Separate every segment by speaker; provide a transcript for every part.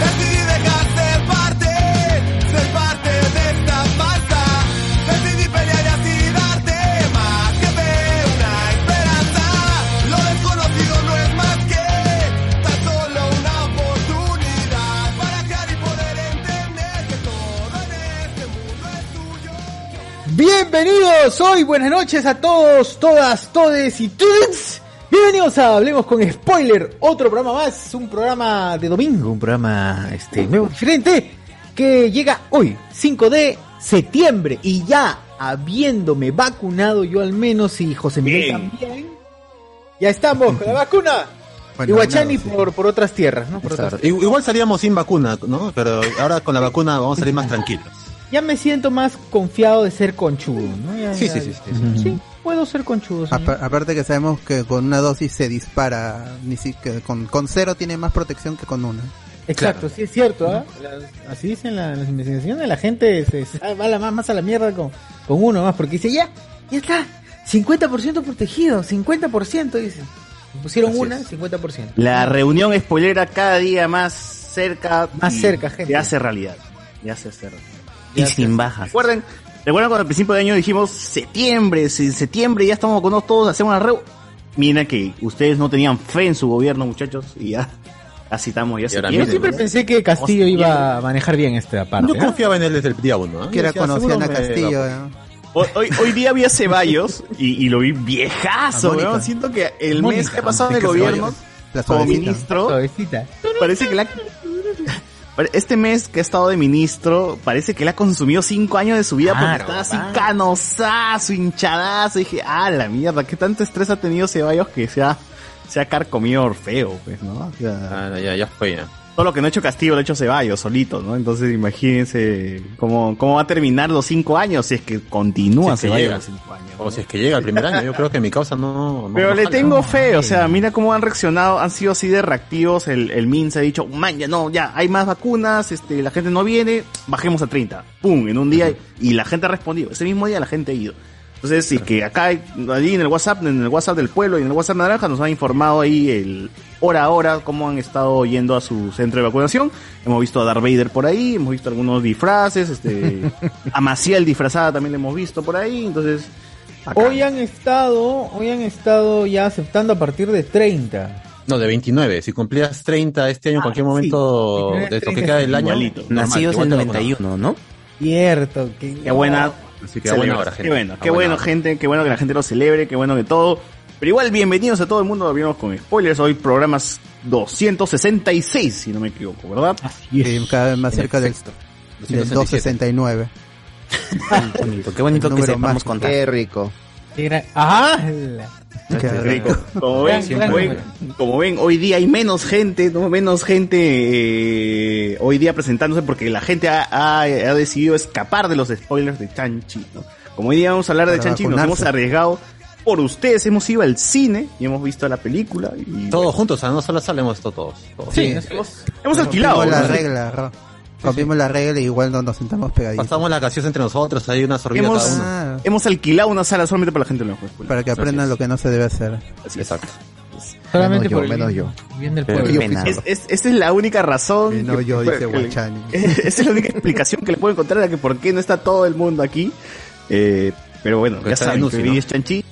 Speaker 1: Decidí dejar ser parte, ser parte de esta farsa. Decidí pelear y así darte más que ver una esperanza. Lo desconocido no es más que tan solo una oportunidad para crear y poder entender que todo en este mundo es tuyo.
Speaker 2: Bienvenidos hoy, buenas noches a todos, todas, todes y todes. Bienvenidos a Hablemos con Spoiler, otro programa más, un programa de domingo, un programa este nuevo, diferente, que llega hoy, 5 de septiembre, y ya habiéndome vacunado yo al menos y José Miguel también, ya estamos con la vacuna.
Speaker 3: Bueno,
Speaker 2: y Guachani
Speaker 3: nada, sí.
Speaker 2: por, por otras tierras, ¿no? Por otras
Speaker 3: Claro. I- Igual salíamos sin vacuna, ¿no? Pero ahora con la vacuna vamos a salir más tranquilos.
Speaker 2: Ya me siento más confiado de ser conchudo, ¿no? Ya-
Speaker 3: Sí,
Speaker 2: ya-
Speaker 3: sí, sí. sí, sí.
Speaker 2: Sí, puedo ser conchudo. señor.
Speaker 4: Apa- aparte que sabemos que con una dosis se dispara, ni siquiera con, con cero tiene más protección que con una.
Speaker 2: Exacto, sí es cierto, ¿ah? La- así dicen la- las investigaciones, la gente se, se va a la más, más a la mierda con, con uno más, porque dice, ya, ya está, 50% protegido, 50%, dice. Pusieron
Speaker 3: Así
Speaker 2: una,
Speaker 3: es.
Speaker 2: 50%.
Speaker 5: La reunión spoilera cada día más cerca.
Speaker 2: Más
Speaker 5: y
Speaker 2: cerca, gente.
Speaker 5: Se hace realidad. Ya se hace realidad.
Speaker 2: Ya
Speaker 5: y
Speaker 2: se
Speaker 5: sin
Speaker 2: hace.
Speaker 5: bajas. Recuerden, recuerden cuando al principio de año dijimos septiembre, si en septiembre ya estamos con todos, hacemos una reunión. Mira que ustedes no tenían fe en su gobierno, muchachos, y ya, ya citamos ya
Speaker 6: ahora
Speaker 2: Yo
Speaker 5: septiembre.
Speaker 2: siempre pensé que Castillo iba a manejar bien esta parte.
Speaker 3: Yo
Speaker 2: ¿ah?
Speaker 3: confiaba en él desde el día uno. ¿eh?
Speaker 4: Que era
Speaker 3: Decía,
Speaker 4: conocían
Speaker 3: seguro
Speaker 4: a
Speaker 3: me-
Speaker 4: Castillo.
Speaker 5: ¿eh? Hoy, hoy- hoy día vi a Ceballos y, y lo vi viejazo,
Speaker 4: A Mónica.
Speaker 5: weón. Siento que el mes
Speaker 2: Mónica.
Speaker 5: que ha pasado en el
Speaker 4: Mónica
Speaker 5: gobierno
Speaker 4: Ceballos, la
Speaker 5: como
Speaker 4: suavecita.
Speaker 5: ministro,
Speaker 2: Suavecita.
Speaker 5: Parece que la... Pare- Este mes que ha estado de ministro, parece que él ha consumido cinco años de su vida
Speaker 2: Claro,
Speaker 5: porque estaba
Speaker 2: claro.
Speaker 5: así canosazo, hinchadazo. Y dije, ah, la mierda, qué tanto estrés ha tenido Ceballos que se ha, se ha carcomido Orfeo, pues, ¿no? O sea,
Speaker 6: Ah, no, ya, ya fue, ya.
Speaker 5: todo lo que no ha hecho Castillo lo ha hecho Ceballos solito, ¿no? Entonces imagínense cómo, cómo va a terminar los cinco años si es que continúa
Speaker 3: Si es que
Speaker 5: Ceballos
Speaker 3: llega.
Speaker 5: los cinco años. ¿no?
Speaker 3: O si es que llega el primer año, yo creo que mi causa no. no-
Speaker 5: Pero
Speaker 3: no
Speaker 5: le
Speaker 3: jala.
Speaker 5: tengo fe, o sea, mira cómo han reaccionado, han sido así de reactivos, el, el MIN se ha dicho, man, ya no, ya, hay más vacunas, este, la gente no viene, bajemos a 30, pum, en un día, y la gente ha respondido, ese mismo día la gente ha ido. Entonces, sí, que acá, hay- allí en el WhatsApp, en el WhatsApp del pueblo y en el WhatsApp naranja nos han informado ahí el hora a hora cómo han estado yendo a su centro de vacunación. Hemos visto a Darth Vader por ahí, hemos visto algunos disfraces, este, a Maciel disfrazada también le hemos visto por ahí, entonces... acá.
Speaker 2: Hoy han estado, hoy han estado ya aceptando a partir de 30.
Speaker 3: No, de 29. Si cumplías 30 este año, en
Speaker 5: Ah,
Speaker 3: cualquier
Speaker 5: sí.
Speaker 3: momento
Speaker 2: Si cumplías
Speaker 3: de lo que
Speaker 2: 30
Speaker 3: queda del año.
Speaker 5: igualito.
Speaker 3: normal, igual te vacunas.
Speaker 6: ¿no?
Speaker 2: Cierto, que
Speaker 5: Qué buena,
Speaker 3: Así que a buena
Speaker 6: Celebración.
Speaker 3: hora, gente.
Speaker 5: Qué bueno,
Speaker 3: A
Speaker 5: qué
Speaker 3: buena
Speaker 5: bueno,
Speaker 3: hora.
Speaker 5: gente, qué bueno que la gente lo celebre, qué bueno que todo. Pero igual, bienvenidos a todo el mundo, lo vimos con spoilers, hoy programas 266, si no me equivoco, ¿verdad?
Speaker 4: Sí, cada vez más cerca del, del 269.
Speaker 6: Qué bonito que
Speaker 4: Número
Speaker 6: sepamos
Speaker 4: más.
Speaker 6: contar.
Speaker 7: Qué rico.
Speaker 2: Era- ¡Ah! la-
Speaker 4: Que-
Speaker 5: Sí, co- Como
Speaker 2: Gran,
Speaker 5: ven,
Speaker 2: gran
Speaker 5: como ven, como ven, hoy día hay menos gente, ¿no? menos gente eh, hoy día presentándose porque la gente ha, ha- ha decidido escapar de los spoilers de Chanchi. ¿no? Como hoy día vamos a hablar de
Speaker 4: Para
Speaker 5: Chanchi, nos
Speaker 4: vacunarse.
Speaker 5: hemos arriesgado por ustedes, hemos ido al cine y hemos visto la película. Y,
Speaker 3: Todos juntos, a no solo salimos todos. todos.
Speaker 2: Sí,
Speaker 5: hemos, hemos alquilado.
Speaker 4: Rompimos la
Speaker 5: ¿no?
Speaker 4: regla, ro- rompimos la regla y igual no nos sentamos pegaditos.
Speaker 3: Pasamos las gaseosas entre nosotros, hay una sorbida
Speaker 5: Hemos,
Speaker 3: cada uno.
Speaker 4: cada uno.
Speaker 5: hemos alquilado una sala solamente para la gente de los juegos.
Speaker 4: Para que aprendan lo que no se debe hacer.
Speaker 5: Así es.
Speaker 3: Exacto.
Speaker 2: Solamente
Speaker 7: yo,
Speaker 2: por el
Speaker 7: menos
Speaker 2: bien- bien del pueblo.
Speaker 7: Yo
Speaker 6: pena.
Speaker 7: fui-
Speaker 5: Es- es- esa es la única razón.
Speaker 4: No,
Speaker 5: que-
Speaker 4: yo, dice
Speaker 5: que-
Speaker 4: Guachani.
Speaker 5: Esa es la única explicación que le puedo encontrar a que por qué no está todo el mundo aquí. Eh, pero bueno,
Speaker 3: Porque
Speaker 5: ya
Speaker 3: está
Speaker 5: saben,
Speaker 3: en UCI,
Speaker 5: Feliz
Speaker 3: ¿no?
Speaker 5: Chanchi.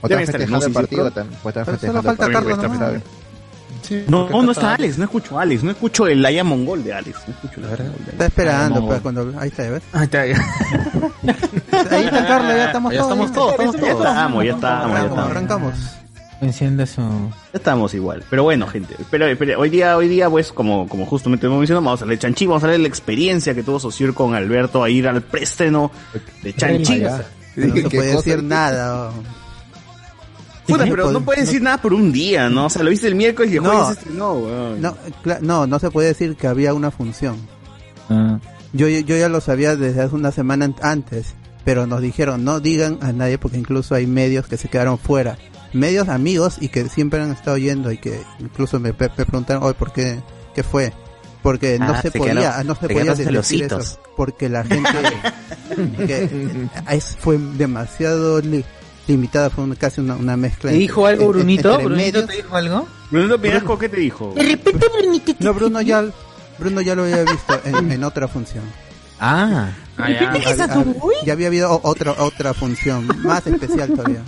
Speaker 7: O
Speaker 5: Deben estar
Speaker 7: están festejando
Speaker 5: en
Speaker 7: el partido,
Speaker 5: música,
Speaker 7: tan- o están
Speaker 4: Pero
Speaker 7: festejando
Speaker 4: solo falta
Speaker 7: el
Speaker 4: Carlos
Speaker 7: partido,
Speaker 4: nomás.
Speaker 7: ¿sabes?
Speaker 5: No, no está Alex, no escucho a Alex, no escucho el Aya Mongol de Alex. No escucho el Aya Mongol de Alex.
Speaker 4: Está esperando, pues, cuando... Ahí está, ¿ves? Ahí está Carlos, ya estamos
Speaker 3: Ya
Speaker 4: todos.
Speaker 3: estamos todos,
Speaker 5: Ya
Speaker 3: estamos todos.
Speaker 5: estamos, ya estamos, ya
Speaker 4: Arrancamos,
Speaker 5: estamos.
Speaker 4: arrancamos.
Speaker 8: Encienda su.
Speaker 5: Ya estamos igual. Pero bueno, gente. Pero, pero hoy día, hoy día, pues, como, como justamente hemos mencionado, vamos a hablar de Chanchi, vamos a hablar de la experiencia que tuvo Sosur con Alberto a ir al prestreno de Chanchi.
Speaker 4: No se
Speaker 7: ¿Qué
Speaker 4: puede
Speaker 7: cosa?
Speaker 4: decir nada.
Speaker 5: Puta,
Speaker 4: Sí,
Speaker 5: pero no
Speaker 4: podemos-
Speaker 5: pueden decir nada por un día, ¿no? O sea, lo viste el miércoles y el
Speaker 4: No.
Speaker 5: jueves este- no, weón.
Speaker 4: No, cla- no, no se puede decir que había una función.
Speaker 8: Ah.
Speaker 4: Yo, yo ya lo sabía desde hace una semana an- antes, pero nos dijeron no digan a nadie porque incluso hay medios que se quedaron fuera. Medios amigos y que siempre han estado yendo y que incluso me, pe- me preguntaron hoy por qué, qué fue. Porque no
Speaker 9: Ah,
Speaker 4: se
Speaker 9: te
Speaker 4: podía,
Speaker 9: quedaron-
Speaker 4: no se
Speaker 9: te
Speaker 4: podía
Speaker 9: quedaron
Speaker 4: decir
Speaker 9: celositos.
Speaker 4: eso. Porque la gente que- es- fue demasiado li- limitada, fue un- casi una, una mezcla.
Speaker 8: ¿Te dijo
Speaker 4: entre-
Speaker 8: algo,
Speaker 4: en-
Speaker 8: Brunito?
Speaker 4: entre
Speaker 8: ¿Brunito
Speaker 4: medios.
Speaker 8: te dijo algo?
Speaker 5: Bruno Pinasco, ¿qué te dijo?
Speaker 4: No, Bruno ya, Bruno ya lo había visto en, en otra función.
Speaker 8: Ah.
Speaker 9: Ah, ya.
Speaker 4: Hab- hab- ya había habido o- otra otra función más especial todavía.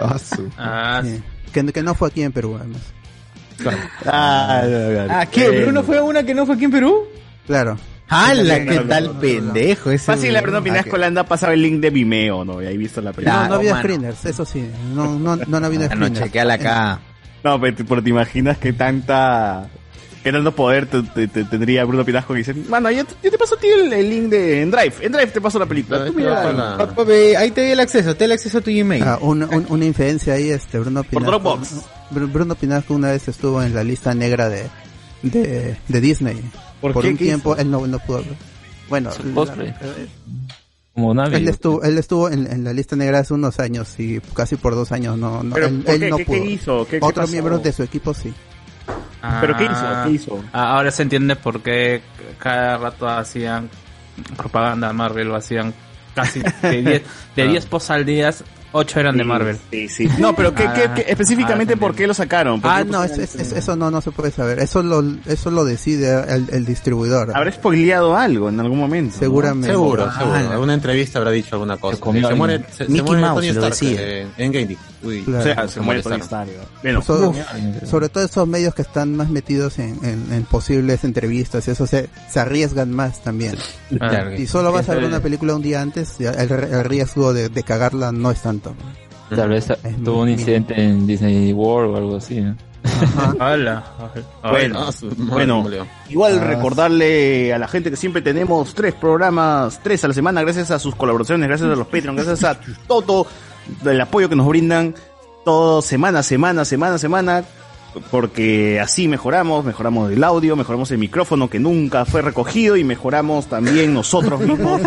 Speaker 7: Ah, su-
Speaker 9: Ah,
Speaker 4: Sí. Que, que no fue aquí en Perú, además.
Speaker 5: Ah, no, no.
Speaker 8: Ah, ¿qué? ¿Bruno fue a una que no fue aquí en Perú?
Speaker 4: Claro.
Speaker 8: ¡Hala!
Speaker 4: Sí,
Speaker 8: ¿Qué
Speaker 4: claro,
Speaker 8: tal
Speaker 4: claro,
Speaker 8: pendejo ese?
Speaker 5: Fácil, la Bruno Pinasco
Speaker 4: ok.
Speaker 5: le anda pasado el link de Vimeo, ¿no? Y ahí visto la película.
Speaker 4: No, no había
Speaker 8: mano.
Speaker 4: screeners, eso sí. No, no, no, no había
Speaker 8: Ah, No,
Speaker 4: screeners.
Speaker 8: chequeala acá.
Speaker 5: No, pero te, pero te imaginas que tanta. Que tanto poder te- te- te tendría Bruno Pinasco que dice: Mano, yo, te- yo te paso a ti el, el link de en Drive. En Drive te paso la película.
Speaker 9: No,
Speaker 5: Tú
Speaker 9: esto
Speaker 5: mira,
Speaker 9: va para
Speaker 5: por
Speaker 9: la-
Speaker 8: Papá, Ah, pues, ve, ahí te di el acceso, te di el acceso a tu Gmail.
Speaker 4: Ah, una, un- una inferencia ahí, este, Bruno Pinasco.
Speaker 5: Dropbox.
Speaker 4: Bru- Bruno Pinasco una vez estuvo en la lista negra de, de, de Disney.
Speaker 5: ¿Por
Speaker 4: Por,
Speaker 5: qué?
Speaker 4: un
Speaker 5: ¿Qué
Speaker 4: tiempo él no, no pudo hablar. Bueno,
Speaker 9: Su
Speaker 4: la-
Speaker 9: cosplay.
Speaker 4: eh,
Speaker 10: Como Navi.
Speaker 4: él estuvo, él estuvo en, en la lista negra hace unos años y casi por dos años no, no,
Speaker 5: Pero,
Speaker 4: él,
Speaker 5: ¿por
Speaker 4: él
Speaker 5: qué?
Speaker 4: no
Speaker 5: ¿Qué- qué
Speaker 4: pudo.
Speaker 5: hizo? ¿Qué- qué
Speaker 4: Otro
Speaker 5: pasó?
Speaker 4: miembro de su equipo sí.
Speaker 9: ah.
Speaker 5: ¿Pero qué hizo? ¿Qué hizo?
Speaker 10: Ah, ahora se entiende por qué cada rato hacían propaganda de Marvel, lo hacían casi de 10 de 10 posts al día, 8 eran de Marvel.
Speaker 5: Ah. Sí, sí. No, pero ¿qué,
Speaker 10: Ah,
Speaker 5: qué- qué- específicamente
Speaker 10: ah,
Speaker 5: por qué lo sacaron? ¿Por
Speaker 4: Ah,
Speaker 5: qué
Speaker 4: no,
Speaker 5: pusieron
Speaker 4: es- es-
Speaker 5: ese-
Speaker 4: es- eso no, no se puede saber. Eso lo, eso lo decide el, el distribuidor.
Speaker 5: Habrá spoileado algo en algún momento. ¿no?
Speaker 4: Seguramente.
Speaker 11: Seguro, seguro.
Speaker 4: Ah,
Speaker 11: En alguna entrevista habrá dicho alguna cosa.
Speaker 9: Se comió
Speaker 11: Se
Speaker 9: el-
Speaker 11: muere, se, se
Speaker 9: Mickey
Speaker 11: muere
Speaker 9: Mouse
Speaker 11: Tony
Speaker 9: lo
Speaker 11: Stark
Speaker 9: decía.
Speaker 11: eh, en Endgame. Uy.
Speaker 4: claro.
Speaker 5: O sea, se
Speaker 9: Se
Speaker 5: muere Tony
Speaker 9: molestaron.
Speaker 5: Stark. Bueno,
Speaker 4: So-
Speaker 11: Uf.
Speaker 4: sobre todo esos medios que están más metidos en, en- en posibles entrevistas, eso se, se arriesgan más también.
Speaker 10: Ah,
Speaker 4: Si solo vas a ver una película un día antes, ya el, el riesgo de, de cagarla no es tanto.
Speaker 9: Tal vez
Speaker 4: Es
Speaker 9: tuvo un
Speaker 4: muy-
Speaker 9: incidente en Disney World o algo así. ¿no?
Speaker 4: Ajá.
Speaker 10: Hola.
Speaker 5: Bueno,
Speaker 11: Ah, su-
Speaker 5: bueno,
Speaker 11: murió.
Speaker 5: igual
Speaker 4: Ah,
Speaker 5: recordarle a la gente que siempre tenemos tres programas, tres a la semana, gracias a sus colaboraciones, gracias a los Patreon, gracias a todo el apoyo que nos brindan todo semana, semana, semana, semana, porque así mejoramos, mejoramos el audio, mejoramos el micrófono que nunca fue recogido y mejoramos también nosotros mismos,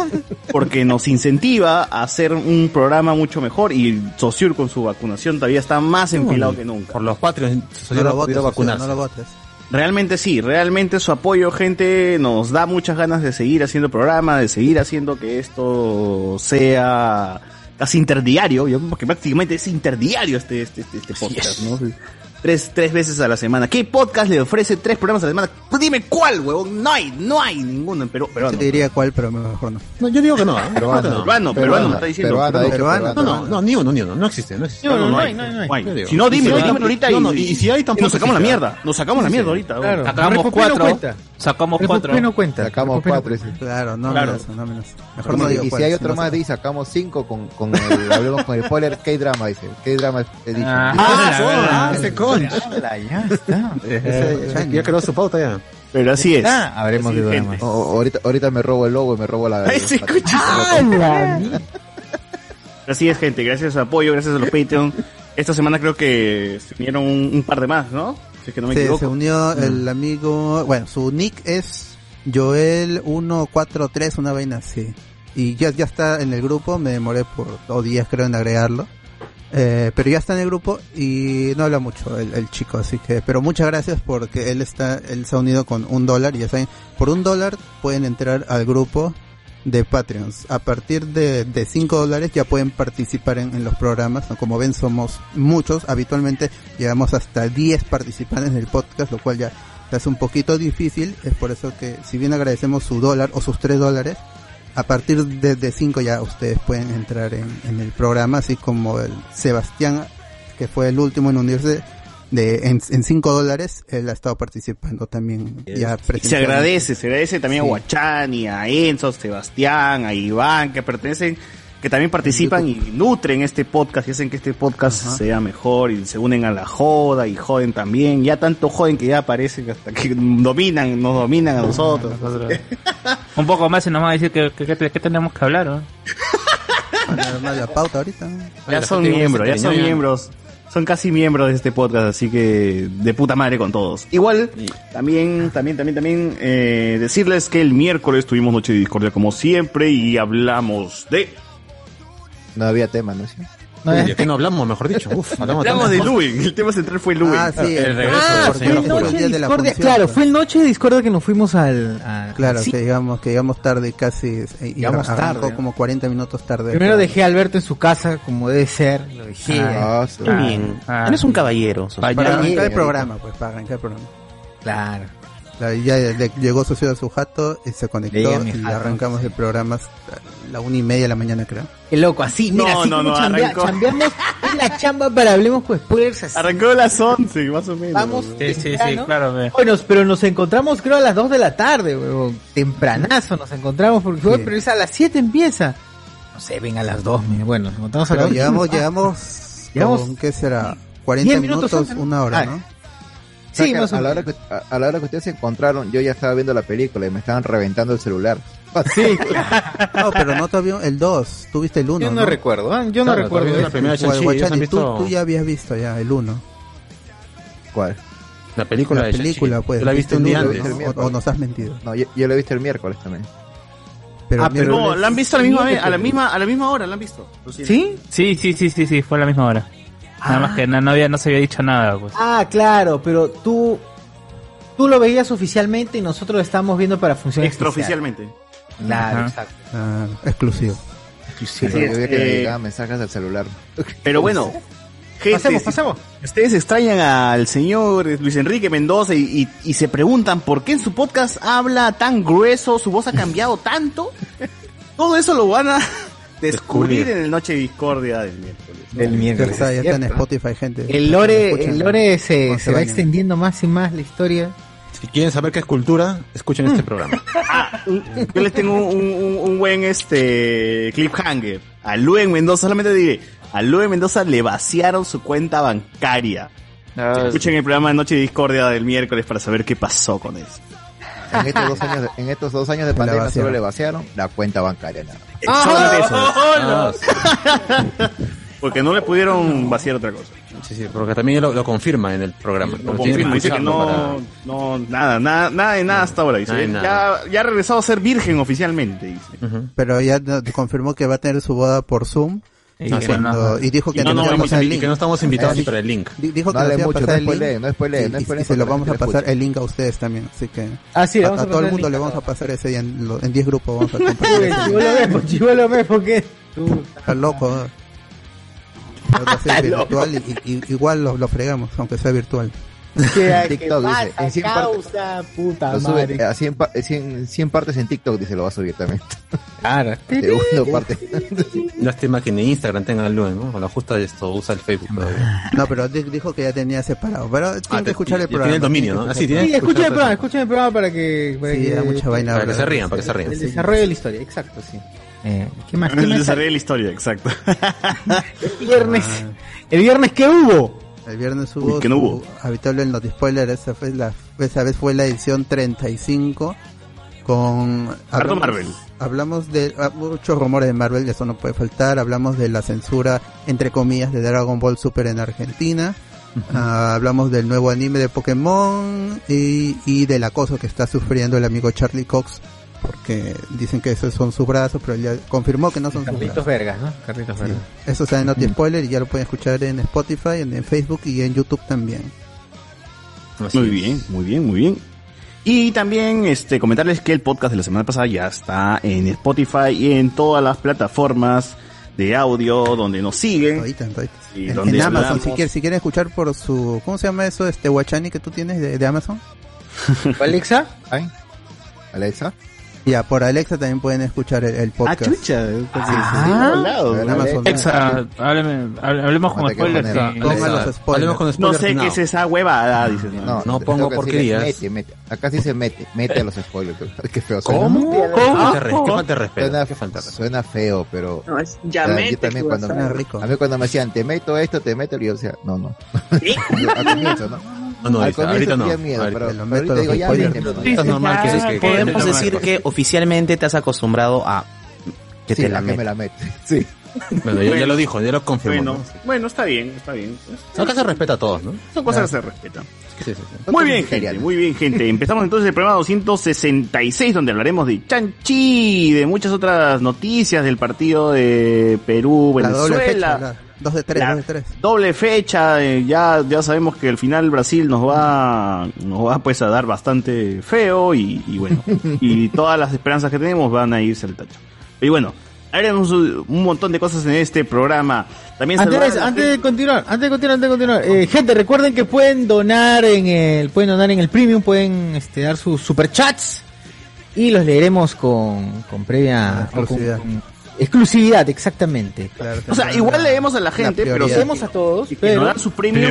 Speaker 5: porque nos incentiva a hacer un programa mucho mejor y Sociur con su vacunación todavía está más enfilado que nunca.
Speaker 11: Por los Patreons se
Speaker 4: No
Speaker 11: hubiera
Speaker 4: lo votes,
Speaker 11: podido
Speaker 4: o sea,
Speaker 11: vacunarse.
Speaker 4: no lo votes.
Speaker 5: Realmente sí, realmente su apoyo, gente, nos da muchas ganas de seguir haciendo programa, de seguir haciendo que esto sea casi interdiario, yo- porque prácticamente es interdiario este, este, este, este podcast, ¿no? Tres, tres veces a la semana. ¿Qué podcast le ofrece tres programas a la semana? pues Dime cuál, huevón. No hay, no hay ninguno en Perú.
Speaker 4: Yo
Speaker 5: Peruano,
Speaker 4: te diría cuál, pero mejor no.
Speaker 11: No, yo digo que no. ¿eh?
Speaker 5: peruano, peruano,
Speaker 7: Peruana,
Speaker 5: me está diciendo.
Speaker 7: peruana,
Speaker 5: peruano.
Speaker 7: ha dicho
Speaker 4: peruana.
Speaker 11: No, no, no, ni uno, ni uno. No existe, no existe.
Speaker 5: No, no, no hay,
Speaker 8: no hay, no hay.
Speaker 5: no hay.
Speaker 11: Yo digo.
Speaker 5: Si no, dime,
Speaker 11: Y si hay,
Speaker 5: dime ahorita.
Speaker 11: no, no,
Speaker 5: y,
Speaker 11: y si hay, tampoco
Speaker 5: nos sacamos la
Speaker 11: existe, ¿eh?
Speaker 5: mierda. Nos sacamos la mierda ahorita. huevón.
Speaker 10: Sacamos
Speaker 8: Refugio no
Speaker 10: cuatro.
Speaker 8: cuenta.
Speaker 10: Sacamos cuatro.
Speaker 8: Refugio no cuenta.
Speaker 7: Sacamos
Speaker 8: Refugio no
Speaker 7: cuatro. dice.
Speaker 4: Claro, no
Speaker 5: Claro.
Speaker 4: menos, no menos. Mejor no digo
Speaker 7: Y, y
Speaker 4: cuál,
Speaker 7: si hay
Speaker 4: si
Speaker 7: otro
Speaker 4: no
Speaker 7: más,
Speaker 4: sé.
Speaker 7: dice, sacamos cinco con, con el, hablemos con el spoiler, K-drama, dice. K-drama edition.
Speaker 10: Ah,
Speaker 5: Ah,
Speaker 10: la
Speaker 5: son,
Speaker 10: verdad.
Speaker 5: ah,
Speaker 7: este
Speaker 11: Ese concha.
Speaker 8: Hala, ya está.
Speaker 4: Eh, Ese-
Speaker 11: Ya- Ya creó su pauta ya.
Speaker 5: Pero así es.
Speaker 8: Ah, habremos de
Speaker 5: Gente.
Speaker 8: dramas.
Speaker 7: O- o- ahorita, ahorita me robo el logo y me robo la...
Speaker 5: Ese
Speaker 7: la-
Speaker 5: coche.
Speaker 8: ¡Hala!
Speaker 5: Así es, gente. Gracias al apoyo, gracias a los Patreon. Esta semana creo que se unieron un, un par de más, ¿no? Si es que no me
Speaker 4: Sí, se
Speaker 5: equivoco. Mm.
Speaker 4: unió el amigo, bueno, su nick es Joel143, una vaina así. Y ya, ya está en el grupo, me demoré por dos días creo en agregarlo. Eh, pero ya está en el grupo y no habla mucho el, el chico, así que, pero muchas gracias porque él está, él se ha unido con un dólar, ya saben, por un dólar pueden entrar al grupo de Patreons. A partir de, de 5 dólares ya pueden participar en, en los programas. ¿no? Como ven, somos muchos. Habitualmente llegamos hasta 10 participantes en el podcast, lo cual ya ya es un poquito difícil. Es por eso que, si bien agradecemos su dólar o sus 3 dólares, a partir de, de 5 ya ustedes pueden entrar en, en el programa, así como el Sebastián, que fue el último en unirse. De, en, en 5 dólares, él ha estado participando también. Ya
Speaker 5: Y se
Speaker 4: presencialmente.
Speaker 5: agradece, se agradece también a
Speaker 4: Sí.
Speaker 5: Guachani, a Enzo, a Sebastián, a Iván, que pertenecen que también participan y nutren este podcast y hacen que este podcast sea mejor y se unen a la joda y joden también. Ya tanto joden que ya aparecen hasta que dominan, nos dominan a nosotros.
Speaker 9: Un poco más y nos va a decir que, que- que- que tenemos que hablar, ¿no?
Speaker 4: la, la pauta ahorita.
Speaker 5: Ya este son miembros, ya son miembros. Son casi miembros de este podcast, así que de puta madre con todos. Igual, también, también, también, también eh, decirles que el miércoles tuvimos Noche de Discordia como siempre y hablamos de...
Speaker 7: No había tema, ¿no? Sí.
Speaker 3: Uy, ¿de qué no hablamos, mejor dicho? Uf, hablamos,
Speaker 5: Hablamos
Speaker 3: tantas
Speaker 5: de
Speaker 3: cosas.
Speaker 5: Lubin, el tema central fue Lubin.
Speaker 4: Ah, sí.
Speaker 12: El regreso
Speaker 4: Ah,
Speaker 12: del
Speaker 4: porque
Speaker 12: señor
Speaker 4: fue el
Speaker 2: noche
Speaker 4: día de
Speaker 2: de
Speaker 4: la
Speaker 2: discordia,
Speaker 4: función,
Speaker 2: claro,
Speaker 4: pues.
Speaker 2: fue el noche de discordia que nos fuimos al... al-
Speaker 4: Claro,
Speaker 2: sí.
Speaker 4: que llegamos, que llegamos tarde casi, eh, y
Speaker 2: Llegamos
Speaker 4: arrancó
Speaker 2: tarde, ¿no?
Speaker 4: como 40 minutos tarde.
Speaker 2: Primero dejé a Alberto en su casa, como debe ser. Lo dejé.
Speaker 7: Ah, sí.
Speaker 9: Ah, ah.
Speaker 13: Eres un caballero. sos-
Speaker 4: para
Speaker 7: Ya,
Speaker 4: arrancar
Speaker 7: ya,
Speaker 4: el
Speaker 7: ya.
Speaker 4: programa, pues, para arrancar el programa.
Speaker 2: eh, Claro.
Speaker 4: La- ya le- llegó su ciudad a su jato, y eh, se conectó
Speaker 2: Llega mi
Speaker 4: y
Speaker 2: jato,
Speaker 4: arrancamos el programa hasta la una y media de la mañana, creo.
Speaker 2: Qué loco, así, mira,
Speaker 5: No,
Speaker 2: así
Speaker 5: no,
Speaker 2: como
Speaker 5: no,
Speaker 2: chambea-
Speaker 5: arrancó.
Speaker 2: chambeamos es la chamba para Hablemos con Spoilers. así.
Speaker 5: Arrancó a las 11, más o menos.
Speaker 2: Vamos
Speaker 9: Sí, sí, sí,
Speaker 2: temprano.
Speaker 9: claro. ve.
Speaker 2: Bueno, pero nos encontramos creo a las 2 de la tarde, huevón. Tempranazo nos encontramos porque, huevón, pero es a las 7 empieza. No sé, ven a las 2, mira, bueno, nos encontramos a
Speaker 4: Pero
Speaker 2: las
Speaker 4: llegamos,
Speaker 2: dos.
Speaker 4: llegamos,
Speaker 2: Llegamos-
Speaker 4: con, ¿qué será? 40
Speaker 2: 10 minutos
Speaker 4: minutos,
Speaker 2: antes, ¿no?
Speaker 4: una hora,
Speaker 2: Ah,
Speaker 4: ¿no?
Speaker 7: O sea,
Speaker 2: Sí,
Speaker 7: que
Speaker 2: más o
Speaker 7: a, la
Speaker 2: menos.
Speaker 7: hora que, a, a la hora que ustedes se encontraron, yo ya estaba viendo la película y me estaban reventando el celular.
Speaker 2: Ah, Sí, claro.
Speaker 4: No, pero no todavía el 2, tuviste el 1.
Speaker 2: yo no, recuerdo, ah, yo no
Speaker 3: Claro,
Speaker 2: recuerdo. eso.
Speaker 3: todavía la primera de Shang-Chi, ellos han
Speaker 4: tú,
Speaker 3: visto
Speaker 4: tú ya habías visto ya el 1.
Speaker 7: ¿Cuál?
Speaker 3: la película
Speaker 4: la
Speaker 3: de Shang-Chi.
Speaker 4: película, pues.
Speaker 3: Yo la viste un
Speaker 4: viste
Speaker 3: día
Speaker 4: el uno,
Speaker 3: antes.
Speaker 4: ¿no? O, o nos has mentido.
Speaker 7: No, yo, yo la he visto el miércoles también.
Speaker 4: Pero,
Speaker 2: Ah,
Speaker 4: mira,
Speaker 2: pero-
Speaker 5: No, la han visto a la misma vez, a la misma, a la misma hora, la han visto. Lo siento.
Speaker 2: ¿Sí?
Speaker 9: Sí, sí, sí, sí, sí, fue a la misma hora. Nada
Speaker 5: Ah.
Speaker 9: más que no, no había, no se había dicho nada, pues.
Speaker 2: Ah, claro, pero tú tú lo veías oficialmente y nosotros lo estábamos viendo para funcionar
Speaker 5: Extraoficialmente.
Speaker 2: Claro,
Speaker 9: Ajá.
Speaker 2: exacto.
Speaker 4: ah, exclusivo.
Speaker 7: Pero
Speaker 5: es,
Speaker 7: yo vi que me
Speaker 5: eh,
Speaker 7: llegaban mensajes del celular.
Speaker 5: Pero bueno, gente,
Speaker 2: Pasemos,
Speaker 5: si
Speaker 2: pasemos.
Speaker 5: ustedes extrañan al señor Luis Enrique Mendoza y, y- y se preguntan por qué en su podcast habla tan grueso, su voz ha cambiado tanto. Todo eso lo van a descubrir en el Noche de Discordia del miércoles.
Speaker 2: Del
Speaker 4: Ya
Speaker 2: miércoles.
Speaker 4: está, ya
Speaker 2: es
Speaker 4: está en
Speaker 2: cierto.
Speaker 4: Spotify, gente.
Speaker 2: El lore,
Speaker 4: Escuchen.
Speaker 2: el lore se,
Speaker 4: Cuando
Speaker 2: se
Speaker 4: se
Speaker 2: va
Speaker 4: bañan.
Speaker 2: extendiendo más y más la historia.
Speaker 3: Si quieren saber qué es cultura, escuchen
Speaker 5: Mm.
Speaker 3: este programa.
Speaker 5: Yo les tengo un, un- un buen este cliffhanger. A Luen Mendoza, solamente diré, a Luen Mendoza le vaciaron su cuenta bancaria.
Speaker 3: Ah,
Speaker 5: Escuchen el programa de Noche de Discordia del miércoles para saber qué pasó con eso.
Speaker 7: En estos dos años de, en estos dos años de
Speaker 4: La
Speaker 7: pandemia
Speaker 4: vaciaron.
Speaker 7: solo le vaciaron la cuenta bancaria. nada más.
Speaker 5: Solamente eso.
Speaker 3: Ah,
Speaker 5: Porque no le pudieron vaciar otra cosa.
Speaker 3: sí, sí, porque también lo, lo confirma en el programa.
Speaker 5: Lo
Speaker 3: Tienen que
Speaker 5: confirma, dice que
Speaker 3: escucharlo para-
Speaker 5: no, no, nada, nada, nada de nada hasta ahora, dice.
Speaker 3: Nada de
Speaker 5: Ya,
Speaker 3: nada.
Speaker 5: ya ha regresado a ser virgen oficialmente, dice.
Speaker 3: Ujú.
Speaker 4: Pero ya no- confirmó que va a tener su boda por Zoom.
Speaker 9: Y
Speaker 4: cuando-
Speaker 9: bueno,
Speaker 4: y dijo que
Speaker 3: No, no,
Speaker 4: nos iba a
Speaker 3: hemos
Speaker 4: pasar el
Speaker 3: invi-
Speaker 4: link.
Speaker 3: que no estamos invitados ni para el link.
Speaker 4: Di- Dijo que nos
Speaker 7: No hable
Speaker 4: iba a
Speaker 7: mucho,
Speaker 4: pasar
Speaker 7: no
Speaker 4: el link.
Speaker 7: spoileen, no spoileen,
Speaker 4: Y-
Speaker 7: no
Speaker 4: y-
Speaker 7: spoileen
Speaker 4: y se
Speaker 7: porque
Speaker 4: lo
Speaker 7: la
Speaker 4: vamos a
Speaker 7: gente lo
Speaker 4: pasar
Speaker 7: escucha.
Speaker 4: el link a ustedes también. Así que
Speaker 2: Ah, sí, le
Speaker 4: a,
Speaker 2: vamos
Speaker 4: a
Speaker 2: a
Speaker 4: todo el
Speaker 2: pasar
Speaker 4: mundo
Speaker 2: link
Speaker 4: le
Speaker 2: a
Speaker 4: vamos a
Speaker 2: todos.
Speaker 4: pasar ese día. En, lo- en 10 grupos vamos a compartir. ese link.
Speaker 2: Chivolo Mefo, chivolo Mefo, ¿qué? Tú.
Speaker 4: Está loco. ¿no? Va a ser virtual y, y- y- igual lo, lo fregamos, aunque sea virtual.
Speaker 2: ¿Qué,
Speaker 7: TikTok
Speaker 2: pasa,
Speaker 7: dice, en cien
Speaker 2: causa, puta
Speaker 7: Lo sube, eh,
Speaker 2: madre.
Speaker 7: a 100, pa- eh, 100 100 partes en TikTok, dice, lo va a subir también.
Speaker 2: Claro.
Speaker 7: Segundo parte.
Speaker 3: Lástima que ni Instagram tenga el Luen, ¿no? Con la justa de esto, usa el Facebook todavía.
Speaker 4: No, pero di- dijo que ya tenía separado. Pero tienen
Speaker 3: Ah,
Speaker 4: que
Speaker 3: te-
Speaker 4: escuchar el
Speaker 3: tiene
Speaker 4: programa.
Speaker 3: el dominio, ¿no? Así tiene.
Speaker 2: Sí, escuchen el programa, escuchen el programa para que... Para
Speaker 4: Sí,
Speaker 2: que-
Speaker 4: da mucha vaina.
Speaker 3: Para que
Speaker 4: bro.
Speaker 3: se rían, para que se rían.
Speaker 2: El desarrollo de la historia, exacto, sí. Eh, ¿Qué más? ¿Qué
Speaker 5: El
Speaker 2: más?
Speaker 5: desarrollo de la historia, exacto.
Speaker 2: El viernes. ¿El viernes qué hubo?
Speaker 4: Ah. El viernes
Speaker 5: Uy,
Speaker 4: hubo
Speaker 5: ¿qué no hubo?
Speaker 4: su habitable el Spoiler, esa fue la esa vez fue la edición 35 con hablamos-
Speaker 5: Marvel.
Speaker 4: Hablamos de ah, muchos rumores de Marvel, eso no puede faltar, hablamos de la censura entre comillas de Dragon Ball Super en Argentina. Ah, hablamos del nuevo anime de Pokémon y, y del acoso que está sufriendo el amigo Charlie Cox porque dicen que esos son sus brazos, pero él ya confirmó que no son sus brazos.
Speaker 2: Carlitos Vergas, ¿no? Carlitos
Speaker 4: Sí. Eso está en Not the Spoiler y ya lo pueden escuchar en Spotify, en, en Facebook y en YouTube también.
Speaker 3: Así
Speaker 5: Muy
Speaker 3: es.
Speaker 5: bien, muy bien, muy bien. Y también este comentarles que el podcast de la semana pasada ya está en Spotify y en todas las plataformas de audio donde nos siguen.
Speaker 4: Todita, todita.
Speaker 5: Y
Speaker 4: En,
Speaker 5: donde
Speaker 4: en Amazon,
Speaker 5: hablamos.
Speaker 4: si quieren, si quieren escuchar por su... ¿Cómo se llama eso? Este Guachani que tú tienes de, de Amazon.
Speaker 2: Alexa,
Speaker 7: Ay, Alexa,
Speaker 4: Ya, por Alexa también pueden escuchar el,
Speaker 5: Ah,
Speaker 4: el podcast. Ah,
Speaker 2: chucha.
Speaker 5: eh, pues,
Speaker 4: En Amazon.
Speaker 14: Exa, hábleme- hable- hablemos con
Speaker 7: Ponte que
Speaker 14: spoilers.
Speaker 7: poner-
Speaker 14: sí.
Speaker 4: Ponga
Speaker 3: Alexa,
Speaker 4: los spoilers.
Speaker 3: hablemos con
Speaker 5: No
Speaker 3: spoilers
Speaker 5: sé
Speaker 3: now.
Speaker 5: qué es esa huevada, dices. ¿no?
Speaker 7: No,
Speaker 3: No
Speaker 7: tengo
Speaker 3: pongo
Speaker 7: que decirle,
Speaker 3: porquerías.
Speaker 7: Mete, mete. Acá sí se mete, mete a los spoilers. Qué feo suena.
Speaker 3: ¿Cómo? ¿Qué falta de respeto? ¿Qué falta de
Speaker 7: Suena,
Speaker 3: respeto? ¿Qué falta de respeto?
Speaker 7: suena feo, pero.
Speaker 15: No, es
Speaker 7: o sea, yo
Speaker 15: llamete.
Speaker 7: también cuando me,
Speaker 4: Suena rico.
Speaker 7: a mí cuando me decían, te meto esto, te meto, yo decía, no, no. Yo, al comienzo, ¿no?
Speaker 3: No, no,
Speaker 7: al
Speaker 3: dice,
Speaker 7: comienzo
Speaker 3: ahorita no.
Speaker 7: tenía miedo,
Speaker 3: Ahorita
Speaker 7: pero,
Speaker 4: Te lo
Speaker 7: pero
Speaker 4: meto
Speaker 7: ahorita
Speaker 4: los
Speaker 7: digo, ya,
Speaker 4: spoilers".
Speaker 7: métemelo, ya".
Speaker 3: Es normal que- que- que-
Speaker 13: Podemos
Speaker 3: que-
Speaker 13: decir que oficialmente te has acostumbrado a que
Speaker 7: Sí,
Speaker 13: te la
Speaker 7: a que me
Speaker 13: metan.
Speaker 7: la mete. Sí.
Speaker 3: Bueno, ya, ya lo dijo, ya lo confirmó.
Speaker 5: Bueno, bueno, está bien, está bien.
Speaker 3: ¿no? Acá se respeta a todos, ¿no?
Speaker 5: Son cosas
Speaker 2: Ah,
Speaker 5: que se respetan.
Speaker 3: Sí, sí, sí.
Speaker 5: Muy bien,
Speaker 7: Entonces,
Speaker 5: gente,
Speaker 7: genial.
Speaker 5: muy bien, gente. Empezamos entonces el programa 266, donde hablaremos de Chanchi, de muchas otras noticias del partido de Perú,
Speaker 4: La doble
Speaker 5: Venezuela.
Speaker 4: fecha, la- dos de tres,
Speaker 5: La-
Speaker 4: dos de tres.
Speaker 5: Doble fecha, eh, ya, ya sabemos que al final Brasil nos va, nos va pues a dar bastante feo y, y bueno, y todas las esperanzas que tenemos van a irse al tacho. Y bueno, haremos un, un montón de cosas en este programa. También saludar
Speaker 2: Antes,
Speaker 5: a la
Speaker 2: antes
Speaker 5: gente-
Speaker 2: de continuar, antes de continuar, antes de continuar, eh, gente, recuerden que pueden donar en el, pueden donar en el premium, pueden este, dar sus superchats y los leeremos con, con previa
Speaker 4: Con exclusividad.
Speaker 2: con- con exclusividad, exactamente.
Speaker 4: Claro,
Speaker 5: O sea,
Speaker 4: tendrán
Speaker 5: igual
Speaker 4: la-
Speaker 5: leemos a la gente, pero
Speaker 4: prioridad.
Speaker 5: leemos
Speaker 2: Hacemos a todos,
Speaker 5: pero
Speaker 2: pero
Speaker 5: dar su premio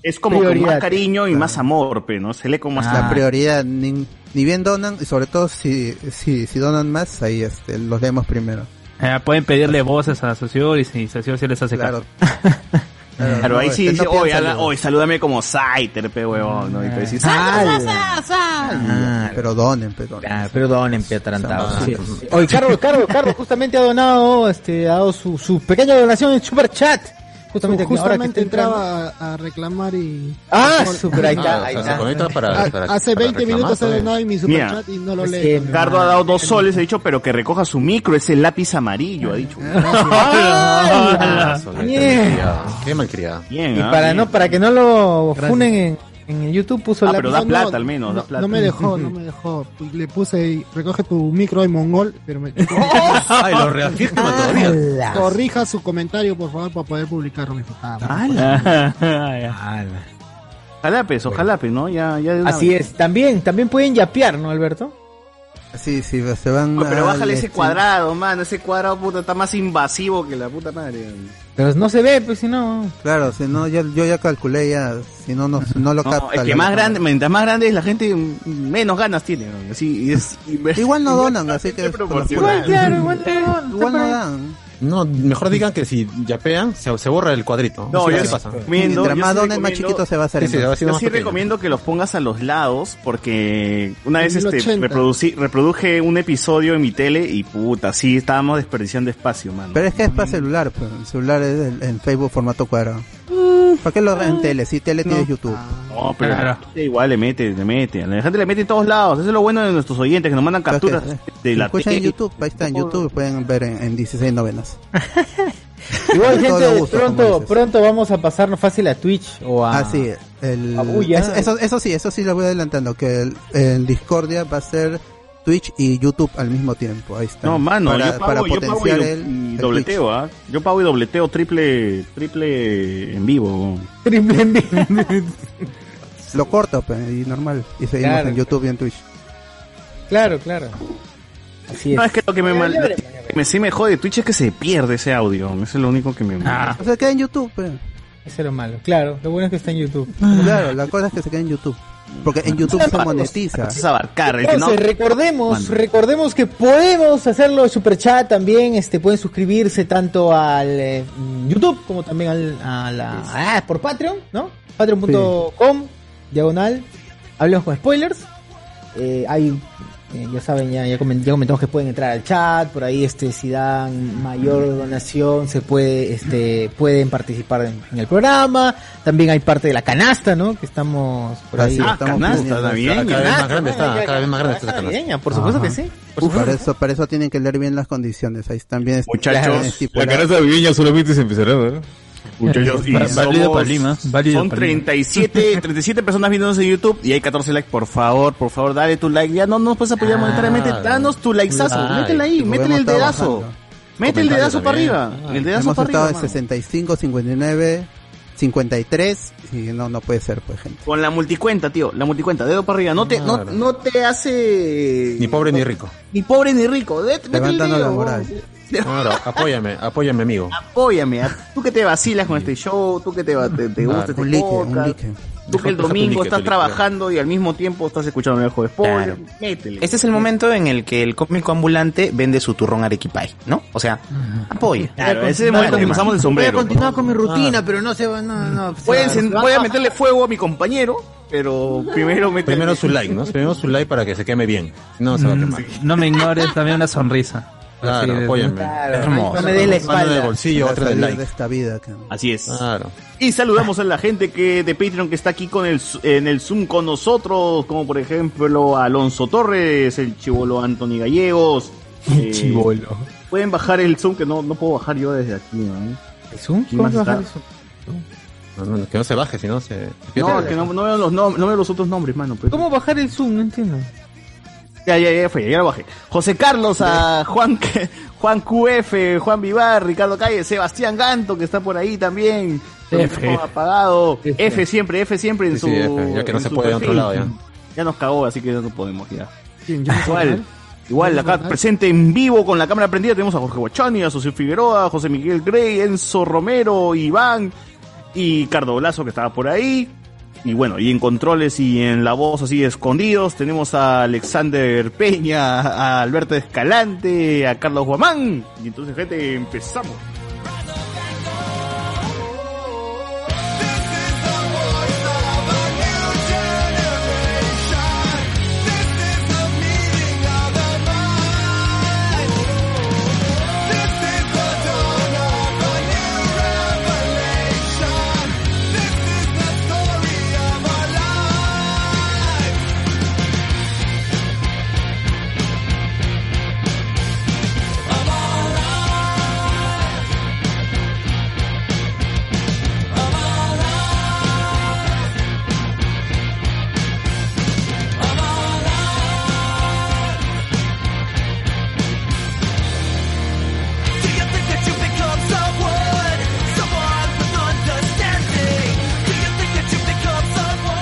Speaker 5: es como con
Speaker 2: Prioridad.
Speaker 5: más cariño y más amor, pero no se lee como más
Speaker 4: La Ah. prioridad, ni, ni bien donan, y sobre todo si, si, si donan más, ahí este, los leemos primero.
Speaker 9: Eh, pueden pedirle voces a Socior y si Socior se les hace
Speaker 4: Claro.
Speaker 9: caso.
Speaker 4: Claro,
Speaker 5: Claro,
Speaker 4: no,
Speaker 5: ahí sí
Speaker 4: este,
Speaker 5: dice,
Speaker 4: no
Speaker 5: oye,
Speaker 4: piensa
Speaker 5: ala-
Speaker 4: luego".
Speaker 5: oye, salúdame como Saiter, pe huevón, ¿no? Y tú decís, "Ah,
Speaker 2: Ah,
Speaker 4: Pero donen, pero donen.
Speaker 2: Ah, perdonen, pe atarantado.
Speaker 4: Sí.
Speaker 2: Sí. Oye, Carlos, Carlos, Carlos justamente ha donado, este, ha dado su, su pequeña donación en Super Chat. Justamente, aquí, ahora que
Speaker 1: Justamente
Speaker 2: está entrando.
Speaker 1: entraba a, a reclamar y...
Speaker 2: Ah,
Speaker 1: Por-
Speaker 2: super, ahí está,
Speaker 3: Ah,
Speaker 2: ahí
Speaker 3: o sea, se
Speaker 2: está.
Speaker 3: conecta para,
Speaker 1: A-
Speaker 3: para-
Speaker 1: Ah, hace
Speaker 3: para
Speaker 1: 20
Speaker 3: reclamar,
Speaker 1: minutos he
Speaker 2: eh.
Speaker 3: ¿sabes?
Speaker 1: donado en mi
Speaker 5: Mira.
Speaker 1: superchat y no lo
Speaker 2: Es
Speaker 1: leo.
Speaker 2: que
Speaker 5: Ricardo ha dado dos soles, he dicho, pero que recoja su micro, es el lápiz amarillo, ha dicho.
Speaker 2: ¡Hala!
Speaker 3: Ah, son-
Speaker 2: Bien.
Speaker 3: Qué malcriada.
Speaker 5: Bien,
Speaker 2: Y
Speaker 5: ah,
Speaker 2: para
Speaker 5: bien.
Speaker 2: no, para que no lo funen en, en el YouTube puso
Speaker 5: Ah,
Speaker 2: la
Speaker 5: pero da plata al menos, da
Speaker 1: No,
Speaker 5: plata.
Speaker 1: no me dejó, no me dejó. Le puse, recoge tu micro de mongol, pero me...
Speaker 3: Ay, lo
Speaker 2: Ah,
Speaker 3: reafirma todavía.
Speaker 1: Corrija su comentario, por favor, para poder publicarlo. Me dijo, ah,
Speaker 9: Ah,
Speaker 5: Ojalá, pues, ojalá, pues, ¿no? Ya, ya de una
Speaker 2: Así
Speaker 5: vez.
Speaker 2: es, también, también pueden yapear, ¿no, Alberto?
Speaker 4: Sí, sí, se van
Speaker 5: Oye, Pero
Speaker 4: al,
Speaker 5: bájale ese
Speaker 4: este,
Speaker 5: cuadrado, mano, ese cuadrado, puta, está más invasivo que la puta madre.
Speaker 2: Pero no se ve, pues si no.
Speaker 4: Claro, si no, yo, yo ya calculé ya, si no, no, no lo capta.
Speaker 5: No, es que
Speaker 4: la-
Speaker 5: más grande, mientras más grande es la gente, m- menos ganas tiene. ¿no? Así, y es
Speaker 4: Igual no donan, así que...
Speaker 5: Es
Speaker 4: Igual,
Speaker 5: proporcional.
Speaker 2: Claro, igual,
Speaker 4: igual no dan.
Speaker 3: No, mejor digan que si yapean, se, se borra el cuadrito.
Speaker 5: No,
Speaker 3: Así-
Speaker 5: yo
Speaker 3: así
Speaker 5: sí
Speaker 3: pasa. Sí,
Speaker 5: recomiendo-
Speaker 4: Mientras
Speaker 5: yo
Speaker 4: más
Speaker 5: sí
Speaker 4: donen, más
Speaker 5: recomiendo-
Speaker 4: chiquito se va a hacer.
Speaker 3: sí, ahora
Speaker 4: entonces.
Speaker 3: sí
Speaker 5: Yo
Speaker 3: más
Speaker 5: sí
Speaker 3: pequeño.
Speaker 5: recomiendo que los pongas a los lados porque una vez este
Speaker 1: 1080.
Speaker 5: reproducí, reproduje un episodio en mi tele y puta, sí, estábamos desperdiciando espacio, mano.
Speaker 4: Pero es que es para celular, pues. El celular es el- en Facebook formato cuadrado.
Speaker 2: Mm.
Speaker 4: ¿Para qué lo ven
Speaker 2: Ah,
Speaker 4: en tele? Si tele tienes YouTube.
Speaker 5: No, pero
Speaker 9: Claro.
Speaker 5: la gente igual le mete, le mete. La gente le mete en todos lados. Eso es lo bueno de nuestros oyentes que nos mandan capturas
Speaker 4: Entonces,
Speaker 5: de la
Speaker 4: escuchan en
Speaker 5: tele.
Speaker 4: YouTube, ahí está en YouTube, pueden ver en, en 16 novenas.
Speaker 2: Igual,
Speaker 4: Con todo
Speaker 2: gente,
Speaker 4: gusto, como
Speaker 2: pronto,
Speaker 4: dices.
Speaker 2: pronto vamos a pasarnos fácil a Twitch o a.
Speaker 4: Ah, sí, el,
Speaker 2: Ah, uy, ya.
Speaker 4: eso, eso, eso sí, eso sí lo voy adelantando, que el, el Discordia va a ser Twitch y YouTube al mismo tiempo, ahí está.
Speaker 5: No, mano,
Speaker 4: para,
Speaker 5: yo pago,
Speaker 4: para
Speaker 5: yo pago y,
Speaker 4: potenciar
Speaker 5: do-
Speaker 4: el,
Speaker 5: y
Speaker 4: el Twitch.
Speaker 5: dobleteo, ¿ah? Yo pago y dobleteo triple, triple en vivo.
Speaker 2: Triple envío.
Speaker 4: Lo corto, pues, y normal, y seguimos
Speaker 2: Claro.
Speaker 4: en YouTube y en Twitch.
Speaker 2: Claro, claro. Así es.
Speaker 5: No, es que lo que me, mal-
Speaker 2: ya
Speaker 5: lo
Speaker 2: veremos, ya
Speaker 5: que me, sí me jode de Twitch es que se pierde ese audio. Eso es lo único que me...
Speaker 4: O sea, queda en YouTube, pues.
Speaker 2: Eso es lo malo. Claro, lo bueno es que está en YouTube.
Speaker 4: Claro, la cosa es que se queda en YouTube. Porque en YouTube se monetiza.
Speaker 5: Entonces abarcar, el que no...
Speaker 2: Entonces, recordemos,
Speaker 5: Manda.
Speaker 2: recordemos que podemos hacerlo de Superchat también, este, pueden suscribirse tanto al eh, YouTube como también al, a la, ah, por Patreon, ¿no? Patreon.com, diagonal, hablemos con spoilers, Eh, hay, eh, ya saben, ya, ya, comen- ya comentamos que pueden entrar al chat, por ahí, este, si dan mayor donación, se puede, este, pueden participar en, en el programa, también hay parte de la canasta, ¿no? Que estamos por ahí.
Speaker 4: Así
Speaker 5: Ah,
Speaker 4: estamos
Speaker 5: canasta
Speaker 4: poniendo
Speaker 5: también.
Speaker 3: Cada vez más grande
Speaker 2: Ah,
Speaker 3: está,
Speaker 2: ya,
Speaker 3: cada
Speaker 2: ya,
Speaker 3: vez más grande
Speaker 2: ya,
Speaker 3: está la
Speaker 2: ya,
Speaker 3: canasta.
Speaker 2: ya, por supuesto que
Speaker 4: Ajá.
Speaker 2: sí. Por
Speaker 4: Para
Speaker 2: supuesto.
Speaker 4: eso, para eso tienen que leer bien las condiciones. Ahí están bien
Speaker 5: Muchachos,
Speaker 4: estipuladas.
Speaker 13: viveña solamente se empezará, ¿verdad?
Speaker 5: Muchachos,
Speaker 4: Eh,
Speaker 5: y
Speaker 9: Va- válido
Speaker 5: somos-
Speaker 9: para Lima, válido
Speaker 5: Son
Speaker 9: para Lima.
Speaker 5: 37, 37 personas viéndonos en YouTube y hay 14 likes. Por favor, por favor, dale tu like. Ya no nos puedes apoyar
Speaker 2: Ah.
Speaker 5: monetariamente. Danos tu likezazo.
Speaker 3: like.
Speaker 5: Métele ahí,
Speaker 4: Porque
Speaker 5: métele
Speaker 4: hemos
Speaker 5: el
Speaker 4: estado
Speaker 5: dedazo.
Speaker 4: bajando.
Speaker 5: Mete el
Speaker 3: Comentario
Speaker 5: dedazo para
Speaker 3: también.
Speaker 5: arriba. El dedazo
Speaker 4: Hemos
Speaker 5: para
Speaker 4: estado
Speaker 5: arriba.
Speaker 4: en
Speaker 5: mano.
Speaker 4: 65, 59, 53 y no, no puede ser, pues, gente.
Speaker 5: Con la multicuenta, tío, la multicuenta, dedo para arriba, no te, no, no te hace...
Speaker 3: Ni pobre ni rico.
Speaker 5: Ni pobre ni rico, de- vete el
Speaker 3: Levantando
Speaker 5: dedo,
Speaker 3: la moral. Claro, apóyame, apóyame, amigo.
Speaker 5: apóyame, a- tú que te vacilas con este show, tú que te, va- te, te
Speaker 3: Claro.
Speaker 5: gusta este
Speaker 3: Un like, un
Speaker 5: podcast, tú
Speaker 3: like.
Speaker 5: que el
Speaker 3: Deja tu like,
Speaker 5: domingo
Speaker 3: tu
Speaker 5: estás
Speaker 3: like,
Speaker 5: trabajando y al mismo tiempo estás escuchando el juego de spoiler,
Speaker 16: Claro.
Speaker 5: métele.
Speaker 16: Este es el momento en el que el cómico ambulante vende su turrón arequipay, ¿no? O sea, apoya.
Speaker 5: Claro, ese es el momento que usamos el sombrero. Ah.
Speaker 16: Voy a continuar con mi
Speaker 13: Ah.
Speaker 16: rutina,
Speaker 2: pero no se va, no, no.
Speaker 5: Voy a, encend- voy a meterle fuego a mi compañero, pero primero me
Speaker 3: Primero su like, ¿no? Primero su like para que se queme bien. Si no, se va a quemar.
Speaker 9: No me ignores, también una sonrisa.
Speaker 3: Claro,
Speaker 9: Así de-
Speaker 3: apóyame. Hermoso.
Speaker 9: No me des la
Speaker 3: Mano
Speaker 9: espalda.
Speaker 3: del bolsillo,
Speaker 4: Para
Speaker 3: otra del
Speaker 4: salir
Speaker 3: like.
Speaker 4: de esta vida, cabrón.
Speaker 5: Así es.
Speaker 3: Claro.
Speaker 5: Y saludamos a la gente que de Patreon que está aquí con el en el Zoom con nosotros, como por ejemplo Alonso Torres, el chivolo Anthony Gallegos. eh,
Speaker 1: Chibolo.
Speaker 5: Pueden bajar el Zoom que no, no puedo bajar yo desde aquí, ¿no?
Speaker 2: ¿El Zoom?
Speaker 5: ¿Quién más está?
Speaker 3: No, no, que no se baje, si no se...
Speaker 5: No, que no, no veo los nom- no veo los otros nombres, mano. pues.
Speaker 2: ¿Cómo bajar el Zoom? No entiendo.
Speaker 5: Ya, ya, ya fue, ya lo bajé. José Carlos, a Juan, Juan QF, Juan Vivar, Ricardo Calle, Sebastián Ganto, que está por ahí también. con el
Speaker 3: F.
Speaker 5: micrófono apagado. F, siempre, F siempre en
Speaker 3: Sí,
Speaker 5: su.
Speaker 3: sí, F, ya que no
Speaker 5: en
Speaker 3: se
Speaker 5: su
Speaker 3: puede en otro
Speaker 5: perfil.
Speaker 3: lado, ya.
Speaker 5: Ya nos cagó, así que ya no podemos, ya.
Speaker 17: Igual,
Speaker 5: igual, acá presente en vivo con la cámara prendida tenemos a Jorge Bochani, a José Figueroa, a José Miguel Grey, Enzo Romero, Iván y Cardo Bolazo que estaba por ahí. Y bueno, y en controles y en la voz así escondidos tenemos a Alexander Peña, a Alberto Escalante, a Carlos Guamán. Y entonces, gente, empezamos.
Speaker 1: Do you think that you become someone? Someone with understanding? Do you think that you become someone?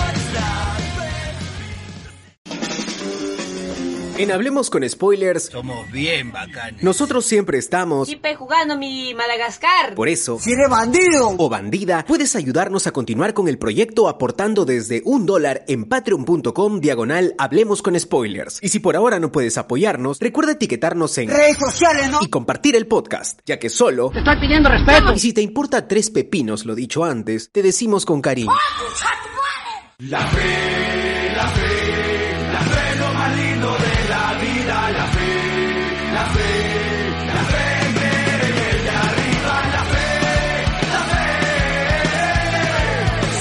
Speaker 13: En Hablemos con Spoilers, somos bien bacanes. Nosotros siempre estamos.
Speaker 18: Siempre Pues, jugando mi Madagascar.
Speaker 13: Por eso, si eres bandido o bandida, puedes ayudarnos a continuar con el proyecto aportando desde un dólar en patreon.com diagonal Hablemos con Spoilers. Y si por ahora no puedes apoyarnos, recuerda etiquetarnos en
Speaker 1: Redes sociales, ¿no?
Speaker 13: y compartir el podcast, ya que solo...
Speaker 1: Te estoy pidiendo respeto.
Speaker 13: Y si te importa tres pepinos lo dicho antes, te decimos con cariño.
Speaker 1: La fe, la fe, la fe es lo más lindo de la vida. La fe, la fe, la fe en creer en el de arriba. La fe, la fe,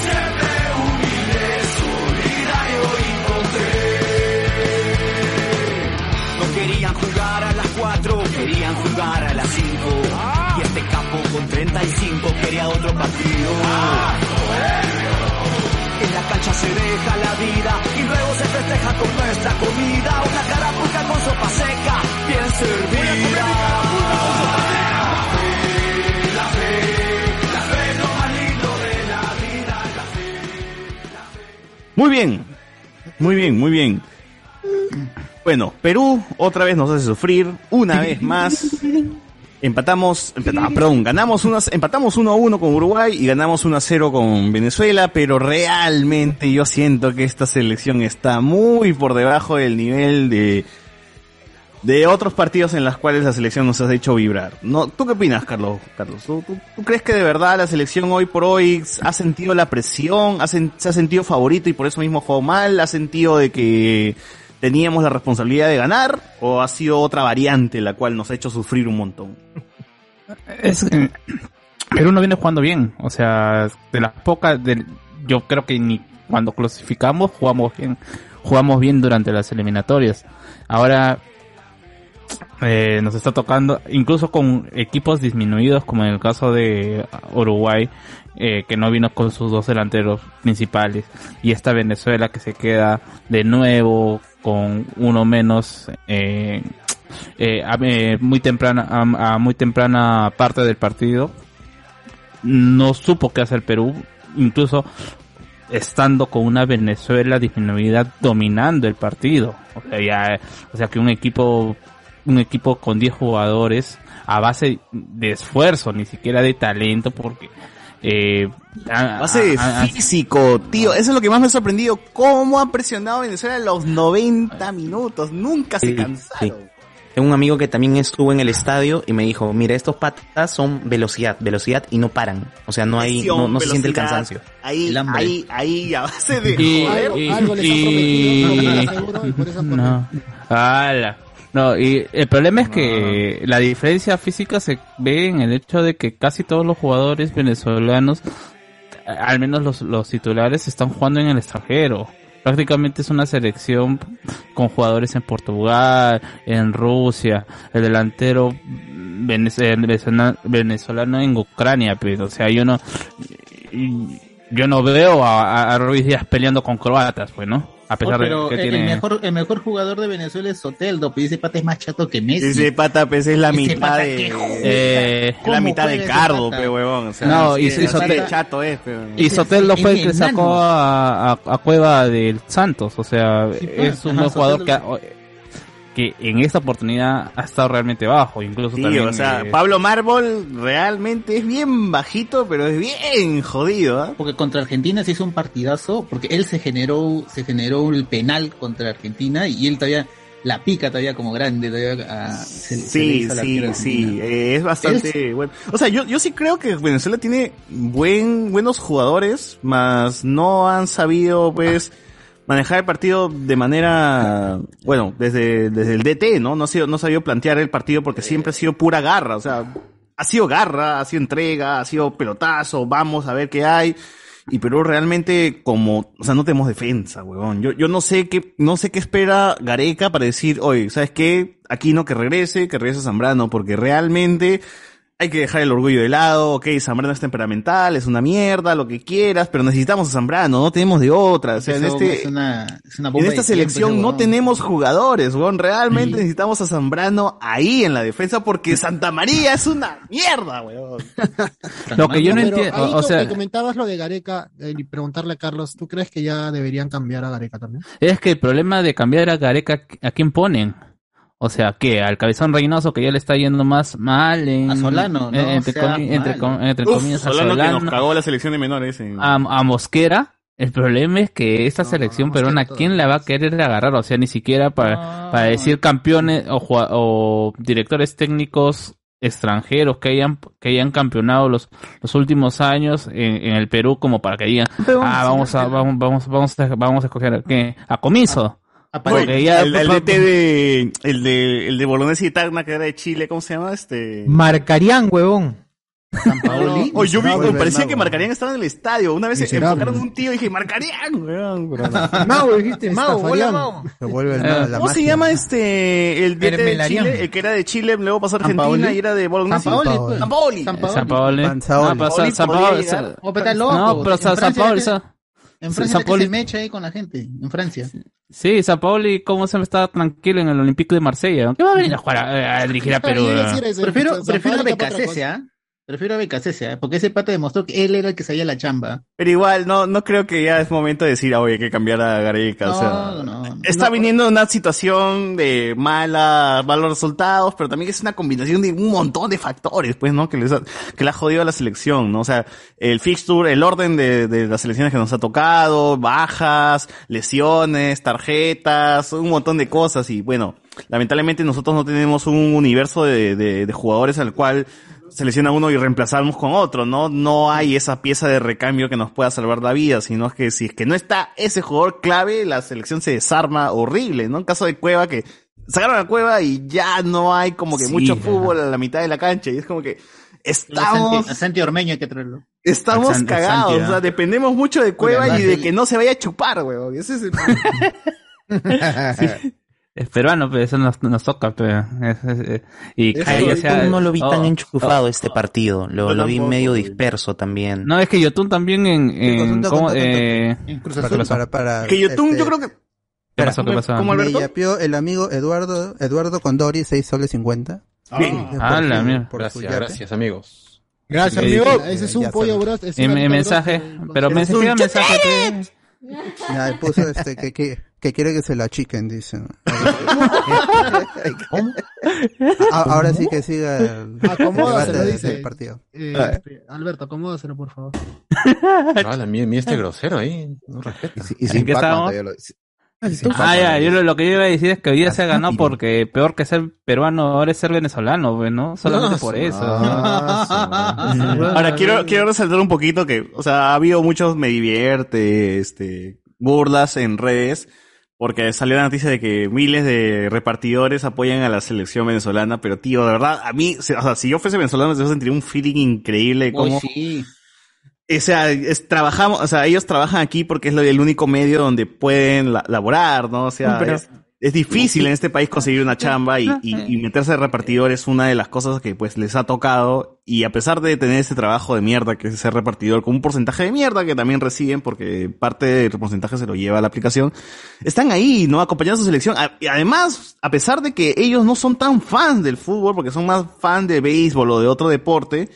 Speaker 1: siempre humilde, unida y hoy encontré. No querían jugar a las 4, querían jugar a las 5.
Speaker 5: Ah.
Speaker 1: Y este capo con 35 quería otro partido.
Speaker 5: Ah.
Speaker 1: En la cancha se deja la vida y luego se festeja con nuestra comida. Una carapuca con sopa seca, bien servida. La fe, la fe, la fe es lo más lindo de la vida. La fe.
Speaker 5: Muy bien, muy bien, muy bien. Bueno, Perú otra vez nos hace sufrir, una vez más. Empatamos, empata- ah, perdón, ganamos unas, empatamos 1 a 1 con Uruguay y ganamos 1 a 0 con Venezuela, pero realmente yo siento que esta selección está muy por debajo del nivel de, de otros partidos en los cuales la selección nos ha hecho vibrar. No, ¿Tú qué opinas, Carlos? Carlos ¿tú, tú, tú crees que de verdad la selección hoy por hoy ha sentido la presión, ha sen- se ha sentido favorito y por eso mismo jugó mal? ¿Ha sentido de que teníamos la responsabilidad de ganar? ¿O ha sido otra variante la cual nos ha hecho sufrir un montón?
Speaker 9: es eh, Perú no viene jugando bien, o sea, de las pocas del yo creo que ni cuando clasificamos jugamos bien, jugamos bien durante las eliminatorias. Ahora eh, nos está tocando incluso con equipos disminuidos como en el caso de Uruguay eh, que no vino con sus dos delanteros principales y esta Venezuela que se queda de nuevo con uno menos eh, eh, a- eh, muy temprana a, a muy temprana parte del partido no supo qué hacer Perú, incluso estando con una Venezuela disminuida dominando el partido. O sea, ya, o sea que un equipo, un equipo con 10 jugadores a base de esfuerzo, ni siquiera de talento, porque eh, a-
Speaker 5: Base
Speaker 9: a- a-
Speaker 5: físico, tío. Eso es lo que más me ha sorprendido. Cómo ha presionado Venezuela los 90 minutos. Nunca se
Speaker 13: Sí,
Speaker 5: cansa.
Speaker 13: sí. Tengo un amigo que también estuvo en el estadio y me dijo, mira, estos patas son velocidad, velocidad y no paran. O sea, no hay, no, no se siente el
Speaker 5: Velocidad,
Speaker 13: cansancio.
Speaker 5: Ahí,
Speaker 13: El hambre.
Speaker 5: ahí, ahí, a base de.
Speaker 9: Y-
Speaker 5: joder.
Speaker 9: y- y- No. Ala. No, y el problema es que la diferencia física se ve en el hecho de que casi todos los jugadores venezolanos, a- al menos los, los titulares, están jugando en el extranjero. Prácticamente es una selección con jugadores en Portugal, en Rusia, el delantero venez- eh, venezolano, venezolano en Ucrania, pues, o sea, yo no, yo no veo a, a- a Ruiz Díaz peleando con croatas, pues, ¿no? A pesar
Speaker 2: pero
Speaker 9: de que
Speaker 2: el,
Speaker 9: tiene...
Speaker 2: el mejor, el mejor jugador de Venezuela es Soteldo, pero ese pata es más chato que Messi.
Speaker 5: Ese pata, pues, es la
Speaker 2: Ese
Speaker 5: mitad
Speaker 2: pata
Speaker 5: de.
Speaker 2: que juega.
Speaker 9: Eh,
Speaker 5: es la
Speaker 2: ¿Cómo
Speaker 5: mitad de
Speaker 2: juega ese
Speaker 5: Cardo,
Speaker 2: pata?
Speaker 5: pe huevón. O sea,
Speaker 9: No, y-
Speaker 5: es-
Speaker 9: y
Speaker 5: es
Speaker 9: Sotel-
Speaker 5: de chato es, pe, huevón.
Speaker 9: Y Soteldo fue el que
Speaker 5: Es
Speaker 9: sacó
Speaker 5: enano.
Speaker 9: a, a- a Cueva del Santos, o sea,
Speaker 5: pues,
Speaker 9: es un
Speaker 5: ajá,
Speaker 9: buen jugador que, ha-
Speaker 5: Soteldo.
Speaker 9: que en esta oportunidad ha estado realmente bajo, incluso
Speaker 5: Sí,
Speaker 9: también...
Speaker 5: o sea,
Speaker 9: eh,
Speaker 5: Pablo Mármol realmente es bien bajito, pero es bien jodido, ¿ah?
Speaker 2: Porque contra Argentina se hizo un partidazo, porque él se generó, se generó el penal contra Argentina y él todavía la pica todavía como grande. Todavía, ah, se- se le
Speaker 5: Sí,
Speaker 2: hizo al
Speaker 5: sí,
Speaker 2: arquero
Speaker 5: sí,
Speaker 2: argentino.
Speaker 5: eh, es bastante bueno. O sea, yo, yo sí creo que Venezuela tiene buen, buenos jugadores, mas no han sabido, pues, manejar el partido de manera, bueno, desde, desde el DT, ¿no? No ha sido, no ha sabido plantear el partido porque siempre ha sido pura garra, o sea, ha sido garra, ha sido entrega, ha sido pelotazo, vamos a ver qué hay. Y Perú realmente como, o sea, no tenemos defensa, huevón. Yo, yo no sé qué, no sé qué espera Gareca para decir, oye, ¿sabes qué? Aquí no que regrese, que regrese Zambrano, porque realmente hay que dejar el orgullo de lado, ok, Zambrano es temperamental, es una mierda, lo que quieras, pero necesitamos a Zambrano, no tenemos de otra. O sea, en
Speaker 2: Eso
Speaker 5: este,
Speaker 2: es una- es una
Speaker 5: en
Speaker 2: bomba de
Speaker 5: esta
Speaker 2: tiempo, ese
Speaker 5: selección no
Speaker 2: huevón.
Speaker 5: tenemos jugadores, weón. Realmente necesitamos a Zambrano ahí en la defensa porque Santa María es una mierda, weón.
Speaker 9: Lo que yo no
Speaker 19: Pero
Speaker 9: entiendo,
Speaker 19: ahí
Speaker 9: o
Speaker 19: co-
Speaker 9: sea,
Speaker 19: que comentabas lo de Gareca eh, y preguntarle a Carlos, ¿tú crees que ya deberían cambiar a Gareca también?
Speaker 9: es que el problema de cambiar a Gareca, ¿a quién ponen? O sea, ¿qué? ¿Al cabezón Reynoso que ya le está yendo más mal? En,
Speaker 2: A Solano, ¿no?
Speaker 9: eh, Entre,
Speaker 2: O sea,
Speaker 9: comi- entre
Speaker 2: mal.
Speaker 9: com- entre
Speaker 5: Uf,
Speaker 9: comillas, a
Speaker 5: Solano que
Speaker 9: Solano.
Speaker 5: nos cagó la selección de menores. eh. en-
Speaker 9: a, a Mosquera. El problema es que esta selección peruana, ¿quién la va a querer agarrar? O sea, ni siquiera para, para decir campeones o, jua- o directores técnicos extranjeros que hayan que hayan campeonado los los últimos años en, en el Perú como para que digan ah vamos a vamos vamos vamos a, vamos a escoger a qué a comiso
Speaker 5: Oye,
Speaker 9: Porque ya-
Speaker 5: el, el DT de, el de, el de Bolognesi y Tacna, que era de Chile, ¿cómo se llama? Este.
Speaker 20: Marcarían, huevón.
Speaker 5: Oh, yo vi,
Speaker 20: Miserable,
Speaker 5: parecía
Speaker 20: Mago.
Speaker 5: que Marcarían estaba en el estadio. Una vez se
Speaker 20: Miserable.
Speaker 5: enfocaron a un tío y dije, Marcarían, weón. pero no.
Speaker 20: Mau, dijiste, Mau, hola
Speaker 5: Estafarián.
Speaker 20: Mau.
Speaker 4: Se vuelve el
Speaker 5: Eh,
Speaker 4: mal, la
Speaker 5: ¿Cómo se
Speaker 4: magia.
Speaker 5: llama este el DT de
Speaker 4: Mermelarian.
Speaker 5: Chile? El que era de Chile, luego pasó a Argentina
Speaker 4: Sampaoli.
Speaker 5: y era de Bolognesi.
Speaker 4: Sampaoli, pues.
Speaker 5: Sampaoli.
Speaker 9: San Paoli. No, pero San- San Paoli- San-
Speaker 2: Oh, pero está loco.
Speaker 9: No, pero
Speaker 2: En
Speaker 9: San- San Paoli-
Speaker 2: Francia la gente-
Speaker 9: San-
Speaker 2: En
Speaker 9: San- San
Speaker 2: Francia la gente
Speaker 9: Paoli-
Speaker 2: se mecha ahí con la gente, en Francia.
Speaker 9: Sí, San Paoli, ¿cómo se me está tranquilo en el Olympique de Marsella? ¿Qué va a venir a jugar a, a dirigir a Perú?
Speaker 2: Prefiero,
Speaker 19: San
Speaker 2: prefiero a
Speaker 19: Paoli tapa otra
Speaker 2: Becasese,
Speaker 19: cosa.
Speaker 2: ¿ah? Prefiero a Becasese, ¿ah? Porque ese pata demostró que él era el que sabía la chamba.
Speaker 5: Pero igual, no, no creo que ya es momento de decir, "Ah, oye, hay que cambiar a Gareca. o sea,
Speaker 2: No, no, no.
Speaker 5: está viniendo de una situación de mala, malos resultados, pero también es una combinación de un montón de factores, pues, ¿no? Que les ha, que le ha jodido a la selección, ¿no? O sea, el fixture, el orden de, de las selecciones que nos ha tocado, bajas, lesiones, tarjetas, un montón de cosas y bueno, lamentablemente nosotros no tenemos un universo de, de, de jugadores al cual selecciona uno y reemplazamos con otro, ¿no? No hay esa pieza de recambio que nos pueda salvar la vida, sino que si es que no está ese jugador clave, la selección se desarma horrible, ¿no? En caso de Cueva que sacaron a Cueva y ya no hay como que
Speaker 2: Sí,
Speaker 5: mucho
Speaker 2: ya.
Speaker 5: fútbol a la mitad de la cancha y es como que
Speaker 2: A
Speaker 5: estamos
Speaker 2: Santi, a Santi Ormeño hay que traerlo.
Speaker 5: estamos
Speaker 2: Al San- al
Speaker 5: cagados,
Speaker 2: Santi, ¿ah?
Speaker 5: o sea, dependemos mucho de Cueva
Speaker 2: además
Speaker 5: y de
Speaker 2: el-
Speaker 5: que no se vaya a chupar, weón. Ese es el
Speaker 9: Es peruano,
Speaker 10: pues,
Speaker 9: pero eso nos, nos toca. Pero, es- es-
Speaker 10: eh,
Speaker 9: es- y
Speaker 13: Es
Speaker 9: Calle,
Speaker 13: que
Speaker 9: o sea,
Speaker 13: yo no lo vi tan
Speaker 9: oh,
Speaker 13: enchufado
Speaker 9: oh.
Speaker 13: este partido. Lo,
Speaker 9: Yo
Speaker 13: lo vi
Speaker 9: tampoco,
Speaker 13: medio disperso también.
Speaker 9: No, es que Yotun también en... en
Speaker 13: Yotun tocó,
Speaker 9: ¿cómo?
Speaker 13: tocó, tocó.
Speaker 9: Eh,
Speaker 13: En Cruz
Speaker 9: ¿qué
Speaker 13: Azul,
Speaker 9: pasó?
Speaker 13: para- para-
Speaker 5: Que Yotun,
Speaker 4: este-
Speaker 5: yo creo que
Speaker 9: ¿Qué pasó? ¿Qué pasó?
Speaker 4: Me yapeó el amigo Eduardo, Eduardo Condori, 6 soles 50.
Speaker 3: Bien.
Speaker 4: Por
Speaker 3: Ah, la
Speaker 4: su-
Speaker 3: mierda.
Speaker 4: por su
Speaker 3: Gracias,
Speaker 4: yape.
Speaker 3: gracias, amigos.
Speaker 21: Gracias,
Speaker 10: Le-
Speaker 21: amigo. Ese es un
Speaker 4: Ya
Speaker 21: pollo,
Speaker 4: saben.
Speaker 21: bro. Es
Speaker 10: En-
Speaker 21: un
Speaker 10: en mensaje, pero me escribe mensaje
Speaker 4: Ya, y puso este, que, que, que quiere que se la chiquen, dice. A- Ah, Ahora sí que siga el,
Speaker 22: Ah,
Speaker 4: el
Speaker 21: Acomódaselo,
Speaker 4: debate
Speaker 21: dice.
Speaker 4: del partido.
Speaker 21: Eh, este, Alberto, acomódaselo, por favor.
Speaker 11: Ah, la mía, mía este grosero ahí. No respeta.
Speaker 7: Y
Speaker 10: sin ¿En qué Pac-Man estábamos? todavía Ah, ya, yo lo, lo que yo iba a decir es que hoy día se ha ganado porque peor que ser peruano, ahora es ser venezolano, pues, ¿no? Solamente
Speaker 5: Ah,
Speaker 10: por
Speaker 5: su-
Speaker 10: eso.
Speaker 5: Ahora quiero, quiero resaltar un poquito que, o sea, ha habido muchos me divierte, este, burlas en redes, porque salió la noticia de que miles de repartidores apoyan a la selección venezolana, pero tío, de verdad, a mí, se- o sea, si yo fuese venezolano, yo sentiría un feeling increíble de cómo... O sea, es- trabajamos, o sea, ellos trabajan aquí porque es lo- el único medio donde pueden la- laborar, ¿no? O sea,
Speaker 3: No, pero-
Speaker 5: es, es difícil en este país conseguir una chamba y, y- y meterse de repartidor es una de las cosas que pues les ha tocado. Y a pesar de tener ese trabajo de mierda que es ser repartidor con un porcentaje de mierda que también reciben porque parte del porcentaje se lo lleva a la aplicación, están ahí, ¿no? Acompañando a su selección. A- y Además, a pesar de que ellos no son tan fans del fútbol porque son más fan de béisbol o de otro deporte,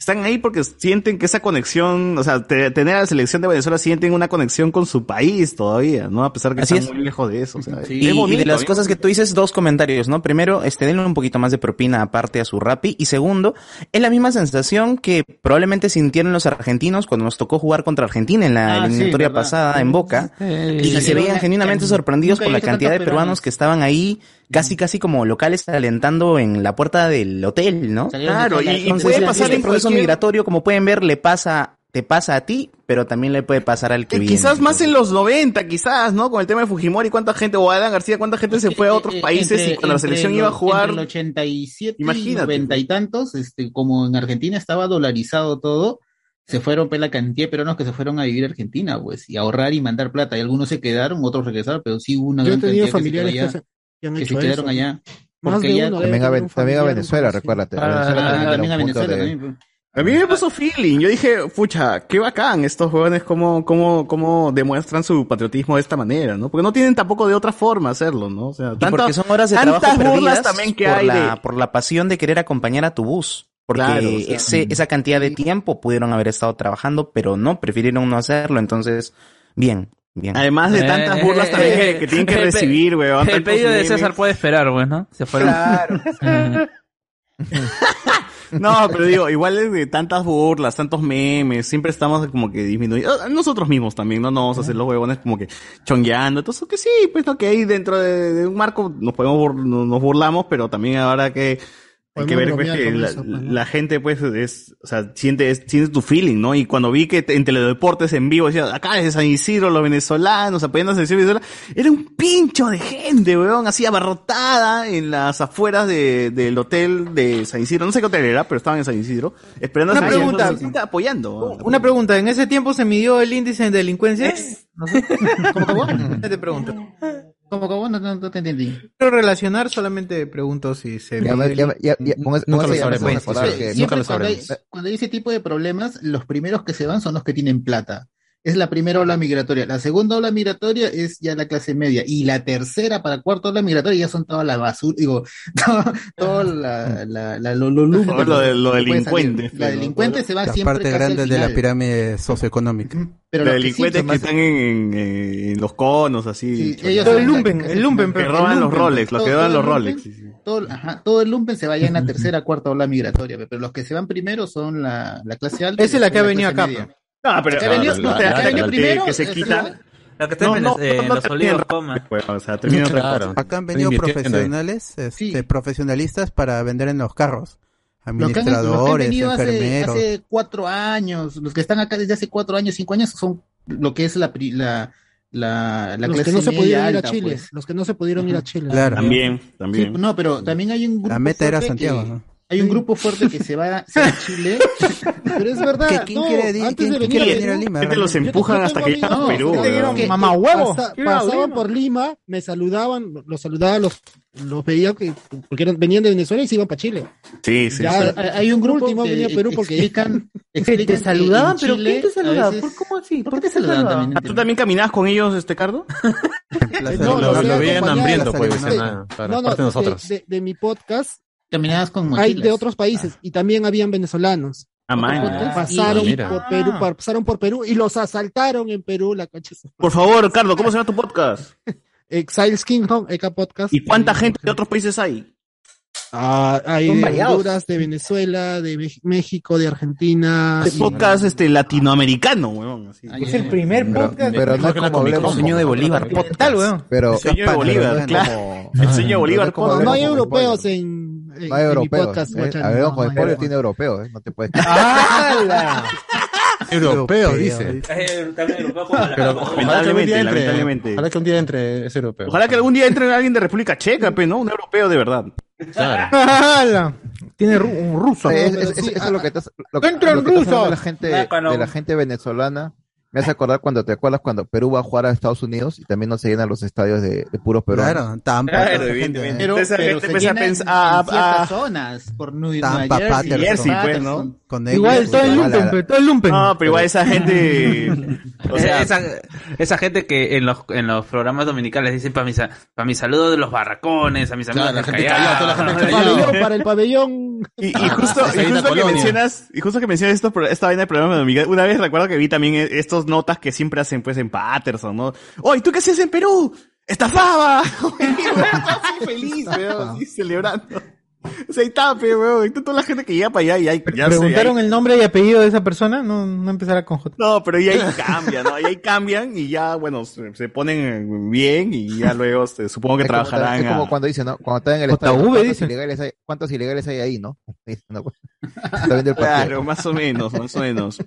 Speaker 5: están ahí porque sienten que esa conexión, o sea, te- tener a la selección de Venezuela sienten una conexión con su país todavía, ¿no? A pesar que
Speaker 13: Así
Speaker 5: están
Speaker 13: es.
Speaker 5: muy lejos de eso. O sea,
Speaker 13: Y,
Speaker 5: es
Speaker 13: y
Speaker 5: bonito,
Speaker 13: de las
Speaker 5: ¿eh?
Speaker 13: cosas que tú dices, dos comentarios, ¿no? Primero, este, denle un poquito más de propina aparte a su Rappi. Y segundo, es la misma sensación que probablemente sintieron los argentinos cuando nos tocó jugar contra Argentina en la
Speaker 10: Ah, sí,
Speaker 13: eliminatoria
Speaker 10: verdad.
Speaker 13: pasada en Boca.
Speaker 10: Eh,
Speaker 13: Y
Speaker 10: eh,
Speaker 13: se
Speaker 10: eh,
Speaker 13: veían
Speaker 10: eh,
Speaker 13: genuinamente
Speaker 10: eh,
Speaker 13: sorprendidos
Speaker 10: nunca
Speaker 13: por
Speaker 10: he
Speaker 13: la
Speaker 10: visto
Speaker 13: cantidad de
Speaker 10: tantos
Speaker 13: peruanos que estaban ahí, casi casi como locales alentando en la puerta del hotel, ¿no?
Speaker 5: Salieron de Claro, todas y- las- y
Speaker 13: Entonces,
Speaker 5: puede pasar
Speaker 13: este
Speaker 5: en
Speaker 13: proceso
Speaker 5: cualquier-
Speaker 13: migratorio, como pueden ver, le pasa, te pasa a ti, pero también le puede pasar al que viene.
Speaker 5: Eh, Quizás más en los 90, quizás, ¿no? Con el tema de Fujimori, cuánta gente, o Adán García, cuánta gente se
Speaker 21: eh,
Speaker 5: fue a otros países y cuando la selección iba a jugar.
Speaker 2: el 87
Speaker 5: Imagínate.
Speaker 2: y 90 y tantos, este, como en Argentina estaba dolarizado todo, se fueron pues, la cantidad de peruanos que se fueron a vivir a Argentina, pues, y ahorrar y mandar plata. Y algunos se quedaron, otros regresaron, pero sí hubo una
Speaker 21: Yo he
Speaker 2: gran
Speaker 21: tenido
Speaker 2: cantidad que se quedó
Speaker 21: familiares que,
Speaker 2: allá,
Speaker 21: se- que han
Speaker 2: que
Speaker 21: hecho
Speaker 2: se quedaron
Speaker 21: eso.
Speaker 2: allá. Ah,
Speaker 21: Más
Speaker 2: Porque
Speaker 21: de
Speaker 2: ya-
Speaker 21: uno ¿eh?
Speaker 7: También a,
Speaker 21: debe
Speaker 7: Ven-
Speaker 21: tener un
Speaker 7: también a
Speaker 21: familiar,
Speaker 7: Venezuela, recuérdate.
Speaker 21: Ah,
Speaker 7: Venezuela
Speaker 21: ah,
Speaker 7: también
Speaker 21: también
Speaker 7: era
Speaker 21: a
Speaker 7: un punto
Speaker 21: Venezuela
Speaker 7: de-
Speaker 5: A mí me pasó feeling. Yo dije, pucha, qué bacán estos jóvenes, cómo, cómo, cómo demuestran su patriotismo de esta manera, ¿no? Porque no tienen tampoco de otra forma hacerlo, ¿no? O sea,
Speaker 13: Y porque
Speaker 5: tantas-
Speaker 13: son horas de
Speaker 5: tantas
Speaker 13: trabajo
Speaker 5: burlas
Speaker 13: perdidas
Speaker 5: también que
Speaker 13: por,
Speaker 5: hay
Speaker 13: la,
Speaker 5: de-
Speaker 13: por la pasión de querer acompañar a tu bus. Porque
Speaker 5: Claro, o sea,
Speaker 13: ese, esa cantidad de tiempo pudieron haber estado trabajando, pero no, prefirieron no hacerlo. Entonces, bien, bien.
Speaker 5: Además de tantas burlas también que, que tienen que recibir,
Speaker 10: Eh,
Speaker 5: weón.
Speaker 10: El
Speaker 5: tantos
Speaker 10: pedido de
Speaker 5: memes.
Speaker 10: César puede esperar, pues, ¿no? Se fueron.
Speaker 5: No, pero digo, igual es de tantas burlas, tantos memes, siempre estamos como que disminuyendo. Ah, Nosotros mismos también, no nos vamos a hacer los huevones como que chongueando. Entonces, que sí, pues lo que hay dentro de, de un marco nos podemos bur- no- nos burlamos, pero también ahora que hay que
Speaker 11: Podemos
Speaker 5: ver pues,
Speaker 11: bromear
Speaker 5: que
Speaker 11: con
Speaker 5: la,
Speaker 11: eso, pues,
Speaker 5: la gente pues es, o sea, siente, es- siente tu feeling, ¿no? Y cuando vi que te- en Teledeportes en vivo decía, acá es San Isidro, los venezolanos, apoyando a la selección venezolana, era un pincho de gente, weón, así abarrotada en las afueras de- del hotel de San Isidro, no sé qué hotel era, pero estaban en San Isidro, esperando
Speaker 22: Una
Speaker 5: a San Isidro,
Speaker 22: pregunta.
Speaker 5: se sienta apoyando.
Speaker 22: Una pregunta, ¿en ese tiempo se midió el índice de delincuencia? No sé. ¿Cómo acabó? No te pregunto.
Speaker 2: Como que bueno, no, no te entendí.
Speaker 22: Quiero relacionar, solamente pregunto si se
Speaker 7: Ya,
Speaker 22: midió el
Speaker 7: ya, ya, ya, con eso-
Speaker 22: Nunca
Speaker 7: con
Speaker 22: lo
Speaker 7: eso ya nos
Speaker 22: sabremos.
Speaker 7: vamos a acordar
Speaker 22: Sí,
Speaker 7: que-
Speaker 22: siempre
Speaker 7: nunca lo
Speaker 2: cuando hay,
Speaker 7: sabremos.
Speaker 2: cuando hay ese tipo de problemas, los primeros que se van son los que tienen plata. Es la primera ola migratoria. La segunda ola migratoria es ya la clase media. Y la tercera para cuarta ola migratoria ya son toda la basura, digo, todo, todo la, la, la- lo, lo, lumpen,
Speaker 5: Lo de- lo
Speaker 2: que puede salir.
Speaker 5: delincuente,
Speaker 2: La
Speaker 5: pero-
Speaker 2: delincuente se va
Speaker 4: La
Speaker 2: siempre.
Speaker 4: parte
Speaker 2: casi al
Speaker 4: grande de la
Speaker 2: final.
Speaker 4: pirámide socioeconómica.
Speaker 2: Pero
Speaker 5: los
Speaker 2: lo que
Speaker 5: delincuentes
Speaker 2: sí
Speaker 5: que, están en, en- en los conos, así.
Speaker 2: ellos
Speaker 5: chongueando.
Speaker 2: son-
Speaker 22: el lumpen,
Speaker 5: Que
Speaker 22: pero-
Speaker 5: roban
Speaker 22: el
Speaker 5: los
Speaker 22: lumpen.
Speaker 5: Rolex, los que
Speaker 2: Todo-
Speaker 5: roban
Speaker 2: todo
Speaker 5: los
Speaker 2: el lumpen.
Speaker 5: Rolex.
Speaker 2: Todo, el- ajá, todo el lumpen se va ya en la tercera, cuarta ola migratoria, pe, pero los que se van primero son la, la clase alta.
Speaker 22: Esa es la que ha venido acá, pe.
Speaker 5: Ah, pero-
Speaker 2: la que ha venido,
Speaker 5: claro,
Speaker 2: no,
Speaker 5: claro,
Speaker 2: la que ha
Speaker 5: claro,
Speaker 2: venido
Speaker 5: que-
Speaker 2: primero
Speaker 5: que se
Speaker 2: es
Speaker 5: quita.
Speaker 2: la-
Speaker 5: La que está en los- eh, los olivos, coma. pues, O sea, termina otra cosa.
Speaker 4: Acá han venido
Speaker 5: Estoy invirtiendo ahí.
Speaker 4: profesionales, este, profesionalistas para vender en los carros.
Speaker 2: Los que han, los que han
Speaker 4: Administradores,
Speaker 2: venido hace,
Speaker 4: enfermeros.
Speaker 2: hace cuatro años, los que están acá desde hace cuatro años, cinco años, son lo que es la, pri- la, la, la
Speaker 21: los
Speaker 2: clase
Speaker 21: que no se
Speaker 2: media
Speaker 21: pudieron ir a
Speaker 2: alta,
Speaker 21: Chile.
Speaker 2: pues.
Speaker 21: Los que no se pudieron ir a Chile.
Speaker 4: Claro.
Speaker 5: También, también.
Speaker 2: Sí, no, pero también hay un grupo
Speaker 4: La meta era
Speaker 2: fuerte
Speaker 4: Santiago,
Speaker 2: que-
Speaker 4: ¿no?
Speaker 2: Hay un grupo fuerte que se va, se va a Chile. pero es verdad.
Speaker 4: ¿Que quién
Speaker 2: no,
Speaker 4: quiere ir-
Speaker 2: antes
Speaker 4: quién-
Speaker 2: de
Speaker 4: quién
Speaker 2: venir
Speaker 4: quiere
Speaker 2: a
Speaker 4: venir a
Speaker 2: Perú-
Speaker 4: Lima?
Speaker 5: Gente los empujan hasta que llegan a
Speaker 21: amigos
Speaker 5: Perú.
Speaker 21: que te
Speaker 5: weón.
Speaker 21: dieron
Speaker 22: Mamá huevo.
Speaker 21: Pasa-
Speaker 22: Quiero ir a
Speaker 21: pasaban
Speaker 22: Lima.
Speaker 21: por Lima, me saludaban, los saludaba, los, los veía que, porque eran- venían de Venezuela y se iban para Chile.
Speaker 5: Sí, sí.
Speaker 21: Ya, eh,
Speaker 5: sí.
Speaker 21: hay- hay un grupo que
Speaker 2: explican,
Speaker 21: explican que
Speaker 2: saludaban,
Speaker 21: en Chile
Speaker 2: ¿quién te saludaba? ¿Por-
Speaker 22: ¿Cómo así?
Speaker 2: ¿Por qué te saludaban también?
Speaker 5: ¿Ah, ¿Tú también caminabas con ellos, este Cardo?
Speaker 11: Lo- lo- lo veían
Speaker 21: acompañadas,
Speaker 11: hambriento, pues,
Speaker 21: acompañadas.
Speaker 11: dicen, ah, claro,
Speaker 21: No, no,
Speaker 11: aparte de nosotros.
Speaker 21: de, de mi podcast
Speaker 2: Caminadas con
Speaker 21: hay
Speaker 2: mochilas.
Speaker 21: de otros países y también habían venezolanos.
Speaker 5: Ah, Amaña.
Speaker 21: Pasaron
Speaker 5: Ah, Mira.
Speaker 21: por Perú, pa- pasaron por Perú y los asaltaron en Perú, la concha. de su-
Speaker 5: Por favor, Carlos, ¿cómo se llama tu podcast?
Speaker 21: Exiles Kingdom, EK Podcast.
Speaker 5: ¿Y cuánta gente de otros países hay?
Speaker 21: Ah, hay
Speaker 5: Son
Speaker 21: de
Speaker 5: variados.
Speaker 21: Honduras, de Venezuela, de Mex- México, de Argentina.
Speaker 5: Este podcast este, latinoamericano, weón.
Speaker 21: Es el primer
Speaker 5: Pero-
Speaker 21: podcast
Speaker 5: pero no es como hablemos-
Speaker 7: Sueño de Bolívar,
Speaker 5: Tal, weón.
Speaker 7: Pero
Speaker 5: El sueño de Bolívar, claro. El sueño de Bolívar.
Speaker 21: No, no hay europeos en, en-
Speaker 7: No hay
Speaker 21: en mi
Speaker 7: europeos.
Speaker 21: podcast,
Speaker 7: ¿eh?
Speaker 21: guachani,
Speaker 7: A ver,
Speaker 21: no,
Speaker 7: ojo,
Speaker 21: no
Speaker 7: el
Speaker 21: hay
Speaker 7: pobre
Speaker 21: europeos.
Speaker 7: tiene europeo, ¿eh? No te puedes.
Speaker 3: Europeo, dice.
Speaker 2: pues.
Speaker 5: Eh, Pero lamentablemente, lamentablemente.
Speaker 3: Ojalá que un día entre ese europeo.
Speaker 5: Ojalá que algún día entre alguien de República Checa, pe, ¿no? Un europeo de verdad.
Speaker 7: Tiene un ruso.
Speaker 5: ¿no?
Speaker 7: eso
Speaker 5: Pero sí,
Speaker 7: es
Speaker 1: ah,
Speaker 7: lo que estás. Lo,
Speaker 5: ¡Entran
Speaker 7: lo que estás hablando de la
Speaker 5: rusos!
Speaker 7: gente,
Speaker 5: Ah, cuando-
Speaker 7: de la gente venezolana. Me hace acordar cuando te acuerdas cuando Perú va a jugar a Estados Unidos y también no se llenan los estadios de, de puros peruanos.
Speaker 4: Claro, Tampa.
Speaker 7: Claro,
Speaker 4: evidentemente.
Speaker 2: Pero,
Speaker 4: Esa
Speaker 2: pero
Speaker 4: gente ¿eh?
Speaker 2: se
Speaker 4: empieza a
Speaker 2: llena en-
Speaker 4: pensar-
Speaker 2: en
Speaker 4: ah,
Speaker 2: ciertas
Speaker 4: ah.
Speaker 2: zonas por New,
Speaker 4: Tampa,
Speaker 2: New Jersey,
Speaker 4: Patterson.
Speaker 2: Jersey, pues,
Speaker 4: Patterson.
Speaker 2: ¿no?
Speaker 4: Con
Speaker 2: Igual, todo el lumpen, pe,
Speaker 9: todo el lumpen.
Speaker 5: No, pero igual esa gente. O sea,
Speaker 9: esa, esa gente que en los, en los programas dominicales dicen para mi, sa- pa' mi saludo de los barracones, a mis amigos del Callao,
Speaker 21: Para
Speaker 9: ¿no?
Speaker 21: el pabellón, para el pabellón.
Speaker 5: Y, y justo, y justo que mencionas, y justo que mencionas esto, pero esta vaina de programa de Miguel, una vez recuerdo que vi también e- estos notas que siempre hacen pues en Patterson, ¿no? ¡Oye, ¿tú qué hacías en Perú? ¡Estafaba! Así feliz, weón, así celebrando. Se itape, weón. Y toda la gente que llega para allá y ahí ya se-
Speaker 22: ¿Preguntaron
Speaker 5: ahí-
Speaker 22: el nombre y apellido de esa persona? No, no empezará con J.
Speaker 5: No, pero ya ahí cambia, ¿no? Y ahí cambian y ya, bueno, se, se ponen bien y ya luego este, supongo que
Speaker 7: Es como-
Speaker 5: trabajarán.
Speaker 7: Es como
Speaker 5: a-
Speaker 7: cuando dicen, ¿no? Cuando están en el estadio.
Speaker 5: JV
Speaker 7: ¿cuántos
Speaker 5: dicen.
Speaker 7: ilegales, hay, ¿Cuántos ilegales hay ahí, no? Dicen, ¿no? Está viendo el partido.
Speaker 5: Claro, más o menos, más o menos.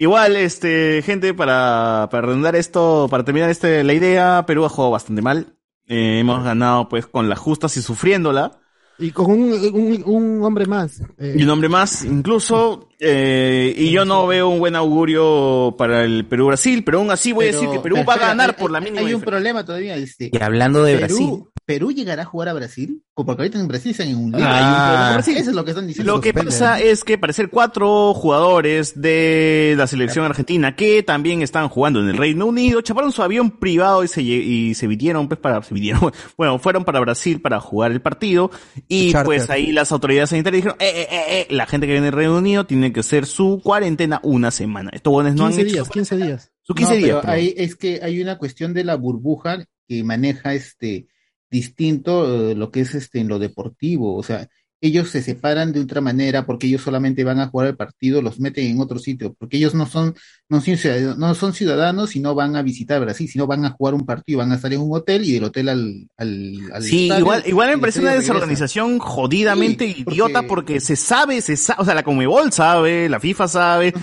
Speaker 5: Igual, este, gente, para, para redundar esto, para terminar este, la idea, Perú ha jugado bastante mal. Eh, hemos ganado pues con las justas y sufriéndola.
Speaker 21: Y con un, un, un hombre más. eh,
Speaker 5: Y un hombre más, incluso. eh, y yo no veo un buen augurio para el Perú-Brasil, pero aún así voy a
Speaker 2: Pero-
Speaker 5: decir que Perú
Speaker 2: pero
Speaker 5: va a
Speaker 2: espera,
Speaker 5: ganar
Speaker 2: hay-
Speaker 5: por la
Speaker 2: hay-
Speaker 5: mínima.
Speaker 2: Hay un
Speaker 5: diferencia.
Speaker 2: problema todavía, este.
Speaker 13: Y hablando de
Speaker 2: Perú-
Speaker 13: Brasil.
Speaker 2: ¿Perú llegará a jugar a Brasil? Porque ahorita en Brasil están en un
Speaker 5: Ah.
Speaker 2: lío. Hay un problema con Brasil. Eso es lo que están diciendo.
Speaker 5: Lo que pasa es que parecer cuatro jugadores de la selección argentina que también están jugando en el Reino Unido chaparon su avión privado y se lle- y se vinieron pues para se vinieron bueno fueron para Brasil para jugar el partido y
Speaker 4: Charter.
Speaker 5: pues ahí las autoridades sanitarias dijeron eh, eh, eh, eh, la gente que viene del Reino Unido tiene que hacer su cuarentena una semana estos buenos no han
Speaker 21: 15
Speaker 5: hecho
Speaker 21: días, 15 días.
Speaker 5: su 15
Speaker 2: No,
Speaker 5: días
Speaker 2: pero
Speaker 5: perdón.
Speaker 2: hay- es que hay una cuestión de la burbuja que maneja este distinto eh, lo que es este en lo deportivo, o sea, ellos se separan de otra manera porque ellos solamente van a jugar el partido, los meten en otro sitio, porque ellos no son no son ciudadanos, no son ciudadanos y no van a visitar Brasil, sino van a jugar un partido, van a estar en un hotel y del hotel al al, al
Speaker 5: Sí,
Speaker 2: estadio,
Speaker 5: igual, igual me
Speaker 2: del
Speaker 5: parece
Speaker 2: estadio
Speaker 5: una
Speaker 2: regresa.
Speaker 5: desorganización jodidamente
Speaker 2: Sí, porque-
Speaker 5: idiota porque se sabe, se sabe, o sea, la Comebol sabe, la FIFA sabe.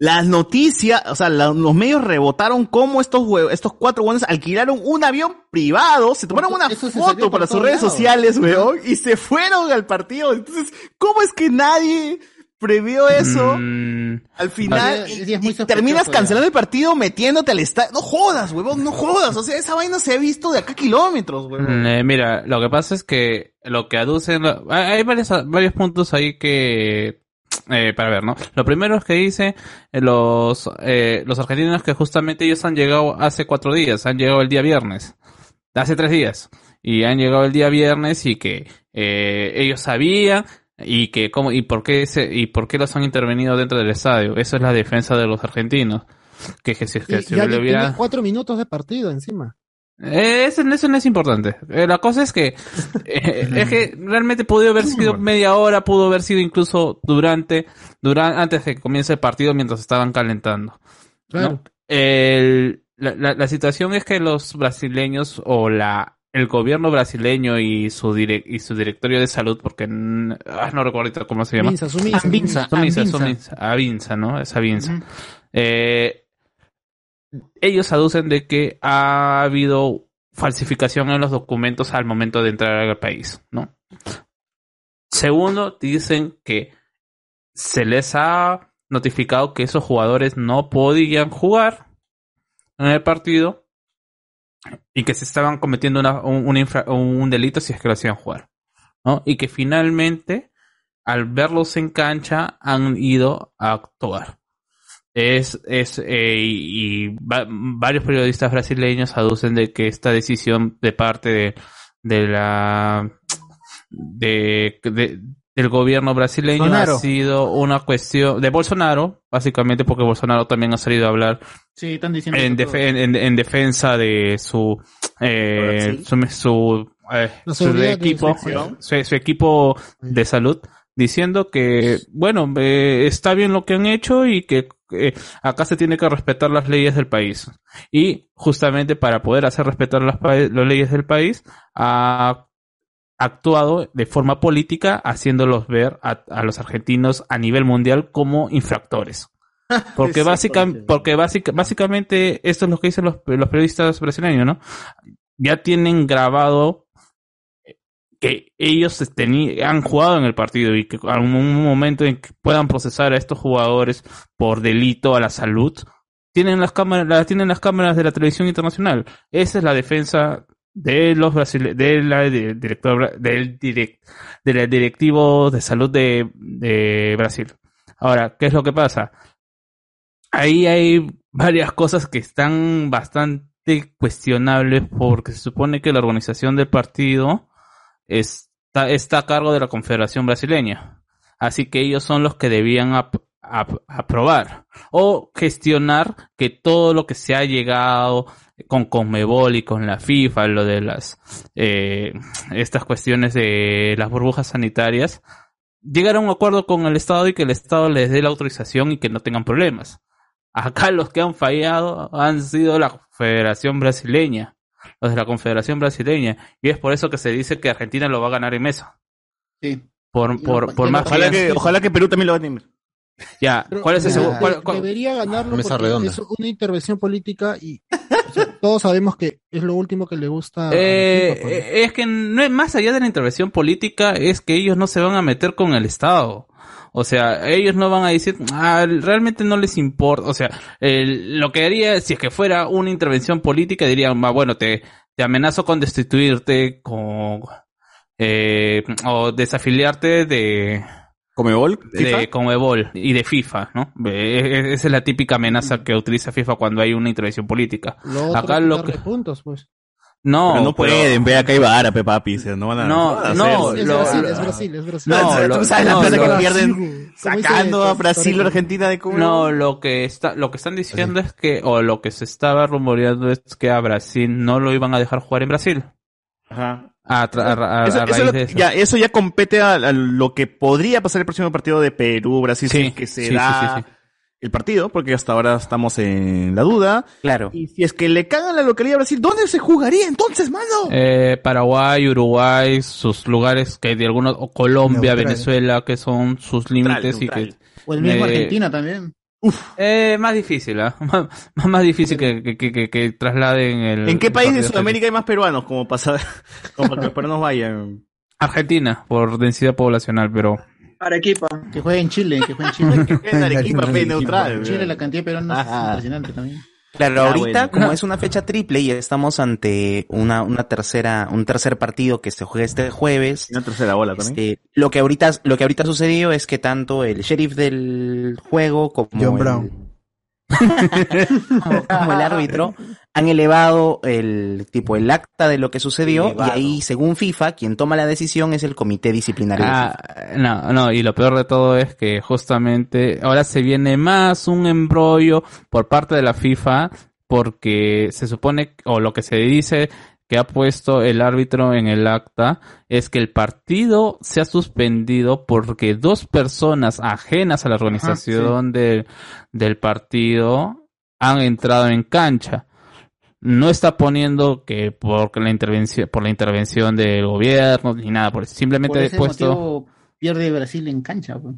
Speaker 5: Las noticias, o sea, la- los medios rebotaron cómo estos hue- estos cuatro huevones alquilaron un avión privado, se tomaron una
Speaker 2: Eso se salió
Speaker 5: foto
Speaker 2: por
Speaker 5: para sus
Speaker 2: todos
Speaker 5: redes
Speaker 2: lados.
Speaker 5: sociales, weón, y se fueron al partido. Entonces, ¿cómo es que nadie previó eso?
Speaker 9: Mm.
Speaker 5: Al final,
Speaker 2: Vale.
Speaker 5: y-
Speaker 2: Sí, es muy
Speaker 5: y terminas
Speaker 2: sospechoso,
Speaker 5: cancelando el partido metiéndote al estadio. No jodas, huevón, no jodas. O sea, esa vaina se ha visto de acá a kilómetros, huevón.
Speaker 9: Mm, eh, mira, lo que pasa es que lo que aducen, lo- hay hay varios, varios puntos ahí que, eh, para ver, ¿no? Lo primero es que dice eh, los, eh, los argentinos que justamente ellos han llegado hace cuatro días, han llegado el día viernes, hace tres días, y han llegado el día viernes y que eh, ellos sabían y que cómo y por qué se, y por qué los han intervenido dentro del estadio. Esa es la defensa de los argentinos. Que, que si es
Speaker 21: Y,
Speaker 9: que si
Speaker 21: ya
Speaker 9: le
Speaker 21: le-
Speaker 9: hubiera...
Speaker 21: tiene cuatro minutos de partido encima.
Speaker 9: Eh, Eso, eso no es importante. Eh, la cosa es que eh, es que realmente pudo haber sido media hora, pudo haber sido incluso durante, durante antes de que comience el partido mientras estaban calentando. ¿no?
Speaker 21: Claro.
Speaker 9: El- la, la- la situación es que los brasileños o la el gobierno brasileño y su direc- y su directorio de salud, porque mm, ah, no recuerdo ahorita cómo se llama.
Speaker 21: Minsa, su Minsa. Minsa,
Speaker 9: Suminsa,
Speaker 21: Minsa.
Speaker 9: Suminsa, Avinsa, Ah, ¿no? Es Avinsa. Eh, ellos aducen de que ha habido falsificación en los documentos al momento de entrar al país, ¿no? Segundo, dicen que se les ha notificado que esos jugadores no podían jugar en el partido y que se estaban cometiendo una- un, un infra- un delito si es que lo hacían jugar, ¿no? Y que finalmente, al verlos en cancha, han ido a actuar es, es eh, y, y va- varios periodistas brasileños aducen de que esta decisión de parte de, de la de, de- del gobierno brasileño
Speaker 21: Bolsonaro.
Speaker 9: ha sido una cuestión de Bolsonaro, básicamente porque Bolsonaro también ha salido a hablar
Speaker 21: Sí, están diciendo.
Speaker 9: en,
Speaker 21: que
Speaker 9: def- en, en- en defensa de su eh, su, su, eh,
Speaker 21: La
Speaker 9: su
Speaker 21: seguridad de
Speaker 9: equipo
Speaker 21: su selección.
Speaker 9: su, su equipo de salud diciendo que bueno eh, está bien lo que han hecho y que eh, acá se tiene que respetar las leyes del país y justamente para poder hacer respetar las, pa- las leyes del país ha actuado de forma política haciéndolos ver a, a los argentinos a nivel mundial como infractores. Porque, básicamente, porque básica- básicamente esto es lo que dicen los, los periodistas brasileños, ¿no? Ya tienen grabado que ellos teni- han jugado en el partido y que en un momento en que puedan procesar a estos jugadores por delito a la salud, tienen las cámaras, las- tienen las cámaras de la televisión internacional. Esa es la defensa de los brasile de la de- director bra- del direct del directivo de salud de, de Brasil. Ahora, ¿qué es lo que pasa? Ahí hay varias cosas que están bastante cuestionables porque se supone que la organización del partido está, está a cargo de la Confederación Brasileña. Así que ellos son los que debían ap- ap- aprobar o gestionar que todo lo que se ha llegado con Conmebol y con la FIFA, lo de las eh, estas cuestiones de las burbujas sanitarias, llegar a un acuerdo con el Estado y que el Estado les dé la autorización y que no tengan problemas. Acá los que han fallado han sido la Federación Brasileña, los de la Confederación Brasileña, y es por eso que se dice que Argentina lo va a ganar en mesa.
Speaker 2: Sí.
Speaker 9: Por, por, por más
Speaker 5: ojalá que, ojalá que Perú también lo gane.
Speaker 9: Ya, ¿cuál es el
Speaker 21: Pero
Speaker 9: segundo?
Speaker 21: de-
Speaker 9: cuál- cuál-
Speaker 21: Debería ganarlo
Speaker 5: Mesa
Speaker 21: porque
Speaker 5: redonda.
Speaker 21: es una intervención política y o sea, todos sabemos que es lo último que le gusta. a
Speaker 9: Eh,
Speaker 21: México, pues.
Speaker 9: eh, es que no es más allá de la intervención política, es que ellos no se van a meter con el Estado. O sea, ellos no van a decir, "Ah, realmente no les importa. O sea, el- lo que haría, si es que fuera una intervención política, dirían, "Ah, bueno, te, te amenazo con destituirte, con, eh, o desafiliarte de...
Speaker 5: ¿Comebol?
Speaker 9: De
Speaker 5: ¿FIFA?
Speaker 9: Comebol y de FIFA, ¿no? Eh, eh, Esa es la típica amenaza que utiliza FIFA cuando hay una intervención política.
Speaker 21: Mm. pues. Lo otro
Speaker 9: Acá
Speaker 21: es
Speaker 9: lo
Speaker 21: quitarle
Speaker 9: que...
Speaker 21: puntos, pues.
Speaker 9: No,
Speaker 23: Pero no
Speaker 9: pero-
Speaker 23: pueden, ve acá hay vara, pe papi. se- No van a.
Speaker 9: No,
Speaker 23: van a
Speaker 9: no,
Speaker 23: hacer-
Speaker 9: Es lo- Brasil, lo- es
Speaker 21: Brasil, es Brasil.
Speaker 23: No,
Speaker 9: No,
Speaker 23: tú
Speaker 9: lo-
Speaker 23: sabes la
Speaker 9: no,
Speaker 23: plata que
Speaker 9: lo-
Speaker 23: pierden sacando a Brasil o Argentina de Cuba.
Speaker 9: No, lo que está, lo que están diciendo es que, o lo que se estaba rumoreando es que a Brasil no lo iban a dejar jugar en Brasil.
Speaker 5: Ajá.
Speaker 9: A, tra- a ra- a-
Speaker 5: Eso,
Speaker 9: a
Speaker 5: eso
Speaker 9: raíz
Speaker 5: lo-
Speaker 9: de eso.
Speaker 5: Ya, eso ya compete a, a lo que podría pasar el próximo partido de Perú, Brasil, si es que se
Speaker 9: sí, sí,
Speaker 5: da
Speaker 9: sí,
Speaker 5: el partido, porque hasta ahora estamos en la duda.
Speaker 13: Claro.
Speaker 5: Y si es que le cagan la localidad a Brasil, ¿dónde se jugaría entonces, mano?
Speaker 9: Eh, Paraguay, Uruguay, sus lugares que de algunos, o Colombia,
Speaker 5: Neutral.
Speaker 9: Venezuela, que son sus límites y que.
Speaker 2: O el mismo
Speaker 9: eh,
Speaker 2: Argentina también.
Speaker 9: eh, más difícil, ¿ah? más, más difícil que, que, que- que- que trasladen el.
Speaker 5: ¿En qué
Speaker 9: el
Speaker 5: país de
Speaker 9: partido
Speaker 5: Sudamérica hay más peruanos? Como para, como para que los peruanos vayan.
Speaker 9: Argentina, por densidad poblacional, pero.
Speaker 2: Arequipa. Que juegue en Chile, que juegue en Chile. que
Speaker 5: juegue en Arequipa, pe, neutral.
Speaker 2: En Chile la cantidad de peruanos es impresionante también.
Speaker 13: Claro,
Speaker 2: Ya,
Speaker 13: ahorita
Speaker 2: bueno.
Speaker 13: como es una fecha triple y estamos ante una, una tercera, un tercer partido que se juega este jueves.
Speaker 5: Una tercera bola
Speaker 13: también. lo que ahorita, lo que ahorita ha sucedido es que tanto el sheriff del juego como
Speaker 4: John
Speaker 13: el-
Speaker 4: Brown.
Speaker 13: como el árbitro han elevado el tipo el acta de lo que sucedió y ahí según FIFA quien toma la decisión es el comité disciplinario. de FIFA.
Speaker 9: Ah, no, no, y lo peor de todo es que justamente ahora se viene más un embrollo por parte de la FIFA porque se supone, o lo que se dice que ha puesto el árbitro en el acta, es que el partido se ha suspendido porque dos personas ajenas a la organización de- del partido han entrado en cancha no está poniendo que por la intervención por la intervención del gobierno ni nada por eso.
Speaker 2: Por
Speaker 9: simplemente he
Speaker 2: ese
Speaker 9: puesto
Speaker 2: motivo pierde Brasil en cancha. pues.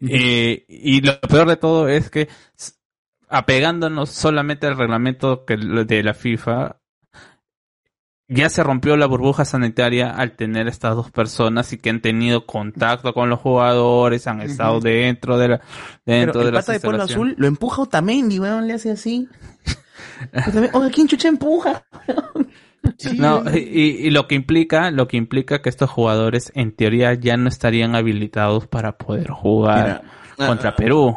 Speaker 9: eh, y lo peor de todo es que s- apegándonos solamente al reglamento que, de la FIFA ya se rompió la burbuja sanitaria al tener estas dos personas y que han tenido contacto con los jugadores han estado
Speaker 13: Ujú.
Speaker 9: dentro de la dentro
Speaker 13: Pero
Speaker 9: de
Speaker 13: el
Speaker 9: las
Speaker 13: pata de Pueblo
Speaker 9: instalaciones.
Speaker 13: Azul lo empuja Otamendi, weón, le hace así. Otamendi- Oye, ¿quién chucha empuja?
Speaker 9: No, y, y- y lo que implica, lo que implica que estos jugadores en teoría ya no estarían habilitados para poder jugar
Speaker 13: ah,
Speaker 5: Mira,
Speaker 9: contra Perú.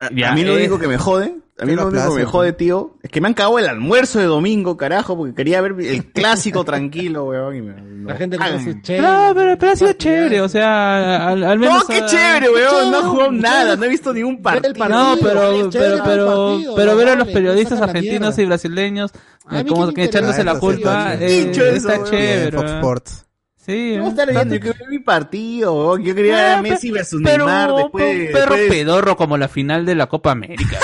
Speaker 9: eh,
Speaker 5: a mí lo único que me jode, A mí lo único que me jode, tío, es que me han cagado el almuerzo de domingo, carajo, porque quería ver el clásico tranquilo, weón. y me-
Speaker 21: La gente
Speaker 5: cagan.
Speaker 21: conoce chévere.
Speaker 9: Claro, pero, pero ha sido chévere, o sea, al, al menos...
Speaker 5: No, qué chévere, weón. No he jugado nada, no he visto ningún partido.
Speaker 9: no, pero,
Speaker 5: Chévere,
Speaker 9: pero, pero,
Speaker 5: partido,
Speaker 9: pero
Speaker 5: no
Speaker 9: ver a los
Speaker 5: mames,
Speaker 9: periodistas
Speaker 5: saca la
Speaker 9: argentinos y brasileños eh,
Speaker 5: A mí
Speaker 9: como
Speaker 5: qué
Speaker 9: que
Speaker 5: me
Speaker 9: echándose
Speaker 5: interesa,
Speaker 9: la culpa,
Speaker 5: eso,
Speaker 9: eh,
Speaker 5: hincho eso,
Speaker 9: está
Speaker 5: weón.
Speaker 9: chévere.
Speaker 5: Fox
Speaker 9: weón.
Speaker 4: Sports.
Speaker 9: Sí,
Speaker 5: ¿Cómo estar viendo? Yo quiero ver mi partido, weón. Yo quería ver a
Speaker 9: Ah, pe-
Speaker 5: Messi versus
Speaker 9: pero
Speaker 5: Neymar después.
Speaker 9: Un perro
Speaker 5: después-
Speaker 9: pedorro como la final de la Copa América.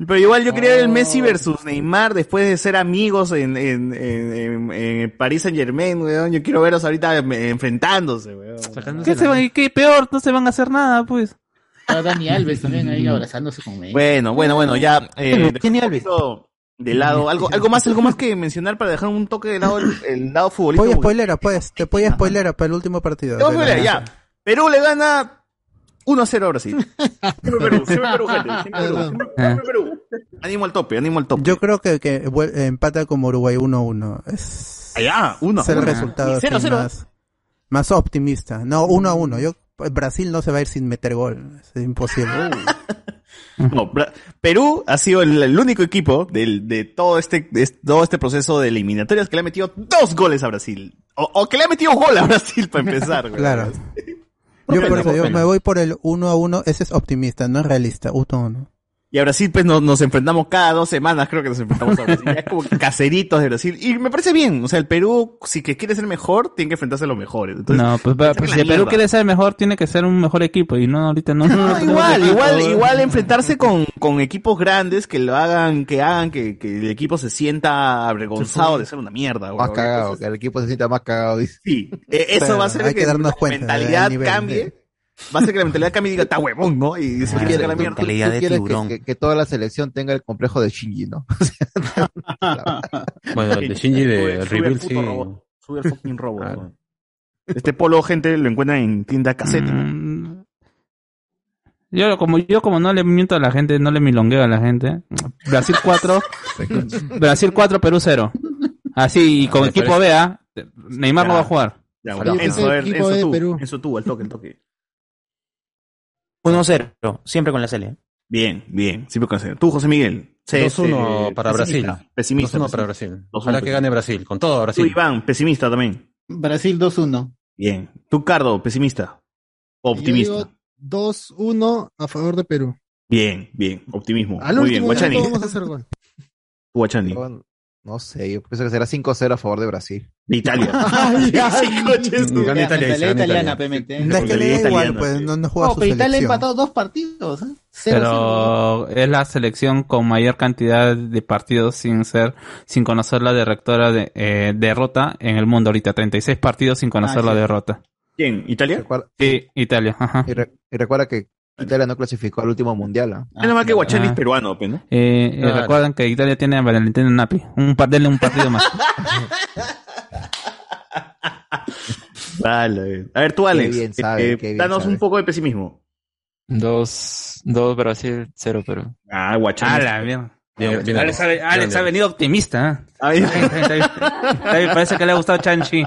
Speaker 5: Pero igual yo quería ver el Messi versus Neymar después de ser amigos en, en, en, en- en París Saint Germain, weón. Yo quiero verlos ahorita em- enfrentándose, weón.
Speaker 9: ¿Qué, se van, y ¿Qué peor? No se van a hacer nada, pues.
Speaker 2: Dani Alves también ahí abrazándose con Messi.
Speaker 5: Bueno, bueno, bueno, ya. Eh,
Speaker 2: Dani
Speaker 5: dejando un poquito De lado, algo, algo más, algo más que mencionar para dejar un toque de lado el, el lado futbolístico.
Speaker 4: Voy a
Speaker 5: porque-
Speaker 4: spoilera, pues. Te voy a spoilera para el último partido.
Speaker 5: Te voy
Speaker 4: de
Speaker 5: a
Speaker 4: la
Speaker 5: spoiler, ya.
Speaker 4: noche.
Speaker 5: Perú le gana 1 a 0 ahora sí. Siempre Perú, siempre Perú, gente. Siempre Perú, siempre- siempre Perú. Ánimo al tope, ánimo al tope.
Speaker 4: Ah. Yo creo que, que vuel- empata como Uruguay 1-1. Es,
Speaker 5: Allá, 1
Speaker 4: es el resultado así más, más optimista. No, 1-1. Yo Brasil no se va a ir sin meter gol. Es imposible.
Speaker 5: Oh. No, Bra- Perú ha sido el, el único equipo del, de todo este, de todo este proceso de eliminatorias que le ha metido dos goles a Brasil. O, o que le ha metido gol a Brasil para empezar, güey.
Speaker 4: Claro. Yo, por eso, yo me voy por el 1 a 1. Ese es optimista, no es realista. 1 a 1.
Speaker 5: Y a Brasil, pues nos, nos enfrentamos cada dos semanas, creo que nos enfrentamos a Brasil. Ya es como que caseritos de Brasil. Y me parece bien. O sea, el Perú, si que quiere ser mejor, tiene que enfrentarse a los mejores. Entonces,
Speaker 9: No, pues, va-
Speaker 5: saca
Speaker 9: pues,
Speaker 5: la
Speaker 9: si el Perú
Speaker 5: mierda.
Speaker 9: quiere ser mejor, tiene que ser un mejor equipo. Y no, ahorita no. no,
Speaker 5: No,
Speaker 9: tenemos
Speaker 5: igual,
Speaker 9: equipo,
Speaker 5: igual,
Speaker 9: weón.
Speaker 5: igual enfrentarse con, con equipos grandes que lo hagan, que hagan que, que el equipo se sienta avergonzado de ser una mierda,
Speaker 7: Más
Speaker 5: weón.
Speaker 7: Ah, cagado, que el equipo se sienta más cagado, dice.
Speaker 5: Sí, Eh, eso
Speaker 7: Claro,
Speaker 5: va a hacer
Speaker 7: hay
Speaker 5: que,
Speaker 7: que darnos
Speaker 5: la
Speaker 7: cuenta del
Speaker 5: mentalidad
Speaker 7: nivel,
Speaker 5: cambie. Va a hacer que la mentalidad cambie y diga, está huevón, ¿no? Y se quiere sacar Ah, la mierda.
Speaker 7: Tú quieres que- Que, que toda la selección tenga el complejo de Shinji, ¿no?
Speaker 3: Bueno, el de Shinji
Speaker 5: Sube-
Speaker 3: de
Speaker 5: sube el
Speaker 3: Rebuild
Speaker 5: puto
Speaker 3: sí. Ah.
Speaker 5: robot. Sube el fucking robot. weón. Este polo, gente, lo encuentran en tienda cassette.
Speaker 3: Mm.
Speaker 9: Yo como, yo como no le miento a la gente, no le milongueo a la gente. mm, Brasil 4, Brasil 4, Perú 0. Así, y con
Speaker 5: Me
Speaker 9: equipo
Speaker 5: parece-
Speaker 9: B, ¿ah? Neymar no va a jugar.
Speaker 5: Ya,
Speaker 9: Ojalá.
Speaker 5: bueno, Enzo, a ver,
Speaker 13: Equipo de
Speaker 5: Enzo, tú,
Speaker 13: Perú.
Speaker 5: Enzo, tú, al toque, al toque.
Speaker 13: 1-0, siempre con la Sele.
Speaker 5: Bien, bien, siempre con Tú, José Miguel. Sí,
Speaker 3: 2-1
Speaker 5: sí,
Speaker 3: para
Speaker 5: pesimista,
Speaker 3: Brasil.
Speaker 5: Pesimista.
Speaker 3: 2-1
Speaker 5: pesimista.
Speaker 3: para Brasil.
Speaker 5: 2-1
Speaker 3: Ojalá que gane Brasil, con todo Brasil.
Speaker 5: Tú, Iván, pesimista también.
Speaker 2: Brasil 2-1.
Speaker 5: Bien. Tú, Cardo, pesimista. Optimista.
Speaker 21: Yo digo 2-1 a favor de Perú.
Speaker 5: Bien, bien. Optimismo.
Speaker 21: Al
Speaker 5: Muy bien,
Speaker 21: último
Speaker 5: Guachani.
Speaker 21: minuto vamos a hacer gol.
Speaker 5: Tú, Guachani.
Speaker 7: No sé, yo pienso que será 5-0 a favor de Brasil.
Speaker 5: De Italia.
Speaker 2: Ay,
Speaker 7: coches, tú.
Speaker 2: Gana
Speaker 7: Gana
Speaker 2: Italia,
Speaker 7: Italia,
Speaker 2: Italia, italiana,
Speaker 7: gana Italia.
Speaker 2: PMT.
Speaker 4: No es que le da igual, pues. No, no juega
Speaker 2: Oh,
Speaker 4: su
Speaker 2: pero Italia ha
Speaker 4: selección.
Speaker 2: empatado dos partidos. ¿eh? Cero, cero.
Speaker 9: Pero es la selección con mayor cantidad de partidos sin ser, sin conocer la derrotora de, eh, derrota en el mundo ahorita. 36 partidos sin conocer
Speaker 7: Ah,
Speaker 9: la
Speaker 7: sí.
Speaker 9: derrota.
Speaker 5: ¿Quién? ¿Italia?
Speaker 9: Sí, Italia, ajá.
Speaker 7: Y, re- y recuerda que Italia no clasificó al último mundial. ¿ah?
Speaker 5: Menos mal que Guachani
Speaker 9: Ah.
Speaker 5: es peruano, pe, ¿no?
Speaker 9: Eh, eh,
Speaker 5: Claro.
Speaker 9: Recuerden que Italia tiene a Valentino Napi. Un par, denle un partido más.
Speaker 5: Vale. A ver, tú, Alex.
Speaker 24: Qué bien sabe,
Speaker 5: eh,
Speaker 24: qué bien
Speaker 5: danos
Speaker 24: sabe.
Speaker 5: un poco de pesimismo.
Speaker 24: Dos, dos Brasil, cero Perú.
Speaker 5: Ah, Guachani.
Speaker 9: A la mierda. Alex, ha- Alex ha venido optimista. ¿eh?
Speaker 5: Ay,
Speaker 9: ay, ay, ay, Parece que le ha gustado Chanchi.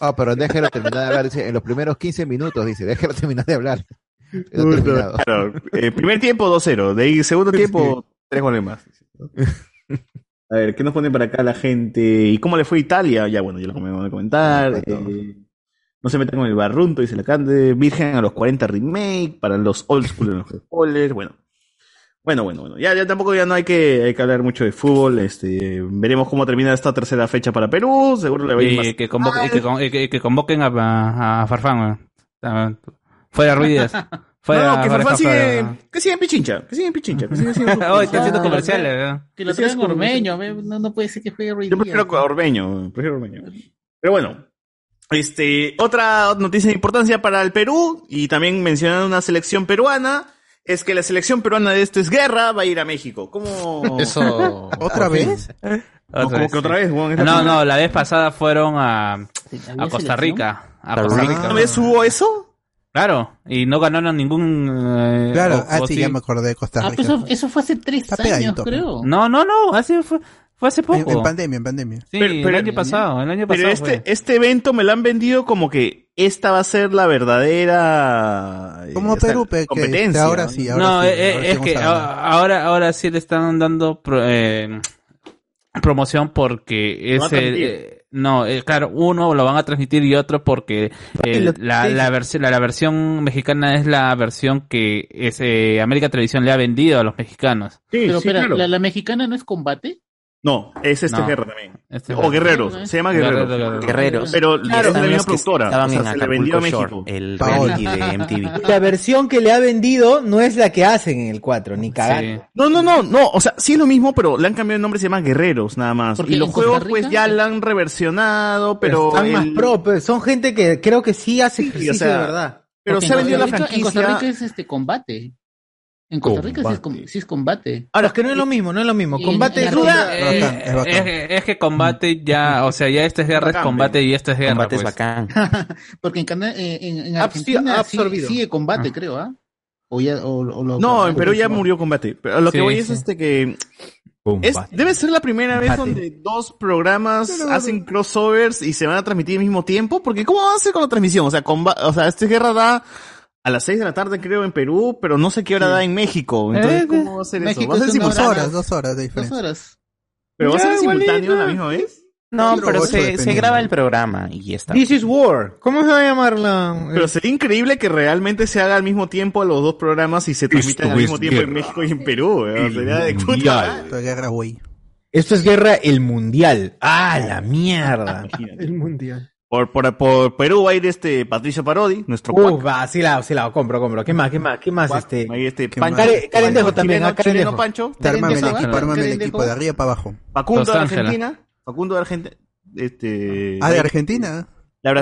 Speaker 7: Ah, pero déjelo terminar de hablar. Dice, en los primeros 15 minutos, dice, déjelo terminar de hablar. No ha terminado.
Speaker 5: Claro, eh, primer tiempo 2-0, de ahí segundo tiempo tres goles más. A ver, ¿qué nos pone para acá la gente? ¿Y cómo le fue a Italia? Ya bueno, ya lo acabamos de comentar. Eh, no se metan con el barrunto, dice la Cande. Virgen a los 40 remake, para los old school en los spoilers, bueno. Bueno, bueno, bueno. Ya, ya tampoco ya no hay que, hay que hablar mucho de fútbol. Este, veremos cómo termina esta tercera fecha para Perú. Seguro le va a ir
Speaker 9: Y
Speaker 5: más.
Speaker 9: que, convo- y que con- y que- y que convoquen a, a, a Farfán. weón. Ah, Fuera Ruiz. Fuera
Speaker 5: no, que Farfán
Speaker 9: fuera,
Speaker 5: sigue,
Speaker 9: fuera.
Speaker 5: que sigue en Pichincha, que sigue en Pichincha, que sigue siendo
Speaker 9: Oye, está haciendo comerciales. ¿eh? weón.
Speaker 2: Que lo
Speaker 5: Sí, es
Speaker 2: traigan
Speaker 5: como-
Speaker 2: Ormeño. ve, No, no puede ser que juegue hoy
Speaker 5: Yo
Speaker 2: día.
Speaker 5: prefiero a Ormeño, prefiero a Ormeño. Pero bueno, este, otra noticia de importancia para el Perú, y también mencionan una selección peruana, es que la selección peruana de este es Guerra va a ir a México. ¿Cómo? ¿Ah,
Speaker 3: Eso.
Speaker 4: ¿Otra vez?
Speaker 5: No, como que otra vez, weón, es la
Speaker 9: No,
Speaker 5: primera.
Speaker 9: no, la vez pasada fueron a, a Costa Rica. A
Speaker 4: Ah.
Speaker 9: Costa Rica.
Speaker 5: ¿Una vez hubo eso?
Speaker 9: Claro, y no ganaron ningún. eh,
Speaker 4: Claro,
Speaker 9: o-
Speaker 4: ah,
Speaker 9: o
Speaker 4: sí,
Speaker 9: sí.
Speaker 4: ya me acordé de Costa
Speaker 2: Ah,
Speaker 4: Rica.
Speaker 2: pues eso, eso fue hace tres años,
Speaker 4: pegadito.
Speaker 2: creo.
Speaker 9: No, no, no, hace, fue, fue hace
Speaker 4: Eh,
Speaker 9: poco.
Speaker 4: En, en pandemia, en pandemia. eh,
Speaker 9: Sí, el año pasado, el año
Speaker 5: Pero
Speaker 9: pasado
Speaker 5: este, este evento me lo han vendido como que esta va a ser la verdadera eh,
Speaker 4: Como
Speaker 5: o sea,
Speaker 4: Perú, pe, que
Speaker 5: competencia.
Speaker 4: ahora sí, ahora
Speaker 9: no,
Speaker 4: sí,
Speaker 9: eh,
Speaker 4: ahora sí
Speaker 9: es
Speaker 4: vamos
Speaker 9: que
Speaker 4: a ganar.
Speaker 9: a- ahora, ahora sí le están dando pro- eh, promoción porque
Speaker 10: Lo van
Speaker 9: es
Speaker 10: a
Speaker 9: el-
Speaker 10: transmitir.
Speaker 9: eh, no, eh, claro, uno lo van a transmitir y otro porque eh,
Speaker 10: lo-
Speaker 9: la,
Speaker 10: sí.
Speaker 9: la, versi- la, la versión mexicana es la versión que es, eh, América Televisión le ha vendido a los mexicanos.
Speaker 2: Pero espera,
Speaker 5: claro.
Speaker 2: ¿la, la mexicana no es combate?
Speaker 5: No, es este
Speaker 9: No.
Speaker 5: Guerra también.
Speaker 9: Este
Speaker 5: o Guerreros,
Speaker 2: Guerreros,
Speaker 5: se llama
Speaker 9: Guerreros,
Speaker 5: Guerreros.
Speaker 9: Guerreros.
Speaker 13: Guerreros.
Speaker 5: Pero
Speaker 13: Claro.
Speaker 5: es la
Speaker 13: Estaban
Speaker 5: misma
Speaker 13: los que
Speaker 5: productora.
Speaker 13: estaban
Speaker 5: O sea,
Speaker 13: en
Speaker 5: se le vendió a
Speaker 13: Acapulco
Speaker 5: México.
Speaker 13: Shore, el
Speaker 22: Paola.
Speaker 13: reality de MTV.
Speaker 22: La versión que le ha vendido no es la que hacen en el 4, ni cagando.
Speaker 5: No, no, no, no, o sea, sí es lo mismo, pero le han cambiado el nombre, se llama Guerreros, nada más.
Speaker 22: Porque
Speaker 5: Y los
Speaker 22: en Costa
Speaker 5: juegos,
Speaker 22: Rica-
Speaker 5: pues, ya la han reversionado, pero...
Speaker 22: Están más
Speaker 5: el-
Speaker 22: pro, pues, son gente que creo que sí hace ejercicio
Speaker 5: sea,
Speaker 22: de verdad.
Speaker 5: pero
Speaker 2: Porque
Speaker 5: se ha
Speaker 2: en
Speaker 5: vendido
Speaker 2: Costa
Speaker 5: la
Speaker 2: Rica- En Costa Rica
Speaker 5: franquicia.
Speaker 2: es este combate. En Costa Rica sí es, com- sí es combate.
Speaker 22: Ahora, es Ah, que no es lo mismo, no es lo mismo.
Speaker 2: Y-
Speaker 22: Combate
Speaker 2: y-
Speaker 22: es
Speaker 2: y-
Speaker 22: duda.
Speaker 2: Es bacán,
Speaker 9: Eh, es, que- es que combate ya, o sea, ya este es guerra, es
Speaker 2: Bacán,
Speaker 9: combate y este es guerra.
Speaker 13: Combate es
Speaker 9: pues.
Speaker 13: bacán.
Speaker 2: Porque en, Cana- eh, en, en
Speaker 22: Ha
Speaker 2: Argentina sí-
Speaker 22: absorbido.
Speaker 2: sigue combate, creo, ¿ah? O ya, o, o lo-
Speaker 5: No, en
Speaker 2: o-
Speaker 5: Perú ya murió combate. Pero lo que
Speaker 2: Sí,
Speaker 5: voy es
Speaker 2: sí.
Speaker 5: este que... es- debe ser la primera vez donde dos programas hacen crossovers y se van a transmitir al mismo tiempo, porque ¿cómo va a ser con la transmisión? O sea, comba- o sea, esta guerra da a las 6 de la tarde creo en Perú, pero no sé qué hora da en México.
Speaker 22: Eh,
Speaker 5: Entonces, ¿eh? ¿cómo va a ser
Speaker 4: México
Speaker 5: eso? ¿Va a
Speaker 4: es
Speaker 5: ser
Speaker 4: una hora,
Speaker 5: simultáneo?
Speaker 4: dos horas de diferencia.
Speaker 2: Dos horas.
Speaker 5: ¿Pero va a ser
Speaker 4: Ya,
Speaker 5: simultáneo
Speaker 4: igualito.
Speaker 5: la misma vez?
Speaker 13: No, pero
Speaker 5: eso
Speaker 13: se, se
Speaker 5: dependiendo.
Speaker 13: graba el programa y ya está.
Speaker 22: This is War. ¿Cómo se va a llamar la...?
Speaker 5: Pero sería increíble que realmente se haga al mismo tiempo los dos programas y se transmitan
Speaker 4: Esto
Speaker 5: al mismo
Speaker 4: es
Speaker 5: tiempo en
Speaker 4: guerra.
Speaker 5: México y en Perú. weón. Sería de puta.
Speaker 4: Todavía grabo ahí.
Speaker 8: Esto es guerra el mundial. ¡Ah, la mierda!
Speaker 21: El mundial.
Speaker 5: Por, por, por Perú va a ir este Patricio Parodi, nuestro
Speaker 8: Uh, va, sí la, sí la compro, compro. ¿Qué más, qué más, qué más? Este,
Speaker 5: Ahí este
Speaker 8: ¿Qué
Speaker 5: Pancho.
Speaker 8: más? Care- Carendejo
Speaker 5: Pancho.
Speaker 8: también,
Speaker 5: Chileno-
Speaker 8: ah, Carendejo.
Speaker 5: Chileno Pancho.
Speaker 4: Te armame el
Speaker 5: Carendejo,
Speaker 8: ah,
Speaker 4: equipo,
Speaker 5: Carendejo.
Speaker 4: armame el equipo de arriba para abajo.
Speaker 5: Facundo de
Speaker 4: Dos Ángeles.
Speaker 5: Argentina. Facundo de Argentina. Este,
Speaker 4: Ah, de Argentina.
Speaker 5: La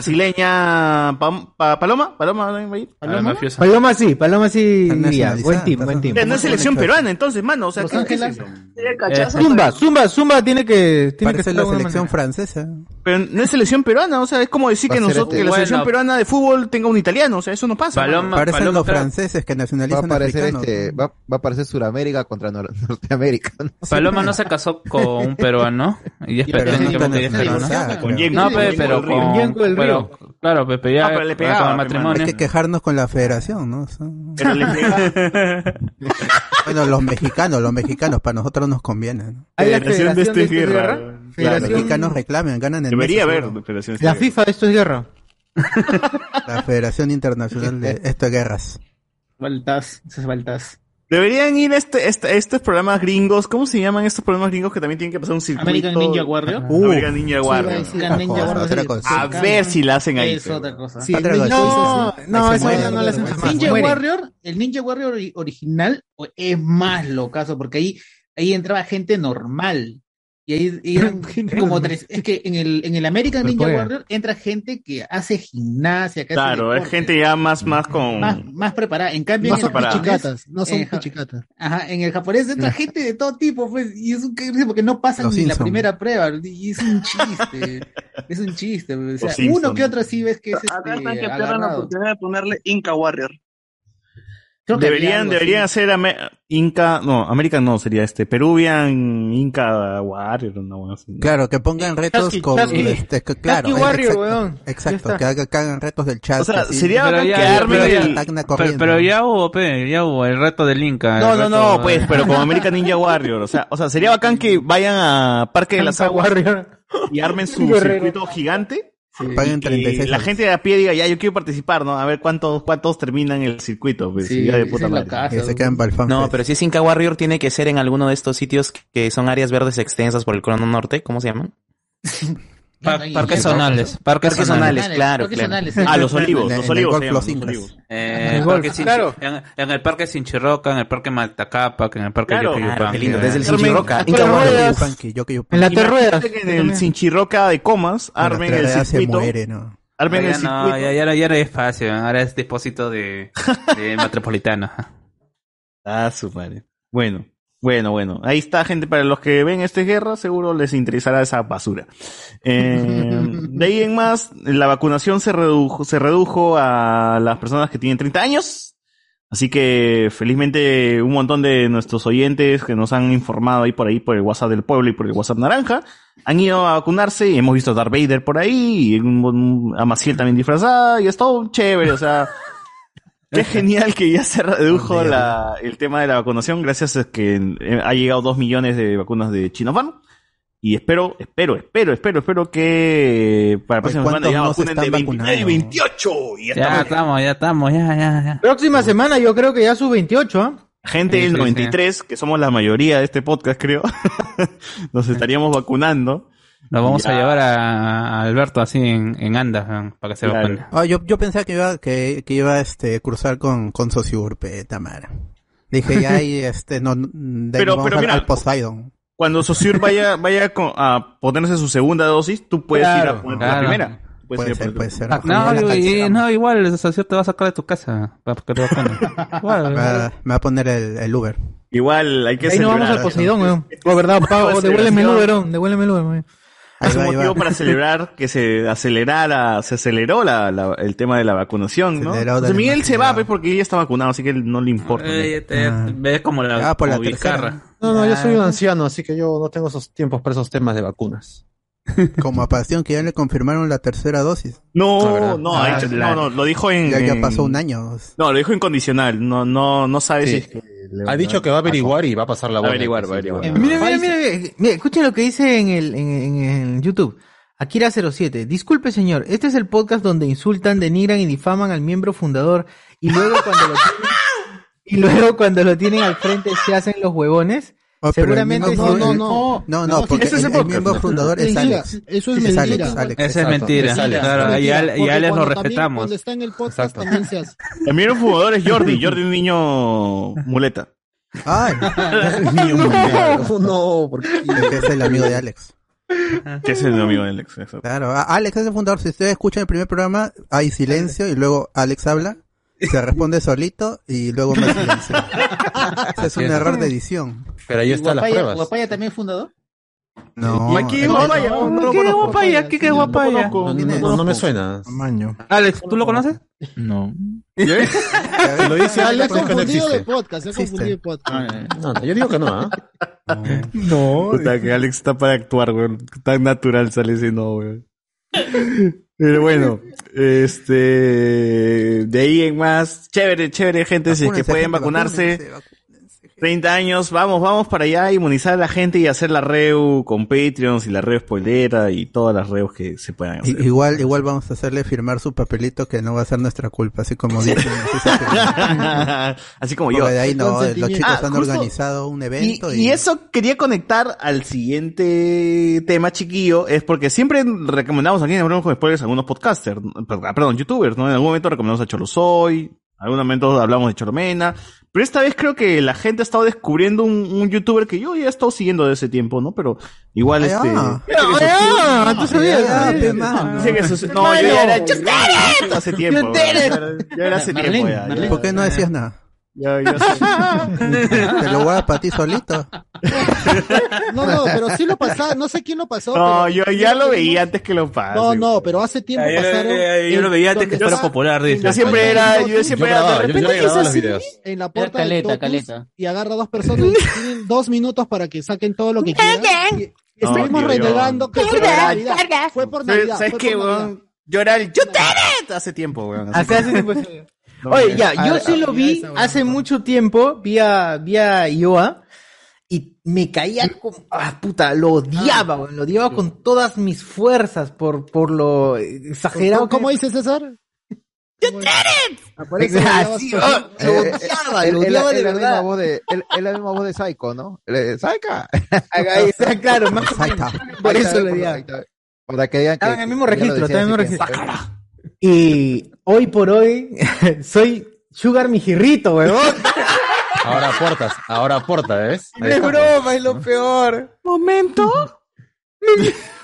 Speaker 5: brasileña Pam- Pa- Paloma. Paloma también va a ir. Paloma.
Speaker 8: Paloma sí, Paloma sí. diría. Buen team, buen team.
Speaker 5: Eh, No es selección peruana, entonces, mano. O sea, ¿qué, qué es eso?
Speaker 8: Eh,
Speaker 2: Este,
Speaker 8: Zumba, Zumba, Zumba tiene que. Tiene
Speaker 4: Parece
Speaker 8: que
Speaker 4: la selección francesa.
Speaker 5: Pero no es selección peruana, o sea, es como decir
Speaker 4: Va
Speaker 5: que
Speaker 4: a ser
Speaker 5: nosotros,
Speaker 4: este-
Speaker 5: que la selección
Speaker 4: Bueno.
Speaker 5: peruana de fútbol tenga un italiano, o sea, eso no pasa. mano.
Speaker 4: Parecen los franceses que
Speaker 7: Va a
Speaker 4: nacionalizan
Speaker 7: aparecer
Speaker 4: africanos.
Speaker 7: este, va, va a aparecer Sudamérica contra Nor- Norteamérica.
Speaker 9: Paloma no se casó con un peruano y es
Speaker 7: Y pero
Speaker 9: peruano.
Speaker 7: no tan
Speaker 9: No,
Speaker 7: nacionalizada, creo. Con Yengo.
Speaker 9: no pe,
Speaker 7: Yengo
Speaker 9: pero
Speaker 7: del Río.
Speaker 9: con
Speaker 7: Yengo del
Speaker 9: pero- claro, Pepe
Speaker 4: Ah,
Speaker 9: ya Ah, con el matrimonio.
Speaker 4: Hay que quejarnos con la federación, ¿no? O sea- bueno, los mexicanos, los mexicanos, para nosotros nos conviene. ¿no?
Speaker 8: Hay la Federación de Federación de este este guerra. guerra.
Speaker 4: Los
Speaker 8: Federación-
Speaker 4: mexicanos reclamen, ganan el
Speaker 8: Debería
Speaker 4: mes,
Speaker 8: haber
Speaker 4: seguro.
Speaker 5: federación
Speaker 8: La FIFA, esto es guerra.
Speaker 4: La Federación Internacional de Estas Guerras.
Speaker 2: Baltas, esas baltas.
Speaker 5: Deberían ir este, este- estos programas gringos, ¿cómo se llaman estos programas gringos que también tienen que pasar un circuito?
Speaker 2: American Ninja Warrior.
Speaker 5: Uh, American Ninja Warrior.
Speaker 2: American Ninja Warrior es el-
Speaker 5: A ver si la hacen ahí.
Speaker 2: Es otra cosa.
Speaker 5: Sí,
Speaker 2: Otra
Speaker 5: no,
Speaker 2: cosa.
Speaker 5: no,
Speaker 2: Sí, sí, sí.
Speaker 5: no,
Speaker 2: Ahí
Speaker 5: esa
Speaker 2: se mueren,
Speaker 5: vaina no la hacen
Speaker 2: se
Speaker 5: jamás,
Speaker 2: mueren. Ninja
Speaker 5: mueren.
Speaker 2: Warrior, el Ninja Warrior ori- original o- es más locazo, porque ahí, ahí entraba gente normal. Y ahí y eran como tres. Es que en el, en el American
Speaker 5: Pero
Speaker 2: Ninja
Speaker 5: juega.
Speaker 2: Warrior entra gente que hace gimnasia, que hace
Speaker 5: Claro, es
Speaker 2: deporte,
Speaker 5: gente ya más, más con...
Speaker 2: más, más preparada. En cambio,
Speaker 5: Mm. Más
Speaker 2: en el
Speaker 5: preparada.
Speaker 2: japonés,
Speaker 5: Pichicatas,
Speaker 21: no son
Speaker 2: en ja-
Speaker 21: pichicatas.
Speaker 2: Ajá, en el japonés entra gente de todo tipo, pues, y es un cagre porque no pasan
Speaker 21: Los
Speaker 2: ni la
Speaker 21: Simpson.
Speaker 2: primera prueba, y es un chiste, es un chiste, pues, o
Speaker 21: Los
Speaker 2: sea, uno
Speaker 21: Simpson.
Speaker 2: que otro sí ves que es
Speaker 25: Acá
Speaker 2: este,
Speaker 25: están que pierdan la
Speaker 2: agarrado.
Speaker 25: oportunidad de ponerle Inca Warrior.
Speaker 2: Creo que había
Speaker 5: Deberían,
Speaker 2: algo
Speaker 5: deberían
Speaker 2: así.
Speaker 5: hacer Ame- Inca, no, American no, sería este, Peruvian Inca Warrior, una buena así.
Speaker 4: Claro, que pongan retos
Speaker 5: Chasqui,
Speaker 4: con...
Speaker 5: Chasqui.
Speaker 4: Este, que- claro,
Speaker 5: Chasqui
Speaker 4: eh,
Speaker 5: Warrior,
Speaker 4: exacto,
Speaker 5: weón.
Speaker 4: Exacto,
Speaker 5: Ya
Speaker 4: que
Speaker 5: está.
Speaker 4: haga- que hagan retos del chat.
Speaker 5: O sea, sería
Speaker 9: Pero
Speaker 5: bacán
Speaker 9: ya-
Speaker 5: que armen
Speaker 9: pero ya-
Speaker 5: el-
Speaker 9: pero- Pero ya hubo, pe, ya hubo el reto del Inca. el
Speaker 5: No, no,
Speaker 9: reto-
Speaker 5: no, pues, pero con American Ninja Warrior, o sea, o sea, sería bacán que vayan a Ah, Parque de las Aguas y armen su
Speaker 4: Guerrero.
Speaker 5: circuito gigante. y
Speaker 4: Paguen
Speaker 5: que
Speaker 4: 36
Speaker 5: la
Speaker 4: soles.
Speaker 5: gente de a pie diga, ya, yo quiero participar, ¿no? A ver cuántos, cuántos terminan el circuito, pues, y ya de puta madre.
Speaker 4: Que se quedan para el fan
Speaker 13: No, pero si es Inca Warrior tiene que ser en alguno de estos sitios que son áreas verdes extensas por el Crono Norte, ¿cómo se llaman?
Speaker 9: Par-
Speaker 13: Ahí,
Speaker 9: parques
Speaker 13: ¿no?
Speaker 9: zonales. Parques
Speaker 13: Parques zonales,
Speaker 9: zonales,
Speaker 13: claro,
Speaker 9: parques
Speaker 13: claro.
Speaker 9: zonales, sí. Ah, los olivos, los olivos se llaman, los olivos. Eh,
Speaker 13: En el
Speaker 9: parque
Speaker 13: golf,
Speaker 9: Sinchi-
Speaker 13: claro.
Speaker 9: en, en el parque Sinchirroca, en el parque Maltacapa, en el parque
Speaker 5: Claro.
Speaker 9: Yucayupan.
Speaker 5: Claro, qué lindo,
Speaker 9: Eh,
Speaker 5: desde el
Speaker 9: Carmen,
Speaker 5: Sinchirroca,
Speaker 9: las
Speaker 5: Inca
Speaker 9: tres
Speaker 5: Warrior.
Speaker 9: ruedas.
Speaker 4: Funky, yo que yo-
Speaker 5: En
Speaker 9: la tres ruedas.
Speaker 5: En el Sinchirroca de Comas, armen
Speaker 4: tres
Speaker 5: el
Speaker 4: ruedas se
Speaker 5: circuito.
Speaker 4: muere, ¿no?
Speaker 5: Armen el
Speaker 9: Ya no,
Speaker 5: circuito.
Speaker 9: ya, ya, ya no hay espacio, ahora es depósito de, de metropolitana.
Speaker 5: Ah, su madre. Bueno, bueno, bueno. Ahí está, gente. Para los que ven este guerra, seguro les interesará esa basura. Eh, de ahí en más, la vacunación se redujo, se redujo a las personas que tienen 30 años. Así que felizmente un montón de nuestros oyentes que nos han informado ahí por ahí por el WhatsApp del pueblo y por el WhatsApp naranja han ido a vacunarse y hemos visto a Darth Vader por ahí y un- un- a Maciel también disfrazada y es todo chévere, o sea, qué genial que ya se redujo la- el tema de la vacunación gracias a que eh, ha llegado dos millones de vacunas de Sinopharm y espero, espero, espero, espero, espero que para la próxima semana
Speaker 4: ¿cuántos
Speaker 5: ya
Speaker 4: no se
Speaker 5: vacunen de
Speaker 4: están
Speaker 5: 29 y 28 y ya
Speaker 9: Ya
Speaker 5: estamos-
Speaker 9: estamos, ya estamos, ya, ya, ya.
Speaker 2: Próxima semana yo creo que ya sus 28, ¿ah?
Speaker 5: Gente
Speaker 2: Sí,
Speaker 5: del
Speaker 2: sí,
Speaker 5: 93, que somos la mayoría de este podcast, creo, nos estaríamos vacunando.
Speaker 9: Lo vamos
Speaker 5: Ya.
Speaker 9: a llevar a a Alberto así en, en andas man, para que se
Speaker 5: Claro.
Speaker 9: vacune.
Speaker 4: Ah, yo, yo pensaba que iba, que, que iba este, cruzar con, con Sociurpe, Tamara. Dije, ya, y este, no, de ahí
Speaker 5: Pero-
Speaker 4: vamos
Speaker 5: pero
Speaker 4: al-
Speaker 5: mira,
Speaker 4: al Poseidon.
Speaker 5: Cuando Sosur vaya, vaya con- a ponerse su segunda dosis, tú puedes
Speaker 9: Claro,
Speaker 5: ir a poner la
Speaker 9: claro.
Speaker 5: primera. Puedes
Speaker 4: Puede
Speaker 5: ir a
Speaker 4: ser,
Speaker 5: poner-
Speaker 4: puede ser.
Speaker 9: No, y- y- no, igual, el socio te va a sacar de tu casa para que te vacunen.
Speaker 4: Me va, me va a poner el, el Uber.
Speaker 5: Igual, hay que
Speaker 2: Ahí no vamos al
Speaker 5: celebrar. ¿eh?
Speaker 2: Poseidón, weón.
Speaker 5: Pues,
Speaker 2: Oh, verdad, pago, devuélveme el Uberón, devuélveme el Uber, weón.
Speaker 5: Es un motivo para celebrar que se acelerara, se aceleró la, la- el tema de la vacunación, ¿no?
Speaker 9: Acelerado,
Speaker 5: Entonces,
Speaker 9: dale,
Speaker 5: Miguel se va pues, porque él ya está vacunado, así que él no le
Speaker 3: Ah,
Speaker 5: importa.
Speaker 9: Eh, ya te- ves como la,
Speaker 5: Ah, por la
Speaker 9: como
Speaker 5: tercera.
Speaker 9: Vizcarra.
Speaker 3: No, no, yo soy un anciano, así que yo no tengo esos tiempos para esos temas de vacunas.
Speaker 4: Como a Pasión, que ya le confirmaron la tercera dosis.
Speaker 3: La
Speaker 5: No,
Speaker 3: verdad.
Speaker 5: no,
Speaker 4: Ah,
Speaker 5: ha dicho-
Speaker 4: la-
Speaker 5: no, no, lo dijo en...
Speaker 4: Ya, ya
Speaker 5: en-
Speaker 4: pasó un año.
Speaker 5: No, lo dijo incondicional, no, no, no sabe si es que...
Speaker 3: Ha dicho que va a averiguar y va a pasar la
Speaker 5: Va
Speaker 3: voz.
Speaker 5: a averiguar, va a averiguar.
Speaker 2: Eh, Mira, mira, mira, mira, mira, escuchen lo que dice en el en, en- en YouTube. Akira07, disculpe señor, este es el podcast donde insultan, denigran y difaman al miembro fundador y luego cuando lo tienen, y luego cuando lo tienen al frente se hacen los huevones.
Speaker 4: Oh, pero el
Speaker 2: Seguramente
Speaker 4: miembro
Speaker 2: sí.
Speaker 4: fundador- No, no, porque el, el miembro fundador es
Speaker 13: Mentira,
Speaker 4: Alex.
Speaker 13: Eso es
Speaker 4: Sí,
Speaker 13: mentira.
Speaker 4: Alex, Alex,
Speaker 9: Esa es
Speaker 4: exacto.
Speaker 9: mentira. Claro, y a él- y a él lo
Speaker 13: Porque cuando también-
Speaker 9: respetamos.
Speaker 13: Cuando está en el podcast también se hace.
Speaker 5: También un jugador es Jordi, Jordi un niño muleta.
Speaker 4: Ay,
Speaker 5: No.
Speaker 4: no, porque es el amigo de Alex.
Speaker 5: Que es el amigo de Alex, exacto.
Speaker 4: Claro, a- Alex es el fundador. Si ustedes escuchan el primer programa, hay silencio y luego Alex habla, se responde solito y luego más silencio. Ese es un
Speaker 3: Así es.
Speaker 4: error de edición.
Speaker 3: Pero ahí están las
Speaker 26: Guapaya-
Speaker 3: pruebas.
Speaker 26: ¿Guapaya también es fundador?
Speaker 4: No,
Speaker 2: eh,
Speaker 26: Aquí, guapaya,
Speaker 9: No,
Speaker 26: no lo
Speaker 9: ¿Qué
Speaker 26: conozco.
Speaker 9: guapaya? ¿Qué, qué guapaya?
Speaker 3: No, no, no, no me suena.
Speaker 9: Alex, ¿tú lo conoces?
Speaker 3: No.
Speaker 13: Te
Speaker 3: lo dice
Speaker 13: Ah, le he
Speaker 3: Alex, es que este no
Speaker 13: confundido de
Speaker 3: existe.
Speaker 13: podcast, le he confundido de podcast.
Speaker 3: No, no, yo digo que no, ¿ah?
Speaker 5: No. Puta, que Alex está para actuar, weón. Tan natural sale ese no, weón. Pero bueno, este. De ahí en más. Chévere, chévere, gente. Si es que
Speaker 4: Vacúnense,
Speaker 5: pueden
Speaker 4: gente,
Speaker 5: vacunarse. 30 años, vamos, vamos para allá, inmunizar a la gente y hacer la reu con Patreons y la reu spoilera y todas las reus que se puedan hacer.
Speaker 4: I- Igual, igual vamos a hacerle firmar su papelito que no va a ser nuestra culpa, así como dicen.
Speaker 5: Así como yo.
Speaker 4: Porque de ahí no,
Speaker 5: Consentimiento.
Speaker 4: los chicos
Speaker 5: Ah,
Speaker 4: han
Speaker 5: justo-
Speaker 4: organizado un evento
Speaker 5: Y, y eso quería conectar al siguiente tema, chiquillo, es porque siempre recomendamos aquí en Hablamos con Spoilers a algunos podcasters, per- ah, perdón, youtubers, ¿no? En algún momento recomendamos a Chorosoy, en algún momento hablamos de Choromena, pero esta vez creo que la gente ha estado descubriendo un, un youtuber que yo ya he estado siguiendo de ese tiempo, ¿no? Pero igual
Speaker 4: Ay,
Speaker 5: este...
Speaker 4: ah.
Speaker 2: Ah, tú sabías.
Speaker 4: Ah, pe, mano.
Speaker 5: Dice que sus- No, yo ya era... Hace tiempo.
Speaker 4: Yo era-
Speaker 5: Ya era hace tiempo. ya, ya.
Speaker 4: ¿Por qué no decías nada?
Speaker 5: Ya, ya sé.
Speaker 4: Te lo voy a para ti solito.
Speaker 13: No, no, pero sí lo pasaba, no sé quién lo pasó.
Speaker 5: No, yo
Speaker 13: pero-
Speaker 5: ya lo veía antes que lo pase.
Speaker 13: No, no, pero hace tiempo
Speaker 5: Ah, yo lo-
Speaker 13: pasaron.
Speaker 5: eh, yo lo veía antes que
Speaker 13: donde
Speaker 5: fuera
Speaker 13: está-
Speaker 5: popular, dice. Yo
Speaker 13: en la
Speaker 5: siempre
Speaker 13: puerta
Speaker 5: era-
Speaker 13: del
Speaker 5: yo
Speaker 13: Lotus.
Speaker 5: siempre Yo grababa, era- de yo- yo repente grababa hice los así, videos.
Speaker 13: En la
Speaker 27: Yo era
Speaker 13: puerta del
Speaker 27: caleta,
Speaker 13: Lotus
Speaker 27: caleta.
Speaker 13: y agarra dos personas que tienen dos minutos para que saquen todo lo que quieran. Y
Speaker 5: No,
Speaker 13: Estuvimos
Speaker 5: tío, yo-
Speaker 13: renegando. que fue por Navidad, Fue por Navidad.
Speaker 5: ¿Sabes
Speaker 13: fue
Speaker 5: qué,
Speaker 13: por Navidad.
Speaker 5: weón? Yo era el ¡Chuteret! Hace tiempo, weón.
Speaker 2: Hace- hace tiempo, Oye, ya, yo sí lo vi hace mucho tiempo, vía, vía IOA, y me caía como, ah, puta, lo odiaba, weón, lo odiaba con todas mis fuerzas por, por lo exagerado.
Speaker 13: ¿Cómo- ¿Cómo dice César?
Speaker 2: que- Así, oh, lo
Speaker 7: Eh, eh,
Speaker 2: odiaba,
Speaker 7: él-
Speaker 2: lo
Speaker 7: él-
Speaker 2: odiaba de
Speaker 7: él la misma
Speaker 2: verdad.
Speaker 7: voz de- él- él la misma voz de Psycho, ¿no? Él es, ¡Psycho!
Speaker 2: Ahí está, claro, más o menos. por eso lo odiaba.
Speaker 7: Para que digan que...
Speaker 2: Estaba en el mismo
Speaker 7: que eh, ya lo
Speaker 2: registro,
Speaker 7: decía
Speaker 2: estaba en el
Speaker 7: hace
Speaker 2: mismo
Speaker 7: tiempo.
Speaker 2: registro. Y hoy por hoy soy Sugar Mijirrito, Oh, weón.
Speaker 3: Ahora aportas, ahora aporta, ¿ves? Ahí
Speaker 2: Es
Speaker 3: está.
Speaker 2: broma, es lo peor.
Speaker 5: ¿Momento?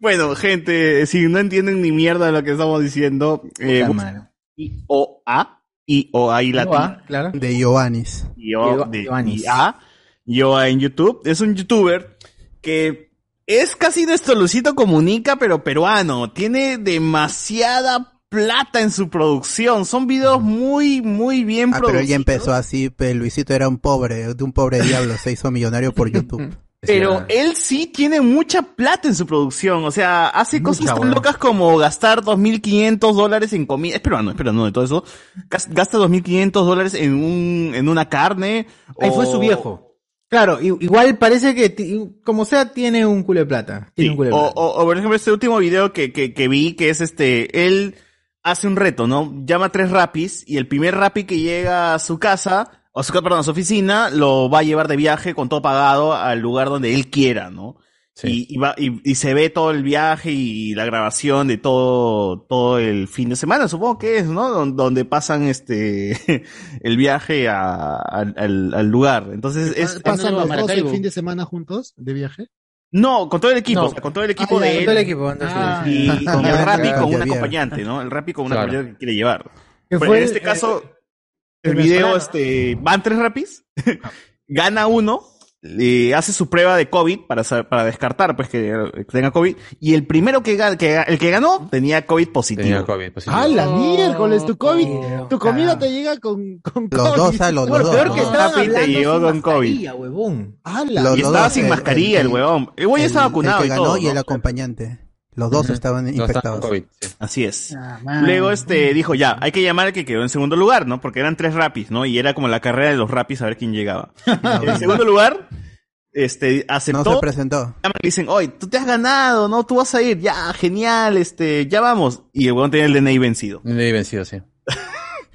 Speaker 5: Bueno, gente, si no entienden ni mierda de lo que estamos diciendo, eh,
Speaker 4: Puta
Speaker 5: busquen IOA, IOA y latina.
Speaker 4: De Giovannis.
Speaker 5: Yo,
Speaker 4: Yo-
Speaker 5: de-
Speaker 4: Ioannis.
Speaker 5: y A, yo en YouTube. Es un youtuber que es casi nuestro Lucito Comunica, pero peruano. Tiene demasiada plata en su producción. Son videos muy, muy bien
Speaker 4: Ah, pero
Speaker 5: producidos.
Speaker 4: él ya empezó así, pe, Luisito era un pobre, de un pobre diablo, se hizo millonario por YouTube.
Speaker 5: Pero él sí tiene mucha plata en su producción. O sea, hace cosas tan locas como gastar 2.500 dólares en comida. Es peruano, es peruano de todo eso. Gas- Gasta 2.500 dólares en, un, en una carne.
Speaker 22: Ahí fue su viejo. Claro, i- igual parece que, ti- como sea, tiene un culo de plata. Tiene un culo de
Speaker 5: O,
Speaker 22: plata.
Speaker 5: o- o, por ejemplo, este último video que, que, que vi, que es este, él hace un reto, ¿no? Llama a tres rapis y el primer rapi que llega a su casa, o a su, ca- perdón, a su oficina, lo va a llevar de viaje con todo pagado al lugar donde él quiera, ¿no? Y, y va- y- y se ve todo el viaje y la grabación de todo, todo el fin de semana, supongo que es, ¿no? Don- donde pasan este, el viaje a- al, al- al lugar. Entonces es...
Speaker 21: ¿Pasan los dos el
Speaker 5: Maracaibo.
Speaker 21: fin de semana juntos de viaje?
Speaker 5: No, con todo el equipo,
Speaker 21: No.
Speaker 5: o sea, con todo el equipo
Speaker 21: Ah, ya,
Speaker 5: de
Speaker 21: con
Speaker 5: él.
Speaker 21: todo el equipo, entonces,
Speaker 5: Ah,
Speaker 21: sí.
Speaker 5: y, y el
Speaker 21: Acompañante,
Speaker 5: Rappi con un
Speaker 21: acompañante, bien.
Speaker 5: acompañante, ¿no? El Rappi con un
Speaker 21: Claro.
Speaker 5: acompañante que quiere llevar.
Speaker 21: Que
Speaker 5: Pero
Speaker 21: fue
Speaker 5: en
Speaker 21: el-
Speaker 5: este caso,
Speaker 21: el
Speaker 5: el video,
Speaker 21: venezolano.
Speaker 5: este, van tres Rappis, gana uno, le hace su prueba de COVID para, sa- para descartar, pues, que eh, tenga COVID, y el primero que, ga- que ga- el que ganó tenía COVID positivo. Tenía COVID positivo.
Speaker 21: ¡Ah,
Speaker 4: Oh,
Speaker 21: la miércoles! Tu COVID, tu comida te llega con, con
Speaker 5: Los
Speaker 21: COVID.
Speaker 5: dos, ah, los- los
Speaker 21: Lo
Speaker 5: dos,
Speaker 21: peor
Speaker 5: ¿no?
Speaker 21: que estaban
Speaker 5: Papi, te
Speaker 21: hablando
Speaker 5: llegó
Speaker 21: sin
Speaker 5: con COVID.
Speaker 21: mascarilla, huevón. ¡Ala!
Speaker 4: Los
Speaker 5: y
Speaker 4: dos,
Speaker 5: estaba sin
Speaker 4: el-
Speaker 5: mascarilla el,
Speaker 4: el-
Speaker 5: huevón. El güey ya estaba
Speaker 4: el-
Speaker 5: vacunado
Speaker 4: el
Speaker 5: y
Speaker 4: que ganó
Speaker 5: todo.
Speaker 4: y el
Speaker 5: ¿no?
Speaker 4: acompañante. Los dos estaban infectados.
Speaker 5: Así es.
Speaker 4: Ah, man.
Speaker 5: Luego este dijo, ya, hay que llamar al que quedó en segundo lugar, ¿no? Porque eran tres rapis, ¿no? Y era como la carrera de los rapis a ver quién llegaba. en segundo lugar, este, aceptó.
Speaker 4: No se presentó.
Speaker 5: Llaman y dicen, oye, tú te has ganado, ¿no? Tú vas a ir, ya, genial, este, ya vamos. Y el huevón tenía el DNI vencido.
Speaker 11: DNI vencido, sí.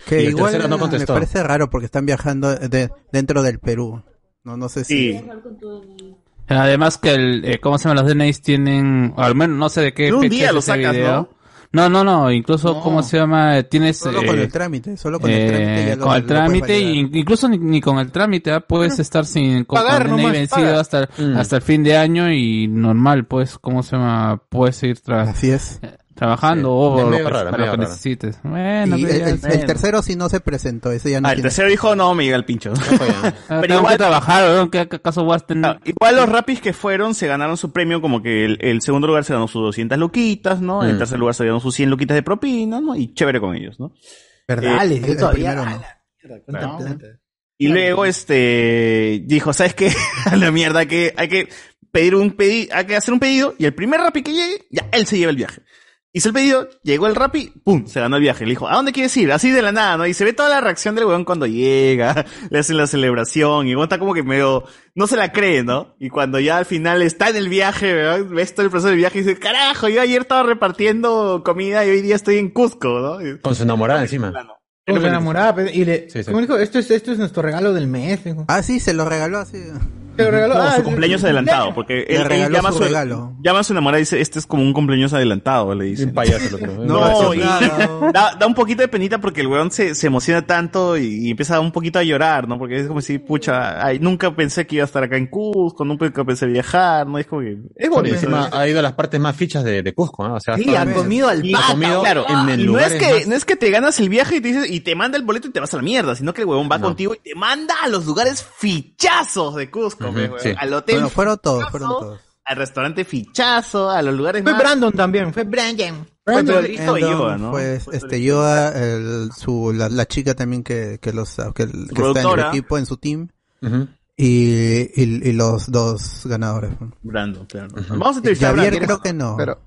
Speaker 4: Que
Speaker 11: Y el
Speaker 4: igual
Speaker 11: tercero no
Speaker 4: eh,
Speaker 11: contestó.
Speaker 4: me parece raro porque están viajando de- dentro del Perú. No, no sé si...
Speaker 9: Además que el, eh, ¿cómo se llama? Los DNIs tienen, o al menos no sé de qué
Speaker 4: En un
Speaker 9: fecha
Speaker 4: día
Speaker 9: es
Speaker 4: lo
Speaker 9: ese
Speaker 4: sacas,
Speaker 9: ¿no? No, no, incluso, ¿cómo se llama? Eh, Tienes...
Speaker 4: Solo con
Speaker 9: eh,
Speaker 4: el trámite, solo con el
Speaker 9: eh,
Speaker 4: trámite ya lo-
Speaker 9: con el
Speaker 4: lo puedes
Speaker 9: trámite, in- incluso ni, ni con el trámite, ¿ah? puedes estar sin con,
Speaker 4: Pagar
Speaker 9: con DNI
Speaker 4: nomás,
Speaker 9: vencido
Speaker 4: pagas.
Speaker 9: hasta,
Speaker 4: Mm.
Speaker 9: hasta el fin de año y normal, pues, ¿cómo se llama? Puedes seguir tra- eh, trabajando o
Speaker 4: Es
Speaker 9: lo
Speaker 4: medio
Speaker 9: que-
Speaker 4: raro,
Speaker 9: para
Speaker 4: medio
Speaker 9: lo que
Speaker 4: raro.
Speaker 9: necesites.
Speaker 4: Y
Speaker 9: Bueno,
Speaker 4: el,
Speaker 9: pero ya
Speaker 4: el-
Speaker 9: está.
Speaker 4: el tercero sí no se presentó, ese ya no
Speaker 5: Ah, el
Speaker 4: tiene-
Speaker 5: tercero dijo, no, me llega el pincho.
Speaker 9: Ah, tengo que trabajar, ¿no? ¿Qué acaso voy a tener?
Speaker 5: Ah, Igual los rapis que fueron se ganaron su premio, como que el, el segundo lugar se ganó sus 200 luquitas, ¿no? En el
Speaker 9: Mm.
Speaker 5: tercer lugar se ganó sus 100 luquitas de propina, ¿no? Y chévere con ellos, ¿no?
Speaker 22: ¿Verdad?
Speaker 5: Eh,
Speaker 22: Les dio
Speaker 5: el
Speaker 22: todavía.
Speaker 5: primero,
Speaker 22: ¡Ah,
Speaker 5: ¿no?
Speaker 22: la mierda! ¿Cuánta
Speaker 5: Claro.
Speaker 22: plata?
Speaker 5: Y luego, este, dijo, ¿sabes qué? A la mierda, que hay que pedir un pedido, hay que hacer un pedido, y el primer rapi que llegue, ya, él se lleva el viaje. Hizo el pedido, llegó el rapi, pum, se ganó el viaje. Le dijo, ¿a dónde quieres ir? Así de la nada, ¿no? Y se ve toda la reacción del weón cuando llega, le hacen la celebración, y el weón está como que medio, no se la cree, ¿no? Y cuando ya al final está en el viaje, ¿verdad? ves todo el proceso del viaje y dice, carajo, yo ayer estaba repartiendo comida y hoy día estoy en Cusco, ¿no? Y-
Speaker 11: Con su enamorada encima.
Speaker 22: Con su enamorada, pe- y le,
Speaker 11: Sí, sí.
Speaker 22: ¿cómo dijo? Esto es, esto es nuestro regalo del mes. dijo.
Speaker 4: Ah, sí, se lo regaló así.
Speaker 22: Se lo regaló.
Speaker 5: No,
Speaker 22: ah,
Speaker 5: su
Speaker 22: sí,
Speaker 5: cumpleaños
Speaker 22: sí,
Speaker 5: adelantado,
Speaker 22: sí.
Speaker 5: porque
Speaker 4: Le
Speaker 5: él, él
Speaker 4: regaló
Speaker 5: llama, a
Speaker 4: su
Speaker 5: su,
Speaker 4: regalo.
Speaker 5: llama a su enamorada y dice, este es como un cumpleaños adelantado, le dice.
Speaker 11: No,
Speaker 5: No, y da, da un poquito de penita porque el weón se, se emociona tanto y, y empieza un poquito a llorar, ¿no? Porque es como si, pucha, ay, nunca pensé que iba a estar acá en Cusco, nunca pensé viajar, ¿no? Es como que,
Speaker 11: Porque
Speaker 5: es bonito.
Speaker 11: encima ha ido a las partes más fichas de, de Cusco, ¿no? O sea,
Speaker 5: Sí,
Speaker 11: ha
Speaker 5: ha comido al
Speaker 11: ha
Speaker 5: pata,
Speaker 11: comido
Speaker 5: claro.
Speaker 11: en el
Speaker 5: Y no es
Speaker 11: lugar
Speaker 5: que no es que te ganas el viaje y te dices- y te manda el boleto y te vas a la mierda, sino que el huevón va contigo y te manda a los lugares fichazos de Cusco,
Speaker 4: Ujú,
Speaker 5: pe, huevón.
Speaker 4: sí.
Speaker 5: al hotel.
Speaker 4: Bueno, fueron todos,
Speaker 5: fichazo,
Speaker 4: fueron todos.
Speaker 5: Al restaurante fichazo, a los lugares
Speaker 22: Fue
Speaker 5: más.
Speaker 22: Brandon también, fue Brandon.
Speaker 5: Brandon,
Speaker 22: Fue Pedrito
Speaker 5: Brandon.
Speaker 22: y yo.
Speaker 5: Yoda, ¿no?
Speaker 4: eh, Pues, este, Yoda, el- su, la, la chica también que, que los, que, que está en el
Speaker 5: productora.
Speaker 4: equipo, en su team.
Speaker 11: Ujú.
Speaker 4: y, y, y los dos ganadores.
Speaker 5: Brandon, claro.
Speaker 4: Vamos a entrevistar a Javier Brandon. creo que no.
Speaker 7: Pero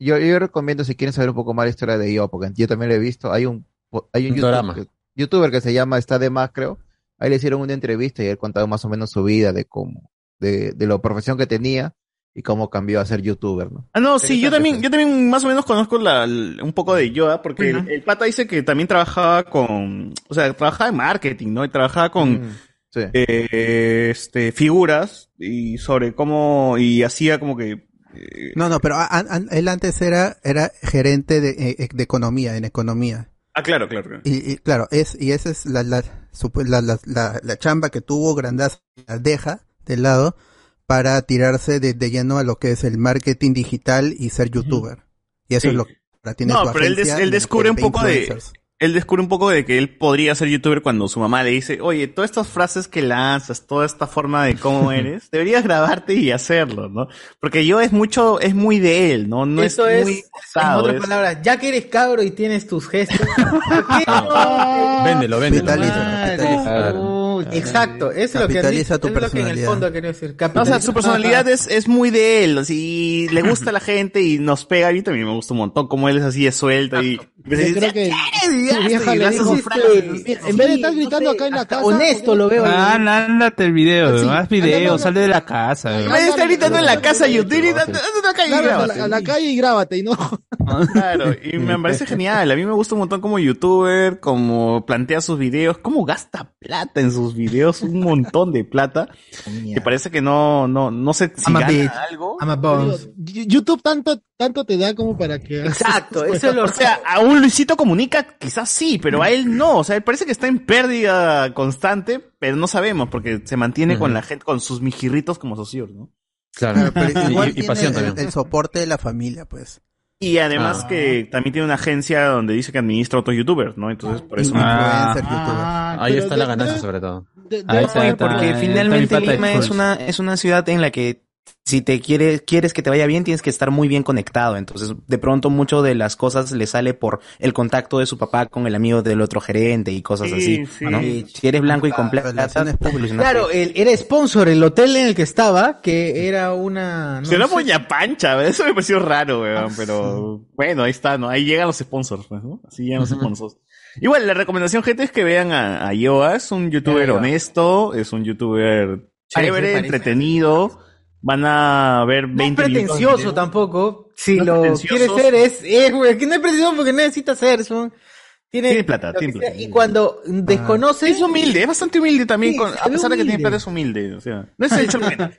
Speaker 7: yo, yo recomiendo, si quieren saber un poco más la historia de IO, porque yo también lo he visto, hay un, hay un
Speaker 11: Un drama.
Speaker 7: YouTube- youtuber que se llama Está de Más, creo. Ahí le hicieron una entrevista y él contaba más o menos su vida, de cómo, de, de la profesión que tenía y cómo cambió a ser youtuber, ¿no?
Speaker 5: Ah, no, sí, yo también, yo también más o menos conozco la, l- un poco de Yoda, porque el, el pata dice que también trabajaba con, o sea, trabajaba en marketing, ¿no? Y trabajaba con eh, este, figuras y sobre cómo, y hacía como que
Speaker 4: No, no, pero a- a- a- él antes era, era gerente de, eh, de economía, en economía.
Speaker 5: Ah, claro, claro. claro.
Speaker 4: Y, y claro, es, y esa es la, la, supu- la, la, la- la chamba que tuvo Grandaza, la deja de lado para tirarse de, de lleno a lo que es el marketing digital y ser youtuber. Y eso
Speaker 5: Sí.
Speaker 4: es lo que ahora tiene
Speaker 5: no,
Speaker 4: su
Speaker 5: pero él, des-
Speaker 4: agencia
Speaker 5: él
Speaker 4: de-
Speaker 5: descubre un poco de
Speaker 4: influencers.
Speaker 5: él descubre un poco de que él podría ser youtuber cuando su mamá le dice, oye, todas estas frases que lanzas, toda esta forma de cómo eres, deberías grabarte y hacerlo, ¿no? Porque yo es mucho, es muy de él, ¿no? No
Speaker 22: Eso
Speaker 5: es
Speaker 22: es,
Speaker 5: muy
Speaker 22: en
Speaker 5: forzado,
Speaker 22: otras
Speaker 5: es-
Speaker 22: palabras, ya que eres cabro y tienes tus gestos. Ah.
Speaker 11: Véndelo, véndelo.
Speaker 22: Exacto, eso es lo que han
Speaker 4: Capitaliza
Speaker 22: dicho,
Speaker 4: tu
Speaker 22: es lo que en el
Speaker 4: personalidad.
Speaker 22: fondo quería decir.
Speaker 5: No, o sea, su personalidad es, es muy de él, así le gusta a la gente y nos pega. A mí también me gusta un montón cómo él es así, es suelto y.
Speaker 21: Yo creo que
Speaker 5: tu vieja le dijo,
Speaker 21: en vez de estar gritando acá en la casa,
Speaker 22: honesto lo veo.
Speaker 9: Ah, ándate el
Speaker 4: Ah,
Speaker 9: video,
Speaker 21: Sí.
Speaker 9: haz video, sale de la casa.
Speaker 21: En
Speaker 9: weón.
Speaker 21: vez de estar gritando en la casa,
Speaker 5: yo estoy
Speaker 21: gritando
Speaker 5: "Anda a la calle y
Speaker 21: Claro, a
Speaker 5: grábate".
Speaker 21: la- a la calle y grábate y no
Speaker 5: Claro, y me parece genial. A mí me gusta un montón como youtuber, como plantea sus videos, cómo gasta plata en sus videos, un montón de plata. Que parece que no, no, no sé si
Speaker 22: I'm a
Speaker 5: gana
Speaker 22: bitch.
Speaker 5: algo.
Speaker 22: I'm a boss.
Speaker 21: Y- YouTube tanto, tanto te da como para que.
Speaker 5: Exacto, eso es lo- O sea, a un Luisito comunica quizás sí, pero a él no. O sea, él parece que está en pérdida constante, pero no sabemos, porque se mantiene con la gente, con sus mijirritos como socios, ¿no?
Speaker 4: Claro, pero igual
Speaker 5: Y- y
Speaker 4: tiene
Speaker 5: pasión
Speaker 4: el-
Speaker 5: también.
Speaker 4: el soporte de la familia, pues.
Speaker 5: Y además
Speaker 4: Ah.
Speaker 5: que también tiene una agencia donde dice que administra otros youtubers, ¿no? Entonces, por eso.
Speaker 4: Influencer,
Speaker 11: Ah, Ahí
Speaker 5: pero
Speaker 11: está
Speaker 5: de-
Speaker 11: la ganancia,
Speaker 5: de-
Speaker 11: sobre todo.
Speaker 21: de-
Speaker 11: Ahí está, ahí está, ahí
Speaker 13: Porque
Speaker 11: está mi
Speaker 13: finalmente
Speaker 11: pata de
Speaker 13: Lima es
Speaker 11: Schultz.
Speaker 13: una, es una ciudad en la que si te quieres, quieres que te vaya bien, tienes que estar muy bien conectado. Entonces, de pronto, mucho de las cosas le sale por el contacto de su papá con el amigo del otro gerente y cosas
Speaker 22: Sí,
Speaker 13: así.
Speaker 22: sí.
Speaker 13: ¿no?
Speaker 22: Sí.
Speaker 13: Si eres blanco y completo, eh,
Speaker 22: Claro, él era sponsor, el hotel en el que estaba, que era una... no
Speaker 5: Se lo
Speaker 22: sé, Ah,
Speaker 5: poña pancha, ¿verdad? eso me pareció raro, weón, pero bueno, ahí está, ¿no? Ahí llegan los sponsors, pues, ¿no? Así llegan los sponsors. Igual, la recomendación, gente, es que vean a, a Yoa, es un youtuber
Speaker 23: Yoa.
Speaker 5: honesto, es un youtuber chévere,
Speaker 22: parece.
Speaker 5: entretenido, van a ver 20 minutos de
Speaker 22: pretencioso
Speaker 5: video.
Speaker 22: tampoco. Si
Speaker 5: No es
Speaker 22: lo
Speaker 5: pretencioso.
Speaker 22: quiere ser, eh, es, es, güey, que no es pretencioso porque no necesita ser, son- tiene,
Speaker 5: Tiene plata,
Speaker 22: lo que
Speaker 5: tiene
Speaker 22: sea,
Speaker 5: plata. Ah.
Speaker 22: Y cuando mm, desconoce.
Speaker 5: Es humilde, es bastante humilde también,
Speaker 22: Sí,
Speaker 5: con-
Speaker 22: se
Speaker 5: a
Speaker 22: ve
Speaker 5: pesar de que tiene
Speaker 22: humilde.
Speaker 5: plata es humilde, o sea, no es el cholomena.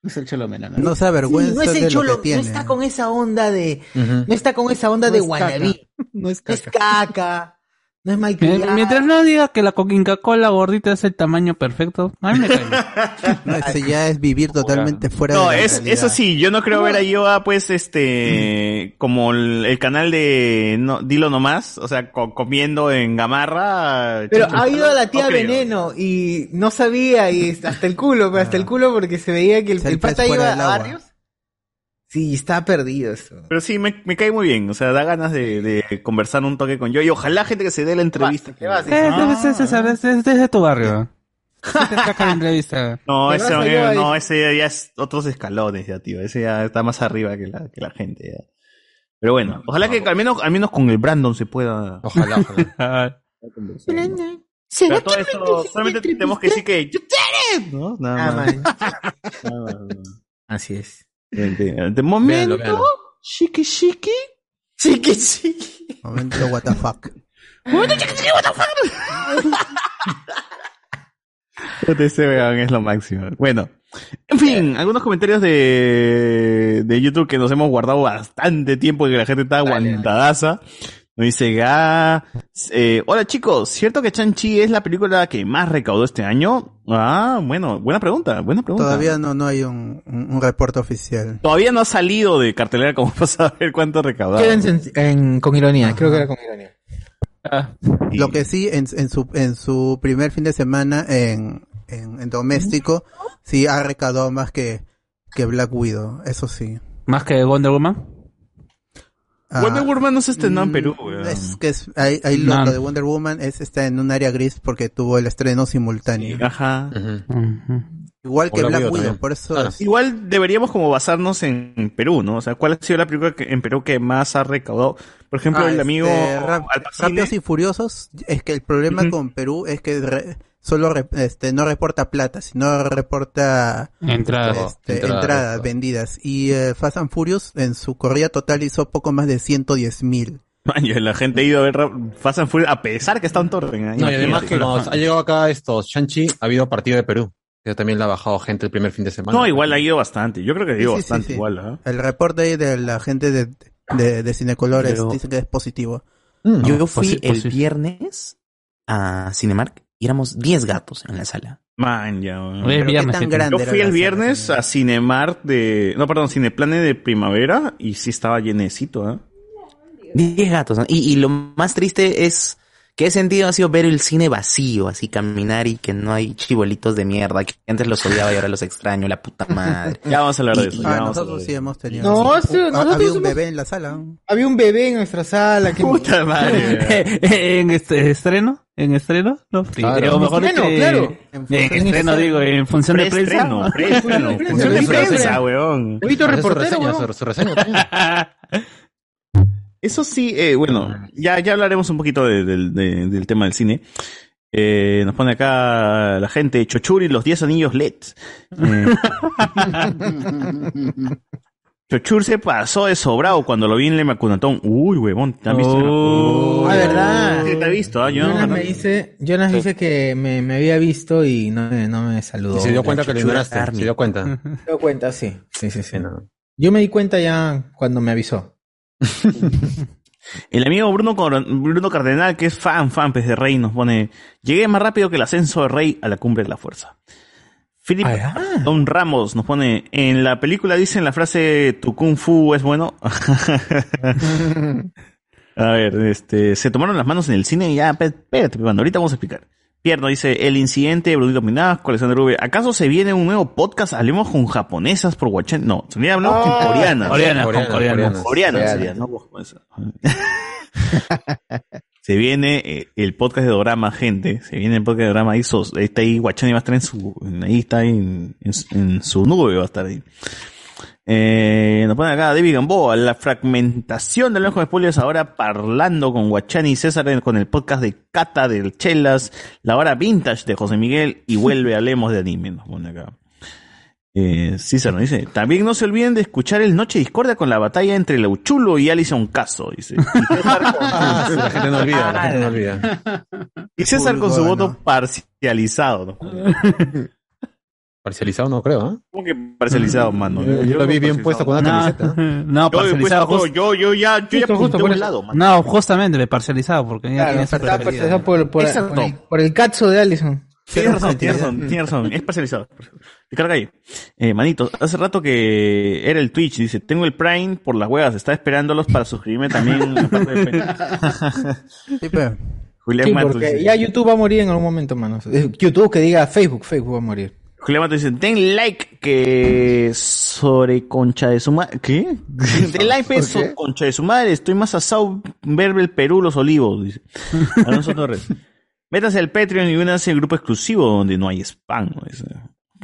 Speaker 2: No es el cholomena, ¿no?
Speaker 4: No se
Speaker 22: Sí,
Speaker 4: avergüenza
Speaker 22: no es
Speaker 4: de
Speaker 22: el
Speaker 4: lo
Speaker 22: cholo,
Speaker 4: que
Speaker 22: no
Speaker 4: tiene.
Speaker 22: está con esa onda de,
Speaker 4: Ujú.
Speaker 22: no está con esa onda
Speaker 21: No
Speaker 22: de
Speaker 21: es caca.
Speaker 22: wannabe.
Speaker 21: No es
Speaker 22: caca. No es caca, no es
Speaker 9: Mien- Mientras no diga que la coca cola gordita es el tamaño perfecto, a mí me cae.
Speaker 4: No, ese ya es vivir totalmente fuera
Speaker 5: No,
Speaker 4: de la
Speaker 5: es,
Speaker 4: realidad.
Speaker 5: eso sí, yo no creo ver a Yoa, pues, este, como el, el canal de no, Dilo Nomás, o sea, co- comiendo en gamarra.
Speaker 22: Pero
Speaker 5: chuchu,
Speaker 22: ha ido a la
Speaker 5: no
Speaker 22: tía
Speaker 5: creo.
Speaker 22: Veneno y no sabía y es- hasta el culo, pero
Speaker 5: Ah.
Speaker 22: hasta el culo porque se veía que el, el pata iba a barrios. Sí, está perdido eso.
Speaker 5: Pero sí, me, me cae muy bien, o sea, da ganas de, de conversar un toque con yo y ojalá gente que se dé la entrevista.
Speaker 9: Eh, debe ser César, es- es desde tu barrio. Te saca la entrevista.
Speaker 5: No, ese,
Speaker 9: Te
Speaker 5: amigo,
Speaker 9: vas a
Speaker 5: no,
Speaker 9: Yoa y-
Speaker 5: ese ya es otros escalones ya, tío, ese ya está más arriba que la, que la gente ya. Pero bueno, ojalá que al menos, al menos con el Brandon se pueda.
Speaker 11: Ojalá,
Speaker 9: ojalá.
Speaker 5: Pero todo esto, solamente tenemos que decir que ¡Yutere! ¿No?
Speaker 22: Ah,
Speaker 5: Nada más.
Speaker 22: man. Así es.
Speaker 5: De momento, shiki shiki.
Speaker 22: Shiki shiki.
Speaker 4: Momento, what the fuck.
Speaker 1: Momento, chiqui, chiqui, what the fuck.
Speaker 5: Ese este weón es lo máximo. Bueno, en fin, algunos comentarios de, de YouTube que nos hemos guardado bastante tiempo y que la gente está aguantadaza. Nos dice Ga. eh, hola chicos, ¿cierto que Chan-Chi es la película que más recaudó este año? Ah, bueno, buena pregunta, buena pregunta.
Speaker 4: Todavía no, no hay un, un, un reporte oficial.
Speaker 5: Todavía no ha salido de cartelera como para saber cuánto recaudó.
Speaker 22: Quédense en- en- con ironía, creo que era con ironía.
Speaker 4: Lo que sí, en, en, su, en su primer fin de semana en, en, en doméstico, sí ha recaudado más que, que Black Widow, eso sí.
Speaker 9: Más que Wonder Woman.
Speaker 4: Ah, Mm.
Speaker 5: Wonder Woman no se estrenó en Perú, weón.
Speaker 4: Es que es- ahí, ahí lo,
Speaker 5: No.
Speaker 4: lo de Wonder Woman es, está en un área gris porque tuvo el estreno simultáneo.
Speaker 5: Ajá.
Speaker 4: Igual que
Speaker 5: Hola,
Speaker 4: Black
Speaker 5: amigo,
Speaker 4: Widow,
Speaker 5: también.
Speaker 4: por eso es-
Speaker 5: Igual deberíamos como basarnos en Perú, ¿no? O sea, ¿cuál ha sido la película que, en Perú que más ha recaudado? Por ejemplo,
Speaker 4: Ah,
Speaker 5: el
Speaker 4: este,
Speaker 5: amigo
Speaker 4: Rap-
Speaker 5: Al Pacino.
Speaker 4: Rápidos y Furiosos, es que el problema con Perú es que re- solo re- este, no reporta plata, sino reporta
Speaker 9: Entradas.
Speaker 4: este,
Speaker 9: Entradas.
Speaker 4: entradas vendidas. Y eh, Fast and Furious en su corrida total hizo poco más de 110 mil.
Speaker 5: Maño, la gente ha ido a ver Ra- Fast and Furious a pesar que está en Torren. ¿eh?
Speaker 11: No, y además
Speaker 5: Imagínate.
Speaker 11: que como ha llegado acá estos Shang-Chi, ha habido partido de Perú. Que también le ha bajado gente el primer fin de semana.
Speaker 5: No, igual ha ido bastante. Yo creo que ha ido
Speaker 4: Sí, sí, sí,
Speaker 5: bastante
Speaker 4: sí.
Speaker 5: igual, ¿ah?
Speaker 4: El reporte ahí de la gente de, de, de Cinecolores
Speaker 13: Pero-
Speaker 4: dice que es positivo.
Speaker 13: Yo
Speaker 4: No,
Speaker 13: fui
Speaker 4: posi-
Speaker 13: el
Speaker 4: posi-
Speaker 13: viernes a Cinemark y éramos 10 gatos en la sala.
Speaker 5: Man, ya, weón.
Speaker 13: Pero qué tan grande
Speaker 5: Yo
Speaker 13: era
Speaker 5: fui
Speaker 13: la
Speaker 5: el
Speaker 13: sala
Speaker 5: viernes a Cinemar de... No, perdón, Cineplane de Primavera y sí estaba llenecito, ¿eh?
Speaker 13: 10 gatos. ¿no? Y, y lo más triste es ¿Qué sentido ha sido ver el cine vacío, así caminar y que no hay chibolitos de mierda, que antes los odiaba y ahora los extraño, la puta madre?
Speaker 5: Ya vamos a hablar de eso,
Speaker 4: Ah, nosotros sí hemos tenido.
Speaker 8: No, sí,
Speaker 4: Ha-
Speaker 8: nosotros
Speaker 4: había un
Speaker 8: hemos-
Speaker 4: bebé en la sala.
Speaker 8: Había un bebé en nuestra sala. que-
Speaker 9: Puta madre. en este, estreno, en estreno, no, sí,
Speaker 8: Claro.
Speaker 9: eh, o mejor
Speaker 8: Estreno,
Speaker 9: este,
Speaker 8: claro.
Speaker 9: En, estreno digo, en función de prensa.
Speaker 5: Preestreno, preestreno,
Speaker 9: En
Speaker 5: función de prensa, weón.
Speaker 8: Huevito
Speaker 5: Pero eso
Speaker 8: reportero,
Speaker 5: reseña,
Speaker 8: weón.
Speaker 5: eso- eso reseña también. Eso sí, eh, bueno, ya, ya hablaremos un poquito de- del- de- del tema del cine. Eh, nos pone acá la gente, Chochuri, los 10 anillos LED. Eh, Chochur se pasó de sobrado cuando lo vi en el Macunatón. Uy, huevón, ¿te has visto? el
Speaker 9: Oh.
Speaker 5: Macunatón?
Speaker 22: Ah, verdad.
Speaker 5: Sí, te has visto, ah, yo no-
Speaker 22: Jonas
Speaker 5: no-
Speaker 22: me dice, Jonas dice que me, me había visto y no me, no me saludó.
Speaker 11: Y se dio cuenta
Speaker 22: La
Speaker 11: que lo
Speaker 22: chuchura
Speaker 11: ignoraste,
Speaker 22: Army.
Speaker 11: se dio cuenta.
Speaker 22: Se dio cuenta, sí. Sí, sí, sí. Yo me di cuenta ya cuando me avisó.
Speaker 5: El amigo Bruno, Cor- Bruno Cardenal, que es fan, fan pues, de Rey, nos pone: Llegué más rápido que el ascenso de Rey a la cumbre de la fuerza. Philip
Speaker 9: Ah,
Speaker 5: Don Ramos nos pone: En la película dicen la frase tu kung fu es bueno. a ver, este, se tomaron las manos en el cine y ya, pe- espérate, pe, mano, ahorita vamos a explicar. Pierno dice: El incidente de Brunito Minasco, Alexander Rubio. ¿Acaso se viene un nuevo podcast? Hablemos con japonesas por Huachén. No, sería hablar con
Speaker 9: Ah,
Speaker 5: coreanas.
Speaker 9: coreanas, con coreanas.
Speaker 5: Coreanas, coreanas
Speaker 9: Coreanas.
Speaker 5: sería, ¿no? Con esa. Se viene eh, el podcast de Dorama, gente. Se viene el podcast de Dorama. Ahí, sos- ahí está ahí Guachani va a estar en su. en- ahí está ahí en, en su- en su nube, va a estar ahí. Eh, nos ponen acá David Gamboa, la fragmentación de los con spoilers ahora parlando con Guachani y César en- con el podcast de Cata del Chelas, la hora vintage de José Miguel y vuelve hablemos de anime, nos pone acá. Eh, César nos dice, también no se olviden de escuchar el Noche Discordia con la batalla entre Lauchulo y Alison Caso, dice.
Speaker 11: Ah, La gente no olvida, la gente no olvida.
Speaker 5: Y César con su voto parcializado, ¿no?
Speaker 11: Parcializado no creo, ¿eh?
Speaker 5: ¿Cómo que parcializado, mano?
Speaker 11: Yo, yo lo vi bien puesto con una camiseta.
Speaker 5: Yo,
Speaker 9: No, parcializado.
Speaker 5: pues,
Speaker 9: justo-
Speaker 5: yo, yo ya, yo ya
Speaker 9: justo, justo
Speaker 5: apunté a
Speaker 9: por
Speaker 5: un
Speaker 9: eso.
Speaker 5: lado, mano.
Speaker 9: No, justamente, de parcializado, porque ya
Speaker 22: Claro,
Speaker 9: tenía su
Speaker 22: está
Speaker 9: preferida.
Speaker 22: procesado por, por-
Speaker 5: Exacto.
Speaker 22: por el, por el cazzo de Allison.
Speaker 5: Tienes razón, tienes razón, tienes razón. Es parcializado. Te carga ahí. Eh, manito, hace rato que era el Twitch. Dice, tengo el Prime por las huevas. Está esperándolos para suscribirme también. en la parte de prensa". Julián
Speaker 22: Sí,
Speaker 5: Matos
Speaker 22: porque
Speaker 5: dice-
Speaker 22: ya YouTube va a morir en algún momento, mano. Eh, YouTube que diga Facebook, Facebook va a morir.
Speaker 5: Julián Matos dice, ten like que sobre concha de su madre. ¿Qué? Ten like pues,
Speaker 1: ¿Por qué?
Speaker 5: so- concha de su madre. Estoy más asado ver el Perú los olivos. Dice. Alonso Torres. Métase al Patreon y únanse al grupo exclusivo donde no hay spam. ¿no? Dice.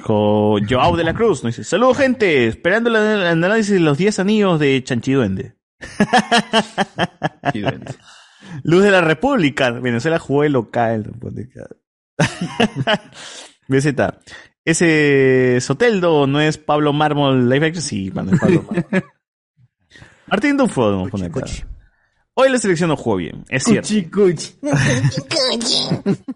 Speaker 5: Jo- Joao de la Cruz nos dice, saludos gente, esperando el anal- el análisis de los 10 anillos de Chanchiduende. Luz de la República, Venezuela jugó el local. responde acá. BZ, ese Soteldo no es Pablo Mármol Live Action, sí, mano, es Pablo Mármol. Martín Dufo, nos pone acá. Hoy la selección no jugó bien, es cierto.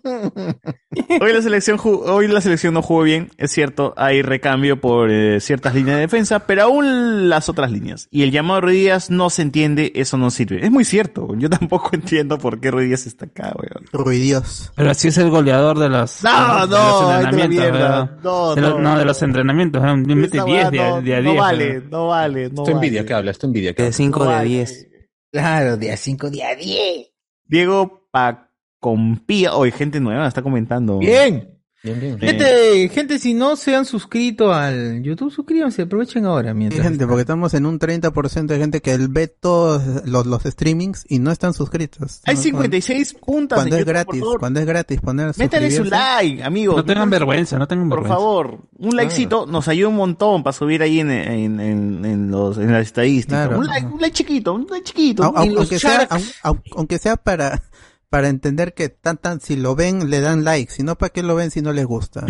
Speaker 5: Hoy la selección ju- hoy la selección no jugó bien, es cierto, hay recambio por eh, ciertas líneas de defensa, pero aún las otras líneas. Y el llamado de Ruiz Díaz no se entiende, eso no sirve. Es muy cierto, yo tampoco entiendo por qué Ruiz Díaz está acá, weón.
Speaker 4: Ruidios.
Speaker 9: Pero así es el goleador de los,
Speaker 5: No,
Speaker 9: de los- de los
Speaker 5: no, ahí te la
Speaker 9: entrenamientos.
Speaker 5: mierda.
Speaker 9: ¿verdad?
Speaker 5: No,
Speaker 9: De los-
Speaker 5: no.
Speaker 9: de los entrenamientos. ¿verdad? Le mete
Speaker 5: Esta
Speaker 9: 10
Speaker 5: weá no-
Speaker 9: de, de a
Speaker 5: no
Speaker 9: 10.
Speaker 5: vale,
Speaker 9: ¿verdad?
Speaker 5: no vale, no
Speaker 11: Esto envidia
Speaker 5: vale.
Speaker 11: que habla, esto envidia que
Speaker 13: De 5 de 10.
Speaker 4: Ah,
Speaker 22: Claro, día 5, día 10.
Speaker 5: Diego Pacompía, hoy gente nueva está comentando.
Speaker 22: Bien.
Speaker 11: Bien, bien.
Speaker 28: Este-
Speaker 22: Gente, gente, si no se han suscrito al YouTube, suscríbanse, aprovechen ahora mientras.
Speaker 4: Gente, porque estamos en un 30% de gente que ve todos los, los streamings y no están suscritos.
Speaker 5: Hay
Speaker 4: No,
Speaker 5: 56 puntas
Speaker 4: Cuando
Speaker 5: en
Speaker 4: es
Speaker 5: YouTube, por
Speaker 4: gratis,
Speaker 5: favor.
Speaker 4: cuando es gratis, poner
Speaker 5: Métale su
Speaker 4: suscribirse.
Speaker 5: like, amigos.
Speaker 9: No tengan vergüenza, no tengan
Speaker 5: Por
Speaker 9: vergüenza.
Speaker 5: favor, un likecito nos ayuda un montón para subir ahí en, en, en, en los, en las estadísticas.
Speaker 4: Claro.
Speaker 5: Un like, un like chiquito, un like chiquito.
Speaker 4: Au- au-
Speaker 5: Y los
Speaker 4: aunque, sea,
Speaker 5: sharks-
Speaker 4: au- au- aunque sea para, para entender que tan, tan, si lo ven, le dan like. Si no, ¿para qué lo ven si no les gusta?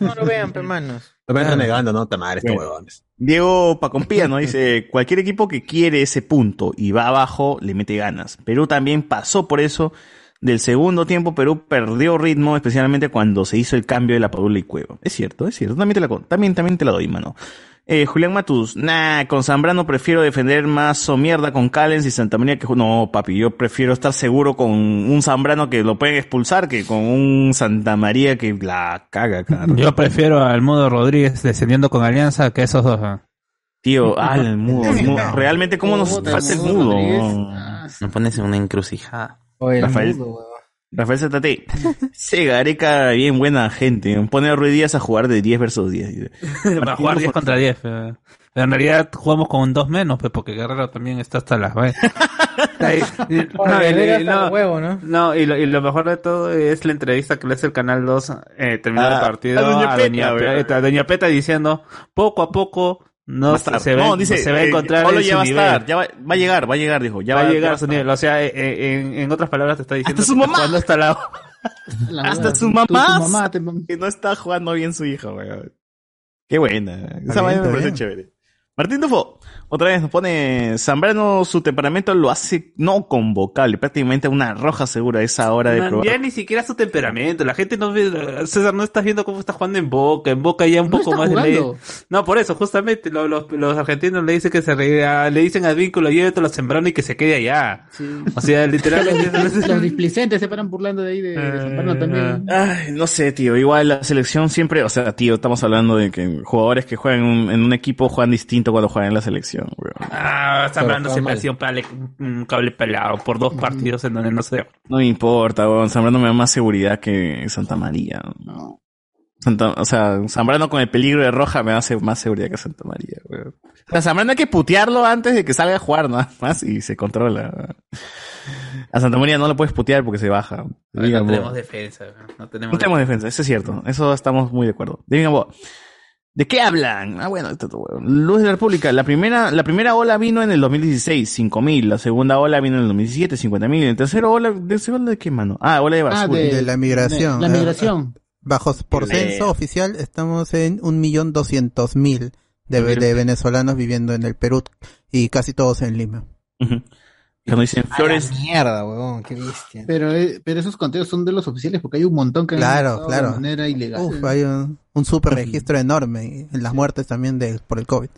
Speaker 22: No lo vean, hermanos.
Speaker 11: Lo ven renegando, ¿no? Tamar, estos
Speaker 5: Bueno.
Speaker 11: huevones.
Speaker 5: Diego Pacompía nos dice, cualquier equipo que quiere ese punto y va abajo, le mete ganas. Perú también pasó por eso. Del segundo tiempo, Perú perdió ritmo, especialmente cuando se hizo el cambio de la Padula y Cueva. Es cierto, es cierto. También te la, con- también, también te la doy, mano. Eh, Julián Matus, nah, con Zambrano prefiero defender más o mierda con Callens y Santa María que... ju- No, papi, yo prefiero estar seguro con un Zambrano que lo pueden expulsar que con un Santa María que la caga, cara.
Speaker 9: Yo prefiero al Mudo Rodríguez descendiendo con Alianza que esos dos. ¿verdad?
Speaker 5: Tío, ah, el mudo, el mudo. Realmente, ¿cómo nos falta el mudo?
Speaker 13: Nos pones en una encrucijada.
Speaker 22: Oye, el
Speaker 5: Rafael,
Speaker 22: mudo,
Speaker 5: Rafael Zatate. Se gareca bien buena gente. Pone a Ruiz Díaz a jugar de 10 versus 10.
Speaker 9: Para jugar 10 contra 10. pero- pero en realidad jugamos con dos menos, pues, porque Guerrero también está hasta las vainas.
Speaker 4: eh,
Speaker 22: Oye,
Speaker 9: y-
Speaker 22: Herrera
Speaker 9: y-
Speaker 22: está
Speaker 9: no,
Speaker 22: de huevo, ¿no?
Speaker 9: No, y lo, y lo mejor de todo es la entrevista que le hace el Canal 2 eh, terminado
Speaker 5: Ah,
Speaker 9: el partido
Speaker 5: a
Speaker 9: a
Speaker 5: Doña
Speaker 9: Doña,
Speaker 5: Peta,
Speaker 9: Peta,
Speaker 5: weón.
Speaker 9: a Doña Peta diciendo, poco a poco no
Speaker 5: Va a
Speaker 9: se,
Speaker 5: estar.
Speaker 9: se va,
Speaker 5: No, dice,
Speaker 9: se va a
Speaker 5: eh,
Speaker 9: encontrar
Speaker 5: Pablo
Speaker 9: en su
Speaker 5: ya va a
Speaker 9: nivel.
Speaker 5: estar, ya va, va a llegar, va a llegar, dijo. Ya
Speaker 9: va, a llegar a
Speaker 5: ya
Speaker 9: su nivel. O sea, eh, eh, en, en otras palabras te está diciendo
Speaker 5: su
Speaker 9: que está
Speaker 5: mamá.
Speaker 9: jugando hasta la...
Speaker 5: va.
Speaker 2: La
Speaker 5: Hasta
Speaker 2: verdad,
Speaker 5: su
Speaker 2: tu-
Speaker 5: mamá,
Speaker 2: tu mamá
Speaker 5: que no está jugando bien su hija, weón. Qué buena. Esa
Speaker 2: bien,
Speaker 5: vaina me
Speaker 2: está
Speaker 5: parece
Speaker 2: bien.
Speaker 5: chévere. Martín Tufo, otra vez nos pone Zambrano, su temperamento lo hace no convocable, prácticamente una roja segura a esa hora de
Speaker 9: Man,
Speaker 5: probar.
Speaker 9: ya ni siquiera su temperamento. La gente no ve. César, no estás viendo cómo está jugando en Boca. En Boca ya un poco
Speaker 5: está
Speaker 9: más
Speaker 5: jugando.
Speaker 9: de ley. No, por eso, justamente lo- los, los argentinos le dicen que se re- le dicen al vínculo, llévatelo a Sembrano y que se quede allá. O sea, literalmente.
Speaker 2: Los displicentes se paran burlando de ahí de, de San Pablo también.
Speaker 5: Ay, no sé, tío. Igual la selección siempre, o sea, tío, estamos hablando de que jugadores que juegan en un- en un equipo juegan distinto cuando juegan en la selección, weón.
Speaker 9: Ah, Zambrano
Speaker 5: Pero
Speaker 9: se
Speaker 5: mal.
Speaker 9: pareció un cable, un cable pelado por dos partidos en donde no se.
Speaker 5: No me importa, weón. Zambrano me da más seguridad que Santa María. No. Santa, o sea, Zambrano con el peligro de roja me hace más seguridad que Santa María, weón. O sea, Zambrano hay que putearlo antes de que salga a jugar nada más y se controla. A Santa María no lo puedes putear porque se baja. Diga,
Speaker 9: No
Speaker 5: weón.
Speaker 9: tenemos defensa. No tenemos,
Speaker 5: No tenemos defensa, eso es cierto. Eso estamos muy de acuerdo. Digan vos. ¿De qué hablan? Ah, bueno, esto, weón. Luz de la República. La primera, la primera ola vino en el 2016, 5.000. La segunda ola vino en el 2017, 50.000. La tercera ola, ¿de segunda ola de qué, mano? Ah, ola de basura.
Speaker 4: de, la migración.
Speaker 2: la
Speaker 4: eh,
Speaker 2: migración.
Speaker 4: Bajo por
Speaker 2: Sí.
Speaker 4: censo oficial estamos en 1.200.000 de, ve- de venezolanos viviendo en el Perú y casi todos en Lima.
Speaker 5: Cuando dicen
Speaker 2: Ah,
Speaker 4: flores.
Speaker 2: Mierda, weón, qué bestia. Pero, eh, pero esos conteos son de los oficiales porque hay un montón que han
Speaker 4: Claro,
Speaker 2: estado
Speaker 4: claro.
Speaker 2: de manera ilegal.
Speaker 4: Uf, hay un, super registro enorme en las muertes también de, por el COVID.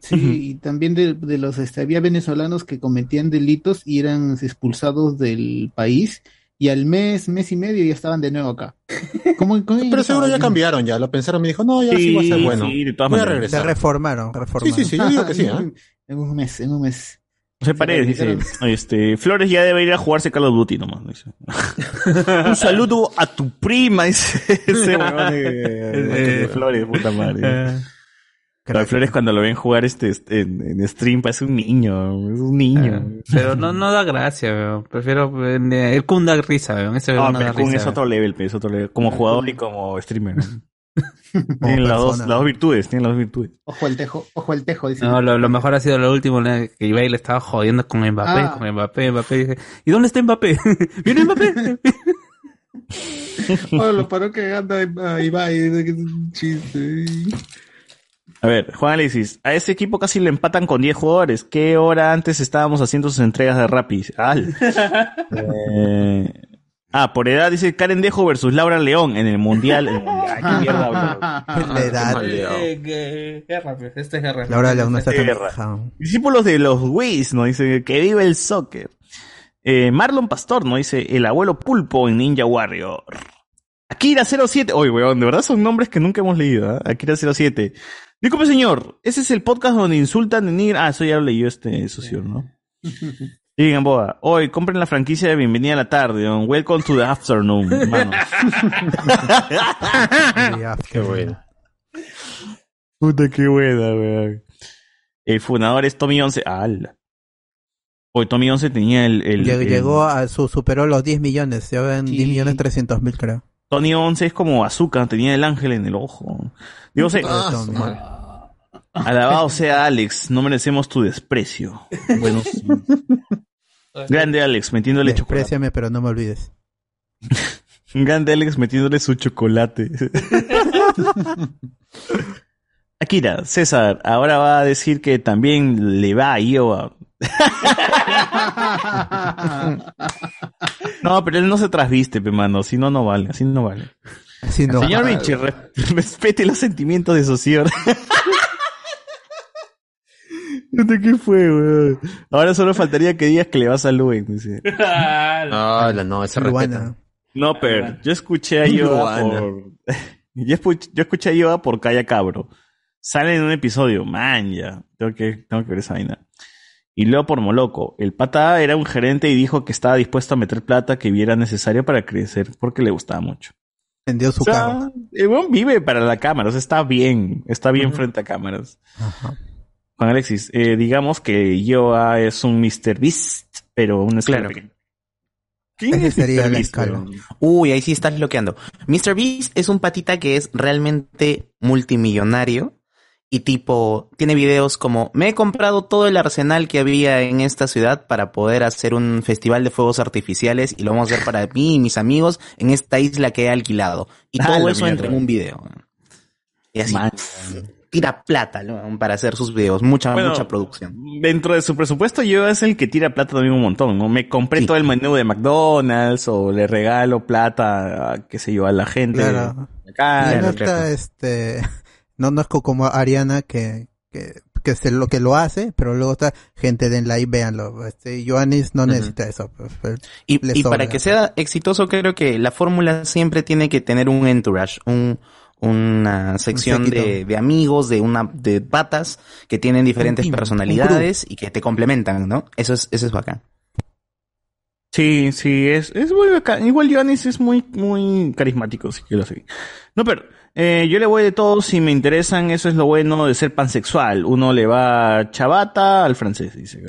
Speaker 2: Sí, y también de, de los, este, había venezolanos que cometían delitos y eran expulsados del país y al mes, mes y medio ya estaban de nuevo acá. ¿Cómo, cómo
Speaker 3: Pero seguro ya cambiaron, ya lo pensaron, me dijo, no, ya sí, va a ser bueno. Voy a regresar.
Speaker 4: Se reformaron, reformaron.
Speaker 3: Sí, sí, sí, yo digo que sí, ¿ah?
Speaker 2: En un mes, en un mes.
Speaker 5: José Paredes dice, este, Flores ya debe ir a jugarse Call of Duty nomás. dice. Un saludo a tu prima, dice ese weón de- de Flores, puta
Speaker 4: Ah.
Speaker 5: madre. Pero Flores cuando lo ven jugar este, este, en, en stream parece un niño, es un
Speaker 4: Ah.
Speaker 5: niño.
Speaker 9: Pero no, no da gracia, weón. Prefiero. eh, El Kun da risa, weón. Ese
Speaker 5: No,
Speaker 9: weón no da
Speaker 5: Ah, pero Kun
Speaker 9: risa,
Speaker 5: es
Speaker 9: weón.
Speaker 5: otro level, pe, es otro level. Como
Speaker 9: Ah,
Speaker 5: jugador
Speaker 9: Kun.
Speaker 5: y como streamer. tienen las dos,
Speaker 9: persona.
Speaker 5: las dos virtudes, tienen las dos virtudes.
Speaker 2: Ojo al tejo, ojo al tejo, dice.
Speaker 9: No, lo, lo mejor ha sido lo último, ¿no? que Ibai le estaba jodiendo con Mbappé,
Speaker 2: Ah.
Speaker 9: con Mbappé, Mbappé. Dije, ¿y dónde está Mbappé? ¿Viene Mbappé?
Speaker 2: Oh, lo paró cagando a Ibai, qué chiste.
Speaker 5: A ver, Juan Alexis, a ese equipo casi le empatan con 10 jugadores. ¿Qué hora antes estábamos haciendo sus entregas de rapis? ¡Al! Eh, ah, por edad dice Karen Dejo versus Laura León en el Mundial. En el mundial. Ay, qué mierda, bro.
Speaker 4: La edad.
Speaker 9: guerra, pues, esta es guerra.
Speaker 4: Laura León no está tan
Speaker 5: Guerra.
Speaker 4: fijado.
Speaker 5: Discípulos de los Wiz, ¿no? Dice que vive el soccer. Eh, Marlon Pastor, ¿no? Dice el abuelo pulpo en Ninja Warrior. Akira07. Oye, weón, de verdad son nombres que nunca hemos leído, ¿eh? Akira07. Disculpe, señor. Ese es el podcast donde insultan en ir. Ah, eso ya lo leyó este socio, ¿no? Y Gamboa, hoy compren la franquicia de Bienvenida a la Tarde, ¿no? Welcome to the Afternoon, mano. qué buena. Puta, qué buena, weón. El fundador es Tommy 11. ¡Hala! Hoy Tommy 11 tenía el. el-
Speaker 4: Llegó,
Speaker 5: el-
Speaker 4: llegó a su, superó los 10 millones, se ven 10 millones 300 mil creo.
Speaker 5: Tony 11 es como azúcar, tenía el ángel en el ojo. Digo, sé.
Speaker 4: Ah, su madre.
Speaker 5: Alabado sea Alex, no merecemos tu desprecio. Bueno, sí. grande Alex, metiéndole chocolate.
Speaker 4: Despreciame, pero no me olvides.
Speaker 5: Grande Alex metiéndole su chocolate. Akira, César, ahora va a decir que también le va a Iowa. No, pero él no se trasviste, pe mano. Si no, no vale. Así no vale.
Speaker 4: no
Speaker 5: Señor
Speaker 4: vale.
Speaker 5: Vinci, re- respete los sentimientos de su señor. Puta, Este, ¿Qué fue, weón? Ahora solo faltaría que digas que le vas a Luen. dice.
Speaker 11: No, no, no, ese
Speaker 4: Luana.
Speaker 11: respeta.
Speaker 5: No, pero yo escuché a Yoda
Speaker 11: Luana.
Speaker 5: por. Yo, escuch- yo escuché a Yoda por Calla Cabro. Sale en un episodio, man, ya. Tengo que, tengo que ver esa vaina. Y luego por Moloco, el pata era un gerente y dijo que estaba dispuesto a meter plata que viera necesaria para crecer porque le gustaba mucho.
Speaker 4: Vendió su
Speaker 5: O sea,
Speaker 4: cama.
Speaker 5: El weón vive para la cámara, o sea, está bien, está bien frente a cámaras. Juan Alexis, eh, digamos que Yoa es un Mr. Beast, pero un escala pequeña. ¿Quién
Speaker 13: Ese
Speaker 5: es
Speaker 13: sería
Speaker 5: Mr.
Speaker 13: el
Speaker 5: Beast,
Speaker 13: escala.
Speaker 5: weón?
Speaker 13: Uy, ahí sí estás bloqueando. Mr. Beast es un patita que es realmente multimillonario y tipo, tiene videos como, me he comprado todo el arsenal que había en esta ciudad para poder hacer un festival de fuegos artificiales y lo vamos a hacer para mí y mis amigos en esta isla que he alquilado. Y
Speaker 5: Ah,
Speaker 13: todo
Speaker 5: la
Speaker 13: eso entra en
Speaker 5: mierda.
Speaker 13: un video. Y así, pf, tira plata ¿no? para hacer sus videos, mucha,
Speaker 5: Bueno,
Speaker 13: mucha producción.
Speaker 5: Dentro de su presupuesto, Yoa es el que tira plata también un montón, ¿no? Me compré todo el menú de McDonald's o le regalo plata, a, qué sé yo, a la gente.
Speaker 4: Claro.
Speaker 5: Acá,
Speaker 4: Y no
Speaker 5: claro,
Speaker 4: está,
Speaker 5: claro.
Speaker 4: este, no, no es co- como Ariana que, que, que se lo que lo hace, pero luego está gente de like, véanlo. Este, Joannis no
Speaker 13: Ujú.
Speaker 4: necesita eso. pues, pues,
Speaker 13: Y,
Speaker 4: le
Speaker 13: y
Speaker 4: sobra.
Speaker 13: para que sea exitoso, creo que la fórmula siempre tiene que tener un entourage, un, una sección
Speaker 4: séquito.
Speaker 13: de, de amigos, de una, de patas que tienen diferentes
Speaker 4: team, un
Speaker 13: personalidades y que te complementan, ¿no? Eso es, eso es bacán.
Speaker 5: Sí, sí, es, es muy bacán. Igual Johannes es muy, muy carismático, sí que lo sé. No, pero eh, yo le voy de todos si me interesan, eso es lo bueno de ser pansexual. Uno le va chavata al francés, dice.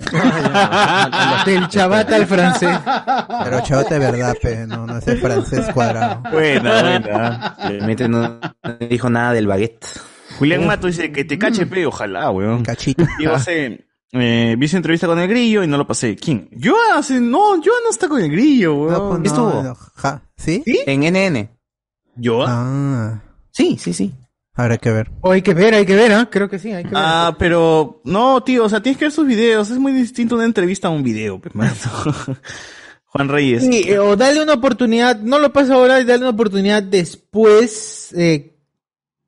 Speaker 22: Del chabata al francés.
Speaker 4: Pero chavate de verdad, pe, no, no es el francés cuadrado.
Speaker 5: Buena, buena.
Speaker 13: Realmente no dijo nada del baguette.
Speaker 5: Julián Mato dice que te cache, pe, ojalá, weón.
Speaker 4: Oh. Mm. Cachito.
Speaker 5: Yo hace, eh, vi su entrevista con el grillo y no lo pasé. ¿Quién? Yo hace, no, yo no está con el grillo, weón.
Speaker 4: No, pues, no, no, ja, ¿Sí?
Speaker 13: En NN.
Speaker 5: ¿Yo?
Speaker 4: Ah.
Speaker 13: Sí, sí, sí.
Speaker 4: Habrá que ver.
Speaker 22: O Oh, hay que ver, hay que ver, ¿ah? Creo que sí, hay que ver.
Speaker 5: Ah, pero no, tío, o sea, tienes que ver sus videos. Es muy distinto una entrevista a un video, pe, mano. Juan Reyes.
Speaker 22: Sí, eh, o dale una oportunidad, no lo paso ahora y dale una oportunidad después, eh,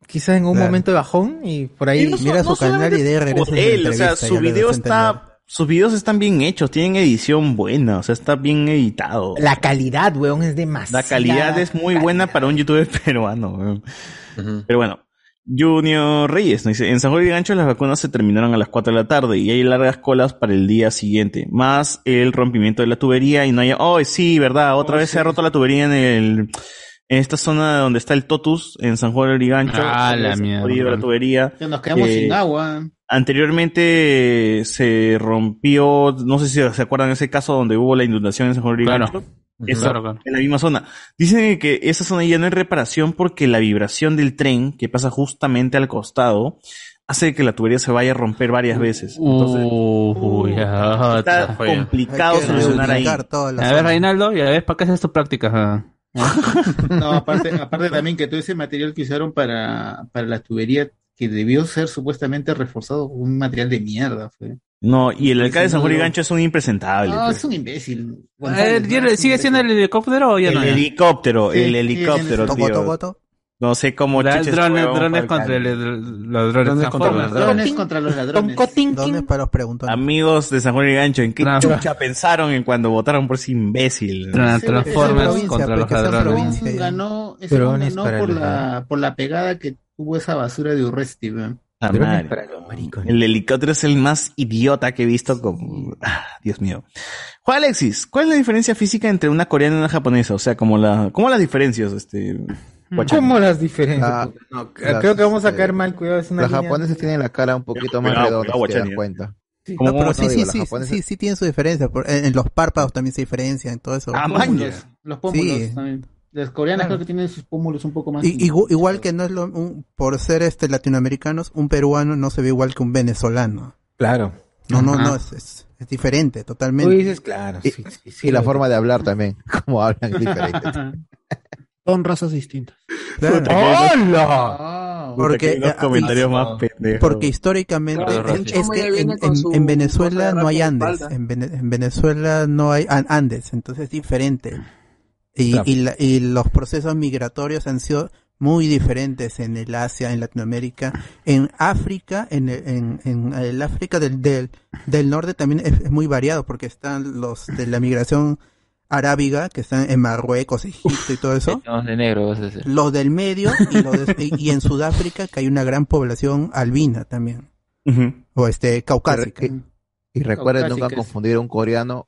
Speaker 22: quizás en un
Speaker 4: Claro.
Speaker 22: momento de bajón y por ahí
Speaker 5: Y no so- no solamente por él, o sea, su video está, sus videos están bien hechos, tienen edición buena, o sea, está bien editado.
Speaker 22: La calidad, weón, es demasiado.
Speaker 5: La calidad es muy buena para un youtuber peruano. weón. Pero bueno, Junior Reyes nos dice, en San Juan de Gancho las vacunas se terminaron a las 4 de la tarde y hay largas colas para el día siguiente, más el rompimiento de la tubería y no hay... ¡Oh, sí, verdad! Otra vez se ha roto la tubería en el... En esta zona donde está el Totus, en San Juan de Origancho.
Speaker 10: Ah, la
Speaker 5: Se ha
Speaker 10: mierda.
Speaker 5: jodido la tubería.
Speaker 2: Ya nos quedamos
Speaker 5: Eh,
Speaker 2: sin agua.
Speaker 5: Anteriormente se rompió, no sé si se acuerdan ese caso donde hubo la inundación en San Juan de
Speaker 10: Claro.
Speaker 5: Origancho. Eso,
Speaker 10: Claro, claro.
Speaker 5: En la misma zona. Dicen que esa zona ya no hay reparación porque la vibración del tren que pasa justamente al costado hace que la tubería se vaya a romper varias veces. Entonces,
Speaker 9: Uy, ya,
Speaker 5: está
Speaker 9: otra fue.
Speaker 5: complicado
Speaker 9: Hay que
Speaker 5: solucionar ahí.
Speaker 9: reubicar A ver, Reinaldo, y a ver, ¿para qué haces tus prácticas? ah?
Speaker 2: No, aparte, aparte también que todo ese material que usaron para, para la tubería, que debió ser supuestamente reforzado con un material de mierda. Fue.
Speaker 5: No, y el alcalde de San Juan de
Speaker 2: no.
Speaker 5: Gancho es un impresentable.
Speaker 9: Ah,
Speaker 2: No,
Speaker 5: pues.
Speaker 2: es un imbécil.
Speaker 9: A ver,
Speaker 2: González, ¿no?
Speaker 9: ¿tiene- ¿Sigue siendo el helicóptero o ya
Speaker 5: el
Speaker 9: no? es?
Speaker 5: helicóptero,
Speaker 9: Sí,
Speaker 5: el
Speaker 9: sí,
Speaker 5: helicóptero,
Speaker 9: sí, sí.
Speaker 5: tío.
Speaker 9: Toco, toco, toco.
Speaker 5: No sé cómo
Speaker 9: Dra-
Speaker 5: chuches
Speaker 9: drones-
Speaker 5: huevón,
Speaker 9: drones
Speaker 5: para
Speaker 9: contra
Speaker 5: alcalde.
Speaker 9: el- los drones Transformers.
Speaker 2: Ladrones contra los ladrones.
Speaker 4: ¿Dónde para los preguntones?
Speaker 5: Amigos de San Juan de Gancho, ¿en qué chucha pensaron en cuando votaron por ese imbécil?
Speaker 9: Tra-
Speaker 2: Sí, Transformers esa provincia, contra los pues, que esa ladrones. provincia ya. Ganó, ese
Speaker 5: Pero
Speaker 2: hombre
Speaker 5: es
Speaker 2: ganó
Speaker 5: para
Speaker 2: por,
Speaker 5: el-
Speaker 2: la, por la pegada que tuvo esa basura de Urresti. weón.
Speaker 5: Ah, madre. El helicóptero es el más idiota que he visto con... Ah, Dios mío. Juan Alexis, ¿cuál es la diferencia física entre una coreana y una japonesa? O sea, como la... ¿cómo las diferencias? Este... guachán?
Speaker 22: ¿Cómo las diferencias?
Speaker 7: La-
Speaker 2: Ah,
Speaker 22: puta? No, c-
Speaker 7: las,
Speaker 22: creo que vamos a
Speaker 7: eh,
Speaker 22: caer mal, cuidado, es una
Speaker 7: Los
Speaker 22: línea-
Speaker 7: japoneses tienen la cara un poquito más
Speaker 5: Cuidado,
Speaker 7: redonda,
Speaker 5: cuidado,
Speaker 7: si te das
Speaker 5: Guachani.
Speaker 7: cuenta.
Speaker 5: Sí.
Speaker 4: No, pero
Speaker 7: No,
Speaker 4: sí,
Speaker 7: digo,
Speaker 4: sí,
Speaker 7: los
Speaker 4: sí,
Speaker 7: japoneses-
Speaker 4: sí, sí tienen su diferencia. por- en, en los párpados también se diferencia, en todo eso.
Speaker 2: Los pómulos, Los pómulos
Speaker 4: Sí.
Speaker 2: también. Las coreanas creo que tienen sus pómulos un poco más.
Speaker 4: Y- igu- igual que no es lo, un- por ser este latinoamericanos, un peruano no se ve igual que un venezolano.
Speaker 3: Claro.
Speaker 4: No, no,
Speaker 7: Ajá.
Speaker 4: no, es, es- es diferente totalmente.
Speaker 22: Tú dices, claro,
Speaker 7: Y, y la forma de hablar también, como hablan es diferente.
Speaker 21: Son razas distintas.
Speaker 4: Claro.
Speaker 21: ¡Hola!
Speaker 4: Porque,
Speaker 21: Puta, que hay unos
Speaker 4: ah,
Speaker 21: comentarios
Speaker 4: ah,
Speaker 21: más pendejos.
Speaker 4: porque históricamente
Speaker 21: Claro,
Speaker 4: es-
Speaker 21: Rocha.
Speaker 4: es que en, en- en Venezuela no hay Andes, en, Vene- en Venezuela no hay an- Andes, entonces es diferente. Y,
Speaker 3: Claro.
Speaker 4: y la- y los procesos migratorios han sido muy diferentes en el Asia, en Latinoamérica, en África, en el, en- en el África del, del, del norte también es, es muy variado porque están los de la migración arábiga que están en Marruecos, Egipto y todo eso
Speaker 24: No, de negro vas a
Speaker 3: Este.
Speaker 24: decir.
Speaker 4: los del medio y, los de- y- y en Sudáfrica que hay una gran población albina también
Speaker 5: Ujú.
Speaker 3: eh,
Speaker 4: o este caucásica
Speaker 7: Y recuerden nunca
Speaker 4: clásicas.
Speaker 7: confundir un coreano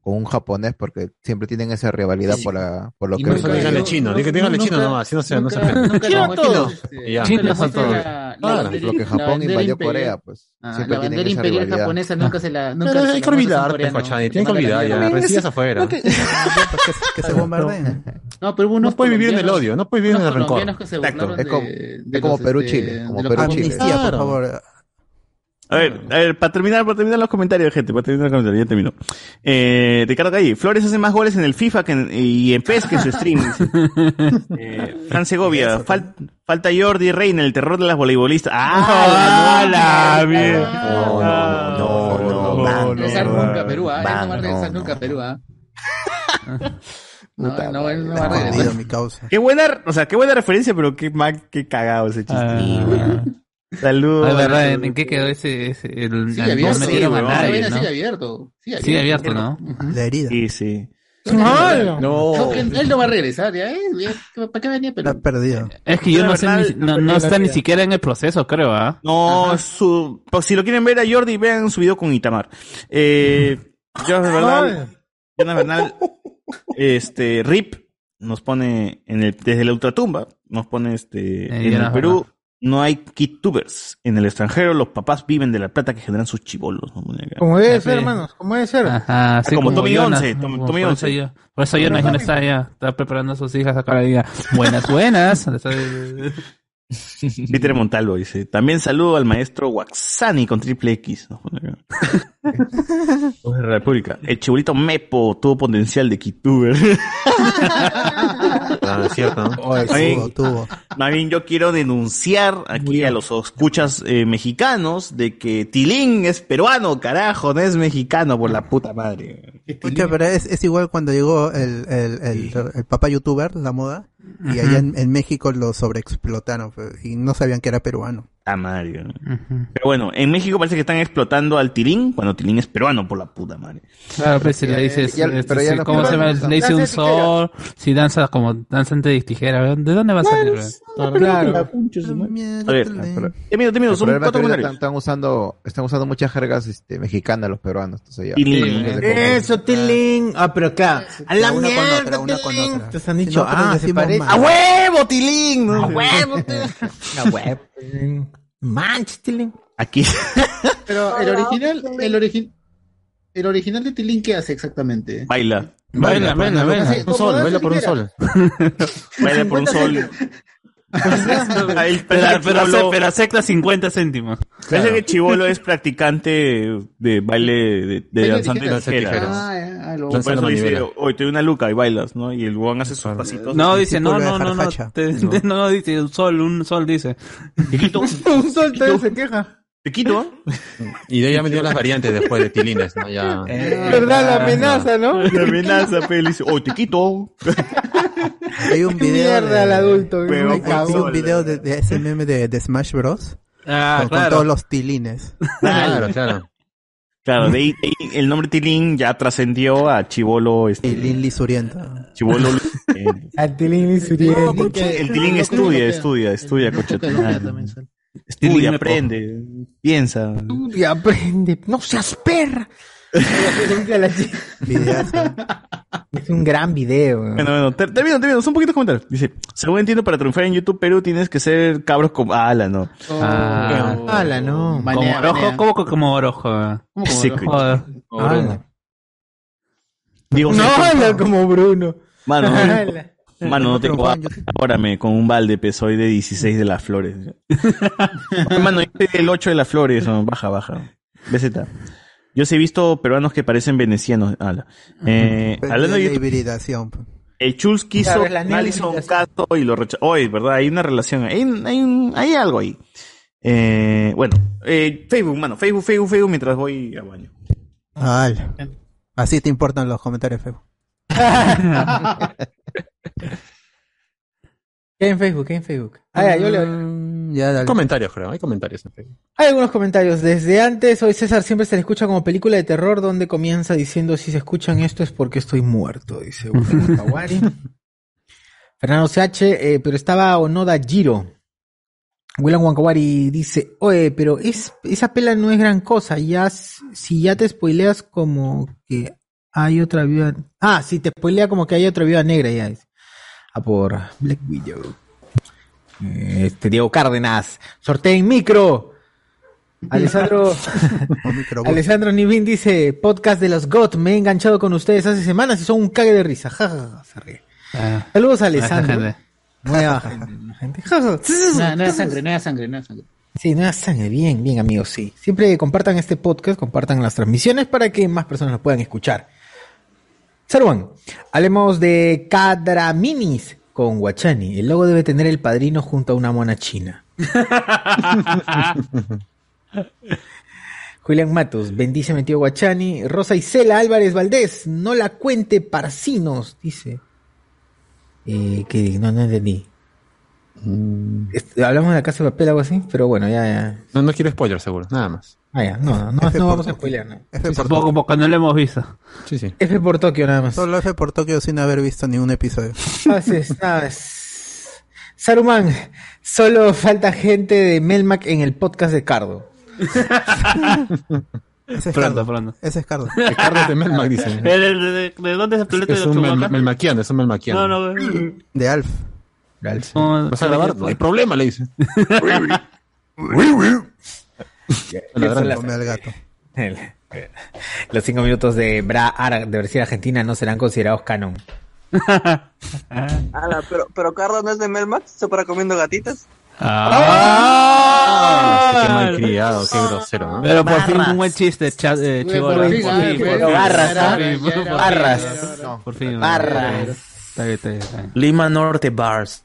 Speaker 7: con un japonés porque siempre tienen esa rivalidad por, la, por lo
Speaker 3: Y
Speaker 7: que...
Speaker 3: no solo díganle chino, diga- díganle chino nomás, si no se- no se ofenden. Chino a todos.
Speaker 7: Y ya.
Speaker 3: este, Chino
Speaker 7: Chino
Speaker 3: a
Speaker 7: a
Speaker 3: todos.
Speaker 7: todos. Claro, lo que Japón invadió Corea, pues.
Speaker 25: Ah,
Speaker 7: siempre
Speaker 25: la
Speaker 7: tienen
Speaker 25: bandera
Speaker 7: esa
Speaker 25: imperial
Speaker 7: rivalidad.
Speaker 25: japonesa nunca se la. Nunca
Speaker 3: Pero
Speaker 25: se
Speaker 3: hay
Speaker 25: la
Speaker 3: que
Speaker 25: muestra un
Speaker 3: olvidar,
Speaker 25: coreano.
Speaker 3: pues, Cochani, tienen
Speaker 25: Manda
Speaker 3: que
Speaker 25: la
Speaker 3: olvidar
Speaker 25: mierda.
Speaker 3: ya, residas afuera.
Speaker 25: No, que-
Speaker 4: que se bombardeen.
Speaker 25: No, pero hubo unos
Speaker 3: No puede vivir en el
Speaker 25: colombianos-
Speaker 3: odio, no puede vivir en
Speaker 25: unos
Speaker 3: el rencor.
Speaker 25: colombianos que se
Speaker 3: Exacto.
Speaker 25: burlaron
Speaker 3: Es como-
Speaker 25: de-
Speaker 7: es
Speaker 25: de
Speaker 7: como
Speaker 25: los,
Speaker 7: Perú,
Speaker 25: este,
Speaker 7: Chile,
Speaker 25: de
Speaker 7: como
Speaker 25: los
Speaker 7: Perú,
Speaker 25: comunistas.
Speaker 7: Chile.
Speaker 25: Amnistía, por
Speaker 7: Claro.
Speaker 4: favor.
Speaker 5: A ver, a ver, para terminar, para terminar los comentarios, gente, para terminar los comentarios, ya termino. Eh, Ricardo Calle, Flores hace más goles en el FIFA que en- y en PES que en su stream. dice. Eh, Fran Segovia, fal- falta Jordi Reina, el terror de las voleibolistas. ¡Ah! no, a la mierda!
Speaker 7: No, no,
Speaker 25: no, regresar nunca a Perú, ¿ah? Él no va a regresar nunca a Perú, ¿ah?
Speaker 5: Puta
Speaker 25: No, no, él no va a
Speaker 5: madre.
Speaker 25: regresar.
Speaker 4: mi causa.
Speaker 5: Qué buena, o sea, qué buena referencia, pero qué mal, qué cagado ese chiste. Ah. Saludos.
Speaker 9: Es verdad, ¿en qué quedó ese? ese el,
Speaker 5: Sigue
Speaker 9: no
Speaker 5: abierto,
Speaker 9: metieron
Speaker 5: sí,
Speaker 9: a
Speaker 5: huevón.
Speaker 9: nadie,
Speaker 5: Todavía
Speaker 9: ¿no?
Speaker 5: sigue
Speaker 25: abierto, sigue
Speaker 9: Sigue
Speaker 25: abierto.
Speaker 9: abierto, ¿no? Ah.
Speaker 4: La herida.
Speaker 5: Sí, sí.
Speaker 25: No,
Speaker 5: No.
Speaker 25: que él no va a regresar, ¿ya? ¿eh? Ya, ¿Para qué venía a Perú?
Speaker 4: Está perdido.
Speaker 9: Es que yo
Speaker 5: Pero
Speaker 9: no sé,
Speaker 5: Bernal-
Speaker 9: ni, no, no está ni siquiera en el proceso, creo, ¿ah?
Speaker 5: No, su, pues, si lo quieren ver a Jordi, vean su video con Itamar. Eh, Jonas Bernal, Jonas Bernal, este, Rip, nos pone en el, desde la ultratumba, nos pone este, en el
Speaker 9: Jonas
Speaker 5: Perú. No hay kitubers. En el extranjero, los papás viven de la plata que generan sus chivolos. ¿no?
Speaker 8: Como debe ser,
Speaker 9: sí.
Speaker 8: hermanos, como debe ser.
Speaker 9: Ajá, sí,
Speaker 5: como Tommy
Speaker 9: Jonas,
Speaker 5: 11, Tom-
Speaker 9: como
Speaker 5: Tommy
Speaker 9: por eso
Speaker 5: 11.
Speaker 9: yo- Por eso yo no
Speaker 5: Tommy.
Speaker 9: está allá, está preparando a sus hijas acá cada día. Buenas, buenas. Le está-
Speaker 5: Peter Montalvo dice, también saludo al maestro Waxani con triple X. ¿no? Voz de la República. El chibolito Mepo tuvo potencial de Kituber.
Speaker 3: Ah, es cierto, ¿no?
Speaker 5: Oye,
Speaker 3: Tuvo,
Speaker 4: Ah,
Speaker 5: sí. Más bien yo quiero denunciar aquí a los escuchas eh, mexicanos de que Tilín es peruano, carajo, no es mexicano por la puta madre.
Speaker 4: Pucha, pero es, es igual cuando llegó el, el, el, el papá youtuber, la moda, y allá en, en México lo sobreexplotaron pues, y no sabían que era peruano.
Speaker 5: Puta madre. Pero bueno, en México parece que están explotando al Tilín cuando Tilín es peruano por la puta madre.
Speaker 9: Claro, pues si le dices,
Speaker 5: Eh, Ya-
Speaker 9: este,
Speaker 5: pero ya
Speaker 9: si-
Speaker 5: los
Speaker 9: ¿cómo se llama?
Speaker 5: peruanos
Speaker 9: Le dice
Speaker 5: danzan
Speaker 9: un
Speaker 5: de tijera.
Speaker 9: sol, si danza como danza entre tijera, ¿de dónde va a salir? weón?
Speaker 5: A ver, ya mira, te miro, son
Speaker 7: El problema es
Speaker 5: cuatro
Speaker 7: que ahorita
Speaker 5: comentarios.
Speaker 7: están, están usando, están usando muchas jergas este, mexicanas los peruanos. Entonces ya.
Speaker 5: Tilín.
Speaker 22: Eso, Tilín. Ah, pero acá. A la
Speaker 7: una con
Speaker 22: mierda,
Speaker 7: otra, una con
Speaker 22: Tilín.
Speaker 7: otra.
Speaker 22: Te han dicho,
Speaker 7: Nosotros
Speaker 22: ah, se
Speaker 7: decimos
Speaker 22: parece.
Speaker 7: mal. ¡A
Speaker 5: huevo, Tilín!
Speaker 22: A
Speaker 5: huevo,
Speaker 22: Tilín. Manch, Tilín.
Speaker 5: Aquí.
Speaker 2: Pero el original, el origi- el original de Tilín, ¿qué hace exactamente?
Speaker 5: Baila.
Speaker 2: Baila, baila, baila.
Speaker 3: Un sol, baila por un sol.
Speaker 5: Baila por un sol.
Speaker 9: Pero, pero,
Speaker 5: chibolo-
Speaker 9: ace- pero acepta 50 céntimos.
Speaker 5: Parece que Chivolo es practicante de baile de, de danzante de tijera.
Speaker 2: Ah,
Speaker 5: Por eso le dice, hoy te doy una luca y bailas, ¿no? Y el guan hace sus pasitos.
Speaker 9: No, dice, no, no, no, no,
Speaker 5: Tiquito,
Speaker 9: te- te- no, no, dice, un sol, un sol, dice.
Speaker 8: Un sol también se queja.
Speaker 5: Tiquito,
Speaker 3: Y de ahí ya me dio las variantes después de Tilines, ¿no? Ya.
Speaker 8: ¿Verdad? La amenaza, ¿no?
Speaker 5: La amenaza, pero le dice, hoy te quito.
Speaker 4: Hay un video.
Speaker 8: Mierda al adulto,
Speaker 4: hay-
Speaker 8: me
Speaker 4: hay
Speaker 8: cagó.
Speaker 4: un video de, de ese meme de, de Smash Bros.
Speaker 9: Ah,
Speaker 4: con, con
Speaker 9: claro.
Speaker 4: todos los tilines.
Speaker 5: Claro,
Speaker 3: claro.
Speaker 5: Claro, de ahí, de ahí el nombre Tilín ya trascendió a Chivolo. Este,
Speaker 4: Tilín Lisuriento.
Speaker 5: Chivolo. eh,
Speaker 8: A Tilín y Suriel.
Speaker 5: el Tilín estudia, estudia, estudia, coche. Estudia,
Speaker 8: Tilín,
Speaker 5: aprende, piensa.
Speaker 8: Estudia, aprende. No seas perra. es un gran video. weón.
Speaker 5: Bueno, bueno, te- termino, termino, son poquitos comentarios. Dice, según entiendo, para triunfar en YouTube Perú tienes que ser cabros como Ala, ¿no?
Speaker 9: Ah,
Speaker 22: Ala, no.
Speaker 9: como
Speaker 2: ¿Eh?
Speaker 9: orojo, ¿cómo que como orojo?
Speaker 5: como Secret.
Speaker 9: Joder.
Speaker 5: Como Bruno.
Speaker 3: Ah,
Speaker 5: Digo,
Speaker 8: no
Speaker 5: sí,
Speaker 8: habla como Bruno.
Speaker 5: mano,
Speaker 8: Ala.
Speaker 5: no, mano, no te Órame, con un balde, pe, soy de 16 de las flores. mano, yo soy del 8 de las flores, ¿no? baja, baja. BZ. Yo sí he visto peruanos que parecen venecianos. Ala. Eh, hablando
Speaker 4: de
Speaker 5: de YouTube,
Speaker 4: hibridación. pues.
Speaker 5: el Chulz quiso
Speaker 4: Claro, es la
Speaker 5: Alison Cato y lo rechazó. Oye, ¿verdad? Hay una relación, hay, hay, un- hay algo ahí. Eh, bueno, eh, Facebook, mano, Facebook, Facebook, Facebook, mientras voy al baño.
Speaker 4: Ala. Así te importan los comentarios, Febo.
Speaker 22: ¿Qué hay en Facebook? ¿Qué hay en Facebook?
Speaker 8: Ah, ya, yo leo.
Speaker 4: Mm, ya, dale.
Speaker 3: Comentarios, creo. Hay comentarios en Facebook.
Speaker 22: Hay algunos comentarios. Desde antes, hoy César siempre se le escucha como película de terror, donde comienza diciendo: Si se escuchan esto es porque estoy muerto, dice Wilfredo Kawari. Fernando CH, eh, pero estaba Onoda Giro.
Speaker 2: William Wankawari dice, oye, pero es, esa pela no es gran cosa, ya s- si ya te spoileas como que hay otra viuda... Ah, si te spoilea como que hay otra viuda negra ya. dice. A por Black Widow. Eh, Este Diego Cárdenas, sorteen micro. Alessandro, Alessandro Nivin dice, podcast de los GOT, me he enganchado con ustedes hace semanas y son un cague de risa. Ja, ja, ja, se ríe. Saludos a Alessandro.
Speaker 24: gente.
Speaker 2: Nueva gente. gente. Ja, ja.
Speaker 24: No, no era sangre, no era sangre, no era sangre.
Speaker 2: Sí, nueva sangre, bien, bien amigos, sí. Siempre compartan este podcast, compartan las transmisiones para que más personas lo puedan escuchar. Saruman, hablemos de Cadraminis con Guachani. El logo debe tener el padrino junto a una mona china. Julián Matos, bendice tío Guachani. Rosa Isela Álvarez Valdés, no la cuente parcinos, dice. Eh, que no, no entendí. Este, Hablamos de la casa de papel, algo así, pero bueno, ya, ya.
Speaker 3: Mm. No, no quiero spoiler, seguro, nada más.
Speaker 2: Ah, ya, no, no, no, no vamos a spoilear. ¿no?
Speaker 9: Tampoco, porque no lo hemos visto.
Speaker 3: Sí, sí.
Speaker 2: F por Tokio nada más.
Speaker 4: Solo F por Tokio sin haber visto ningún episodio.
Speaker 2: Así es, nada es. Saruman, solo falta gente de Melmac en el podcast de Cardo.
Speaker 4: Ese es
Speaker 3: Pronto,
Speaker 4: Cardo.
Speaker 3: pronto.
Speaker 4: Ese es Cardo.
Speaker 3: Ricardo es de Melmac, dicen.
Speaker 29: Eh, ¿De, de, de- de dónde es el planeta
Speaker 3: Es
Speaker 29: de
Speaker 3: un
Speaker 29: los
Speaker 3: mel-
Speaker 29: Chewbacca?
Speaker 3: melmaquiano, es un melmaquiano.
Speaker 29: No, no, no.
Speaker 4: De Alf.
Speaker 29: No,
Speaker 3: ¿Vas a grabar?
Speaker 29: no,
Speaker 3: No hay problema, le dice.
Speaker 2: Ladrando. El- Los cinco minutos de Bra Ar- de versión argentina no serán considerados canon.
Speaker 28: Ala, pero, pero Carlos no es de Melmax, se para comiendo gatitas.
Speaker 1: Ah.
Speaker 3: Qué malcriado, qué grosero, ¿no?
Speaker 9: Pero por fin un buen chiste, cha- eh, chibolo.
Speaker 3: Por fin, ah,
Speaker 9: por
Speaker 3: pero
Speaker 9: fin.
Speaker 3: barras,
Speaker 9: Por
Speaker 3: ah,
Speaker 9: fin, por fin.
Speaker 13: barras.
Speaker 9: No, Por fin.
Speaker 13: Barras.
Speaker 9: Está bien, está bien, está bien.
Speaker 13: Lima Norte Bars.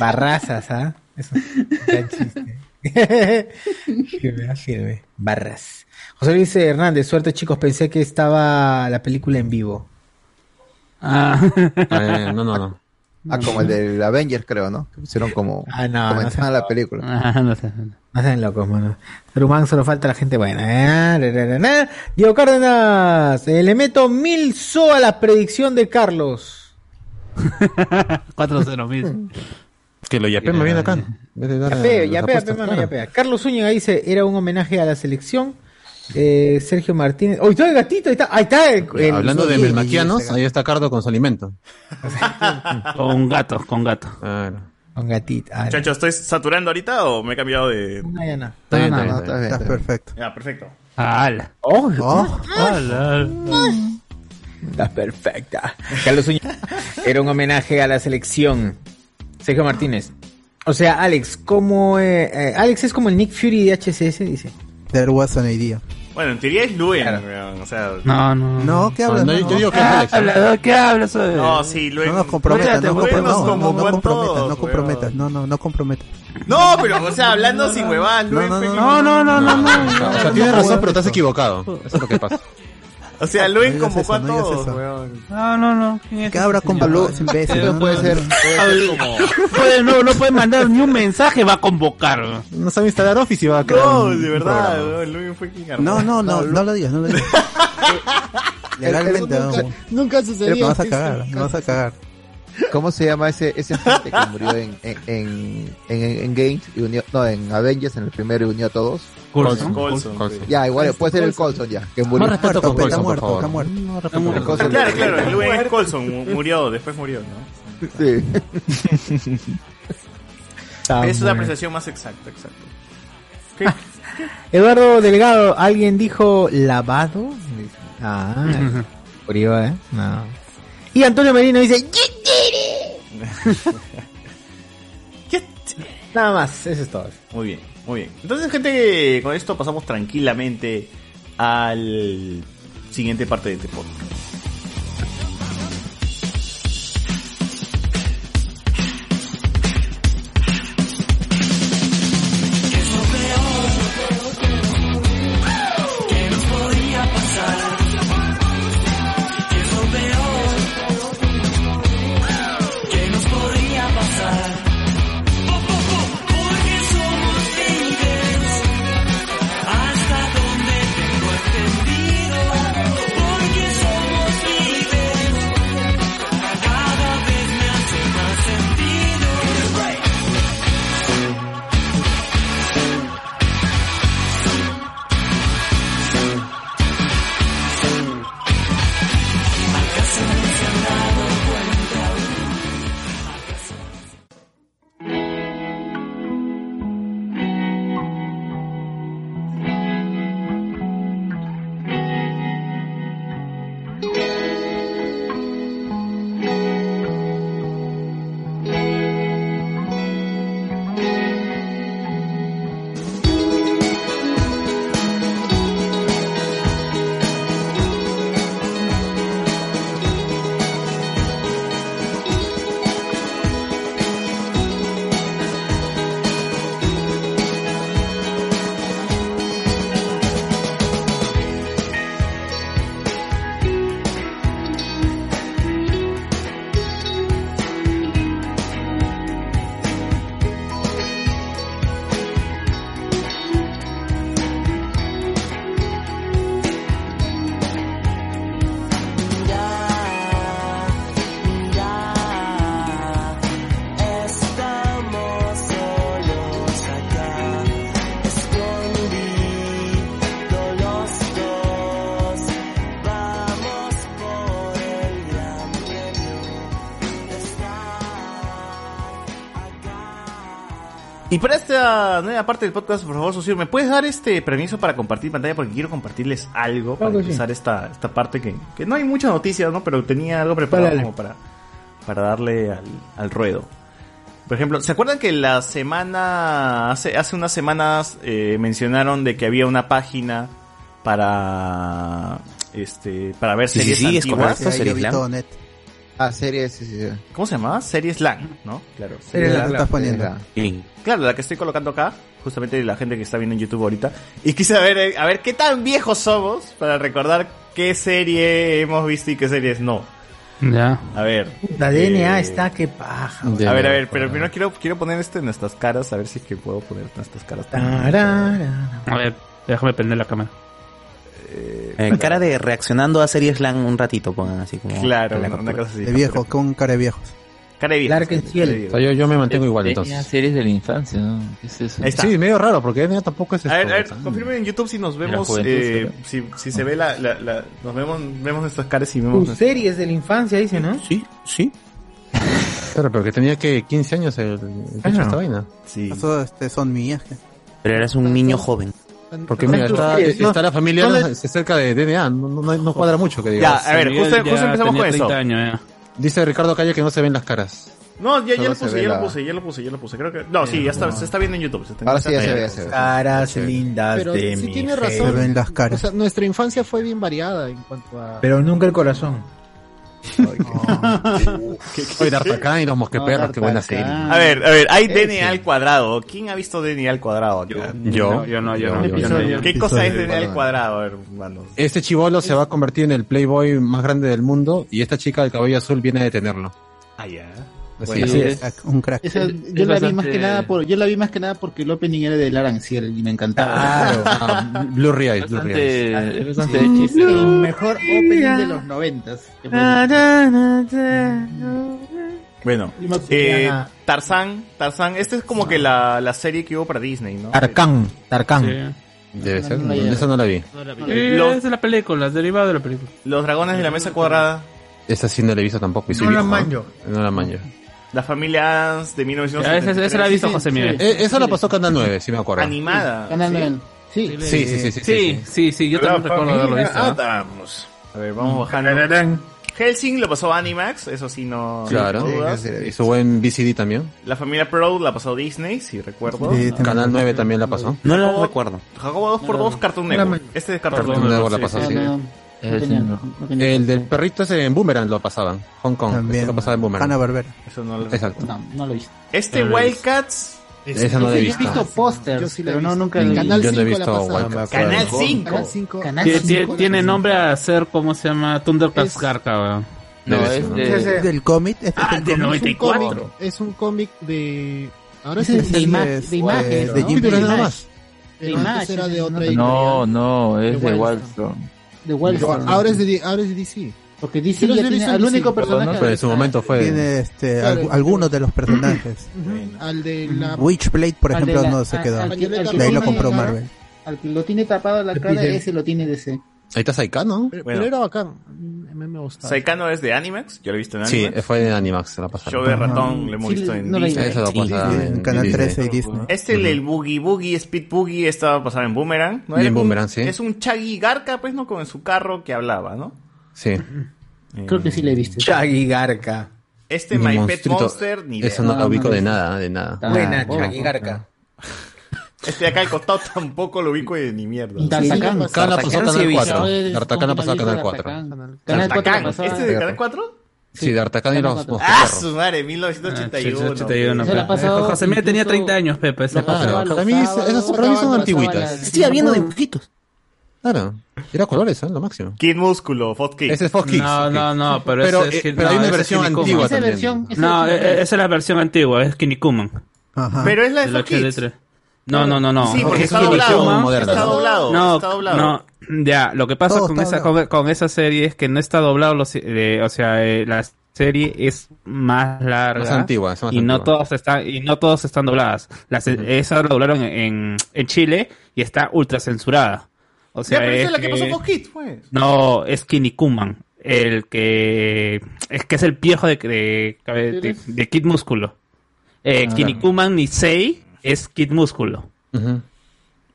Speaker 2: Barrazas, ¿ah? Eso es un gran chiste. Firme, ah, firme. Barras. José Luis Hernández, suerte chicos, pensé que estaba la película en vivo.
Speaker 9: Ah.
Speaker 3: Eh, no, no, no.
Speaker 7: Ah, como el del Avengers, creo, ¿no? Que pusieron como.
Speaker 2: Ah, no, no Ah,
Speaker 7: comentaban la película.
Speaker 9: no sé.
Speaker 2: No sean locos, mano. Rumán solo falta la gente buena. Ah, ra, ra, ra, ra. Diego Cárdenas, eh, le meto mil so a la predicción de Carlos.
Speaker 9: 4-0 mil.
Speaker 3: Que lo yape me viene acá. Ah,
Speaker 2: Yapeo, yapea, yapea, mano, yapea. Carlos Zúñiga dice, era un homenaje a la selección. Eh, Sergio Martínez. ¡Oh, está el gatito! Ahí está, ahí está el- el-
Speaker 3: Ah, Hablando de
Speaker 2: sí,
Speaker 3: melmaquianos, ahí está Cardo con su alimento.
Speaker 9: Con gatos, con gatos.
Speaker 2: Con gatito. Ah,
Speaker 5: Muchachos, ¿estoy saturando ahorita o me he cambiado de...?
Speaker 2: No, ya no.
Speaker 3: Está bien,
Speaker 2: No,
Speaker 3: está
Speaker 2: no,
Speaker 3: bien,
Speaker 2: no,
Speaker 3: está bien.
Speaker 4: Estás perfecto.
Speaker 5: Ya, perfecto.
Speaker 9: ¡Hala!
Speaker 2: ¡Oh!
Speaker 9: ¡Hala!
Speaker 2: Está perfecta. Carlos Zúñiga. Era un homenaje a la selección. Sergio Martínez. O sea, Alex, como Alex es como el Nick Fury de HCS, dice.
Speaker 4: There was an idea.
Speaker 5: Bueno, en teoría es Luen, weón, o sea...
Speaker 9: No, no.
Speaker 4: No, ¿qué hablas?
Speaker 5: No,
Speaker 4: No.
Speaker 5: yo digo que es Alex.
Speaker 9: Hablador, ¿qué hablas?
Speaker 5: No, sí, Luen...
Speaker 4: No nos comprometas, no,
Speaker 5: Luen
Speaker 4: comprometas,
Speaker 5: nos
Speaker 4: no, no, no
Speaker 5: convocó a
Speaker 4: comprometas, no
Speaker 5: todos, weón.
Speaker 4: comprometas, no, no, no comprometas.
Speaker 5: No, pero, o sea, hablando sin huevadas, Luen... fue-
Speaker 9: No, no, no, no, no.
Speaker 3: O sea, tienes razón, pero estás equivocado. Eso es lo que pasa.
Speaker 5: O sea, Luen convocó a
Speaker 4: no digas
Speaker 5: todos,
Speaker 4: eso.
Speaker 5: weón.
Speaker 9: No, no, no. ¿Quién es
Speaker 4: ¿Qué habrá convocado ese imbécil? No, no, no.
Speaker 9: No puede, no, no puede mandar ni un mensaje, va a convocar.
Speaker 3: No sabe instalar Office y va a crear
Speaker 5: No,
Speaker 3: un
Speaker 5: de verdad,
Speaker 3: programa.
Speaker 5: weón, Luen fue quien armó.
Speaker 4: No, no, no, no lo digas, no lo digas. Legalmente,
Speaker 30: Eso nunca,
Speaker 4: vamos.
Speaker 30: nunca
Speaker 4: Pero
Speaker 30: sucedió.
Speaker 4: vas a cagar, no vas a cagar.
Speaker 7: ¿Cómo se llama ese, ese gente que murió en, en, en, en, en Games y unió, no, en Avengers, en el primero y unió a todos?
Speaker 9: Coulson.
Speaker 5: Coulson,
Speaker 3: Coulson.
Speaker 5: sí.
Speaker 7: Ya, igual, puede ser el Colson ya, que murió.
Speaker 3: Más respeto
Speaker 7: Está
Speaker 3: con Coulson, por
Speaker 7: muerto, pues,
Speaker 3: favor.
Speaker 7: está muerto.
Speaker 5: Ah, Claro, claro, el Luen es Colson, mu- murió, después murió, ¿no?
Speaker 7: Sí.
Speaker 5: Es una apreciación más exacta, exacto.
Speaker 2: Eduardo Delgado, ¿alguien dijo lavado? Dice, Ah, frío, ¿eh? No. Y Antonio Merino dice, "Yitiri". Nada más, eso es todo.
Speaker 5: Muy bien, muy bien. Entonces, gente, con esto pasamos tranquilamente al siguiente parte de este podcast.
Speaker 1: ¿Qué nos podría pasar? Porque somos libres hasta donde tengo entendido. Porque somos
Speaker 5: Y para esta nueva parte del podcast, por favor, Socio, ¿me puedes dar este permiso para compartir pantalla? Porque quiero compartirles algo para
Speaker 31: Claro que sí.
Speaker 5: empezar esta, esta parte que, que no hay muchas noticias, ¿no? Pero tenía algo preparado
Speaker 31: Dale, dale.
Speaker 5: como para, para darle al, al ruedo. Por ejemplo, ¿se acuerdan que la semana, hace, hace unas semanas eh, mencionaron de que había una página para este para ver
Speaker 13: Sí, sí,
Speaker 5: series
Speaker 13: sí, es
Speaker 5: antiguas?
Speaker 13: correcto, Series Lan.
Speaker 5: Ah, series, ¿Cómo se llamaba? Series LAN, ¿no? Claro.
Speaker 4: Series Lan, estás poniendo.
Speaker 5: Claro, la que estoy colocando acá, justamente la gente que está viendo en YouTube ahorita. Y quise ver, eh, a ver qué tan viejos somos para recordar qué serie hemos visto y qué series no.
Speaker 32: Ya.
Speaker 5: A ver.
Speaker 7: La
Speaker 5: eh,
Speaker 7: DNA está que paja.
Speaker 5: a ver, a ver, pero primero quiero, quiero poner esto en nuestras caras, a ver si es que puedo poner nuestras caras.
Speaker 7: Tarara.
Speaker 9: A ver, déjame prender la cámara.
Speaker 13: Eh, cara de reaccionando a series LAN un ratito, pongan así como.
Speaker 5: Claro,
Speaker 13: la
Speaker 5: una
Speaker 13: captura.
Speaker 5: cosa así.
Speaker 4: De viejo, con cara de viejos.
Speaker 5: Cara de viejo.
Speaker 24: O sea, yo, yo me mantengo igual
Speaker 5: Tenía
Speaker 24: entonces. series de la infancia, ¿no? ¿Qué es eso?
Speaker 5: Ahí está.
Speaker 3: Sí, medio raro, porque DNA tampoco es
Speaker 5: A ver, a ver,
Speaker 3: esto.
Speaker 5: confirmen en YouTube si nos
Speaker 3: la
Speaker 5: vemos,
Speaker 3: juventud,
Speaker 5: eh, si, si se ve la, la- la- nos vemos, vemos nuestras caras y vemos
Speaker 7: Tus
Speaker 5: nuestras-
Speaker 7: series de la infancia, dice, ¿no?
Speaker 3: Sí, sí. Claro, pero que tenía que 15 años el, el
Speaker 13: Ah,
Speaker 3: hecho
Speaker 13: no.
Speaker 3: esta vaina.
Speaker 5: Sí.
Speaker 4: Eso este, son mías.
Speaker 13: Pero eras un niño joven.
Speaker 3: Porque mira, está, está la familia
Speaker 13: ¿Dónde-
Speaker 3: se cerca de DNA, no, no- no cuadra mucho que
Speaker 5: Ya,
Speaker 3: digas.
Speaker 5: a ver, justo, justo empezamos con eso.
Speaker 3: Dice Ricardo Calle que no se ven las caras.
Speaker 5: No, ya, ya
Speaker 3: Solo
Speaker 5: lo
Speaker 3: se
Speaker 5: puse,
Speaker 3: ve
Speaker 5: ya
Speaker 3: la-
Speaker 5: lo puse, ya lo puse, ya lo puse. Creo que. No, sí, ya está, se está viendo en YouTube. está-
Speaker 3: Ahora sí ya
Speaker 5: está-
Speaker 3: se ve, ya se ve.
Speaker 7: Caras lindas
Speaker 2: Pero
Speaker 7: de
Speaker 2: sí
Speaker 7: mi
Speaker 2: tiene
Speaker 7: gente.
Speaker 2: razón.
Speaker 7: Se ven las caras.
Speaker 2: O sea, nuestra infancia fue bien variada en cuanto a.
Speaker 7: Pero nunca el corazón.
Speaker 3: Oye, D'Artagnan y los mosqueperros, qué buena serie.
Speaker 5: A ver, a ver, hay
Speaker 3: Ese.
Speaker 5: DNA al cuadrado. ¿Quién ha visto DNA al cuadrado? Yo.
Speaker 3: Yo. Yo no, yo no, yo no, yo no.
Speaker 5: ¿Qué cosa es
Speaker 3: Episodio.
Speaker 5: DNA al cuadrado, hermanos?
Speaker 3: Este chivolo se va a convertir en el playboy más grande del mundo y esta chica del cabello azul viene a detenerlo.
Speaker 5: Ah, ya.
Speaker 3: Así,
Speaker 5: Bueno,
Speaker 3: así
Speaker 5: es-
Speaker 3: es.
Speaker 4: Un crack.
Speaker 2: Esa- yo la vi más que nada por, yo la vi más que nada porque el opening era de Aranciel y me encantaba.
Speaker 3: Ah, Blurry Eyes, Blurry
Speaker 2: Bastante-
Speaker 3: Eyes.
Speaker 2: es bastante Sí. hechicero. El mejor opening de los noventas. que
Speaker 5: Ah,
Speaker 2: fue-
Speaker 5: Bueno, eh, Tarzán, Tarzán, esta es
Speaker 9: Ah.
Speaker 5: como que la, la serie que hubo para Disney, ¿no?
Speaker 7: Tarkan, Tarkan.
Speaker 3: Mm. Debe ser,
Speaker 5: no la llegué.
Speaker 3: esa no la vi.
Speaker 9: Eh,
Speaker 5: Los-
Speaker 9: es de la película, es derivado de la película.
Speaker 5: Los dragones de la mesa cuadrada,
Speaker 3: Esa sí no la he visto tampoco. y soy
Speaker 5: No la
Speaker 3: viejo, ¿eh?
Speaker 5: manjo.
Speaker 3: No la manjo.
Speaker 5: la familia Adams de 1973.
Speaker 9: Ya, esa- esa la ha visto José Miguel.
Speaker 3: Eh, esa la pasó Canal 9, si me acuerdo.
Speaker 5: Animada.
Speaker 2: Canal 9. Sí.
Speaker 3: Sí, sí, sí, sí,
Speaker 9: Sí, sí, sí, yo también recuerdo ¿eh? haberlo visto. ¿no?
Speaker 5: Adams. A ver, vamos bajando. Helsing lo pasó Animax, eso sí no.
Speaker 3: Claro.
Speaker 5: no dudas.
Speaker 3: Y su buen VCD también.
Speaker 5: La familia Proud la pasó Disney, si recuerdo. Ah.
Speaker 3: Canal 9 también la pasó.
Speaker 13: No la recuerdo.
Speaker 5: Jacobo 2x2, Cartoon Network. Este es Cartoon
Speaker 3: Cartoon Network la pasó, sí.
Speaker 2: no tenía, no
Speaker 3: El del perrito ese en Boomerang lo pasaban. Hong Kong. También. Lo pasaba en Boomerang.
Speaker 4: Hanna Barbera.
Speaker 5: Eso no lo
Speaker 3: Exacto.
Speaker 2: No, no lo he visto.
Speaker 5: Este
Speaker 3: No lo he
Speaker 5: Wildcats.
Speaker 3: Esa no la he visto.
Speaker 2: Yo he visto
Speaker 5: Yo
Speaker 2: pósters,
Speaker 5: sí la he
Speaker 2: pero no,
Speaker 5: visto.
Speaker 2: nunca
Speaker 3: Yo no he
Speaker 2: cinco la
Speaker 3: visto
Speaker 2: pasaba.
Speaker 3: Wildcats.
Speaker 5: Canal
Speaker 3: Claro.
Speaker 5: 5.
Speaker 2: Canal 5. Canal
Speaker 9: Tiene,
Speaker 2: 5.
Speaker 9: tiene- tiene nombre a ser, ¿cómo se llama? Thundercats Garca, weón.
Speaker 3: No, Debe
Speaker 4: es del cómic. Este
Speaker 9: Ah,
Speaker 4: es
Speaker 9: de
Speaker 4: del cómic.
Speaker 9: 94.
Speaker 2: Es un cómic de. Ahora es
Speaker 4: Ese
Speaker 2: de,
Speaker 4: es
Speaker 2: de,
Speaker 4: el
Speaker 2: ima-
Speaker 4: de-
Speaker 2: de imagen.
Speaker 4: de
Speaker 2: ¿no?
Speaker 4: Jim Pero Lee. nada más.
Speaker 2: De imagen. era de otra
Speaker 24: No, no, es
Speaker 2: De
Speaker 24: de
Speaker 2: Wildstorm.
Speaker 24: Wildstorm.
Speaker 2: De Wildstorm.
Speaker 24: Ahora
Speaker 2: es de, ahora es de DC. Porque DC
Speaker 24: Pero
Speaker 2: ya
Speaker 24: yo lo
Speaker 2: tiene
Speaker 24: hice
Speaker 2: al
Speaker 24: en
Speaker 2: único
Speaker 24: DC,
Speaker 2: personaje.
Speaker 3: Pero en su momento fue.
Speaker 4: Tiene este,
Speaker 2: Claro,
Speaker 4: algu-
Speaker 2: el-
Speaker 4: algunos de los personajes.
Speaker 2: Ujú, Al de la.
Speaker 4: Witchblade, por
Speaker 2: al de
Speaker 4: ejemplo,
Speaker 2: la-
Speaker 4: no se
Speaker 2: al-
Speaker 4: quedó.
Speaker 2: al que- al que
Speaker 4: de ahí lo
Speaker 2: tiene
Speaker 4: compró
Speaker 2: la-
Speaker 4: Marvel.
Speaker 2: Al que lo tiene tapado la cara, ese lo tiene DC.
Speaker 3: Ahí está Saikano.
Speaker 2: Pero,
Speaker 5: Bueno.
Speaker 2: pero era bacán. A mí me gustaba.
Speaker 5: Saikano es de Animax, yo lo he visto en
Speaker 3: Sí,
Speaker 5: Animax.
Speaker 3: fue en Animax la pasaron.
Speaker 5: Show de ratón, lo hemos
Speaker 3: Sí,
Speaker 5: visto en
Speaker 3: no la
Speaker 5: Disney.
Speaker 3: Esa la
Speaker 5: Sí.
Speaker 3: pasaba
Speaker 5: Sí,
Speaker 3: en
Speaker 5: en Canal
Speaker 3: Disney.
Speaker 4: 13 y Disney.
Speaker 5: Este, el, el Boogie Boogie, Speed Boogie, estaba pasado en Boomerang. ¿no?
Speaker 3: Y en
Speaker 5: Era un-
Speaker 3: Boomerang, sí.
Speaker 5: Es un Chaggy Garca, pues, ¿no? Con su carro que hablaba, ¿no?
Speaker 3: Sí.
Speaker 4: Eh,
Speaker 2: Creo que sí le viste.
Speaker 7: Chaggy Garca.
Speaker 5: Este My Pet Monster, ni idea.
Speaker 3: Eso no Ah, la ubico de nada, de nada.
Speaker 7: Buena,
Speaker 5: tampoco.
Speaker 7: Chaggy Garca.
Speaker 5: Este de acá al costado tampoco lo ubico de ni mierda.
Speaker 2: D'Artagnan.
Speaker 3: Acá la pasó
Speaker 2: D'Artagnan sí he
Speaker 3: Canal
Speaker 2: visto.
Speaker 3: 4.
Speaker 2: Ahora eres
Speaker 3: D'Artagnan la pasó a Canal
Speaker 2: comunista,
Speaker 3: 4.
Speaker 2: D'Artagnan. Canal cuatro
Speaker 5: D'Artagnan.
Speaker 2: la pasaba-
Speaker 5: ¿Este es de Canal 4?
Speaker 3: Sí, D'Artagnan y los
Speaker 5: ¡Ah,
Speaker 3: mosqueteros.
Speaker 5: su madre!
Speaker 3: Ah,
Speaker 5: 1981.
Speaker 9: Se la pasó- Eh, José Miguel tenía incluso- 30 años, Pepe. Se pasó.
Speaker 3: Para mí es- esas para mí son antigüitas.
Speaker 13: Sigue habiendo dibujitos.
Speaker 3: Claro. Era colores, ¿eh? Lo máximo.
Speaker 5: Kid Músculo, Fox Kid.
Speaker 3: Ese es Fox Kids.
Speaker 9: No, no, no, pero,
Speaker 3: Pero,
Speaker 9: ese es
Speaker 3: eh,
Speaker 9: Kin-
Speaker 3: pero hay
Speaker 9: no,
Speaker 3: una
Speaker 9: ese es
Speaker 3: versión
Speaker 9: Kinnikuman.
Speaker 3: antigua Esa también. versión-
Speaker 2: esa
Speaker 9: no,
Speaker 2: versión-
Speaker 9: eh, eh, esa es la versión antigua, es Kinnikuman.
Speaker 5: Pero es la de
Speaker 9: Del
Speaker 5: Fox Kids.
Speaker 9: 83. No, no, no, no.
Speaker 5: Sí, porque
Speaker 9: Es
Speaker 5: está
Speaker 9: Kinnikuman.
Speaker 5: doblado. Está doblado.
Speaker 9: No,
Speaker 5: está doblado.
Speaker 9: no. Ya, lo que pasa
Speaker 5: Todo
Speaker 9: con
Speaker 5: está
Speaker 9: esa, con, con esa serie es que no está doblado, los- eh, o sea, eh, la serie es más larga
Speaker 3: Más antigua, es más
Speaker 9: y no
Speaker 3: antigua.
Speaker 9: todas están y no todas están dobladas. Las, Esa la doblaron en, en Chile y está ultra censurada. O sea,
Speaker 5: Ya, pero esa es la que
Speaker 9: que-
Speaker 5: pasó Fox Kids, pues.
Speaker 9: no, es Kinnikuman. El que. Es que es el viejo de, de, de- de Kid Músculo. Eh,
Speaker 3: Ah.
Speaker 9: Kinnikuman Nisei es Kid Músculo.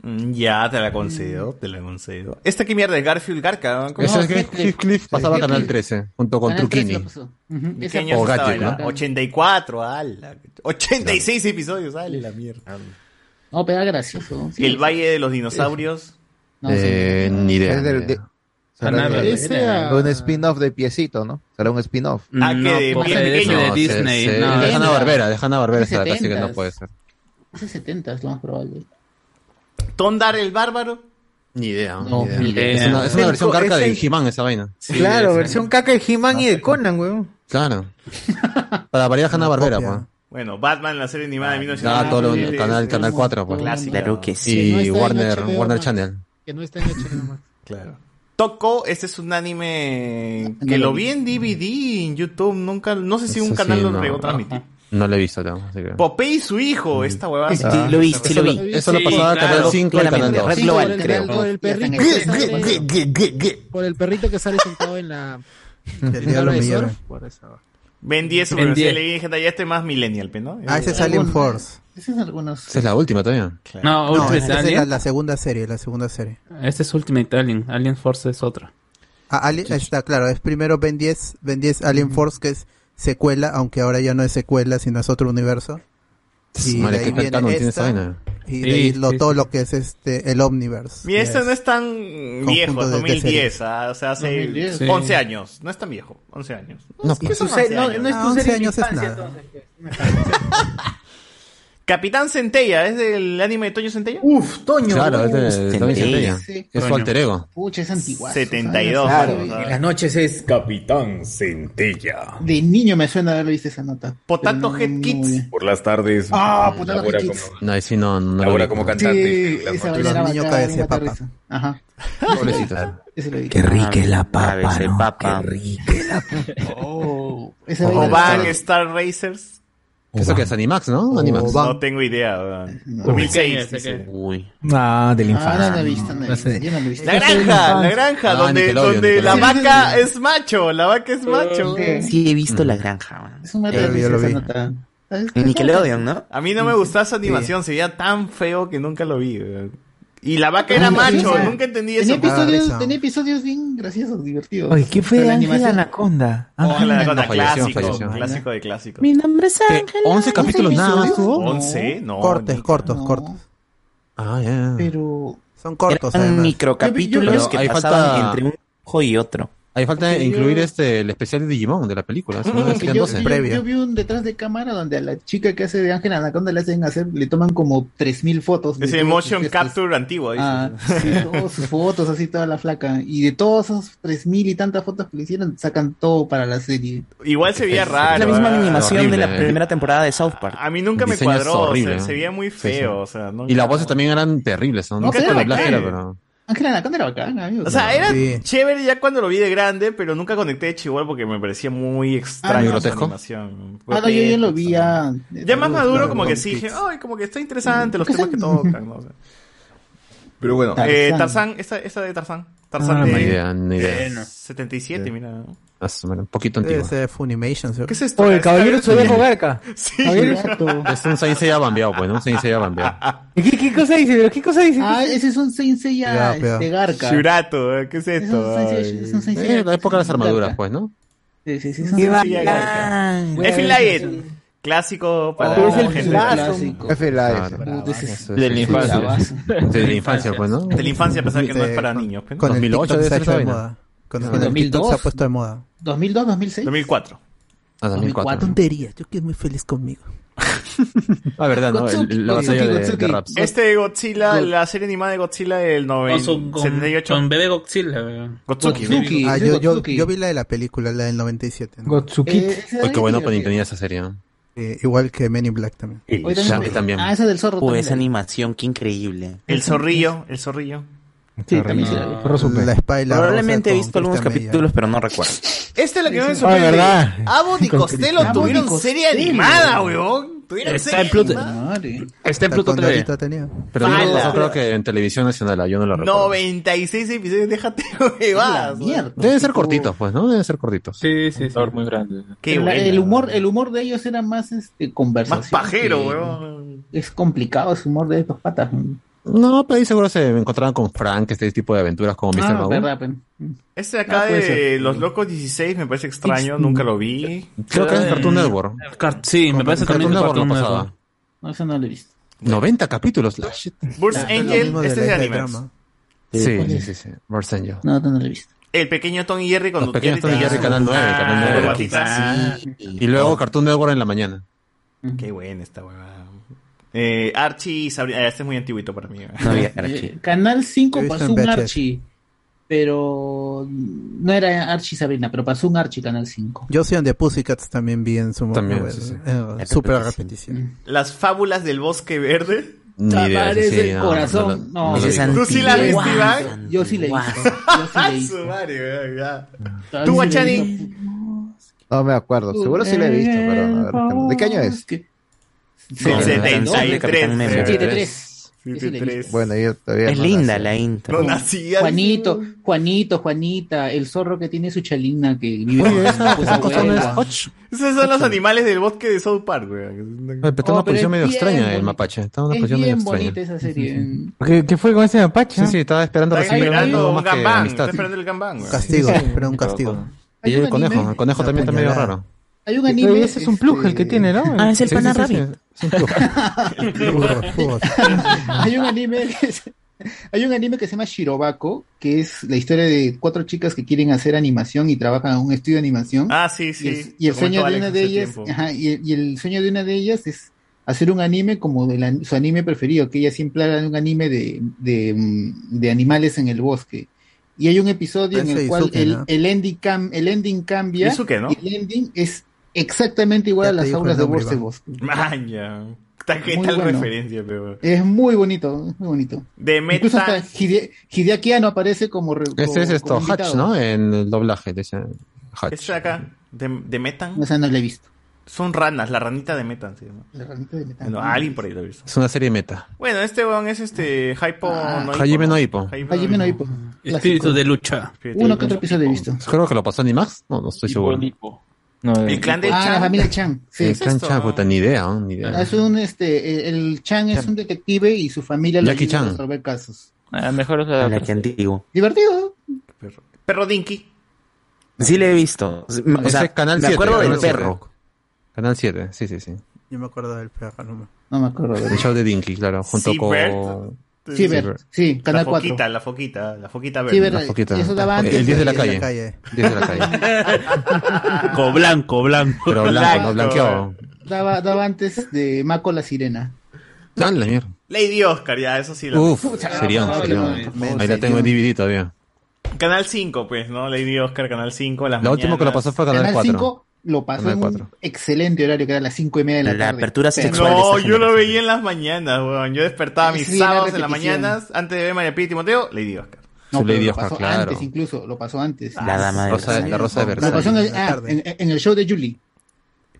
Speaker 5: Mm, Ya, te la concedo, te la concedo. ¿Esta qué mierda es Garfield Garca? ¿Cómo?
Speaker 3: Ese es Heathcliff. Heathcliff pasaba a Canal 13, junto con
Speaker 5: Canal 13
Speaker 3: Truquini.
Speaker 5: ¿En qué año
Speaker 3: O
Speaker 5: se estaba
Speaker 3: Gadget,
Speaker 5: la-
Speaker 3: ¿no?
Speaker 5: 84, ala. 86 episodios, ala la mierda.
Speaker 33: Ah, No, pero era gracioso.
Speaker 5: El Valle de los Dinosaurios.
Speaker 33: No, Eh,
Speaker 5: sí. ni idea,
Speaker 7: Es del-
Speaker 5: ni
Speaker 7: de-
Speaker 5: idea.
Speaker 7: será
Speaker 5: Nada,
Speaker 7: de-
Speaker 5: ese a-
Speaker 7: Un spin-off de piecito, ¿no? Será un spin-off.
Speaker 5: Ah, que No, de pues, pie de eso, pequeño. de Disney,
Speaker 3: se-
Speaker 5: no.
Speaker 3: de Hanna-Barbera, de Hanna-Barbera será, así que no
Speaker 33: 70s.
Speaker 3: puede ser.
Speaker 33: Hace 70 es lo más probable.
Speaker 5: Tondar el Bárbaro.
Speaker 3: Ni idea.
Speaker 33: No,
Speaker 3: ni idea.
Speaker 33: ni idea.
Speaker 3: Es una, es una
Speaker 33: Del
Speaker 3: versión
Speaker 33: co-
Speaker 3: carca de
Speaker 33: ese-
Speaker 3: He-Man esa vaina.
Speaker 34: claro, versión caca de He-Man y
Speaker 2: Ah,
Speaker 34: de Conan, weón.
Speaker 3: Claro. Para variar Hanna-Barbera, pues.
Speaker 5: Bueno, Batman, la serie animada de
Speaker 3: Ah, todo lo-
Speaker 5: 1997.
Speaker 3: canal, canal 4, pues.
Speaker 5: Clásica.
Speaker 3: Y Warner, Warner Channel.
Speaker 1: Que no está en HBO Max.
Speaker 5: Claro. Toko, este es un anime
Speaker 1: No
Speaker 5: que
Speaker 1: lo
Speaker 5: lo
Speaker 1: vi.
Speaker 5: vi en DVD, en YouTube, nunca, no sé si un
Speaker 3: Ese
Speaker 5: canal
Speaker 3: sí,
Speaker 5: lo
Speaker 3: no.
Speaker 5: retransmitía.
Speaker 3: No lo he visto, tampoco, así que-
Speaker 5: Popeye y su hijo, esta huevada.
Speaker 3: Sí, Ah. lo vi, sí, lo vi. Eso lo pasaba Canal 5 y Canal 2.
Speaker 5: Red
Speaker 3: Global,
Speaker 1: Por el-
Speaker 3: creo.
Speaker 1: Por el
Speaker 3: Ya está en
Speaker 1: perrito.
Speaker 3: el-
Speaker 1: que sale- Por el perrito que sale sentado en la. en la tabla de surf.
Speaker 5: Ben 10,
Speaker 3: Ben
Speaker 5: pero sí
Speaker 3: 10.
Speaker 5: le dije, ya este más millennial, pe, ¿no?
Speaker 4: Ah, ese es Alien Force.
Speaker 2: Esa es algunos.
Speaker 3: Esa es la última todavía.
Speaker 9: No,
Speaker 4: No,
Speaker 9: Ultimate
Speaker 4: esa es la,
Speaker 9: Alien.
Speaker 4: la segunda serie, la segunda serie.
Speaker 9: Este es Ultimate Alien. Alien Force es otra.
Speaker 4: Ah, Ali- está claro, es primero Ben 10, Ben 10 Alien Force, que es secuela, aunque ahora ya no es secuela, sino es otro universo. Y
Speaker 3: Madre,
Speaker 4: de
Speaker 3: qué
Speaker 4: ahí viene
Speaker 3: canon tiene esa
Speaker 4: esta,
Speaker 3: vaina.
Speaker 4: y
Speaker 3: Sí,
Speaker 4: de ahí lo,
Speaker 3: sí,
Speaker 4: todo lo que es este el Omniverse.
Speaker 5: Mira, este
Speaker 4: Yes.
Speaker 5: no es tan
Speaker 4: Conjunto
Speaker 5: viejo,
Speaker 4: de- de
Speaker 5: 2010,
Speaker 4: series.
Speaker 5: ah, o sea, hace
Speaker 4: 2010. Sí.
Speaker 5: 11 años. No es tan viejo, 11 años.
Speaker 4: No,
Speaker 5: ¿Qué
Speaker 4: pues.
Speaker 5: son
Speaker 4: Tu se-
Speaker 5: 11
Speaker 4: no-
Speaker 5: años?
Speaker 4: no es tu Ah, 11 serie de años es infancia, nada.
Speaker 5: Capitán Centella, ¿es del anime de Toño Centella?
Speaker 2: Uf, Toño.
Speaker 3: Claro, es de
Speaker 2: Centella.
Speaker 3: Tommy Centella.
Speaker 2: Sí.
Speaker 3: Es su
Speaker 2: Coño.
Speaker 3: alter ego.
Speaker 2: Pucha, es antiguazo.
Speaker 5: 72, mano,
Speaker 2: ¿sabes? Claro,
Speaker 5: ¿sabes?
Speaker 2: y
Speaker 5: En
Speaker 2: las
Speaker 35: noches es Capitán Centella.
Speaker 2: De niño me suena haber visto esa nota.
Speaker 5: Potato Head Kids.
Speaker 35: Por las tardes.
Speaker 2: Ah, puta la
Speaker 35: labora
Speaker 2: Kids.
Speaker 35: como-
Speaker 3: No, ahí sí no, no
Speaker 35: labora
Speaker 3: lo vi.
Speaker 35: como cantante.
Speaker 2: Sí,
Speaker 35: Las
Speaker 2: esa
Speaker 35: noches.
Speaker 2: bailaba
Speaker 4: niño
Speaker 2: acá,
Speaker 4: cabeza de
Speaker 2: una
Speaker 4: papa.
Speaker 2: risa. Ajá.
Speaker 3: Pobrecito.
Speaker 2: Ese lo vi.
Speaker 35: Qué
Speaker 13: Ah,
Speaker 35: rica es la papa,
Speaker 2: cabeza de
Speaker 35: ¿no?
Speaker 2: papa.
Speaker 35: Qué rica es la
Speaker 2: Oh, esa
Speaker 35: Oh,
Speaker 2: vaina
Speaker 5: O
Speaker 2: de-
Speaker 5: Van Star Racers.
Speaker 3: Eso que es Animax, ¿no?
Speaker 5: Oh,
Speaker 4: Oh,
Speaker 3: Animax.
Speaker 5: No tengo idea. weón. 2006. dice.
Speaker 3: Uy.
Speaker 36: Ah, del
Speaker 2: Ah,
Speaker 36: infancia.
Speaker 2: no la he visto, no la he visto, yo no la he visto.
Speaker 5: La granja, la granja,
Speaker 2: Ah,
Speaker 5: donde,
Speaker 2: Nickelodeon,
Speaker 5: donde la
Speaker 2: Nickelodeon.
Speaker 5: vaca es macho, la vaca es macho.
Speaker 13: Sí, he visto La Granja. man.
Speaker 2: Es un mate de
Speaker 13: Eh,
Speaker 2: risa
Speaker 13: yo lo
Speaker 2: esa
Speaker 13: vi.
Speaker 2: nota.
Speaker 13: En Nickelodeon, ¿no?
Speaker 5: A mí no me gustaba esa animación, se veía tan feo que nunca lo vi. weón. Y la vaca era macho, nunca entendí eso.
Speaker 2: Ah, Tenía
Speaker 5: Ah,
Speaker 13: Ah,
Speaker 2: episodios, tenía episodios bien graciosos, divertidos.
Speaker 34: Oye, ¿qué fue
Speaker 2: Pero
Speaker 34: de
Speaker 2: la
Speaker 34: Ángel
Speaker 2: animación-
Speaker 34: Anaconda?
Speaker 2: Ah,
Speaker 5: Oh,
Speaker 34: Ángel
Speaker 5: la Anaconda,
Speaker 34: Anaconda.
Speaker 5: clásico,
Speaker 3: falleció.
Speaker 5: clásico de clásico.
Speaker 13: Mi nombre es Ángela.
Speaker 3: 11 capítulos nada más tuvo.
Speaker 5: ¿11? No.
Speaker 4: Cortes, cortos, cortos.
Speaker 3: Ah, ya.
Speaker 2: Pero.
Speaker 4: Son cortos,
Speaker 13: Eran
Speaker 4: además.
Speaker 13: microcapítulos
Speaker 3: Pero
Speaker 13: que
Speaker 3: ahí
Speaker 13: pasaban
Speaker 3: falta-
Speaker 13: entre un ojo y otro.
Speaker 3: Ahí falta
Speaker 2: Porque yo-
Speaker 3: incluir este, el especial de Digimon de la película. Eso no
Speaker 2: Porque
Speaker 3: decían
Speaker 2: yo,
Speaker 3: 12.
Speaker 2: yo- yo vi un detrás de cámara donde a la chica que hace de Ángel Anaconda le hacen hacer, le toman como 3.000 fotos. de
Speaker 5: Es el
Speaker 2: todos
Speaker 5: motion
Speaker 2: sus gestos.
Speaker 5: capture antiguo. dice.
Speaker 2: Ah, sí, todas sus fotos, así toda la flaca. Y de todas esas 3.000 y tantas fotos que le hicieron, sacan todo para la serie.
Speaker 5: Igual se veía
Speaker 13: Es
Speaker 5: raro.
Speaker 13: la misma
Speaker 5: ¿verdad?
Speaker 13: animación
Speaker 3: Horrible,
Speaker 13: de la
Speaker 3: eh.
Speaker 13: primera temporada de South Park.
Speaker 5: A mí nunca
Speaker 3: El
Speaker 5: me
Speaker 3: diseño es
Speaker 5: cuadró,
Speaker 3: horrible,
Speaker 5: se,
Speaker 3: ¿eh?
Speaker 5: se veía muy
Speaker 3: Sí, sí.
Speaker 5: feo. O sea, no-
Speaker 3: Y las voces también eran terribles. No,
Speaker 5: No,
Speaker 3: no sé
Speaker 5: pero
Speaker 3: qué doblaje
Speaker 5: bacán.
Speaker 3: era, pero.
Speaker 2: Ángel Anaconda era bacán, amigo.
Speaker 5: O sea, era
Speaker 3: Sí.
Speaker 5: chévere ya cuando lo vi de grande, pero nunca conecté de Chihuahua porque me parecía muy
Speaker 2: Ah,
Speaker 5: extraño
Speaker 2: ¿muy
Speaker 5: su
Speaker 2: grotesco?
Speaker 5: animación.
Speaker 2: Ah, no, yo ya lo vi ya.
Speaker 5: Ya más maduro como que sí,
Speaker 2: sí
Speaker 5: dije, ay, como que está interesante los temas que tocan, ¿no? O sea. Pero bueno, eh, Tarzán, esta, esta de Tarzán. Tarzán
Speaker 3: Ah,
Speaker 5: de
Speaker 3: ni idea, ni idea.
Speaker 5: Bueno, 77, mira. ¿no?
Speaker 3: Ah, su madre, Un poquito antiguo.
Speaker 4: Debe ser Funimation, ¿sí?
Speaker 5: ¿Qué es esto?
Speaker 34: Oye, caballero zodiaco garca.
Speaker 5: Sí.
Speaker 3: Es un Saint Seiya bambeado, pues, ¿no? Un Saint Seiya bambeado.
Speaker 34: ¿Qué, ¿Qué cosa dice? ¿Pero qué cosa dice?
Speaker 2: Ah, ese es un Saint Seiya
Speaker 3: Ya, pero-
Speaker 2: este, Garca.
Speaker 5: Shurato, ¿eh? ¿qué es esto?
Speaker 2: Eso es-
Speaker 5: Ay.
Speaker 2: eso es- eso es-
Speaker 3: Eh, la época de las armaduras, pues, ¿no?
Speaker 2: Sí, sí, sí.
Speaker 5: Qué
Speaker 2: Saint Seiya
Speaker 5: bacán.
Speaker 2: Garca.
Speaker 5: Effie Light, clásico para
Speaker 3: Oh,
Speaker 2: Pero es el
Speaker 5: gente.
Speaker 2: clasicazo. Clásico.
Speaker 3: Claro.
Speaker 5: De la infancia.
Speaker 3: De la infancia, pues, ¿no?
Speaker 5: Uh, De la infancia, a pesar que no es
Speaker 4: Eh,
Speaker 5: para
Speaker 4: con-
Speaker 5: niños. pues. pero-
Speaker 4: Con el
Speaker 3: 2008
Speaker 4: TikTok se
Speaker 3: debe
Speaker 4: ha
Speaker 3: ser
Speaker 4: hecho de
Speaker 3: esa
Speaker 4: moda.
Speaker 3: vaina.
Speaker 4: Con
Speaker 3: Ah,
Speaker 4: con el TikTok
Speaker 2: 2002.
Speaker 4: se ha puesto de moda.
Speaker 2: 2002, 2006.
Speaker 5: 2004.
Speaker 3: Ah, 2004.
Speaker 4: Tonterías, yo quedé muy feliz conmigo.
Speaker 3: Ah, verdad, ¿no? El- el- La batalla de- de raps.
Speaker 5: Este de Godzilla, la serie animada de Godzilla del
Speaker 9: Con,
Speaker 5: 90,
Speaker 9: su, con,
Speaker 5: 78.
Speaker 9: con bebé Godzilla. eh, weón.
Speaker 5: Gotsuki.
Speaker 4: Ah, yo, yo, yo vi la de la película, la del 97. ¿no?
Speaker 5: Eh,
Speaker 3: Oye, qué bueno para Nintendo esa serie, ¿no?
Speaker 4: Eh, igual que Men in Black también.
Speaker 13: Oye, también-
Speaker 3: Shaft también.
Speaker 2: Ah, esa del zorro
Speaker 13: Uy,
Speaker 2: también
Speaker 13: esa
Speaker 2: la vi.
Speaker 13: animación, qué increíble.
Speaker 5: El zorrillo, el zorrillo.
Speaker 2: Sí, también sí la vi.
Speaker 4: La espada y la
Speaker 13: Probablemente he
Speaker 4: rosa
Speaker 13: visto algunos
Speaker 4: Christian
Speaker 13: capítulos, pero no recuerdo.
Speaker 5: Esta Este es la que no me
Speaker 4: Ah,
Speaker 5: sorprende.
Speaker 4: ¿verdad?
Speaker 5: Abbott y
Speaker 4: Con
Speaker 5: Costello
Speaker 4: Cristian.
Speaker 5: tuvieron
Speaker 4: Abbott y
Speaker 5: serie
Speaker 4: Costello.
Speaker 5: animada, weón.
Speaker 9: Twitter
Speaker 37: Está en Pluto. Está
Speaker 5: Este
Speaker 37: en Pluto 3.
Speaker 3: Pero no
Speaker 5: Ala.
Speaker 3: pasó, creo que en televisión nacional, ah, yo no lo recuerdo.
Speaker 5: 96 episodios, déjate huevadas. Mierda.
Speaker 3: Deben ser cortitos, pues, ¿no? Deben ser cortitos.
Speaker 24: Sí, sí, sí. muy grande.
Speaker 5: Qué
Speaker 1: La-
Speaker 5: buena.
Speaker 1: el humor el humor de ellos era más este conversación
Speaker 5: Más pajero,
Speaker 1: que-
Speaker 5: weón. ¿Mm?
Speaker 1: es complicado ese humor de estos patas
Speaker 3: No, pero ahí seguro se encontraban con Frank, este tipo de aventuras como Mr.
Speaker 5: Ah,
Speaker 3: Magoo.
Speaker 5: Ese Este de acá
Speaker 3: Ah, puede
Speaker 5: de
Speaker 3: ser.
Speaker 5: Los Locos 16 me parece extraño, nunca lo vi.
Speaker 3: Creo que es en Cartoon Network.
Speaker 37: Sí,
Speaker 3: me
Speaker 37: parece también
Speaker 3: Cartoon
Speaker 37: en
Speaker 3: Network
Speaker 37: Cartoon
Speaker 3: lo
Speaker 37: Network.
Speaker 3: pasaba.
Speaker 1: no eso no lo he visto
Speaker 3: 90 capítulos, la shit.
Speaker 5: Burst
Speaker 1: Ah, es lo
Speaker 5: Angel,
Speaker 1: mismo de
Speaker 5: este es
Speaker 1: la
Speaker 5: de
Speaker 1: isla de
Speaker 5: animes.
Speaker 1: drama. Sí,
Speaker 3: Sí,
Speaker 1: ¿cuál
Speaker 3: sí,
Speaker 1: es?
Speaker 3: sí, sí. Burst Angel.
Speaker 1: no no lo he visto
Speaker 5: El pequeño Tom y Jerry cuando Ah,
Speaker 3: Los pequeños Tony Jerry, Canal 9, Canal 9. Y luego Cartoon Network en la mañana.
Speaker 5: Qué buena esta huevada. Eh, Archie y Sabrina. eh, Este es muy antiguito para mí.
Speaker 1: No había Archie. Canal 5
Speaker 5: Yo he visto
Speaker 1: pasó
Speaker 5: en
Speaker 1: un
Speaker 5: VHS.
Speaker 1: Archie pero no era Archie Sabrina pero pasó un Archie Canal 5
Speaker 4: Yo soy de Pussycats también vi en su
Speaker 1: También,
Speaker 4: momento.
Speaker 1: sí, sí.
Speaker 4: Eh, Súper repetición.
Speaker 5: Las fábulas del bosque verde.
Speaker 4: Ni idea,
Speaker 1: Aparece
Speaker 4: sí, sí,
Speaker 1: el
Speaker 4: no,
Speaker 1: corazón
Speaker 4: no lo-
Speaker 1: no,
Speaker 4: no lo Ese es
Speaker 5: ¿Tú sí la
Speaker 1: Guau.
Speaker 5: viste, Iván?
Speaker 1: yo sí le he visto
Speaker 5: Ah, su madre, weón, ya.
Speaker 1: sí
Speaker 5: Tú,
Speaker 1: le
Speaker 5: Guachani.
Speaker 7: No me acuerdo, seguro sí lo he visto, pero no, a ver, ¿de qué año es?
Speaker 5: Del 73.
Speaker 1: 73
Speaker 7: Bueno, yo todavía
Speaker 13: Es
Speaker 7: no
Speaker 13: linda
Speaker 7: nací.
Speaker 13: la intro.
Speaker 1: Juanito, Juanito, Juanita, el zorro que tiene su chalina que vive
Speaker 3: Oye,
Speaker 1: con
Speaker 3: esa
Speaker 1: su esposa
Speaker 3: foto no es
Speaker 1: hueva.
Speaker 5: Esos son los animales del bosque de South Park, weón.
Speaker 3: Pero está
Speaker 1: Oh,
Speaker 3: una
Speaker 1: pero
Speaker 3: posición
Speaker 1: es
Speaker 3: medio
Speaker 1: bien
Speaker 3: extraña el
Speaker 1: bonita.
Speaker 3: mapache. Está una
Speaker 1: Es
Speaker 3: posición medio
Speaker 1: bien
Speaker 3: extraña.
Speaker 1: bonita esa serie.
Speaker 4: ¿Qué, qué fue con ese mapache?
Speaker 3: Sí, sí, estaba esperando
Speaker 5: Está
Speaker 3: recibir algo
Speaker 5: esperando un
Speaker 3: más que
Speaker 5: gambán. Está
Speaker 3: amistad.
Speaker 5: esperando el gambán, weón.
Speaker 4: Castigo,
Speaker 1: Sí, sí.
Speaker 4: pero un castigo.
Speaker 3: Y el conejo, el conejo
Speaker 4: La
Speaker 3: también está medio
Speaker 4: puñalada.
Speaker 3: raro.
Speaker 1: Hay un anime. este
Speaker 4: Ese es un plug el que tiene, ¿no?
Speaker 1: Ah, es el
Speaker 4: Sí,
Speaker 1: pana
Speaker 4: sí, sí, sí.
Speaker 1: rabbit.
Speaker 4: Es un plug. Burro, burro.
Speaker 1: Hay un anime
Speaker 2: que se- Hay un anime que se llama Shirobako, que es la historia de cuatro chicas que quieren hacer animación y trabajan en un estudio de animación.
Speaker 5: Ah, sí,
Speaker 2: Y
Speaker 5: sí.
Speaker 2: el, y el
Speaker 5: Lo
Speaker 2: sueño
Speaker 5: comentó Alex
Speaker 2: de una de
Speaker 5: hace
Speaker 2: ellas,
Speaker 5: tiempo.
Speaker 2: ajá, y, y el sueño de una de ellas es hacer un anime como de la- su anime preferido, que ella siempre habla de un anime de, de, mm, de animales en el bosque. Y hay un episodio en
Speaker 4: Ah, Ese
Speaker 2: el cual
Speaker 4: Yusuke,
Speaker 2: el,
Speaker 4: ¿no?
Speaker 2: el ending cam- el ending cambia
Speaker 5: Yusuke, ¿no?
Speaker 2: y el ending es exactamente igual
Speaker 4: Ya
Speaker 2: a
Speaker 4: te
Speaker 2: las
Speaker 4: dijo
Speaker 2: aulas
Speaker 4: el
Speaker 2: de
Speaker 4: nombre,
Speaker 2: Bosque
Speaker 4: Iván.
Speaker 2: Bosque.
Speaker 5: Maña. Está que
Speaker 2: Muy
Speaker 5: tal
Speaker 2: bueno.
Speaker 5: referencia, pero.
Speaker 2: Es muy bonito, es muy bonito.
Speaker 5: De
Speaker 2: Incluso hasta
Speaker 5: Meta.
Speaker 2: Hide- Hideaki Anno aparece como... re-
Speaker 3: Este es
Speaker 2: como-
Speaker 3: esto,
Speaker 2: como
Speaker 3: Hatch,
Speaker 2: invitado.
Speaker 3: ¿no? En el doblaje de ese Hatch.
Speaker 5: Este de acá. De, de Metan.
Speaker 2: O sea, no lo he visto.
Speaker 5: Son ranas, la ranita de Metan se llama.
Speaker 2: La ranita de Metan.
Speaker 5: Bueno, alguien por ahí lo ha visto.
Speaker 3: Es una serie meta.
Speaker 5: Bueno, este weón es este. Hypo
Speaker 2: Ah,
Speaker 5: no
Speaker 3: Hajime no Ippo.
Speaker 2: Hajime no Ippo.
Speaker 37: Espíritu de lucha.
Speaker 2: Uno que otro episodio he visto.
Speaker 3: Creo que lo pasó en Max. No, no estoy seguro. No,
Speaker 5: El clan de
Speaker 2: Ah, la
Speaker 5: Chan.
Speaker 2: familia Chan. Sí,
Speaker 3: el
Speaker 2: es
Speaker 3: clan
Speaker 2: esto.
Speaker 3: Chan, puta, ni idea, ¿no? ni idea.
Speaker 2: Es un, este, eh, el Chan es un detective y su familia lo
Speaker 3: Jackie
Speaker 2: ayuda a
Speaker 3: Chan.
Speaker 2: resolver casos.
Speaker 13: Ah,
Speaker 24: mejor
Speaker 13: Ala, qué antiguo.
Speaker 2: Divertido.
Speaker 5: Perro Dinky.
Speaker 13: Sí le he visto. O
Speaker 3: Ese
Speaker 13: sea,
Speaker 3: es Canal
Speaker 13: me
Speaker 3: 7,
Speaker 13: acuerdo del
Speaker 3: Canal 7.
Speaker 13: perro.
Speaker 3: Canal 7, sí, sí, sí.
Speaker 4: Yo me acuerdo del perro, no me-
Speaker 2: No me acuerdo.
Speaker 3: El show de Dinky, claro, junto
Speaker 5: Seabird.
Speaker 3: con...
Speaker 2: Seabird, sí, Canal
Speaker 5: la
Speaker 2: 4.
Speaker 5: foquita, La foquita, la foquita verde.
Speaker 2: Sí, verdad. Eso daba antes.
Speaker 3: El 10 de la
Speaker 2: El 10
Speaker 3: calle.
Speaker 2: de la
Speaker 3: 10 de la calle.
Speaker 37: Blanco, blanco, blanco.
Speaker 3: Pero blanco, no blanqueado.
Speaker 2: Daba, daba antes de Mako la sirena.
Speaker 3: Dale, mierda.
Speaker 5: Lady Oscar, ya, eso sí. la-
Speaker 3: Uf, sería un Ahí la tengo en DVD todavía.
Speaker 5: Canal 5, pues, ¿no? Lady Oscar, Canal 5. Las
Speaker 3: La última que la
Speaker 5: mañanas.
Speaker 3: pasó fue Canal,
Speaker 2: Canal
Speaker 3: 4.
Speaker 2: 5 lo pasó
Speaker 3: Canal
Speaker 2: en un excelente horario, que era las 5 y media de la,
Speaker 13: La
Speaker 2: tarde.
Speaker 13: apertura
Speaker 2: Pero-
Speaker 13: sexual
Speaker 5: No, yo lo veía en las mañanas, weón. Yo despertaba mis
Speaker 2: Sí, la
Speaker 5: sábados en las
Speaker 2: repetición.
Speaker 5: mañanas antes de ver María Pía y Timoteo, Lady Oscar.
Speaker 2: No,
Speaker 3: Su
Speaker 2: pero
Speaker 3: Lady
Speaker 2: lo
Speaker 3: Oscar,
Speaker 2: pasó
Speaker 3: claro.
Speaker 2: antes incluso, lo pasó antes.
Speaker 3: La dama de Rosa- Versalles. la Rosa de
Speaker 2: Lo pasó en el, ah, en- en el show de Julie.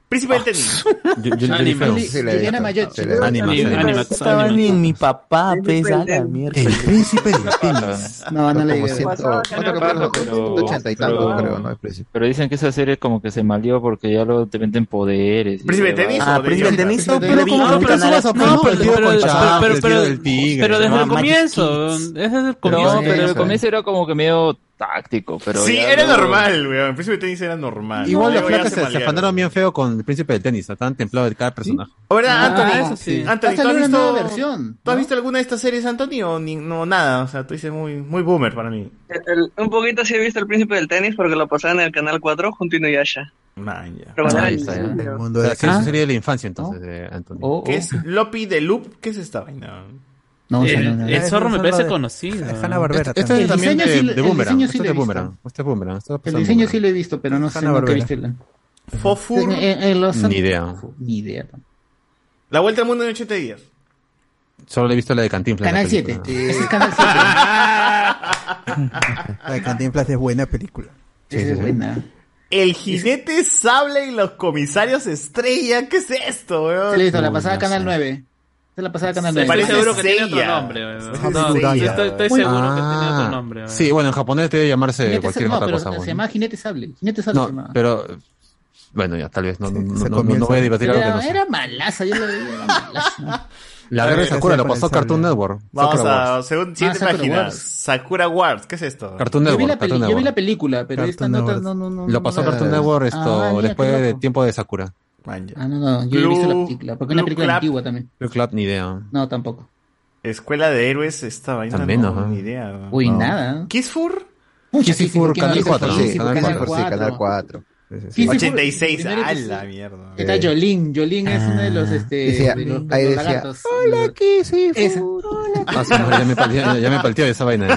Speaker 5: Príncipe del tenis.
Speaker 3: Yo, yo, yo le feo.
Speaker 2: Juliana Mayotte.
Speaker 3: Anima,
Speaker 13: Yo
Speaker 3: anima.
Speaker 13: no estaba ni en mi papá, pues, a la mierda.
Speaker 4: El príncipe del tenis.
Speaker 2: No, no
Speaker 4: le
Speaker 7: Como
Speaker 4: llegué.
Speaker 7: ciento- ¿cuánto capítulo?
Speaker 24: Pero,
Speaker 7: 180 y tantos, creo, ¿no? El
Speaker 24: pero, pero dicen que esa serie como que se malió porque ya lo te venden poderes. y
Speaker 5: Príncipe
Speaker 24: huevadas.
Speaker 5: Tenis o Ah, de Príncipe Yoda. Tenis,
Speaker 24: Príncipe
Speaker 5: pero
Speaker 24: Tenis.
Speaker 5: como
Speaker 24: No,
Speaker 5: que
Speaker 24: pero
Speaker 5: Canal
Speaker 24: subas a-
Speaker 5: Plus,
Speaker 24: no,
Speaker 5: el
Speaker 24: pero-
Speaker 5: tío
Speaker 24: pero-
Speaker 5: con
Speaker 24: pero-
Speaker 5: chapas,
Speaker 24: pero-
Speaker 5: el
Speaker 24: pero-
Speaker 5: tío del tigre,
Speaker 24: Pero desde
Speaker 5: ¿no?
Speaker 24: el
Speaker 5: Magic
Speaker 24: comienzo.
Speaker 5: Kids.
Speaker 24: Ese es el
Speaker 5: Pero
Speaker 24: comienzo.
Speaker 5: no,
Speaker 24: pero
Speaker 5: pero-
Speaker 24: el comienzo era como que medio táctico. Pero
Speaker 5: sí,
Speaker 24: ya
Speaker 5: era
Speaker 24: luego-
Speaker 5: normal, weón. Príncipe del tenis era
Speaker 13: Ah,
Speaker 5: normal.
Speaker 3: Igual los
Speaker 5: Luego ya
Speaker 3: flacos se, se
Speaker 5: malearon.
Speaker 3: afanaron bien feo con el príncipe del tenis, tan templado de cada personaje.
Speaker 5: Ahora,
Speaker 3: Ah,
Speaker 5: Anthony,
Speaker 3: eso sí.
Speaker 5: Anthony,
Speaker 2: Ha
Speaker 5: ¿tú has
Speaker 2: salido una
Speaker 5: visto,
Speaker 2: nueva versión,
Speaker 5: ¿tú has visto alguna de estas series, Anthony? O ni- no, nada. O sea, tú dices muy, muy boomer para mí.
Speaker 9: El- el- un poquito sí he visto El Príncipe del Tenis porque lo pasaban en el Canal 4 junto a Inuyasha. Pero
Speaker 2: Ah,
Speaker 9: cuando era
Speaker 3: Ahí
Speaker 9: niño,
Speaker 3: está, ya.
Speaker 9: creo.
Speaker 3: O sea, que
Speaker 9: Ah.
Speaker 3: eso sería de la infancia entonces eh, de Anthony.
Speaker 2: Oh,
Speaker 5: ¿Qué es Lopi de Loop? ¿Qué es esta vaina?
Speaker 3: No,
Speaker 9: Eh,
Speaker 37: el,
Speaker 3: no, no, no.
Speaker 37: el
Speaker 3: Es
Speaker 37: zorro
Speaker 3: un
Speaker 37: me
Speaker 3: zorro
Speaker 37: parece
Speaker 3: de-
Speaker 37: conocido.
Speaker 3: Es Hanna-Barbera Este- este también. es también de- de Boomerang, este es de Boomerang, este es Boomerang, este lo
Speaker 2: El
Speaker 3: pasó en
Speaker 2: diseño
Speaker 3: Boomerang.
Speaker 2: sí lo he visto, pero no sé nunca he visto el...
Speaker 5: Fofur.
Speaker 2: En- en- en los-
Speaker 3: Ni idea.
Speaker 2: Ni idea.
Speaker 5: La vuelta al mundo en 80 días.
Speaker 3: Solo he visto la de Cantinflas.
Speaker 2: Canal
Speaker 3: la película.
Speaker 2: 7. Ese es Canal 7.
Speaker 4: La de Cantinflas es buena película.
Speaker 2: Esa es buena.
Speaker 5: El jinete sable y los comisarios estrella. ¿Qué es esto, weón?
Speaker 2: Listo, la pasada Canal 9. Esta es la pasada Canal 9.
Speaker 5: Parece
Speaker 9: seguro que tiene
Speaker 5: Seiya.
Speaker 9: otro nombre. weón.
Speaker 2: Sí,
Speaker 9: No,
Speaker 2: Seiya,
Speaker 9: Ah, estoy- estoy, estoy
Speaker 2: weón.
Speaker 9: seguro que tiene otro
Speaker 3: Ah,
Speaker 9: nombre. weón.
Speaker 3: sí, bueno, en japonés debe llamarse
Speaker 2: Jinete
Speaker 3: cualquier
Speaker 2: Sable- no,
Speaker 3: otra
Speaker 2: pero
Speaker 3: cosa.
Speaker 2: se
Speaker 3: bueno.
Speaker 2: llama Jinete Sable. Jinete Sable se
Speaker 3: No,
Speaker 2: llama.
Speaker 3: pero bueno, ya tal vez no, no, no,
Speaker 2: Se
Speaker 3: no-
Speaker 2: comienza.
Speaker 3: no voy a debatir algo que
Speaker 2: era,
Speaker 3: no sé.
Speaker 2: era malaza, yo lo veía. era malaza.
Speaker 3: La guerra de Sakura lo pasó Cartoon Network.
Speaker 5: Vamos
Speaker 3: Sakura Wars.
Speaker 5: a, según siguiente
Speaker 2: Ah, Sakura
Speaker 5: página,
Speaker 2: Wars.
Speaker 5: Sakura Wars, ¿qué es esto?
Speaker 3: Cartoon
Speaker 2: Yo vi,
Speaker 3: Network,
Speaker 2: la peli-
Speaker 3: Cartoon
Speaker 2: yo vi la
Speaker 3: Network.
Speaker 2: película, pero
Speaker 3: Cartoon
Speaker 2: esta nota
Speaker 3: Network.
Speaker 2: no, no, no.
Speaker 3: Lo
Speaker 2: no
Speaker 3: pasó
Speaker 2: me-
Speaker 3: Cartoon Network esto
Speaker 2: Ah, mira,
Speaker 3: después
Speaker 2: qué
Speaker 3: de
Speaker 2: loco.
Speaker 3: tiempo de Sakura.
Speaker 2: Ah, no, no, yo he visto la película, porque es una
Speaker 5: Blue
Speaker 2: película
Speaker 5: Clap.
Speaker 2: antigua también.
Speaker 3: Blue Club, ni idea.
Speaker 2: No, tampoco.
Speaker 5: Escuela de héroes, esta vaina.
Speaker 3: También,
Speaker 5: no,
Speaker 3: ajá.
Speaker 5: ni idea.
Speaker 2: Uy,
Speaker 5: no.
Speaker 2: nada.
Speaker 5: ¿Kiss Fur?
Speaker 2: Kiss Fur, Canal 4,
Speaker 7: Sí,
Speaker 2: sí,
Speaker 7: Canal
Speaker 2: Canal
Speaker 7: 4, sí, Canal 4.
Speaker 2: Sí, sí, fue-
Speaker 5: 86,
Speaker 2: primero
Speaker 5: a
Speaker 2: que
Speaker 5: la
Speaker 2: sí.
Speaker 5: mierda.
Speaker 2: Está Jolín, Jolín es uno de los, este,
Speaker 7: Decía-
Speaker 2: de los, de
Speaker 7: ahí
Speaker 2: los
Speaker 7: decía,
Speaker 2: lagartos. Hola,
Speaker 7: Kissy
Speaker 3: Ah, su madre, ya me palteó, ya me palteó esa vaina.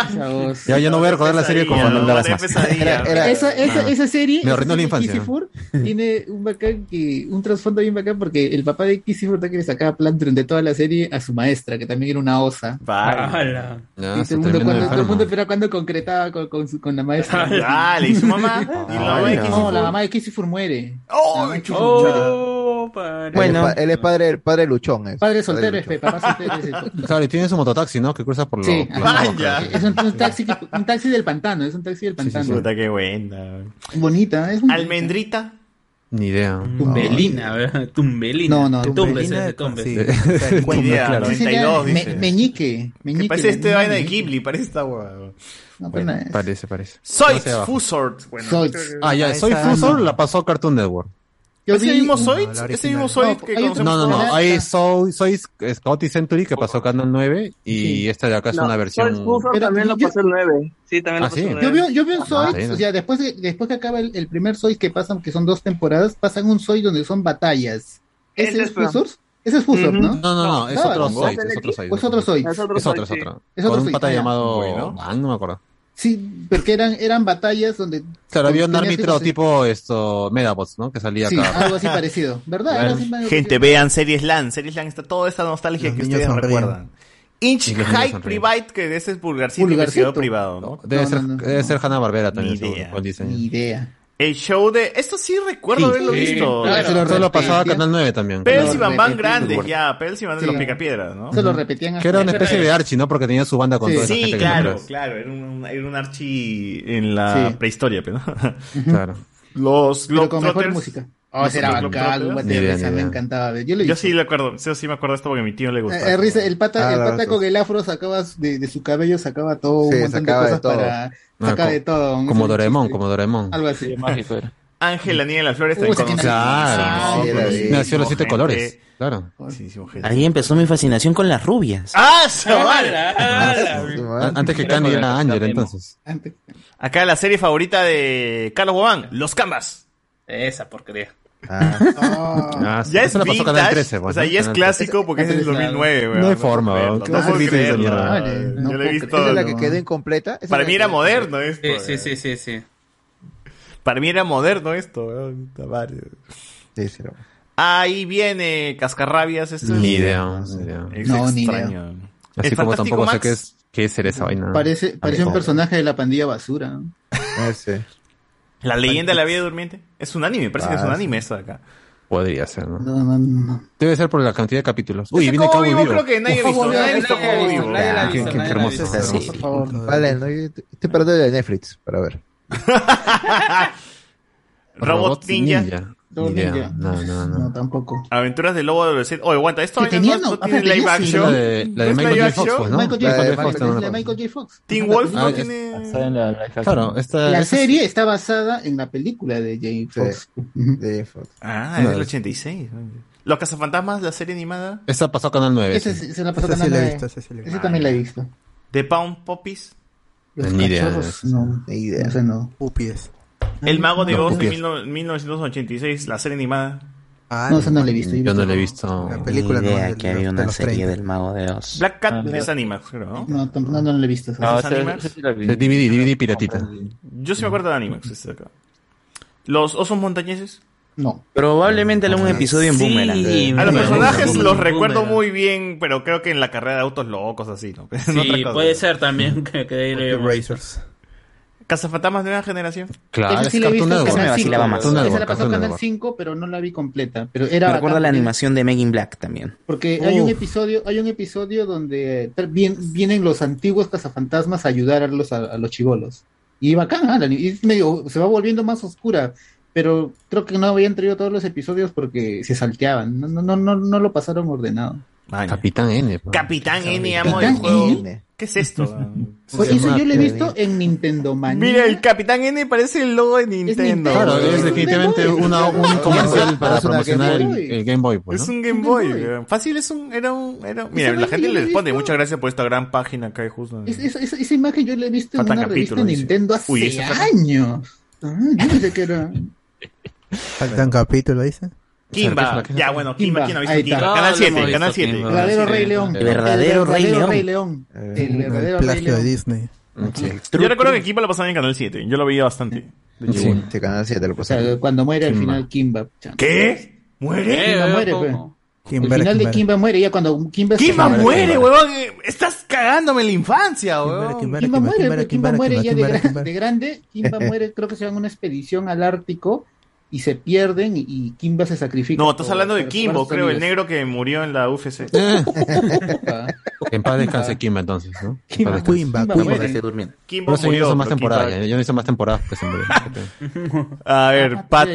Speaker 2: Esa voz.
Speaker 3: Ya, ya no voy a recordar la serie como
Speaker 5: Pesadilla,
Speaker 3: no la hagas
Speaker 5: no,
Speaker 3: más.
Speaker 5: pesadilla.
Speaker 2: esa, esa,
Speaker 3: Ah.
Speaker 2: esa serie,
Speaker 3: Me arruinó la
Speaker 2: esa serie
Speaker 3: infancia.
Speaker 2: Kissy Fur, tiene un bacán que, un trasfondo bien bacán porque el papá de Kissifur que le sacaba plan durante toda la serie a su maestra, que también era una osa.
Speaker 9: Ala.
Speaker 2: Y
Speaker 3: Ya,
Speaker 2: todo
Speaker 3: se
Speaker 2: el mundo,
Speaker 3: terminó
Speaker 2: cuando, todo el
Speaker 3: Ah, enfermo.
Speaker 2: mundo esperaba cuando concretaba con, con, su- con la maestra.
Speaker 5: Dale, ¿y su mamá? ¿Y la mamá de
Speaker 2: no,
Speaker 5: Kissy Fur?
Speaker 2: la mamá de Kissifur muere.
Speaker 5: ¡Oh!
Speaker 2: La mamá de Kissy Fur muere.
Speaker 9: Oh, padre.
Speaker 7: Bueno, él es padre, el padre luchón. Es.
Speaker 2: Padre soltero, es, pe, papá soltero. es el-
Speaker 3: Claro, y tiene su mototaxi, ¿no? Que cruza por los.
Speaker 2: Sí,
Speaker 3: por los
Speaker 2: ajá.
Speaker 3: ojos, claro.
Speaker 2: Es un, un taxi, que- un taxi del pantano, es un taxi del pantano.
Speaker 5: Puta, qué buena.
Speaker 2: Bonita, es un
Speaker 5: Almendrita.
Speaker 3: Ni idea.
Speaker 9: Tumbelina, ¿verdad? Tumbelina.
Speaker 2: No, no,
Speaker 9: Te tumbes,
Speaker 2: Tumbelina
Speaker 9: eh,
Speaker 2: de-
Speaker 9: te tumbes.
Speaker 3: sí. O sea, el
Speaker 5: Ni idea,
Speaker 3: claro.
Speaker 5: 92,
Speaker 2: Me-
Speaker 5: dice.
Speaker 9: Eh,
Speaker 2: meñique, meñique.
Speaker 5: Que parece este
Speaker 2: meñique.
Speaker 5: vaina de Ghibli, parece esta hueá.
Speaker 2: No, pues,
Speaker 3: Bueno,
Speaker 2: nada.
Speaker 3: parece, parece.
Speaker 5: Soy
Speaker 3: No sé abajo.
Speaker 5: Fusort. Bueno,
Speaker 2: Zoids.
Speaker 3: Ah, ya, Soy
Speaker 2: Esa-
Speaker 3: Fusor la pasó Cartoon Network.
Speaker 2: Yo
Speaker 5: ¿Ese
Speaker 2: vi-
Speaker 5: mismo
Speaker 2: no,
Speaker 5: Zoid?
Speaker 2: la
Speaker 5: ¿Ese
Speaker 2: original.
Speaker 5: mismo Zoid
Speaker 2: No,
Speaker 5: que
Speaker 2: hay otro-
Speaker 5: conocemos?
Speaker 3: No, no,
Speaker 5: todos?
Speaker 3: no. Ahí soy, soy Scotty Century que pasó Canon 9 y
Speaker 2: Sí.
Speaker 3: esta de acá es
Speaker 38: No,
Speaker 3: una versión.
Speaker 38: Soul Spoofer
Speaker 2: Pero
Speaker 38: también lo
Speaker 2: yo-
Speaker 38: pasó el 9. Sí, también lo
Speaker 3: Ah,
Speaker 38: pasó
Speaker 3: sí.
Speaker 38: el 9.
Speaker 2: Yo veo, yo veo Zoids,
Speaker 3: bueno.
Speaker 2: o sea, después, de- después que acaba el, el primer Zoid que pasan, que son dos temporadas, pasan un Zoid donde son batallas.
Speaker 38: Ese
Speaker 2: ¿Ese es
Speaker 38: es, pero-
Speaker 2: Fusor? Ese es Fusor,
Speaker 38: Ujú.
Speaker 2: ¿no?
Speaker 3: No, no, no, es
Speaker 2: Ah,
Speaker 3: otro
Speaker 2: ¿no?
Speaker 3: Zoid, es otro Zoid.
Speaker 2: ¿O es otro Zoid?
Speaker 38: Es otro
Speaker 3: Es otro, es
Speaker 38: Zoid, sí.
Speaker 3: otro.
Speaker 2: Es otro
Speaker 3: Con un
Speaker 2: Zoid,
Speaker 3: pata
Speaker 2: ya.
Speaker 3: llamado.
Speaker 5: Bueno.
Speaker 3: Man, no me acuerdo.
Speaker 2: Sí, porque eran, eran batallas donde...
Speaker 3: Claro, había un
Speaker 2: tenías
Speaker 3: árbitro
Speaker 2: que-
Speaker 3: tipo esto, Medabots, ¿no? Que salía
Speaker 2: Sí,
Speaker 3: acá.
Speaker 2: algo así parecido, ¿verdad?
Speaker 3: Bueno.
Speaker 2: Algo así medio
Speaker 5: Gente,
Speaker 2: parecido.
Speaker 5: vean Series LAN. Series LAN está toda esa nostalgia
Speaker 4: Los
Speaker 5: que
Speaker 4: niños
Speaker 5: ustedes no
Speaker 4: sonríen.
Speaker 5: recuerdan. Inch
Speaker 3: Y los niños
Speaker 5: High
Speaker 3: sonríen.
Speaker 5: Private, que ese es vulgarcito,
Speaker 2: Vulgarcito.
Speaker 5: investigador privado, ¿no?
Speaker 3: Debe
Speaker 2: No,
Speaker 3: ser,
Speaker 2: no, no,
Speaker 3: debe
Speaker 2: no.
Speaker 3: ser Hanna Barbera también,
Speaker 5: Ni
Speaker 3: seguro,
Speaker 5: idea.
Speaker 3: con diseño.
Speaker 2: Ni idea.
Speaker 5: El show de... Esto sí recuerdo
Speaker 2: Sí,
Speaker 5: haberlo
Speaker 2: sí,
Speaker 5: visto.
Speaker 2: claro.
Speaker 3: Eso lo- eso lo pasaba a Canal 9 también.
Speaker 5: Pels
Speaker 2: Lo
Speaker 5: y Bambán
Speaker 2: repetí.
Speaker 5: grandes, ya. Pels y Bambán de
Speaker 2: Sí.
Speaker 5: los Picapiedras, ¿no?
Speaker 2: Se lo repetían hasta
Speaker 3: Que era una especie de Archie, ¿no? Porque tenía su banda con
Speaker 2: Sí.
Speaker 3: toda esa
Speaker 5: Sí,
Speaker 3: gente que
Speaker 5: claro,
Speaker 3: nombras.
Speaker 5: claro. Era un, era un archi en la
Speaker 2: Sí.
Speaker 5: prehistoria, pues, pero...
Speaker 3: Claro.
Speaker 5: Los
Speaker 2: Pero con mejor
Speaker 5: Globetrotters-
Speaker 2: música.
Speaker 5: No
Speaker 24: Ah,
Speaker 2: Oh,
Speaker 5: sé,
Speaker 2: será
Speaker 5: los
Speaker 2: bacán,
Speaker 5: Globetrotters.
Speaker 3: Ni idea,
Speaker 2: Guatemala,
Speaker 3: ni
Speaker 2: me
Speaker 3: idea.
Speaker 2: encantaba. ver. Yo lo
Speaker 5: Yo
Speaker 2: hice.
Speaker 5: sí lo acuerdo, yo sí me acuerdo esto porque a mi tío le gustaba.
Speaker 2: Eh, eh, risa, el pata, el
Speaker 7: Ah, la
Speaker 2: pata
Speaker 7: verdad,
Speaker 2: con
Speaker 7: sí.
Speaker 2: el afro sacaba de, de su cabello, sacaba todo
Speaker 7: Sí,
Speaker 2: un montón de
Speaker 7: sacaba de
Speaker 2: cosas
Speaker 7: todo.
Speaker 2: para
Speaker 3: Ah,
Speaker 2: sacar
Speaker 3: co-
Speaker 2: de todo. un- Ah,
Speaker 3: Como
Speaker 2: un
Speaker 3: Doraemon,
Speaker 2: chiste,
Speaker 3: como Doraemon.
Speaker 2: Algo así.
Speaker 24: Mágico era.
Speaker 5: Ángela Niña de las Flores también
Speaker 2: Uy, sí,
Speaker 5: conocí.
Speaker 3: Claro.
Speaker 2: Sí,
Speaker 7: era
Speaker 3: Sí,
Speaker 7: bien.
Speaker 3: Nació los siete
Speaker 5: gente.
Speaker 3: colores. Claro.
Speaker 13: Ahí empezó mi fascinación con las rubias.
Speaker 5: ¡Ah, chaval!
Speaker 9: Ala, ala.
Speaker 3: A- Antes que Candy era Ángel, entonces.
Speaker 2: Antes-
Speaker 5: Acá la serie favorita de Carlos Guamán, Los Canvas.
Speaker 9: Esa porquería.
Speaker 3: Ah,
Speaker 5: Ya es
Speaker 3: eso lo pasó
Speaker 5: vintage,
Speaker 3: Canal 13,
Speaker 5: o sea, ya es clásico porque es del 2009, weón.
Speaker 3: No hay forma,
Speaker 5: puedo
Speaker 3: weón.
Speaker 5: creerlo,
Speaker 3: ¿Qué vas a
Speaker 5: No puedo
Speaker 3: decir de esa
Speaker 5: creerlo,
Speaker 3: mierda?
Speaker 5: weón.
Speaker 2: Vale, no
Speaker 5: Yo lo
Speaker 2: puedo
Speaker 5: he
Speaker 2: creer.
Speaker 5: visto...
Speaker 7: Esa es la que
Speaker 5: ¿no?
Speaker 7: quedó incompleta. Esa
Speaker 5: Para
Speaker 7: es la
Speaker 5: mí
Speaker 7: que
Speaker 5: era
Speaker 7: quedó
Speaker 5: moderno esto.
Speaker 9: Sí, sí,
Speaker 5: weón.
Speaker 9: sí, sí, sí.
Speaker 5: Para mí era moderno esto, weón. Puta madre.
Speaker 7: Sí, sí, era-
Speaker 5: Ahí viene Cascarrabias. Esto es-
Speaker 3: Ni idea, ni idea.
Speaker 5: Es
Speaker 2: No, ni
Speaker 5: extraño.
Speaker 3: Así
Speaker 5: ¿El
Speaker 3: como
Speaker 5: Fantástico
Speaker 3: tampoco sé
Speaker 5: Max?
Speaker 3: qué es, qué es ser esa vaina.
Speaker 2: Parece, parece un
Speaker 3: Tampoco.
Speaker 2: personaje de la pandilla basura. ¿no?
Speaker 7: Ah, sí.
Speaker 5: La leyenda de la vida durmiente. Es un anime, parece que es un
Speaker 7: Ah,
Speaker 5: anime esto de acá.
Speaker 3: Podría ser, ¿no?
Speaker 2: No, no, no.
Speaker 3: Debe ser por la cantidad de capítulos. Uy,
Speaker 5: Ese
Speaker 3: viene
Speaker 5: Cabo
Speaker 3: Cabo
Speaker 5: Vivo
Speaker 3: Vivo.
Speaker 5: creo que nadie ha
Speaker 2: Uf,
Speaker 5: visto.
Speaker 2: Cabo
Speaker 5: Nadie ha
Speaker 2: Vivo,
Speaker 5: visto
Speaker 2: nadie
Speaker 5: Cabo
Speaker 2: ha
Speaker 5: Vivo.
Speaker 2: visto,
Speaker 9: nadie la ha
Speaker 3: Qué-
Speaker 9: visto,
Speaker 3: qué-
Speaker 9: nadie
Speaker 3: qué
Speaker 9: la ha
Speaker 3: hermoso.
Speaker 9: visto.
Speaker 7: Esa
Speaker 2: Por
Speaker 7: sí.
Speaker 2: favor.
Speaker 7: Vale, no, yo estoy esperando de Netflix para ver.
Speaker 5: Robot Ninja.
Speaker 3: Ni idea.
Speaker 2: Ninja.
Speaker 3: No, no,
Speaker 2: pues, No,
Speaker 3: no.
Speaker 2: tampoco.
Speaker 5: Aventuras del lobo adolescente. Oye, aguanta, esto
Speaker 2: Que
Speaker 5: vaina
Speaker 2: tenía,
Speaker 5: no,
Speaker 2: no,
Speaker 5: no tiene
Speaker 2: ah, pero
Speaker 5: live
Speaker 2: tenía, sí,
Speaker 3: La
Speaker 5: action.
Speaker 3: de,
Speaker 5: ¿No
Speaker 3: la de
Speaker 5: es
Speaker 3: Michael
Speaker 5: live
Speaker 3: J. Fox,
Speaker 5: action?
Speaker 3: pues, ¿no?
Speaker 2: Michael
Speaker 7: La
Speaker 2: J.
Speaker 7: de
Speaker 2: Fox,
Speaker 7: Michael
Speaker 2: es
Speaker 7: J.
Speaker 2: la de Michael J. Fox.
Speaker 5: Teen Wolf
Speaker 3: Ah,
Speaker 5: no
Speaker 3: es-
Speaker 24: Basada
Speaker 5: tiene.
Speaker 24: en la live action.
Speaker 3: Claro, esta.
Speaker 2: La
Speaker 3: esta-
Speaker 2: serie está basada en la película de Jay Fox. Ujú.
Speaker 7: De Fox.
Speaker 5: Ah,
Speaker 3: No,
Speaker 5: es del
Speaker 3: es-
Speaker 5: 86. Los cazafantasmas, la serie animada.
Speaker 3: Esta pasó a Canal 9.
Speaker 2: Ese
Speaker 3: sí.
Speaker 2: sí- se la pasó
Speaker 4: Esa sí
Speaker 2: Canal
Speaker 4: la he
Speaker 2: nueve.
Speaker 4: visto, esa sí la he visto.
Speaker 2: Ese también la he visto.
Speaker 5: The Pound Poppies.
Speaker 2: Los
Speaker 3: Ni idea.
Speaker 2: cachorros, no.
Speaker 7: Ni idea.
Speaker 2: No sé, no.
Speaker 4: Upies.
Speaker 5: El mago de
Speaker 3: No,
Speaker 5: Oz de
Speaker 3: copias.
Speaker 5: mil no- 1986, la serie animada.
Speaker 4: Ah,
Speaker 2: No, esa no la he visto.
Speaker 3: Yo no la he
Speaker 2: visto.
Speaker 3: visto.
Speaker 4: La
Speaker 13: Ni
Speaker 4: película no,
Speaker 13: idea
Speaker 4: de
Speaker 13: que
Speaker 4: los-
Speaker 13: había
Speaker 4: de
Speaker 13: una
Speaker 4: los
Speaker 13: serie
Speaker 4: 30.
Speaker 13: del Mago de Oz.
Speaker 5: Black Cat
Speaker 13: Ah,
Speaker 5: es Animax, creo, ¿no?
Speaker 2: No, tam- no, no la he visto. esa.
Speaker 24: No,
Speaker 5: ¿Esos
Speaker 24: ese-
Speaker 5: animes?
Speaker 24: ese sí la vi.
Speaker 3: El DVD, DVD piratita.
Speaker 5: Yo sí me acuerdo de Animax, este de acá. Los osos montañeses.
Speaker 2: No.
Speaker 13: Probablemente algún episodio en
Speaker 9: Sí,
Speaker 13: Boomerang.
Speaker 9: Sí,
Speaker 5: A los
Speaker 9: Boomerang,
Speaker 5: personajes
Speaker 9: Boomerang,
Speaker 5: los recuerdo
Speaker 9: Boomerang.
Speaker 5: muy bien, pero creo que en la carrera de autos locos, así, ¿no? En otra
Speaker 9: Sí,
Speaker 5: cosa.
Speaker 9: puede ser también que, que de ahí lo
Speaker 4: The
Speaker 9: hayamos visto.
Speaker 4: Racers.
Speaker 5: Cazafantasmas de nueva generación.
Speaker 2: Claro,
Speaker 5: Esa
Speaker 2: sí la he
Speaker 5: Cartoon
Speaker 2: visto en
Speaker 5: Network.
Speaker 2: Canal
Speaker 5: Esa me
Speaker 2: 5.
Speaker 5: vacilaba más.
Speaker 2: Esa
Speaker 5: Cartoon
Speaker 2: la pasó en
Speaker 5: Network.
Speaker 2: Canal 5, pero no la vi completa. Pero
Speaker 13: Me
Speaker 2: era bacán
Speaker 13: recuerda la
Speaker 2: porque-
Speaker 13: animación de Megan Black también.
Speaker 2: Porque hay un
Speaker 13: Uf.
Speaker 2: episodio, hay un episodio donde tra- vien- vienen los antiguos cazafantasmas a ayudar a los, a, a los chivolos. Y bacán, ¿ah? La ni- y es medio, se va volviendo más oscura. Pero creo que no habían traído todos los episodios porque se salteaban. No, no, no, no, no lo pasaron ordenado.
Speaker 3: Capitán N. pues.
Speaker 5: Capitán N, amo el
Speaker 2: Capitán
Speaker 5: juego.
Speaker 2: N.
Speaker 5: ¿Qué es esto?
Speaker 2: Oye, eso yo lo he visto en Nintendo Manía.
Speaker 5: Mira, el Capitán N parece el logo de Nintendo.
Speaker 3: Claro, es definitivamente una, un comercial para
Speaker 5: Es una Game
Speaker 3: promocionar el,
Speaker 5: Boy.
Speaker 3: el Game Boy. Pues,
Speaker 5: Es
Speaker 3: ¿no?
Speaker 5: un Game Boy. weón. Fácil, es un, era un... Era... Mira,
Speaker 2: Esa
Speaker 5: la gente le
Speaker 2: vaina yo la he
Speaker 5: responde. Muchas gracias por esta gran página que hay justo.
Speaker 2: Es- esa- esa- esa imagen yo la he visto en
Speaker 5: Faltan
Speaker 2: una revista
Speaker 5: capítulos, dice.
Speaker 2: Nintendo hace
Speaker 5: Uy, esa falta-
Speaker 2: años. Ah, yo pensé que era...
Speaker 4: Faltan capítulo, dice.
Speaker 5: Kimba. Ya, bueno, Kimba. ¿Quién ha visto Kimba? Canal 7, Canal 7.
Speaker 4: El
Speaker 2: verdadero Rey León. El verdadero Rey León. El verdadero Rey
Speaker 4: plagio de
Speaker 2: León.
Speaker 4: Disney.
Speaker 5: Yo recuerdo que Kimba lo pasaban en Canal 7. Yo lo veía bastante. De
Speaker 7: Sí,
Speaker 5: chivo.
Speaker 7: este canal 7 lo
Speaker 2: O sea, cuando muere al final Kimba. chan.
Speaker 5: ¿Qué? ¿Muere?
Speaker 2: Kimba
Speaker 5: Eh,
Speaker 2: muere,
Speaker 5: ¿cómo?
Speaker 2: pues.
Speaker 4: Kimba,
Speaker 2: al final
Speaker 4: Kimba.
Speaker 2: de Kimba muere, ya cuando Kimba... se-
Speaker 5: Kimba muere, huevón. eh, Estás cagándome la infancia, huevón.
Speaker 2: Kimba muere,
Speaker 4: Kimba,
Speaker 2: pues,
Speaker 4: Kimba,
Speaker 2: Kimba muere
Speaker 4: Kimba,
Speaker 2: ya de
Speaker 4: Kimba,
Speaker 2: gra- de grande. Kimba muere, creo que se van a una expedición al Ártico y se pierden y- y Kimba se sacrifica.
Speaker 5: No, estás
Speaker 2: por-
Speaker 5: hablando de
Speaker 2: por
Speaker 5: Kimbo,
Speaker 2: salvar a sus
Speaker 5: creo, el
Speaker 2: amigos.
Speaker 5: negro que murió en la UFC.
Speaker 2: Ah.
Speaker 3: Que en paz descanse Kimba entonces, ¿no?
Speaker 5: Kimba,
Speaker 3: Para descansar.
Speaker 5: Kimba, Kimba, Kimba, muere. durmiendo. Kimba
Speaker 3: Por eso yo no
Speaker 5: murió,
Speaker 3: hizo más
Speaker 5: pero Kimba-
Speaker 3: temporadas. ya, Yo no hice más pues, temporadas porque se murió.
Speaker 5: A ver,
Speaker 2: Ah,
Speaker 5: Pat,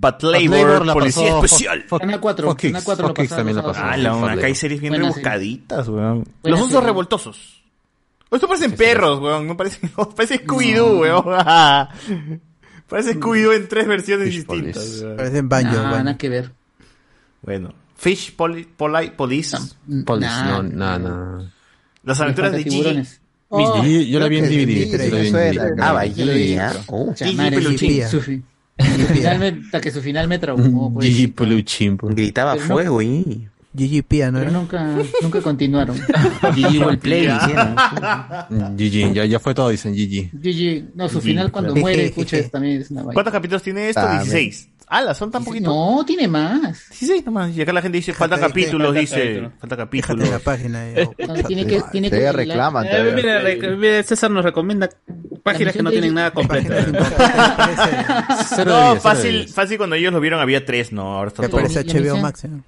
Speaker 5: Pat Labor,
Speaker 3: la
Speaker 5: policía
Speaker 3: pasó
Speaker 5: especial.
Speaker 3: Fox-
Speaker 2: Canal 4,
Speaker 3: Fox Kids,
Speaker 2: Canal 4 lo
Speaker 3: Fox Kids
Speaker 2: pasaba
Speaker 3: también la
Speaker 2: los
Speaker 3: pasó.
Speaker 2: sábados.
Speaker 5: Ah, la, una,
Speaker 3: Fox
Speaker 5: acá hay
Speaker 3: Labor.
Speaker 5: series bien
Speaker 2: Buena
Speaker 5: rebuscaditas, weón.
Speaker 2: Buena
Speaker 5: Los osos
Speaker 2: serie.
Speaker 5: revoltosos. Estos parecen perros, weón. No parecen, parecen Scooby-Doo, weón. Parece Scooby-Doo en tres versiones distintas. weón.
Speaker 4: Parecen banjo.
Speaker 2: Ah,
Speaker 4: bueno.
Speaker 2: nada que ver.
Speaker 5: Bueno. Fish Poli- Poli- Police.
Speaker 3: Polis, no, no, no.
Speaker 5: Las aventuras de Gigi.
Speaker 3: Oh, Gigi, yo la vi en
Speaker 5: creo que
Speaker 3: DVD.
Speaker 5: sí,
Speaker 3: la vi en
Speaker 5: suena,
Speaker 3: DVD.
Speaker 5: creo. Ah, vaya, ya.
Speaker 3: Oh.
Speaker 2: Chamar, Gigi,
Speaker 3: Gigi Peluchín.
Speaker 2: su fi- su final me- hasta que su final me traumó. pues.
Speaker 3: Mm, Gigi Peluchín.
Speaker 13: Gritaba
Speaker 2: Pero no- fuego
Speaker 13: y...
Speaker 4: Gigi Pia, ¿no?
Speaker 2: Pero nunca, nunca continuaron.
Speaker 3: Gigi
Speaker 2: Play, hicieron.
Speaker 3: Gigi, ya, ya fue todo, dicen Gigi.
Speaker 2: Gigi, no, su
Speaker 3: Gigi,
Speaker 2: final cuando
Speaker 3: claro.
Speaker 2: muere, escucha, es- también es una vaina.
Speaker 5: ¿Cuántos capítulos tiene esto?
Speaker 2: Ah,
Speaker 5: 16. Ala, son tan poquitos.
Speaker 2: No, tiene más.
Speaker 5: 16 nomás. Y acá la gente dice, falta
Speaker 4: Déjate-
Speaker 5: capítulos,
Speaker 4: falta
Speaker 5: dice.
Speaker 4: capítulo. Déjate
Speaker 5: Falta capítulos.
Speaker 4: la página. eh.
Speaker 2: No, tiene que, tiene que compilar-
Speaker 9: Eh, mira, re- mira, César nos recomienda páginas que no tienen nada completo.
Speaker 4: Cero de
Speaker 5: no,
Speaker 4: diez, cero de
Speaker 5: fácil,
Speaker 4: diez.
Speaker 5: fácil cuando ellos lo vieron había tres, no, ahora está
Speaker 4: Que
Speaker 5: todo.
Speaker 4: parece HBO Max.
Speaker 2: tiene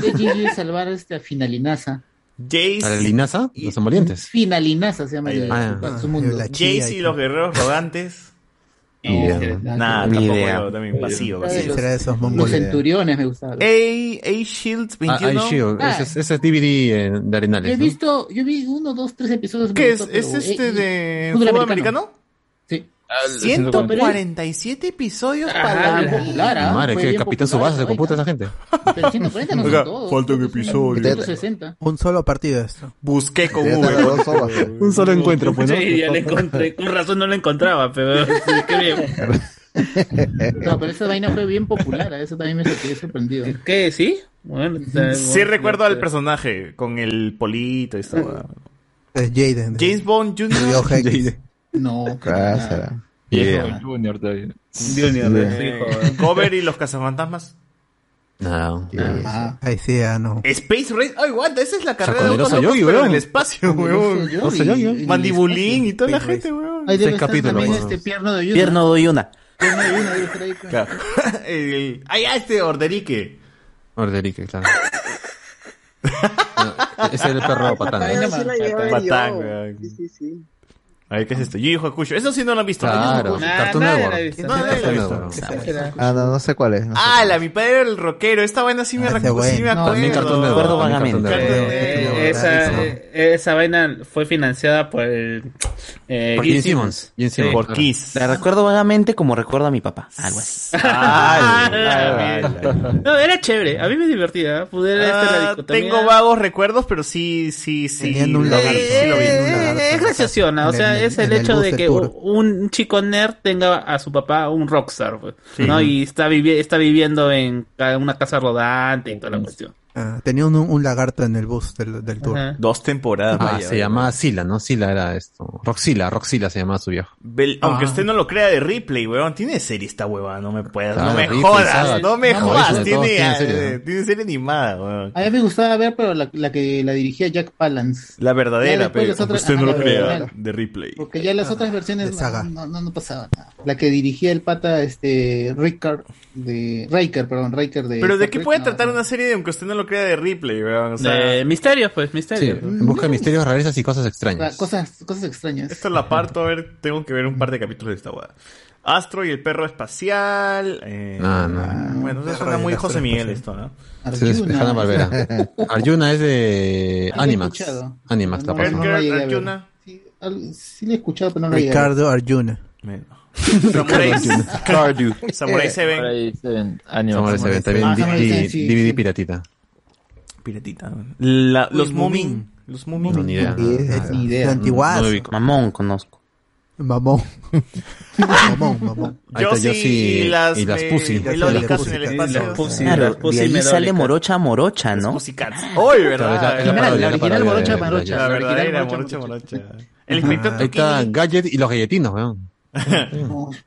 Speaker 2: que Gigi salvar este, a Finalinaza.
Speaker 5: Jace.
Speaker 3: ¿A la linaza? Los amolientes.
Speaker 2: Finalinaza se llama
Speaker 5: Ahí
Speaker 2: el-
Speaker 3: va.
Speaker 2: su-
Speaker 3: Ah,
Speaker 2: su mundo.
Speaker 3: la
Speaker 5: Jace y los guerreros rodantes.
Speaker 3: Ni idea.
Speaker 5: Nada,
Speaker 3: Ni
Speaker 5: tampoco
Speaker 3: idea.
Speaker 5: yo, también vacío.
Speaker 2: Los-
Speaker 5: vacío.
Speaker 2: Los centuriones me gustaban.
Speaker 5: A-Shield 21.
Speaker 3: Ah, iShield, ese, es- ese es DVD en- eh, de
Speaker 2: Yo he
Speaker 3: Arenales. ¿no?
Speaker 2: visto, yo vi uno, dos, tres episodios.
Speaker 5: ¿Qué es? ¿Es este de fútbol americano?
Speaker 2: Sí.
Speaker 3: el
Speaker 5: 147 episodios para
Speaker 2: Ajá, popular, ¿ah?
Speaker 3: Madre,
Speaker 2: Fue
Speaker 3: que
Speaker 2: bien
Speaker 3: Capitán Subasa se computa esa gente.
Speaker 2: Pero 140 no son todos.
Speaker 3: un
Speaker 2: episodio. 160.
Speaker 4: Un solo partido esto.
Speaker 5: Busqué con
Speaker 4: Ya está,
Speaker 5: Google.
Speaker 4: dos solas,
Speaker 3: Un solo encuentro, pues. ¿no?
Speaker 9: Sí, ya le encontré. Con razón no la encontraba, pero sí, qué bien.
Speaker 2: No, pero esa vaina fue bien popular. ¿ah? Eso también me quedé sorprendido.
Speaker 9: ¿Qué? ¿Sí? Bueno, está-
Speaker 5: Sí
Speaker 9: bueno,
Speaker 5: recuerdo
Speaker 9: ya
Speaker 5: al personaje con el polito y esta hueá.
Speaker 4: Es Jaden.
Speaker 5: James Bond
Speaker 4: Yo,
Speaker 5: Jr.
Speaker 4: Hex.
Speaker 2: No.
Speaker 39: Viejo
Speaker 3: Yeah.
Speaker 39: Junior todavía.
Speaker 9: Junior,
Speaker 2: este
Speaker 5: Eh, Cover y los cazafantasmas.
Speaker 3: No.
Speaker 4: Ahí sí, ya no.
Speaker 5: Space Race. Ay, guarda, esa es la carrera de
Speaker 3: Poderoso
Speaker 5: Autobots,
Speaker 3: Yogi,
Speaker 5: pero
Speaker 3: weón.
Speaker 5: en el espacio, weón.
Speaker 3: Yogi, Poderoso Yogi, weón.
Speaker 5: Mandibulín y toda la gente, weón.
Speaker 2: Ahí debe
Speaker 5: Seis
Speaker 2: estar también
Speaker 5: weón.
Speaker 2: este pierno de Yuna.
Speaker 13: Pierno doy una.
Speaker 2: Pierno de Yuna debe estar ahí. claro.
Speaker 5: Claro. El- Ay, ah, este Orderique.
Speaker 3: Orderique, claro. No, ese es el perro patán. ¿eh?
Speaker 5: Ay,
Speaker 3: ¿no?
Speaker 5: sí la llevaba yo. Patán, weón. A ver, ¿qué es esto? Yo hijo Hakusho. Eso sí no lo han visto.
Speaker 3: Claro,
Speaker 5: Nah,
Speaker 3: Cartoon
Speaker 5: nadie
Speaker 3: Network.
Speaker 5: la ha visto.
Speaker 3: Cartoon
Speaker 5: Nadie la ha
Speaker 3: Network.
Speaker 5: visto.
Speaker 7: Ah, no, no sé cuál es. no sé.
Speaker 5: Ah, la mi padre era el rockero. Esta vaina sí me
Speaker 9: Ah,
Speaker 5: arrancó. Sí me
Speaker 3: No,
Speaker 5: acuerdo.
Speaker 3: también Cartoon Network, Recuerdo también vagamente. Cartoon
Speaker 9: Eh,
Speaker 3: Network.
Speaker 9: eh, esa, eh, esa vaina fue financiada por el. eh,
Speaker 3: Por Gene Simmons. Gene Simmons. Por
Speaker 5: Kiss.
Speaker 13: La recuerdo vagamente como recuerdo a mi papá. Algo así.
Speaker 9: Ah, No, eh, era chévere. A mí me divertía. Pudiera este la
Speaker 5: Ah,
Speaker 9: dicotomía.
Speaker 5: tengo vagos recuerdos, pero sí, sí, sí.
Speaker 9: Tenían un
Speaker 5: sí
Speaker 9: lagarto.
Speaker 5: lo vi.
Speaker 9: Eh, es graciosona, o sea,
Speaker 5: En el-
Speaker 9: es el
Speaker 5: en el
Speaker 9: hecho
Speaker 5: bus
Speaker 9: de
Speaker 5: de
Speaker 9: que
Speaker 5: tour.
Speaker 9: un chico nerd tenga a su papá un rockstar, pues,
Speaker 5: Sí. Mm.
Speaker 9: ¿no? Y está, vivi- está viviendo en ca- una casa rodante y toda la cuestión.
Speaker 4: Ah, tenía un, un lagarto en el bus del, del tour.
Speaker 5: Ajá. Dos temporadas.
Speaker 3: Ah,
Speaker 5: vaya,
Speaker 3: se llamaba Sila, ¿no? Sila era esto. Roxila, Roxila se llamaba su viejo.
Speaker 5: Bel- Aunque
Speaker 3: Ah.
Speaker 5: usted no lo crea de Ripley, weón. Tiene serie esta huevada, no me puedas.
Speaker 3: Claro,
Speaker 5: no me
Speaker 3: Ripley,
Speaker 5: jodas,
Speaker 3: Saga.
Speaker 5: no me
Speaker 3: No,
Speaker 5: jodas.
Speaker 3: eso de
Speaker 5: Tiene,
Speaker 3: todos tiene
Speaker 5: eh,
Speaker 3: serie,
Speaker 5: tiene serie animada, weón.
Speaker 2: A mí me gustaba ver, pero la, la que la dirigía Jack Palance.
Speaker 5: La
Speaker 2: Ya
Speaker 5: verdadera,
Speaker 2: después
Speaker 5: pero
Speaker 2: las otras-
Speaker 5: usted no
Speaker 2: ah,
Speaker 5: lo
Speaker 2: la
Speaker 5: crea
Speaker 2: verdadera.
Speaker 5: de Ripley.
Speaker 2: Porque ya las otras versiones
Speaker 4: Eh, de
Speaker 2: no,
Speaker 4: saga.
Speaker 2: no, no- no pasaba nada. La que dirigía el pata, este, Rickard, de, Riker, perdón, Riker de...
Speaker 5: Pero de qué
Speaker 2: Star Trek,
Speaker 5: puede
Speaker 2: no.
Speaker 5: tratar una serie de aunque usted no lo crea de Ripley, weón. O sea,
Speaker 9: De misterios, pues, misterios.
Speaker 3: en busca de
Speaker 5: Mm.
Speaker 3: misterios rarezas y cosas extrañas.
Speaker 2: Cosas, cosas extrañas.
Speaker 5: Esto la parto, a ver, tengo que ver un par de capítulos de esta hueá. Astro y el perro espacial. eh,
Speaker 3: No, no.
Speaker 5: Bueno, eso
Speaker 3: Perro
Speaker 5: suena
Speaker 3: y el
Speaker 5: muy
Speaker 3: astro
Speaker 5: José Miguel esto,
Speaker 3: espacial.
Speaker 5: ¿no?
Speaker 3: Sí, es de Hanna Barbera. Arjuna es de
Speaker 2: Algo he
Speaker 3: Animax.
Speaker 2: escuchado.
Speaker 3: Animax,
Speaker 2: No,
Speaker 3: la
Speaker 2: no,
Speaker 3: pasó.
Speaker 2: no la llegué a ver.
Speaker 5: Arjuna.
Speaker 2: Sí, al- sí la he escuchado, pero no la llegué a ver.
Speaker 4: Ricardo Arjuna.
Speaker 5: Samurai.
Speaker 4: Cardu.
Speaker 5: Samurai Seven.
Speaker 3: Samurai Seven, también
Speaker 5: Ah,
Speaker 3: di-
Speaker 5: Samurai
Speaker 3: di-
Speaker 5: Seven, sí,
Speaker 3: DVD
Speaker 5: sí.
Speaker 3: piratita.
Speaker 5: Piratita. La- los Moomin. Los Moomin.
Speaker 3: No, ni idea.
Speaker 4: Ni idea. Ni idea. De antiguazo.
Speaker 13: Mamón conozco.
Speaker 4: Mamón. mamón, mamón.
Speaker 13: Ahí está, yo sí, y las pussy.
Speaker 5: melódicas en el
Speaker 13: Las
Speaker 5: espacio.
Speaker 13: pussy, Claro, las pussy de ahí melódicas. sale morocha morocha, ¿no?
Speaker 5: Hoy, ¿verdad?
Speaker 13: Es la- es la
Speaker 5: La
Speaker 13: parodia,
Speaker 5: original
Speaker 13: la parodia
Speaker 5: Morocha
Speaker 13: de-
Speaker 5: Morocha. La
Speaker 13: de-
Speaker 5: verdadera
Speaker 13: original
Speaker 5: Morocha Morocha. El
Speaker 3: Ah, Ahí
Speaker 5: inspector
Speaker 3: está
Speaker 5: Tukini.
Speaker 3: Gadget y los galletinos, weón.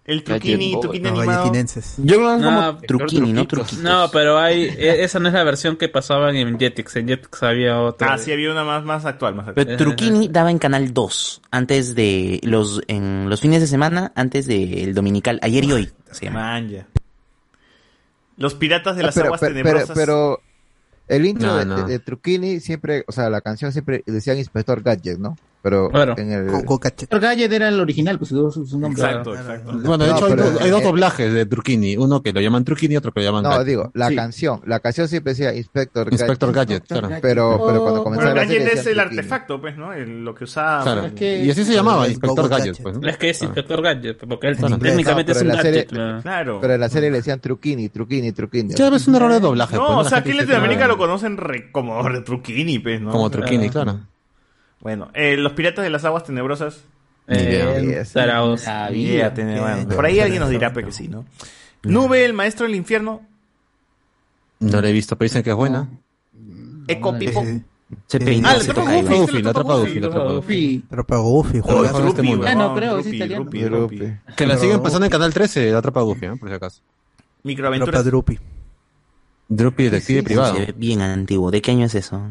Speaker 5: El
Speaker 3: Gadget
Speaker 5: Tukini,
Speaker 3: Boy.
Speaker 5: Tukini
Speaker 3: Los
Speaker 5: animado. Ah,
Speaker 3: galletinenses.
Speaker 9: Yo creo que es como
Speaker 13: Truquini, no truquini.
Speaker 9: No, pero hay, e- esa no es la versión que pasaban en Jetix. En Jetix había otra.
Speaker 5: Ah, sí, había una más, más actual, más actual.
Speaker 13: Pero Truquini daba en Canal 2, antes de los, en los fines de semana, antes del dominical, ayer y hoy. Se llama.
Speaker 5: Man, ya. Los piratas de
Speaker 7: Ah,
Speaker 5: las
Speaker 7: pero,
Speaker 5: aguas
Speaker 7: pero- pero-
Speaker 5: tenebrosas.
Speaker 7: pero el intro
Speaker 5: No,
Speaker 7: de,
Speaker 5: no.
Speaker 7: de Truquini siempre, o sea, la canción siempre decían Inspector Gadget, ¿no? Pero en el...
Speaker 2: Pero Gadget era el original, pues su, su- su nombre.
Speaker 3: Exacto,
Speaker 2: exacto.
Speaker 3: Bueno, de
Speaker 7: No,
Speaker 3: hecho, hay,
Speaker 7: pero-
Speaker 3: dos- hay dos
Speaker 7: eh,
Speaker 3: doblajes de Truquini. Uno que lo llaman Truquini y otro que lo llaman
Speaker 7: No,
Speaker 3: Gadget.
Speaker 7: digo, la
Speaker 3: Sí.
Speaker 7: canción, la canción siempre decía Inspector Gadget.
Speaker 3: Inspector Gadget, claro.
Speaker 7: Pero, pero cuando
Speaker 3: Oh,
Speaker 7: comenzaba
Speaker 5: Pero
Speaker 7: la
Speaker 5: Gadget
Speaker 7: serie
Speaker 5: es
Speaker 7: decían
Speaker 5: el
Speaker 7: Truquini.
Speaker 5: artefacto, pues, ¿no? El- lo que usaba.
Speaker 3: Claro.
Speaker 5: pues, el-
Speaker 3: Y así se llamaba, Inspector Gadget. pues, ¿no?
Speaker 9: Es que es Inspector Gadget, porque él
Speaker 7: No,
Speaker 9: técnicamente
Speaker 7: pero
Speaker 9: es un
Speaker 7: en la
Speaker 9: gadget.
Speaker 7: serie-
Speaker 9: ¿no?
Speaker 7: Pero en la serie le decían Truquini, Truquini, Truquini.
Speaker 3: Ya ves un error de doblaje.
Speaker 5: No,
Speaker 3: pues,
Speaker 5: o
Speaker 3: la
Speaker 5: sea, aquí
Speaker 3: gente
Speaker 5: en
Speaker 3: dice,
Speaker 5: Latinoamérica
Speaker 3: "Ah,
Speaker 5: lo conocen re- como re- Truquini, pues, ¿no?
Speaker 3: Como
Speaker 5: O sea,
Speaker 3: Truquini, claro.
Speaker 5: Bueno, eh, los piratas de las aguas tenebrosas.
Speaker 3: Ni idea.
Speaker 9: Zaraos.
Speaker 5: Ah, idea tiene, bueno, por ahí alguien nos dirá pues, que sí, ¿no? Nube, el maestro del infierno.
Speaker 3: No la he visto, pero dicen que es buena.
Speaker 5: Eco Pipo.
Speaker 13: Se
Speaker 3: peinó,
Speaker 5: Ah, la
Speaker 3: se
Speaker 5: tropa
Speaker 3: tocó.
Speaker 5: Goofy,
Speaker 3: Goofy,
Speaker 5: la tropa
Speaker 3: la tropa
Speaker 5: Goofy,
Speaker 3: Goofy,
Speaker 5: la
Speaker 3: la
Speaker 5: tropa
Speaker 3: tropa
Speaker 5: Goofy.
Speaker 4: Tropa Goofy, juegazo de este
Speaker 5: Rupi,
Speaker 3: mundo.
Speaker 5: weón.
Speaker 4: Ah, no,
Speaker 5: creo,
Speaker 2: es italiano.
Speaker 5: Rupi, Rupi.
Speaker 3: Que la siguen pasando en Canal 13, la tropa Goofy, ¿eh? por si acaso.
Speaker 5: Microaventuras.
Speaker 4: Drupi.
Speaker 3: Drupi, detective privado.
Speaker 13: Se ve bien antiguo. ¿De qué año es eso?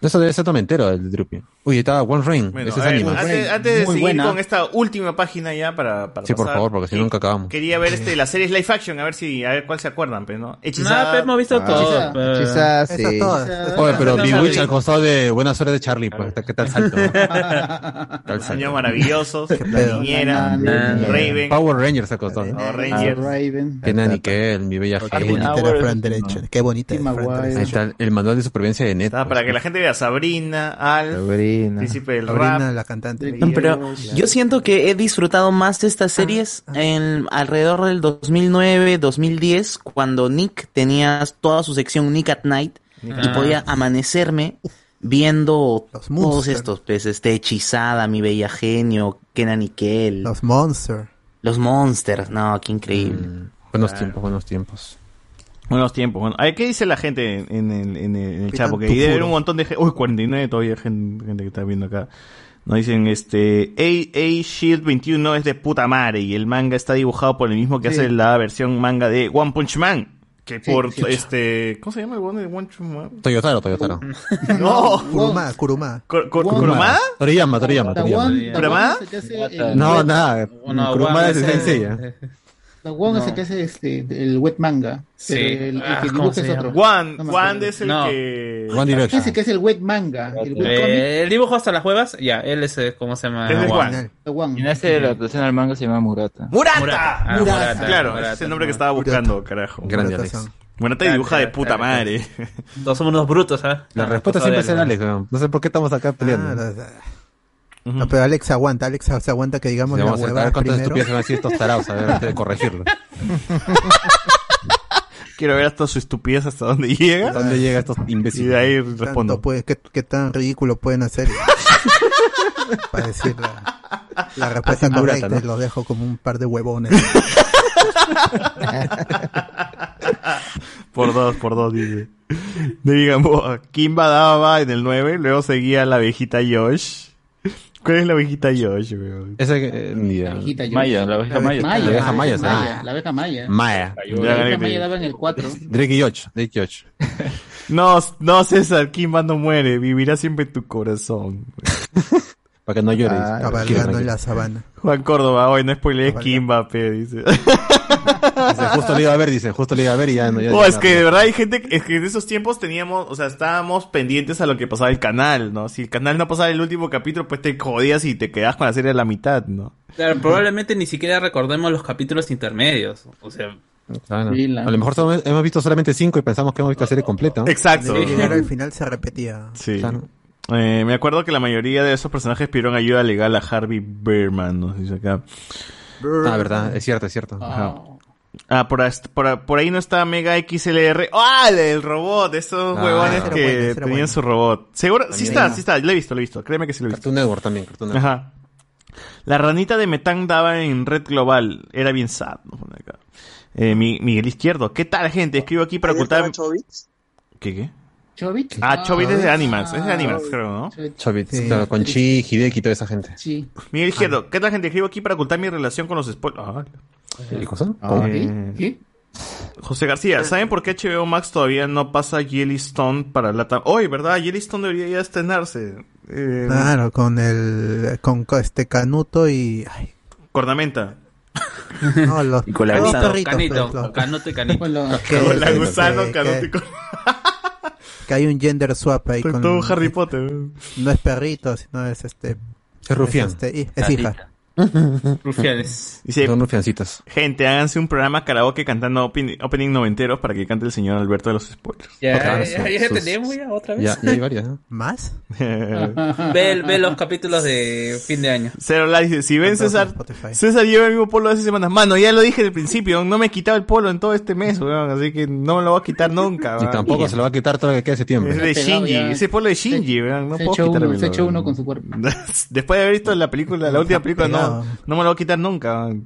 Speaker 3: Eso debe ser tomentero, el Drupi. Uy, está One Ring.
Speaker 5: Bueno,
Speaker 3: ese es
Speaker 5: a ver,
Speaker 3: anime.
Speaker 5: antes, antes de seguir con eh, esta última página ya para, para
Speaker 3: Sí, por
Speaker 5: pasar,
Speaker 3: favor, porque si no, nunca acabamos.
Speaker 5: Quería ver este, las series live action, a ver si, a ver cuál se acuerdan, pero no. Ah,
Speaker 9: Nah, pero Ah, pues, hemos visto todas, pero-
Speaker 5: eh,
Speaker 7: Quizás, sí.
Speaker 3: Oye, pero
Speaker 5: Esa
Speaker 3: Big
Speaker 5: Barbie.
Speaker 3: Witch al costado de Buenas Horas de Charlie, pues, ¿qué tal salto? Tal
Speaker 5: Los
Speaker 3: salto.
Speaker 5: años maravillosos, la
Speaker 3: pedo.
Speaker 5: niñera,
Speaker 3: Na, na, na.
Speaker 5: Ah, Raven,
Speaker 3: Power Rangers al costado.
Speaker 5: Power Rangers.
Speaker 2: Ah, Raven.
Speaker 3: Kenan y Kel, mi bella
Speaker 4: Qué
Speaker 3: gente.
Speaker 4: bonita era Fran Derecho. Qué bonita era Fran
Speaker 3: Ahí
Speaker 4: Derecho.
Speaker 3: está el manual de supervivencia de Ned. pues,
Speaker 5: Ah, para que la gente vea Sabrina, Al, Príncipe del
Speaker 4: Sabrina,
Speaker 5: Rap,
Speaker 4: la cantante. Ah,
Speaker 13: No, pero yo siento que he disfrutado más de estas series en alrededor del 2009, 2010, cuando Nick tenía toda su sección Nick at Night
Speaker 5: Nick
Speaker 13: y
Speaker 5: at
Speaker 13: podía
Speaker 5: Night.
Speaker 13: amanecerme viendo todos
Speaker 4: Monster.
Speaker 13: estos, pues, este Hechizada, Mi Bella Genio, Kenan y Kel,
Speaker 4: Los Monsters.
Speaker 13: los Monsters, no, qué increíble.
Speaker 5: Mm,
Speaker 3: Buenos tiempos, buenos tiempos.
Speaker 5: Buenos tiempos. Bueno, a ver, ¿qué dice la gente en, en- en- en el
Speaker 3: ¿Qué
Speaker 5: chat?
Speaker 3: tanto
Speaker 5: Porque ahí debe haber un
Speaker 3: puro?
Speaker 5: montón de gente. Uy, 49 todavía hay gente, gente que está viendo acá. Nos dicen, este, A, A Shield 21 es de puta madre y el manga está dibujado por el mismo que
Speaker 2: Sí.
Speaker 5: hace la versión manga de One Punch Man. Que
Speaker 2: Sí,
Speaker 5: por,
Speaker 2: sí.
Speaker 5: este, ¿cómo se llama el one de One Punch Man?
Speaker 3: Toyotaro, Toyotaro.
Speaker 2: Mm,
Speaker 5: No.
Speaker 4: Kuruma, Kuruma.
Speaker 5: Cor- cor- ¿Kurumada?
Speaker 3: Toriyama, Toriyama, Toriyama.
Speaker 5: ¿Kurumada?
Speaker 3: No, nada.
Speaker 2: No, One
Speaker 3: Kurumada es
Speaker 2: es el-
Speaker 3: sencilla.
Speaker 2: La Wong es el que hace este, el wet manga.
Speaker 5: Sí.
Speaker 2: Pero el, el
Speaker 5: Ah,
Speaker 2: que
Speaker 5: ¿cómo
Speaker 2: dibuja
Speaker 5: se
Speaker 2: es
Speaker 5: llama?
Speaker 2: otro.
Speaker 5: Juan,
Speaker 2: me
Speaker 5: Juan
Speaker 2: acuerdo.
Speaker 5: es el No. que-
Speaker 3: One Direction.
Speaker 2: Ese que es el wet manga. El wet comic.
Speaker 9: Eh, el dibujo hasta las huevas, ya, él es, eh, ¿cómo se llama?
Speaker 5: Es de
Speaker 9: Juan.
Speaker 5: Juan.
Speaker 24: Quien hace la adaptación al manga se llama Murata.
Speaker 5: ¡Murata!
Speaker 9: Murata. Ah,
Speaker 5: Murata.
Speaker 9: Murata,
Speaker 5: Claro,
Speaker 9: Murata,
Speaker 5: ese es el nombre que
Speaker 9: Murata.
Speaker 5: estaba buscando, carajo.
Speaker 3: Grande, Murata Alex. son.
Speaker 5: Murata dibuja de
Speaker 9: Claro,
Speaker 2: eh,
Speaker 5: puta
Speaker 9: claro,
Speaker 5: madre.
Speaker 9: Todos somos unos brutos, ¿ah? ¿sabes?
Speaker 3: La respuesta siempre es en Alex, weón. No sé por qué estamos acá
Speaker 4: Ah,
Speaker 3: peleando.
Speaker 4: la- la- No, pero Alex aguanta, Alex se aguanta que digamos
Speaker 3: Le
Speaker 4: la
Speaker 3: Vamos a ver
Speaker 4: hueva
Speaker 3: cuántas estupideces van
Speaker 4: primero.
Speaker 3: a decir estos tarados, a ver, antes de corregirlo.
Speaker 5: Quiero ver hasta su estupidez hasta dónde llega.
Speaker 3: Hasta dónde llega estos imbéciles.
Speaker 5: Y de ahí
Speaker 4: Tanto
Speaker 5: respondo.
Speaker 4: puede- ¿qué, qué tan ridículo pueden hacer? Para decir la, la respuesta
Speaker 3: Así Murata,
Speaker 4: correcta,
Speaker 3: Ah, ¿no?
Speaker 4: y los dejo como un par de huevones.
Speaker 5: Por dos, por dos, dice. Digamos, Kimba daba en el 9, luego seguía la abejita Josh. ¿Cuál es la abejita Josh, weón?
Speaker 3: Esa que. eh,
Speaker 5: La
Speaker 2: abejita Josh.
Speaker 5: Maya, la
Speaker 2: La
Speaker 5: abejita Maya.
Speaker 2: abeja Maya.
Speaker 3: La abeja Maya,
Speaker 2: La
Speaker 3: ¿sabes?
Speaker 2: abeja Maya.
Speaker 3: Maya.
Speaker 2: La abeja Maya daba en el 4.
Speaker 3: Drake y Josh, Drake y Josh.
Speaker 5: No, no, César, Kimba no muere, vivirá siempre en tu corazón.
Speaker 3: Para que no llores.
Speaker 4: Ah, Cabalgando en la sabana.
Speaker 5: Juan Córdoba, hoy no spoilees Kimba, pe, dice.
Speaker 3: Dice, justo le iba a ver, dice, justo le iba a ver y ya no. ya-
Speaker 5: No,
Speaker 3: ya
Speaker 5: Oh, es
Speaker 3: no.
Speaker 5: que de verdad hay gente, es que en esos tiempos teníamos, o sea, estábamos pendientes a lo que pasaba el canal, ¿no? Si el canal no pasaba el último capítulo, pues te jodías y te quedabas con la serie a la mitad, ¿no?
Speaker 9: Claro, probablemente ni siquiera recordemos los capítulos intermedios. O sea,
Speaker 3: Claro.
Speaker 9: Sí, la-
Speaker 3: A lo mejor solo hemos visto solamente cinco y pensamos que hemos visto la serie completa. ¿no?
Speaker 4: Cuando llegaron al final se repetía.
Speaker 5: Sí. Eh, me acuerdo que la mayoría de esos personajes pidieron ayuda legal a Harvey Berman, nos dice acá.
Speaker 3: Ah, verdad, es cierto, es cierto.
Speaker 5: Ajá. Ah, por, ast- por, por ahí no está Mega XLR. ¡Ah! El robot, estos
Speaker 3: Ah,
Speaker 5: huevones
Speaker 3: ese era
Speaker 5: que
Speaker 3: bueno, ese era
Speaker 5: tenían
Speaker 3: bueno.
Speaker 5: su robot. Seguro, sí
Speaker 3: También.
Speaker 5: está, sí está, lo he visto, lo he visto. Créeme que sí lo he visto.
Speaker 3: Cartoon Network también, Cartoon Network.
Speaker 5: Ajá. La ranita de Metán daba en Red Global. Era bien sad. nos pone acá. Eh, Mi- Miguel Izquierdo. ¿Qué tal, gente? Escribo aquí para ocultar... ¿Qué, qué?
Speaker 2: ¿Chobits?
Speaker 5: Ah, Chobits es de
Speaker 2: Ah,
Speaker 5: Animax. Es de Animax,
Speaker 2: Chobits.
Speaker 5: creo, ¿no?
Speaker 3: Chobits, claro, con Chi, Hideki y toda esa gente.
Speaker 2: Sí.
Speaker 5: Miguel
Speaker 4: Ah.
Speaker 5: Izquierdo. ¿Qué tal, gente? Escribo aquí para ocultar mi relación con los spoilers. Ah,
Speaker 3: ¿Qué cosa?
Speaker 5: Ah,
Speaker 3: Eh,
Speaker 2: ¿Qué?
Speaker 5: José García, ¿saben por qué HBO Max todavía no pasa Yellowstone para Latam? Hoy, ¿verdad? Yellowstone debería ya estrenarse. Eh,
Speaker 4: Claro, con el con co- este Canuto y ay,
Speaker 5: Cornamenta.
Speaker 4: no, los
Speaker 5: Y con la
Speaker 4: los
Speaker 5: gusano.
Speaker 4: perritos,
Speaker 9: Canito,
Speaker 4: pues, los-
Speaker 9: Canote, Canito.
Speaker 4: que-
Speaker 5: Con la
Speaker 4: que-
Speaker 5: gusano,
Speaker 4: que-
Speaker 5: Canuto y
Speaker 4: que- Que hay un gender swap ahí
Speaker 5: Con
Speaker 4: con
Speaker 5: todo Harry Potter.
Speaker 4: No es perrito, sino es este
Speaker 3: Es rufián.
Speaker 4: Es, este, hi- es hija.
Speaker 9: Rufianes.
Speaker 5: Dice,
Speaker 3: Son rufiancitas.
Speaker 5: Gente, háganse un programa karaoke cantando open- opening noventeros para que cante el señor Alberto de los spoilers.
Speaker 9: Ya,
Speaker 5: Otra vez.
Speaker 9: ya, ya, ya tenemos ya otra vez.
Speaker 3: Ya, ya hay varias, ¿no?
Speaker 4: ¿Más?
Speaker 9: Ve, ve los capítulos de fin de año.
Speaker 5: Eh. Cero likes. dice, Si ven
Speaker 9: Todos en
Speaker 5: César, César lleva el mismo polo de hace semanas. Mano, ya lo dije al principio, no me he quitado el polo en todo este mes, weón, así que no me lo voy a quitar nunca.
Speaker 3: Y
Speaker 5: weón.
Speaker 3: tampoco se lo va a quitar todo lo que queda de septiembre.
Speaker 5: Ah, Es de Shinji, ese polo de Shinji, weón, no
Speaker 2: se
Speaker 5: puedo
Speaker 2: echó uno,
Speaker 5: quitármelo,
Speaker 2: se echó
Speaker 5: weón.
Speaker 2: uno con su cuerpo.
Speaker 5: Después de haber visto la película, la última película, no,
Speaker 13: pegado.
Speaker 5: no me lo voy a quitar nunca. weón.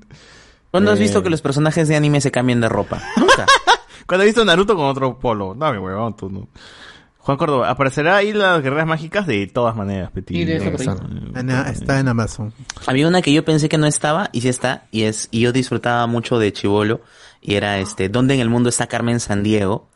Speaker 13: ¿Cuándo has
Speaker 5: Eh.
Speaker 13: visto que los personajes de anime se cambian de ropa?
Speaker 5: Cuando he visto Naruto con otro polo, dame weón, tú no. Juan Córdoba, aparecerá ahí las guerreras mágicas de todas maneras, Petit.
Speaker 4: Ana- está en Amazon.
Speaker 13: Había una que yo pensé que no estaba y sí está y es y yo disfrutaba mucho de Chivolo y era este ¿Dónde en el mundo está Carmen San Diego?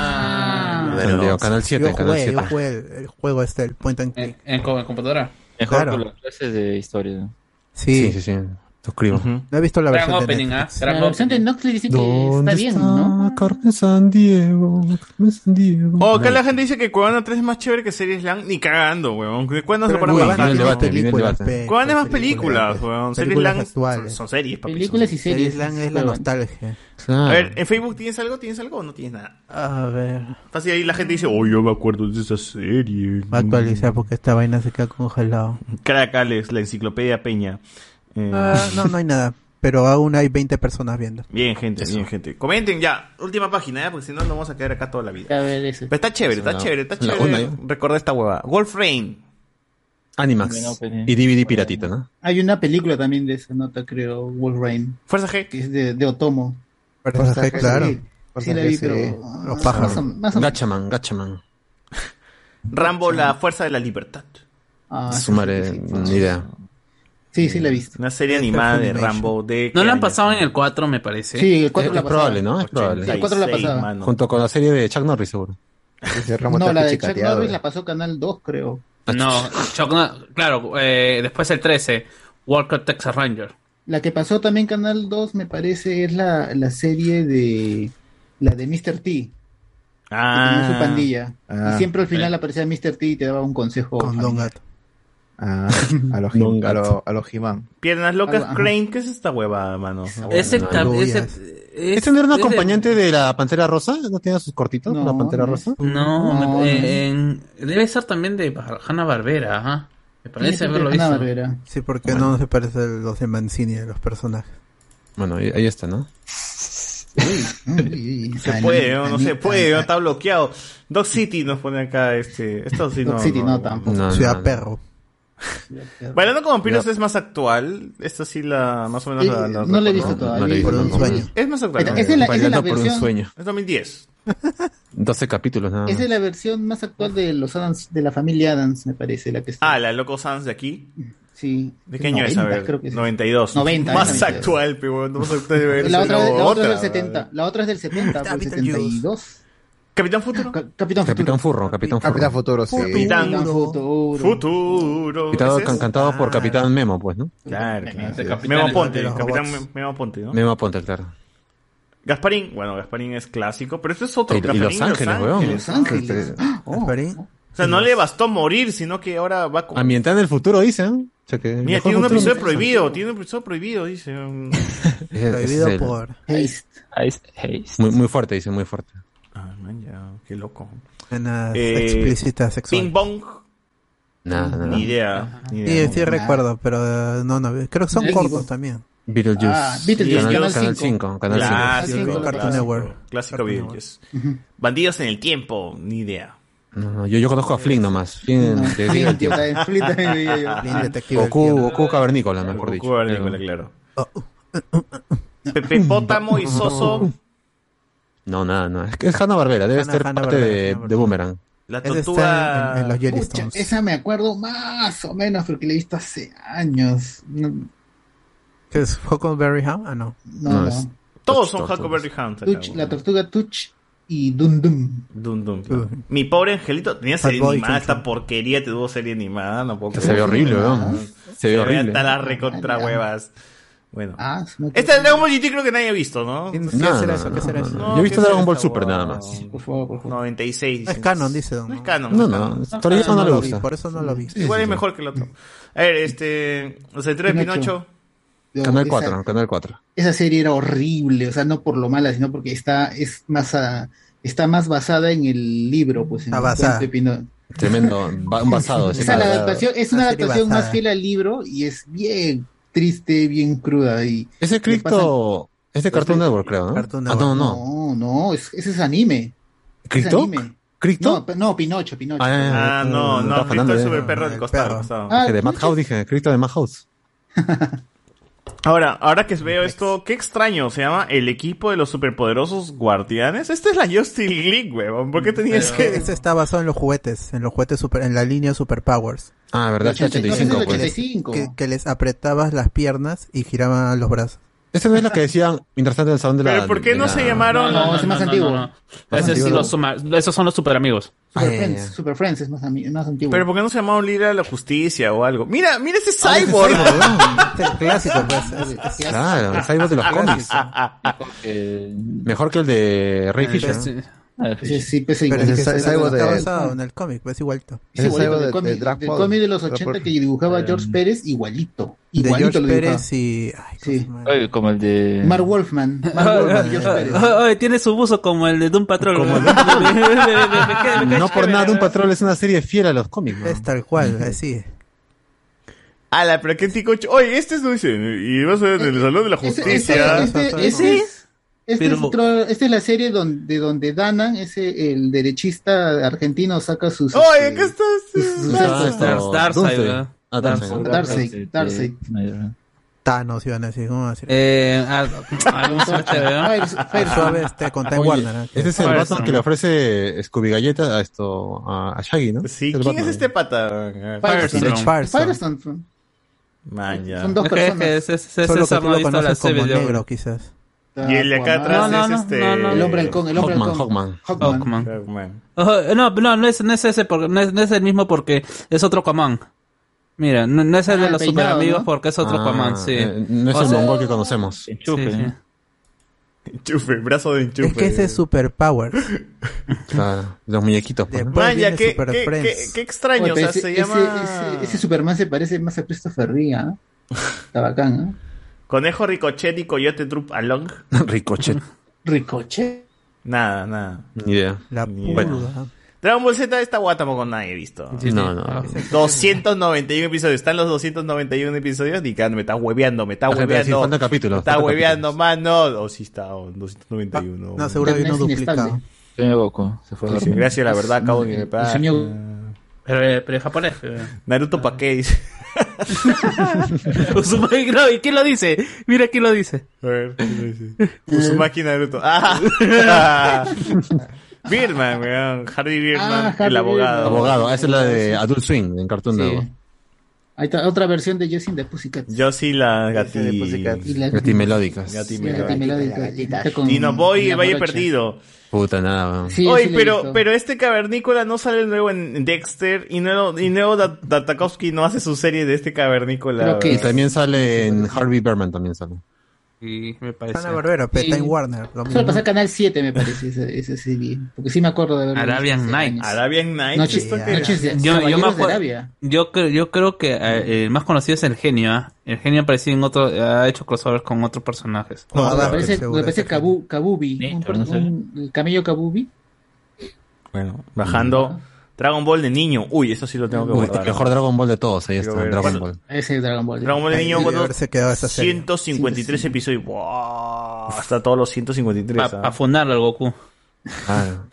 Speaker 5: Ah,
Speaker 13: Pero-
Speaker 3: San Diego, Canal
Speaker 4: Yo
Speaker 3: 7, Canal
Speaker 4: jugué,
Speaker 3: 7.
Speaker 4: yo jugué el, el juego este, el point and click.
Speaker 9: En, co- en computadora.
Speaker 24: Mejor
Speaker 4: Claro.
Speaker 24: por las clases de historia.
Speaker 4: Sí.
Speaker 3: sí, sí. Suscribo.
Speaker 4: No he visto la
Speaker 9: Gran
Speaker 4: versión de
Speaker 9: opening, ¿ah?
Speaker 4: Netflix.
Speaker 9: Gran
Speaker 2: La versión de
Speaker 9: opening.
Speaker 2: Nox le dicen que
Speaker 3: ¿Dónde
Speaker 2: está bien, ¿no?
Speaker 3: Carmen San Diego, Carmen San Diego.
Speaker 5: Oh, acá la gente dice que Cuevana 3 es más chévere que Series Lang. Ni cagando, weón. ¿De cuándo se
Speaker 3: Pero
Speaker 5: ponen
Speaker 3: Cuevana
Speaker 5: más
Speaker 3: tiene
Speaker 5: cagando?
Speaker 3: películas, pe,
Speaker 5: Cuevana es más
Speaker 4: Eh, películas,
Speaker 5: películas, weón. Series
Speaker 4: películas
Speaker 5: Lang son,
Speaker 4: actuales.
Speaker 5: son series, papi.
Speaker 2: Películas y
Speaker 5: son
Speaker 2: series.
Speaker 4: Island es la nostalgia.
Speaker 5: A ver, en Facebook tienes algo, tienes algo o no tienes nada.
Speaker 4: A ver.
Speaker 5: Fácil ahí la gente dice, oh, yo me acuerdo de esa serie.
Speaker 4: Va a actualizar porque esta vaina se queda congelado.
Speaker 3: Mm.
Speaker 5: Crack Alex, la enciclopedia Peña. Eh,
Speaker 4: Ah, no, no hay nada. Pero aún hay 20 personas viendo.
Speaker 5: Bien, gente, bien, gente. Comenten ya. Última página, ¿eh? porque si no nos vamos a quedar acá toda la vida.
Speaker 2: A ver, ese.
Speaker 5: Pero está chévere, está
Speaker 3: No. ¿eh?
Speaker 5: chévere, está
Speaker 3: La
Speaker 5: chévere.
Speaker 3: una,
Speaker 5: Recordé esta hueva. Wolf Rain.
Speaker 3: Animax. Y DVD piratita, ¿no?
Speaker 2: Hay una película también de esa nota, creo, Wolverine.
Speaker 5: Fuerza G.
Speaker 2: Que es de, de Otomo.
Speaker 4: Fuerza G, claro.
Speaker 2: Sí,
Speaker 4: Fuerza
Speaker 2: sí la
Speaker 4: G,
Speaker 2: vi,
Speaker 4: sí.
Speaker 2: pero... ah,
Speaker 4: Los pájaros.
Speaker 2: Más o- más o-
Speaker 3: Gachaman, Gachaman.
Speaker 5: Rambo, la fuerza de la libertad.
Speaker 2: Ah, sí,
Speaker 3: Sumaré, ni idea.
Speaker 2: sí, sí la he visto.
Speaker 5: Una serie animada de Rambo de...
Speaker 9: No la han pasado en el 4, me parece.
Speaker 2: Sí, el 4
Speaker 3: es probable, ¿no? Es probable.
Speaker 2: El 4 la pasaba.
Speaker 5: mano.
Speaker 3: Junto con la serie de Chuck Norris, seguro.
Speaker 2: No, la de Chuck Norris la pasó Canal 2, creo.
Speaker 9: No, Chuck Nor- claro, eh, después el 13, Walker Texas Ranger.
Speaker 2: La que pasó también Canal 2, me parece, es la, la serie de... La de Mr. T. que tenía su pandilla.
Speaker 7: Ah.
Speaker 2: y siempre al final aparecía Mr. T y te daba un consejo. Con Don
Speaker 4: Gato.
Speaker 7: Ah, a los He- a lo- a los He-Man.
Speaker 5: Piernas locas,
Speaker 2: Ajá.
Speaker 5: Crane, ¿qué es esta hueva, mano?
Speaker 9: Ese
Speaker 5: No,
Speaker 9: tam-
Speaker 5: no.
Speaker 9: ese- eh,
Speaker 3: ¿Este no era un
Speaker 9: es de-
Speaker 3: acompañante de la Pantera Rosa? ¿No tenía sus cortitos? ¿La Pantera Rosa?
Speaker 9: No, eh, en- debe ser también de Hanna Barbera, ajá. Me parece haberlo visto.
Speaker 4: Sí, porque no se parecen los de Mancini de los personajes.
Speaker 3: Bueno, ahí, ahí está, ¿no?
Speaker 5: Se puede, no, no se puede, no, está bloqueado. Dog City nos pone acá, este... Esto sí,
Speaker 2: Dog
Speaker 5: no,
Speaker 2: City
Speaker 5: no,
Speaker 2: no, tampoco.
Speaker 3: No,
Speaker 4: Ciudad
Speaker 3: no.
Speaker 4: Perro.
Speaker 5: Bailando con vampiros
Speaker 2: Ya.
Speaker 5: es más actual. Esta sí la más o menos
Speaker 2: Eh,
Speaker 5: la, la-
Speaker 2: no la he visto todavía.
Speaker 3: Por un sueño.
Speaker 5: Es más actual.
Speaker 2: Esa es la- esa es la Bailando por un versión- Ah.
Speaker 3: sueño.
Speaker 5: Es 2010.
Speaker 3: 12 capítulos nada
Speaker 2: Esa es la versión más actual de los Adams, de la familia Adams, me parece, la que está.
Speaker 5: Ah, la Loco Sans de aquí.
Speaker 2: Sí.
Speaker 5: ¿De qué año es? A
Speaker 2: 90,
Speaker 5: ver,
Speaker 2: creo que es.
Speaker 5: 92.
Speaker 2: 90,
Speaker 5: Más
Speaker 2: 92.
Speaker 5: actual, pero bueno, más actual debe haber
Speaker 2: La otra,
Speaker 5: sido
Speaker 2: la otra es del
Speaker 5: otra,
Speaker 2: 70. La otra es del 70, pues,
Speaker 5: Beetlejuice.
Speaker 2: 72.
Speaker 5: ¿Capitán Futuro?
Speaker 2: Capitán
Speaker 3: Capitán Furro, Capitán Furro.
Speaker 40: Capitán Futuro, sí.
Speaker 5: Capitán
Speaker 2: Futuro.
Speaker 5: Futuro.
Speaker 3: Capitán-
Speaker 5: ¿Ese es? Ah.
Speaker 3: can- cantado por Capitán Memo, pues, ¿no?
Speaker 5: Claro, claro.
Speaker 3: De capitán
Speaker 5: Memo
Speaker 3: de
Speaker 5: Ponte,
Speaker 3: los
Speaker 5: Capitán
Speaker 3: robots.
Speaker 5: Memo Ponte, ¿no?
Speaker 3: Memo Ponte, claro.
Speaker 5: Gasparín, bueno, Gasparín es clásico, pero este es otro.
Speaker 3: Y- y
Speaker 5: Gasparín
Speaker 3: Los Ángeles, weón.
Speaker 5: Ángeles.
Speaker 3: Los Ángeles.
Speaker 5: Ah, oh. O sea, no le bastó morir, sino que ahora va con...
Speaker 3: Ambientada en el futuro, dicen. ¿eh? O sea que
Speaker 5: Mira,
Speaker 3: mejor
Speaker 5: tiene un
Speaker 3: futuro.
Speaker 5: episodio prohibido, tiene un episodio prohibido, dice. um,
Speaker 3: Es- es el- Muy, muy fuerte, dicen, muy fuerte.
Speaker 5: Ah, man, ya, qué loco.
Speaker 4: Escenas
Speaker 5: Eh,
Speaker 4: explícitas sexual.
Speaker 5: Ping Bong,
Speaker 3: Nada, nada.
Speaker 5: ni idea. Ni idea.
Speaker 4: Sí, sí recuerdo, pero eh, no, no, creo que son
Speaker 5: Nada.
Speaker 4: cortos también.
Speaker 3: Beetlejuice.
Speaker 4: Ah, Beetlejuice,
Speaker 3: Canal,
Speaker 4: Canal
Speaker 3: Canal
Speaker 4: cinco.
Speaker 3: 5. Canal 5.
Speaker 4: cinco.
Speaker 5: Clásico,
Speaker 4: Cartoon
Speaker 5: clásico,
Speaker 4: Network.
Speaker 5: Clásico
Speaker 4: Cartoon
Speaker 5: Beetlejuice. Bandidos en el tiempo, ni idea.
Speaker 3: No, no, yo, yo conozco a Flynn nomás. Flynn
Speaker 5: No.
Speaker 3: de Día del
Speaker 5: Flynn también,
Speaker 3: Tiempo.
Speaker 5: Flynn también veía yo. Flynn detective del
Speaker 3: Goku,
Speaker 5: tiempo.
Speaker 3: Goku Cavernícola, mejor
Speaker 5: Goku
Speaker 3: dicho.
Speaker 5: Cavernícola, claro. Pepe Pótamo y Soso,
Speaker 3: No, nada, no. Es que es Hanna Barbera, debe
Speaker 2: Hanna-
Speaker 3: ser
Speaker 2: Hanna
Speaker 3: parte
Speaker 2: Barbera,
Speaker 3: de,
Speaker 2: Hanna
Speaker 3: de Boomerang.
Speaker 5: la
Speaker 4: Ese está
Speaker 5: tortuga...
Speaker 4: en- en los Yellowstones.
Speaker 2: Pucha, esa me acuerdo más o menos porque la he visto hace años. No, no,
Speaker 4: ¿Qué es Huckleberry Hound? Ah, no.
Speaker 2: no.
Speaker 5: Todos son Huckleberry Hound. acá,
Speaker 2: Touch, la tortuga Touch y Dum Dum.
Speaker 5: Dum Dum. Mi pobre angelito tenía
Speaker 2: Fat
Speaker 5: serie
Speaker 2: Boy,
Speaker 5: animada,
Speaker 2: Chum
Speaker 5: esta porquería te tuvo serie animada, no puedo
Speaker 3: Que se ve horrible, weón. Se ve horrible.
Speaker 5: Hasta las recontra huevas. Bueno.
Speaker 2: Ah, se me-
Speaker 5: Esta de Dragon Ball GT creo que nadie ha visto, ¿no?
Speaker 4: ¿Qué
Speaker 3: No, será no, eso? no, ¿Qué será no, eso? no. Yo he visto Dragon Ball Super nada más.
Speaker 2: Por favor, por favor.
Speaker 5: 96.
Speaker 4: No es canon, dice Don.
Speaker 5: No es canon.
Speaker 3: No,
Speaker 5: es
Speaker 3: no,
Speaker 5: canon.
Speaker 3: todavía no le
Speaker 4: lo vi,
Speaker 3: gusta.
Speaker 4: por eso no lo vi.
Speaker 3: Sí,
Speaker 5: Igual
Speaker 3: sí,
Speaker 5: es
Speaker 3: sí.
Speaker 5: mejor que el otro. A ver, este. Los tres de Pinocho.
Speaker 3: Canal
Speaker 2: Esa-
Speaker 3: 4, Canal 4.
Speaker 2: esa serie era horrible, o sea, no por lo mala, sino porque está, es más, ah, está más basada en el libro, pues en
Speaker 3: Está
Speaker 2: el
Speaker 3: basada.
Speaker 2: cuento de Pino-
Speaker 3: Tremendo, ba- un basado.
Speaker 2: O
Speaker 3: ese
Speaker 2: sea, la
Speaker 3: cara.
Speaker 2: adaptación, es una adaptación más fiel al libro y es bien triste, bien cruda. Y
Speaker 3: Ese cripto. Es de Cartoon Network, creo, ¿no? Ah, no, no.
Speaker 2: No, no, es- ese es anime. Es
Speaker 3: ¿Cripto?
Speaker 2: anime.
Speaker 3: ¿Cripto?
Speaker 2: No, no, Pinocho, Pinocho.
Speaker 5: Ah,
Speaker 3: eh,
Speaker 5: no, no,
Speaker 3: Rafa
Speaker 5: Cripto
Speaker 3: Hernández,
Speaker 5: es sobre
Speaker 3: no,
Speaker 5: perro del
Speaker 3: el
Speaker 5: costado,
Speaker 3: perro.
Speaker 5: costado.
Speaker 3: Dije, de Madhouse, dije, Cripto de Madhouse.
Speaker 5: Ahora, ahora que veo esto, qué extraño. Se llama El equipo de los superpoderosos guardianes. Esta es la Justice League, weón. ¿Por qué tenía
Speaker 4: Pero
Speaker 5: ese.?
Speaker 4: Ese está basado en los juguetes, en los juguetes super, en la línea Super Powers.
Speaker 3: Ah, ¿verdad? Es el 85,
Speaker 4: que
Speaker 3: pues.
Speaker 4: les- Que, que les apretabas las piernas y giraban los brazos.
Speaker 3: Ese no es la que decían mientras tanto en el salón de la.
Speaker 5: Pero ¿por qué no
Speaker 3: de la-
Speaker 5: se llamaron- No,
Speaker 2: es más antiguo.
Speaker 3: Más
Speaker 9: Ese es
Speaker 3: antiguo.
Speaker 9: los suma- esos son los super amigos.
Speaker 2: Super Friends,
Speaker 3: eh.
Speaker 2: Super Friends es más, ami- más antiguo.
Speaker 5: Pero ¿por qué no se llamaron Liga de la Justicia o algo? Mira, mira ese
Speaker 2: Ah, ese
Speaker 5: cyborg.
Speaker 2: cyborg,
Speaker 4: clásico,
Speaker 2: pues,
Speaker 3: Claro, el cyborg de
Speaker 5: Ah,
Speaker 3: los
Speaker 2: Ah,
Speaker 3: cómics. Eh, Mejor que el de Ray Fisher. ¿no?
Speaker 2: Sí, sí, pues,
Speaker 4: Pero
Speaker 2: igual.
Speaker 4: es que
Speaker 2: Ese
Speaker 4: está,
Speaker 2: cyborg
Speaker 4: está
Speaker 2: de-
Speaker 4: basado en el cómic, pues igualito.
Speaker 2: Es igualito del cómic, del cómic de los 80 que dibujaba George Pérez, igualito. Igualito
Speaker 4: Eh, de George
Speaker 2: lo dibujaba.
Speaker 4: Pérez y... ay,
Speaker 2: Sí.
Speaker 24: Oye, como el de.
Speaker 2: Mark Wolfman. Mark Wolfman y
Speaker 3: Ah,
Speaker 2: George Pérez.
Speaker 9: tiene su buzo como el de Doom Patrol.
Speaker 3: No por nada, un patrón es una serie fiel a los cómics. Es
Speaker 4: tal cual, así.
Speaker 5: Ala, pero qué tico. ch- Oye, este es no dice. Y vas a ver en el salón de la
Speaker 2: Eh, Ese- ese-
Speaker 5: justicia.
Speaker 2: este- ese es- este es
Speaker 5: Pero-
Speaker 2: otro- Esta es la serie donde, de donde Danan, ese, el derechista argentino, saca sus.
Speaker 5: Oye,
Speaker 2: este,
Speaker 5: ¿qué estás?
Speaker 2: sus- sus-
Speaker 9: Darkseid, ¿verdad?
Speaker 3: Ah, Darkseid.
Speaker 2: Darkseid, Darkseid.
Speaker 4: Thanos iban a decir, ¿cómo va a decir?
Speaker 9: Eh, ah, algún suerte, ¿verdad?
Speaker 4: Fire- Suave este con Time
Speaker 3: Oye,
Speaker 4: Warner. ¿eh?
Speaker 3: Ese es el
Speaker 4: Firestone.
Speaker 3: Batman que le ofrece Scooby Galleta a esto a, a Shaggy, ¿no?
Speaker 5: Sí, ¿Quién
Speaker 3: el
Speaker 5: es
Speaker 3: Batman.
Speaker 5: este pata?
Speaker 3: Firestone. Firestone.
Speaker 2: Firestone.
Speaker 5: Man, ya.
Speaker 2: Son dos
Speaker 9: Es que-
Speaker 2: personas.
Speaker 9: es que ese- ese- Solo ese que tú lo Sam no ha visto la conoces como serie de- negro,
Speaker 4: quizás.
Speaker 5: Y el de acá atrás
Speaker 9: No, no,
Speaker 5: es
Speaker 9: no,
Speaker 5: este.
Speaker 9: no, no.
Speaker 2: El hombre halcón, el hombre
Speaker 9: Hawkman,
Speaker 2: halcón.
Speaker 9: Hawkman.
Speaker 2: Hawkman.
Speaker 9: Hawkman.
Speaker 5: Hawkman.
Speaker 9: Ojo, no, no, no es, no es ese, porque, no, es, no es el mismo porque es otro Aquaman. Mira, no, no Este es el
Speaker 2: Ah,
Speaker 9: de los
Speaker 2: peinado,
Speaker 9: super amigos
Speaker 2: ¿no?
Speaker 9: porque es otro
Speaker 3: Ah,
Speaker 9: Aquaman, sí.
Speaker 3: eh, no es
Speaker 9: O
Speaker 3: el
Speaker 9: sea,
Speaker 3: mongol que conocemos.
Speaker 9: Enchufe, sí.
Speaker 5: Enchufe, brazo de enchufe.
Speaker 4: Es que ese es Super Power.
Speaker 3: Claro, los muñequitos. pues, ¿no?
Speaker 4: Después
Speaker 5: Man, ya,
Speaker 4: viene
Speaker 5: qué,
Speaker 4: Super
Speaker 5: qué-
Speaker 4: Friends.
Speaker 5: qué- qué extraño.
Speaker 2: Oye,
Speaker 5: o sea,
Speaker 2: pero
Speaker 5: se
Speaker 2: ese-
Speaker 5: llama.
Speaker 2: ese- ese Superman se parece más a Christopher Reeve, ¿ah? Está bacán, ¿eh? ¿ah?
Speaker 5: Conejo Ricochet y Coyote Troop Along.
Speaker 3: Ricochet.
Speaker 2: Ricochet.
Speaker 5: Nada, nada.
Speaker 3: Ni idea.
Speaker 5: Ni
Speaker 3: Bueno.
Speaker 5: idea. Dragon Ball Z, esta guata tampoco nadie ha visto.
Speaker 3: Sí, sí. No, no.
Speaker 5: 291 episodios. Están los 291 episodios. Ni cagando, me estás hueveando, me estás
Speaker 3: La gente va a decir,
Speaker 5: hueveando.
Speaker 3: "¿Cuántos capítulos?
Speaker 5: Me estás
Speaker 3: ¿Cuántos
Speaker 5: hueveando, mano. O sí está, o 291.
Speaker 4: No, seguro que no
Speaker 2: Internet es
Speaker 4: duplicado.
Speaker 2: inestable.
Speaker 24: Sueño Goku. Se fue a
Speaker 5: Sí, sí,
Speaker 24: dormir.
Speaker 5: gracias, la verdad, acabo de
Speaker 2: El señor
Speaker 9: Pero, eh, pero en japonés. eh.
Speaker 5: Naruto pa' qué dice.
Speaker 9: Uzumaki, no, ¿y quién lo dice? Mira quién lo dice.
Speaker 2: Eh.
Speaker 5: Uzumaki Naruto. ¡Ah! Birman, weón. Harvey Birman,
Speaker 2: Ah,
Speaker 5: el
Speaker 2: Harvey
Speaker 5: abogado.
Speaker 2: Birdman.
Speaker 3: Abogado, esa es la de Adult Swing, en Cartoon
Speaker 2: Sí.
Speaker 3: Network.
Speaker 2: Ahí está otra versión de Jessie de Pussycat.
Speaker 5: Yo sí la gati...
Speaker 2: Y la-
Speaker 3: Gatimelódicas.
Speaker 5: Gati
Speaker 2: Sí, la Gatimelódica. Está con-
Speaker 5: Dino Boy,
Speaker 2: la
Speaker 5: el Valle
Speaker 2: morocha.
Speaker 5: Perdido.
Speaker 3: Puta, nada, weón.
Speaker 5: Oye,
Speaker 2: sí la he
Speaker 5: pero,
Speaker 2: visto.
Speaker 5: pero este cavernícola no sale luego en Dexter y luego, y luego Dat- Datakovsky no hace su serie de este cavernícola.
Speaker 3: y
Speaker 5: weón.
Speaker 3: también sale en Harvey Berman, también sale.
Speaker 9: Y me parece.
Speaker 4: Hanna Barbera, Peta
Speaker 2: Sí.
Speaker 4: en Warner. lo
Speaker 2: Solo
Speaker 4: mismo.
Speaker 2: pasar Canal 7, me parece, esa, esa serie. Porque sí me acuerdo de verla.
Speaker 9: Arabian Nights.
Speaker 5: Arabian Nights.
Speaker 2: Noche-
Speaker 5: ¿esto qué era?
Speaker 2: noches de
Speaker 9: Yo, yo, me
Speaker 2: Caballeros de
Speaker 9: acuerdo-
Speaker 2: Arabia.
Speaker 9: yo, creo- yo creo que eh, el más conocido es el genio. ¿ah? El genio ha aparecido en otro, ha hecho crossovers con otros personajes.
Speaker 2: Ah, me parece, me parece Kabu- Kabubi. un per-
Speaker 9: no sé.
Speaker 2: un- el camello Kabubi.
Speaker 5: Bueno, bajando. Dragon Ball de niño. Uy, eso sí lo tengo que
Speaker 3: Uy,
Speaker 5: guardar.
Speaker 3: el mejor Dragon Ball de todos, ahí está,
Speaker 5: Quiero ver.
Speaker 3: Dragon
Speaker 5: ¿Cuánto-
Speaker 3: Ball.
Speaker 2: Ese Dragon Ball.
Speaker 5: Dragon Ball de niño,
Speaker 2: Ahí debe
Speaker 5: ¿cuánto?
Speaker 2: haberse quedado esa serie.
Speaker 5: 153 episodios. ¡Wow! Hasta todos los 153.
Speaker 9: Pa- pa' fundarlo al Goku.
Speaker 3: Ah,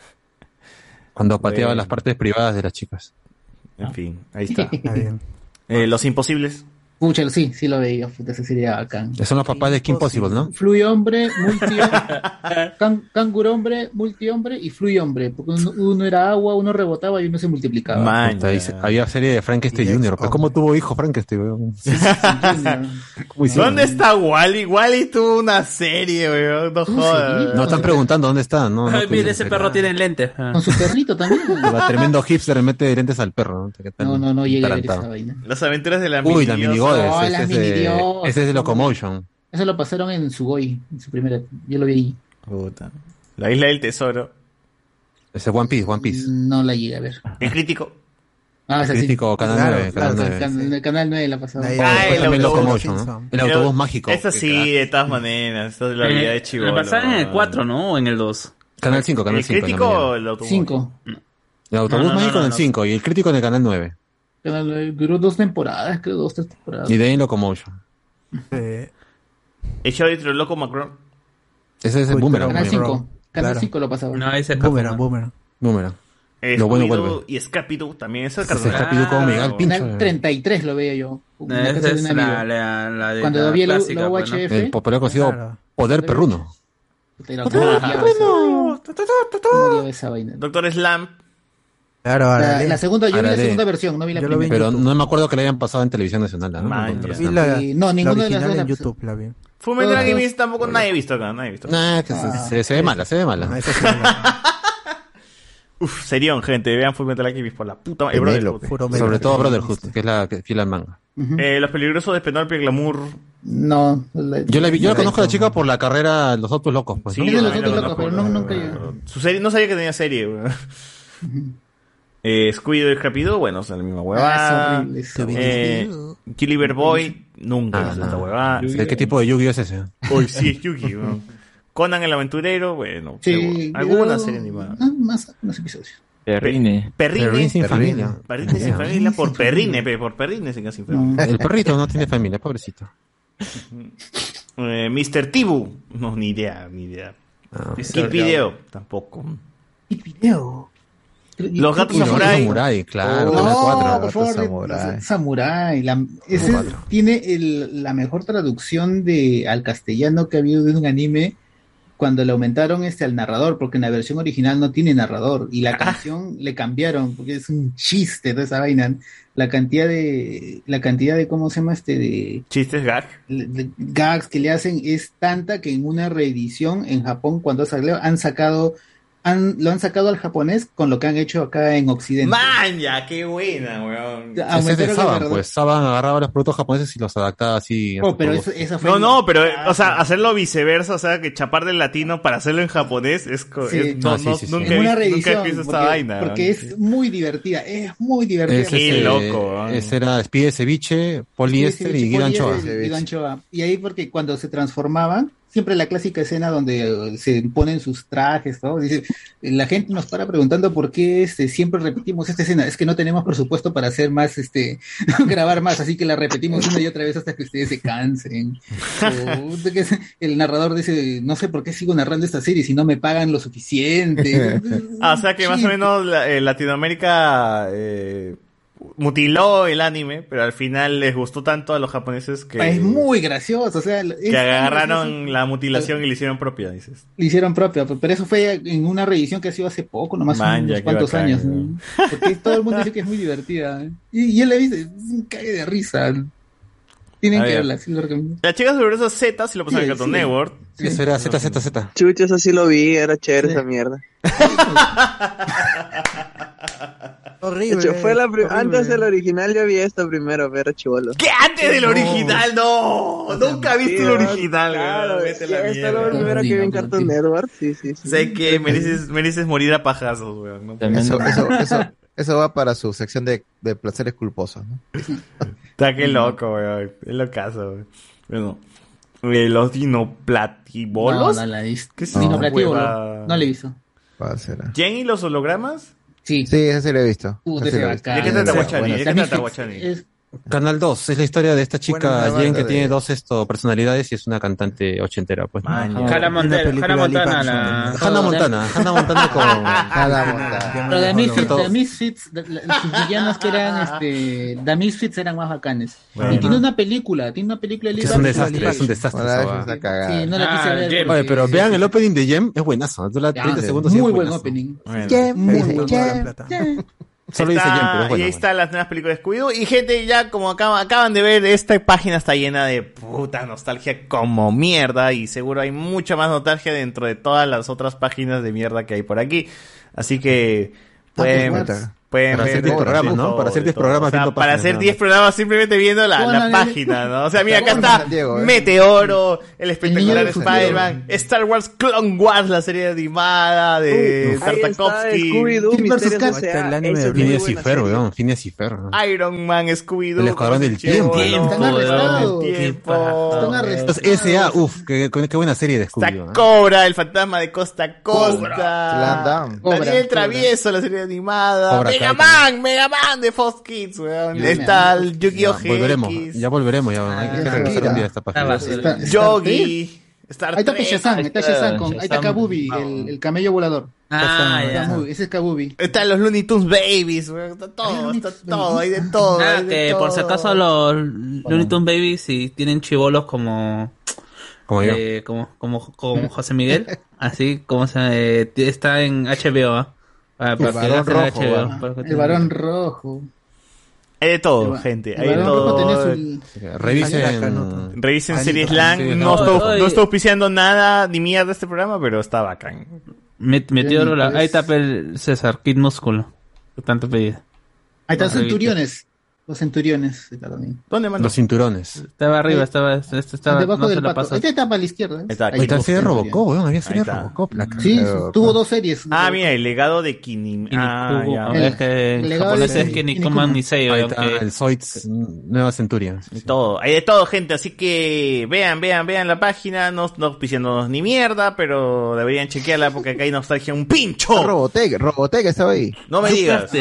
Speaker 3: cuando pateaba
Speaker 5: Bueno.
Speaker 3: las partes privadas de las chicas.
Speaker 2: Ah.
Speaker 5: En fin, ahí está.
Speaker 2: Está bien.
Speaker 5: Eh, los imposibles.
Speaker 2: Pucha, sí, sí lo veía. Puta, esa serie era bacán.
Speaker 3: Son los papás de Kim Possible, ¿no?
Speaker 2: Fluy hombre, multi can, cangur hombre, multi hombre y fluy hombre. Porque uno, uno era agua, uno rebotaba y uno se multiplicaba.
Speaker 3: Puta, Ah, ahí se- había serie de Frankenstein Jr. Pues, ¿Cómo tuvo hijo Frankenstein? weón? ¿Cómo hicieron?
Speaker 5: ¿Dónde está Wally? Wally tuvo una serie, weón. No jodas.
Speaker 3: No están preguntando dónde está. No, pues, no
Speaker 9: Ay, mira,
Speaker 3: tuvieron
Speaker 9: ese
Speaker 3: serie.
Speaker 9: perro tiene lentes.
Speaker 3: Ah.
Speaker 2: Con su perrito también.
Speaker 3: Va, Tremendo hipster, le mete lentes al perro. No,
Speaker 2: no, no llegué a ver
Speaker 3: Tarantado.
Speaker 2: esa vaina.
Speaker 5: Las aventuras de la
Speaker 3: Uy, la
Speaker 5: mini-diosa.
Speaker 3: minigodes.
Speaker 2: Oh, la
Speaker 3: ese, es de,
Speaker 2: minidios.
Speaker 3: ese es de Locomotion.
Speaker 2: Eso lo pasaron en Sugoi, en su primera. Yo lo vi ahí.
Speaker 5: Puta. La isla del tesoro.
Speaker 3: Ese es One Piece, One Piece.
Speaker 2: No la llegué a ver.
Speaker 5: El crítico.
Speaker 2: Ah,
Speaker 3: El
Speaker 2: esa sí.
Speaker 3: crítico, Canal
Speaker 2: Claro,
Speaker 3: 9, Canal
Speaker 2: claro,
Speaker 3: 9.
Speaker 2: el can- El canal 9 la pasaba.
Speaker 3: Ahí, Ah, ahí. el También autobús. Locomotion, ¿no? El autobús mágico.
Speaker 5: Esta
Speaker 3: Qué
Speaker 5: sí, de todas maneras. Esta es la vida de Chivo.
Speaker 9: Lo Eh, pasaron en el 4, ¿no? O en el 2.
Speaker 3: Canal 5, Canal 5.
Speaker 9: ¿El crítico o
Speaker 5: el autobús?
Speaker 2: 5.
Speaker 3: El autobús
Speaker 2: No, no, no,
Speaker 3: mágico
Speaker 2: no,
Speaker 3: en el
Speaker 2: no.
Speaker 3: 5 y el crítico en el Canal 9.
Speaker 2: Canal 9 duró dos temporadas, creo, dos, tres temporadas.
Speaker 3: Y de ahí en Locomotion.
Speaker 5: El show de Tro Loco Macron.
Speaker 3: Ese es el
Speaker 5: Uy,
Speaker 3: Boomerang.
Speaker 2: Canal
Speaker 3: weón.
Speaker 2: 5. Canal
Speaker 3: Claro.
Speaker 2: 5 lo pasaba.
Speaker 9: No, ese
Speaker 3: Boomerang, Boomerang. Boomerang. Lo bueno vuelve.
Speaker 5: Scooby-Doo y Scapidoo también. Eso es
Speaker 3: Ese
Speaker 5: cartoon.
Speaker 3: Scooby-Doo con Miguel
Speaker 5: Ah,
Speaker 3: Pincho,
Speaker 2: Canal 33 lo veía yo. Una
Speaker 9: Esa
Speaker 2: casa de
Speaker 9: es
Speaker 2: un
Speaker 9: la-
Speaker 2: amigo.
Speaker 9: la- Ah, la de-
Speaker 2: Cuando
Speaker 9: la
Speaker 2: vi la,
Speaker 9: clásica,
Speaker 2: la
Speaker 9: pues, ¿no?
Speaker 2: UHF.
Speaker 3: El popular conocido Poder Perruno.
Speaker 2: puta, era como
Speaker 3: Ah,
Speaker 2: odiaba esa- como odiaba esa vaina.
Speaker 5: Doctor Slam.
Speaker 4: Claro,
Speaker 2: La,
Speaker 3: Arale.
Speaker 2: la segunda, yo vi la
Speaker 3: Arale.
Speaker 2: segunda versión, no vi la primera.
Speaker 3: Pero no me acuerdo que la hayan pasado en televisión nacional.
Speaker 5: Ah,
Speaker 3: ¿no? Contra
Speaker 4: Vi
Speaker 3: Slam.
Speaker 4: la-
Speaker 2: Sí, no,
Speaker 4: la
Speaker 2: ninguna de las
Speaker 4: original
Speaker 2: dos
Speaker 4: en
Speaker 2: la-
Speaker 4: YouTube la vi.
Speaker 5: Fullmetal
Speaker 2: Todos,
Speaker 5: Alchemist
Speaker 2: todos.
Speaker 5: tampoco nadie ha visto acá. Nadie ha visto.
Speaker 3: Nah, que
Speaker 9: Ah.
Speaker 2: Ah.
Speaker 3: se, se- se ve mala, se ve mala.
Speaker 5: Uf, serión, gente. Vean Fullmetal Alchemist por la puta madre.
Speaker 3: Penélope.
Speaker 5: Brotherhood.
Speaker 3: Sobre todo Brotherhood, que es la que fila al manga.
Speaker 5: Eh, los peligrosos de Penélope Glamour.
Speaker 2: No. la-
Speaker 3: Yo la, vi- yo la conozco a la chica por la carrera Los Autos Locos. Pues,
Speaker 5: Sí,
Speaker 3: ¿no?
Speaker 5: yo también la conozco,
Speaker 2: pero no, nunca llegué.
Speaker 5: Su serie, no sabía que tenía serie. weón. Eh, Scooby-Doo y Scrapido, bueno, son la misma
Speaker 2: Ah,
Speaker 5: huevada.
Speaker 2: es horrible, es horrible.
Speaker 5: eh, Gilliver Boy, nunca hizo esta huevada.
Speaker 3: ¿Qué qué tipo Ah, de Yu-Gi-Oh es ese?
Speaker 5: Hoy sí es Yugi. weón. Conan el aventurero, bueno,
Speaker 2: Sí,
Speaker 5: seguro. alguna
Speaker 2: yo-
Speaker 5: serie animada.
Speaker 2: Ah, más, unos episodios.
Speaker 41: Perrine.
Speaker 5: Perrine.
Speaker 3: Perrine sin familia.
Speaker 5: Perrine sin
Speaker 3: Ya.
Speaker 5: familia por Perrine, pe, por Perrine sin casi familia.
Speaker 3: Mm. El perrito no tiene familia, pobrecito.
Speaker 5: Eh, Mr. Tibu, no, ni idea, ni idea.
Speaker 2: Ah.
Speaker 5: Kid
Speaker 3: Mr.
Speaker 5: Video, tampoco.
Speaker 2: Video.
Speaker 5: Los gatos
Speaker 2: Y los
Speaker 5: samurai.
Speaker 3: Samurai, claro.
Speaker 2: No,
Speaker 3: la cuatro.
Speaker 2: Oh, por favor,
Speaker 42: Samurai.
Speaker 2: Samurai. Samurai. la- ese tiene el- la mejor traducción de al castellano que ha habido de un anime cuando le aumentaron este al narrador, porque en la versión original no tiene narrador y la canción le cambiaron porque es un chiste de esa vaina. La cantidad de la cantidad de cómo se llama este de
Speaker 5: Chistes gag.
Speaker 2: le- de gags que le hacen es tanta que en una reedición en Japón cuando salió han sacado han, lo han sacado al japonés con lo que han hecho acá en Occidente.
Speaker 5: ¡Maña! ¡Qué buena, weón!
Speaker 3: Ese es de
Speaker 2: Aumentaron el
Speaker 3: Saban,
Speaker 2: narrador.
Speaker 3: pues. Saban agarraba los productos japoneses y los adaptaba así. a
Speaker 2: Oh,
Speaker 3: su
Speaker 2: pero
Speaker 3: producto.
Speaker 2: eso- esa fue
Speaker 5: No,
Speaker 2: Ah.
Speaker 5: no, pero, eh, o sea, hacerlo viceversa, o sea, que chapar del latino para hacerlo en japonés es. co-
Speaker 2: Sí.
Speaker 5: es- no,
Speaker 3: Ah, sí,
Speaker 5: no,
Speaker 3: sí, sí.
Speaker 5: Nunca,
Speaker 2: en
Speaker 5: he,
Speaker 2: una
Speaker 5: visto- nunca he
Speaker 2: reedición
Speaker 5: visto esta
Speaker 2: porque,
Speaker 5: vaina.
Speaker 2: porque es muy divertida, es muy divertida.
Speaker 3: Ese es, eh, Ese era espide de ceviche, poliéster y guido anchoa.
Speaker 2: este Y anchoa. Y ahí porque cuando se transformaban, siempre la clásica escena donde eh, se ponen sus trajes, ¿no? Dice, la gente nos para preguntando por qué este, siempre repetimos esta escena. Es que no tenemos presupuesto para hacer más, este, grabar más, así que la repetimos una y otra vez hasta que ustedes se cansen. O de que el narrador dice, no sé por qué sigo narrando esta serie si no me pagan lo suficiente.
Speaker 5: Ah, o sea, que más o menos la- eh, Latinoamérica eh, mutiló el anime, pero al final les gustó tanto a los japoneses que,
Speaker 2: Es muy gracioso, o sea, es
Speaker 5: que
Speaker 2: tan
Speaker 5: agarraron
Speaker 2: gracioso.
Speaker 5: la mutilación y le hicieron propia, dices.
Speaker 2: Le hicieron propia, pero eso fue en una reedición que ha sido hace poco, nomás
Speaker 5: Man, ya,
Speaker 2: unos
Speaker 5: qué
Speaker 2: cuantos
Speaker 5: bacán,
Speaker 2: años.
Speaker 5: ¿no?
Speaker 2: ¿no? Porque todo el mundo dice que es muy divertida. ¿eh? Y, y él le dice, es un cague de risa. Tienen
Speaker 5: A
Speaker 2: que
Speaker 5: ver.
Speaker 2: verla, sí lo recomiendo.
Speaker 5: La chica sobre Z si lo pasaron
Speaker 2: Sí,
Speaker 5: en Cartoon
Speaker 2: sí.
Speaker 5: Network.
Speaker 2: Sí, eso era
Speaker 3: ZZZ.
Speaker 1: Chucho, eso sí lo vi, era chévere esa mierda.
Speaker 4: Horrible.
Speaker 1: De hecho, fue la pri-
Speaker 4: horrible.
Speaker 1: antes del original yo vi esto primero, pero chivolo.
Speaker 5: ¿Qué antes del original? No, nunca viste el original,
Speaker 1: Claro,
Speaker 5: weón.
Speaker 1: es
Speaker 5: Vete a la
Speaker 1: que esta es la
Speaker 5: mierda.
Speaker 1: primera que vi en Cartoon Network, sí, sí, sí.
Speaker 5: Sé que mereces, mereces morir a pajazos, weón. No puedes.
Speaker 7: Eso, eso, eso, eso va para su sección de, de placeres culposos. ¿no?
Speaker 5: Está que loco, weón. Es lo caso, weón. Bueno, eh, los dinoplatibolos.
Speaker 2: No, no la he visto.
Speaker 5: ¿Qué es
Speaker 2: Dinoplatibolos.
Speaker 5: hueva?
Speaker 2: No le he visto.
Speaker 7: ¿Cuál será?
Speaker 5: ¿Jen y los hologramas?
Speaker 2: Sí.
Speaker 7: Sí, ese lo he visto.
Speaker 2: Puta,
Speaker 7: Ese
Speaker 2: ese
Speaker 7: lo he visto.
Speaker 2: bacán.
Speaker 5: ¿De qué trata Guachani?
Speaker 2: Bueno,
Speaker 5: ¿De qué
Speaker 2: también
Speaker 5: trata
Speaker 2: es-
Speaker 5: Guachani?
Speaker 2: es-
Speaker 3: Canal 2, es la historia de esta
Speaker 7: Buena
Speaker 3: chica
Speaker 7: banda
Speaker 3: Jen que
Speaker 7: de-
Speaker 3: tiene dos esto, personalidades y es una cantante ochentera, pues. ¿no?
Speaker 43: Hannah Hannah Montana, Hannah Montana, la-
Speaker 3: Hannah Montana, Hannah Montana con Hannah
Speaker 7: Montana.
Speaker 2: Pero The Misfits,
Speaker 3: Cierto-
Speaker 2: The Misfits, de- la- sus villanos que eran, este, The Misfits eran más bacanes.
Speaker 3: Bueno.
Speaker 2: Y tiene una película, tiene una película de
Speaker 3: Que es un desastre, es un desastre.
Speaker 7: Ahora
Speaker 3: esa
Speaker 7: es
Speaker 3: va.
Speaker 7: una cagada.
Speaker 2: Sí, no la quise ver
Speaker 3: Oye,
Speaker 2: porque-
Speaker 3: pero vean el opening de Jem, es buenazo. Dura 30 segundos y
Speaker 2: Muy
Speaker 3: es
Speaker 2: buen
Speaker 3: buenazo.
Speaker 2: opening.
Speaker 5: Bueno.
Speaker 2: Muy
Speaker 3: Jem,
Speaker 2: buen
Speaker 3: Jem,
Speaker 2: opening.
Speaker 3: Solo dice
Speaker 5: Está-
Speaker 3: Jem, pero es
Speaker 5: y
Speaker 3: bueno.
Speaker 5: ahí están las nuevas películas de Scooby-Doo. Y gente, ya como acaba- acaban de ver, esta página está llena de puta nostalgia como mierda. Y seguro hay mucha más nostalgia dentro de todas las otras páginas de mierda que hay por aquí. Así que pueden,
Speaker 3: Ah, pues, bueno.
Speaker 5: pueden
Speaker 3: Para hacer
Speaker 5: ver
Speaker 3: 10
Speaker 5: de
Speaker 3: programas,
Speaker 5: todo,
Speaker 3: ¿no? Para hacer
Speaker 5: de
Speaker 3: 10
Speaker 5: todo.
Speaker 3: programas
Speaker 5: O sea,
Speaker 3: viendo
Speaker 5: para
Speaker 3: páginas,
Speaker 5: hacer
Speaker 3: ¿no?
Speaker 5: 10 programas simplemente viendo la, la
Speaker 3: Pónganle.
Speaker 5: página, ¿no? O sea, mira, acá está
Speaker 3: San Diego, eh.
Speaker 5: Meteoro, el espectacular
Speaker 3: del futuro.
Speaker 5: Spider-Man, Star Wars Clone Wars, la serie animada de
Speaker 1: Ahí está,
Speaker 5: Tartakovsky.
Speaker 1: Scooby-Doo, Kid versus Misterios Kat. S.A..
Speaker 3: Está el anime
Speaker 1: Eso
Speaker 3: de
Speaker 1: es muy
Speaker 3: Phineas y
Speaker 1: buena
Speaker 3: Ferb, weón. Phineas y Ferb. weón.
Speaker 5: Iron Man, Scooby-Doo.
Speaker 3: El Escuadrón del Tiempo.
Speaker 5: Chevolo,
Speaker 3: Están arrestados.
Speaker 5: el tiempo.
Speaker 3: Entonces, S.A., uff, qué, qué buena serie de Scooby.
Speaker 5: Está Cobra, el fantasma de Costa a Costa.
Speaker 3: Slam Dunk.
Speaker 5: Daniel
Speaker 3: Cobra,
Speaker 5: Travieso, la serie animada.
Speaker 3: Cobra
Speaker 5: Mega
Speaker 3: Kai
Speaker 5: Man, Mega Man de Fox Kids, weón.
Speaker 3: Ya,
Speaker 5: Está
Speaker 3: ya.
Speaker 5: el Yu-Gi-Oh!
Speaker 3: Ya, volveremos,
Speaker 5: GX.
Speaker 3: ya volveremos, ya hay
Speaker 2: Ah,
Speaker 3: que
Speaker 5: ya,
Speaker 3: regresar
Speaker 5: mira.
Speaker 3: un día
Speaker 9: Ah,
Speaker 3: a esta página.
Speaker 5: Yogi. Star
Speaker 2: Ahí está
Speaker 5: Trek.
Speaker 2: Shazam, ahí está Shazam con, ahí está
Speaker 5: Shazam.
Speaker 2: Kabubi, el, el camello volador.
Speaker 5: Ah,
Speaker 2: Shazam,
Speaker 5: ya.
Speaker 2: Kabubi, Ese es Kabubi.
Speaker 5: Están los Looney Tunes Babies, weón. Está todo, está todo, hay de todo.
Speaker 9: Ah,
Speaker 5: hay de
Speaker 9: que por si
Speaker 5: todo.
Speaker 9: acaso los Looney Tunes Babies si tienen chivolos como
Speaker 3: como, yo.
Speaker 9: eh, como como como José Miguel, así como se eh, está en HBO, ¿ah? Para- para
Speaker 2: El
Speaker 9: que
Speaker 2: varón
Speaker 9: hacen
Speaker 2: rojo,
Speaker 9: HBO,
Speaker 2: ah.
Speaker 9: para que
Speaker 2: El
Speaker 9: tengan-
Speaker 2: varón rojo.
Speaker 5: Hay de
Speaker 2: El
Speaker 5: todo,
Speaker 2: va-
Speaker 5: gente.
Speaker 2: el
Speaker 5: Hay de
Speaker 2: varón rojo
Speaker 5: todo.
Speaker 2: tenía su-
Speaker 3: Revisen.
Speaker 5: Revisen Series
Speaker 3: Sí,
Speaker 5: Lang. No,
Speaker 3: no,
Speaker 5: estoy,
Speaker 3: no,
Speaker 5: no
Speaker 3: y-
Speaker 5: estoy auspiciando nada ni mierda este programa, pero está bacán.
Speaker 9: Met- Meteoro, la-
Speaker 5: Pues-
Speaker 9: ahí tapa el César, Kid Músculo, que tanto pedido.
Speaker 2: Ahí están
Speaker 9: Maravilla.
Speaker 2: centuriones. Los centuriones. ahí está también.
Speaker 5: ¿Dónde
Speaker 3: Los cinturones.
Speaker 9: Estaba arriba, estaba, este- este estaba,
Speaker 2: Debajo
Speaker 9: no se
Speaker 2: del
Speaker 9: la
Speaker 2: pato.
Speaker 9: pasó.
Speaker 2: Este está para la izquierda. ¿eh?
Speaker 3: Ahí está el serie de Robocop, weón. Había serie de Robocop. la
Speaker 2: Sí,
Speaker 3: cagada.
Speaker 2: tuvo dos series.
Speaker 5: Ah, mira, el legado de Kinim. Ah,
Speaker 3: Kubo.
Speaker 5: ya.
Speaker 3: A ver, es que
Speaker 9: en japonés es que ni coman ni sello.
Speaker 3: Ahí está el Zoids mm, Nueva Centuria.
Speaker 5: De todo, hay de todo, gente. Así que vean, vean, vean la página. No, no auspiciándonos ni mierda, pero deberían chequearla porque acá hay nostalgia un pincho.
Speaker 7: Robotech, Robotech estaba ahí.
Speaker 5: No me digas.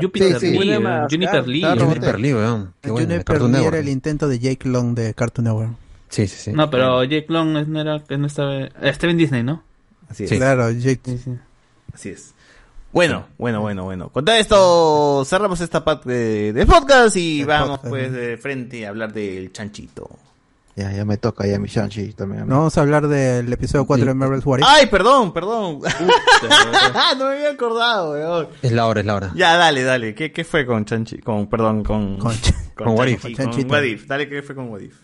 Speaker 9: Jupiter
Speaker 7: Sí, sí.
Speaker 9: Lee,
Speaker 7: Buena
Speaker 9: eh, Juniper Lee.
Speaker 7: Está Robotech.
Speaker 3: Juniper Lee, weón. Qué bueno. de
Speaker 4: Juniper
Speaker 3: Cartoon
Speaker 4: Lee
Speaker 3: Network.
Speaker 4: era el intento de Jake Long de Cartoon Network.
Speaker 3: Sí, sí, sí.
Speaker 9: No, pero Jake Long es- no era, que no estaba, estaba en Disney, ¿no?
Speaker 5: Así
Speaker 4: Claro, Jake.
Speaker 5: Así es. Bueno, bueno, bueno, bueno. Con todo esto, cerramos esta parte de, del podcast y vamos
Speaker 4: podcast,
Speaker 2: ¿eh?
Speaker 5: pues
Speaker 4: ¿no?
Speaker 5: de frente a hablar del chanchito.
Speaker 7: Ya, ya me toca, ya mi Shang-Chi también.
Speaker 4: No, vamos a hablar del episodio 4 de Marvel's Warriors.
Speaker 5: Ay, perdón, perdón. no me había acordado, weón.
Speaker 3: Es la hora, es la hora.
Speaker 5: Ya, dale, dale. ¿Qué, qué fue con Chanchi? Con, perdón, con. Con,
Speaker 3: con What If.
Speaker 5: Chanchi,
Speaker 4: Con
Speaker 5: Con
Speaker 4: Chanchito.
Speaker 5: Wadif. Dale, ¿qué fue con Wadif?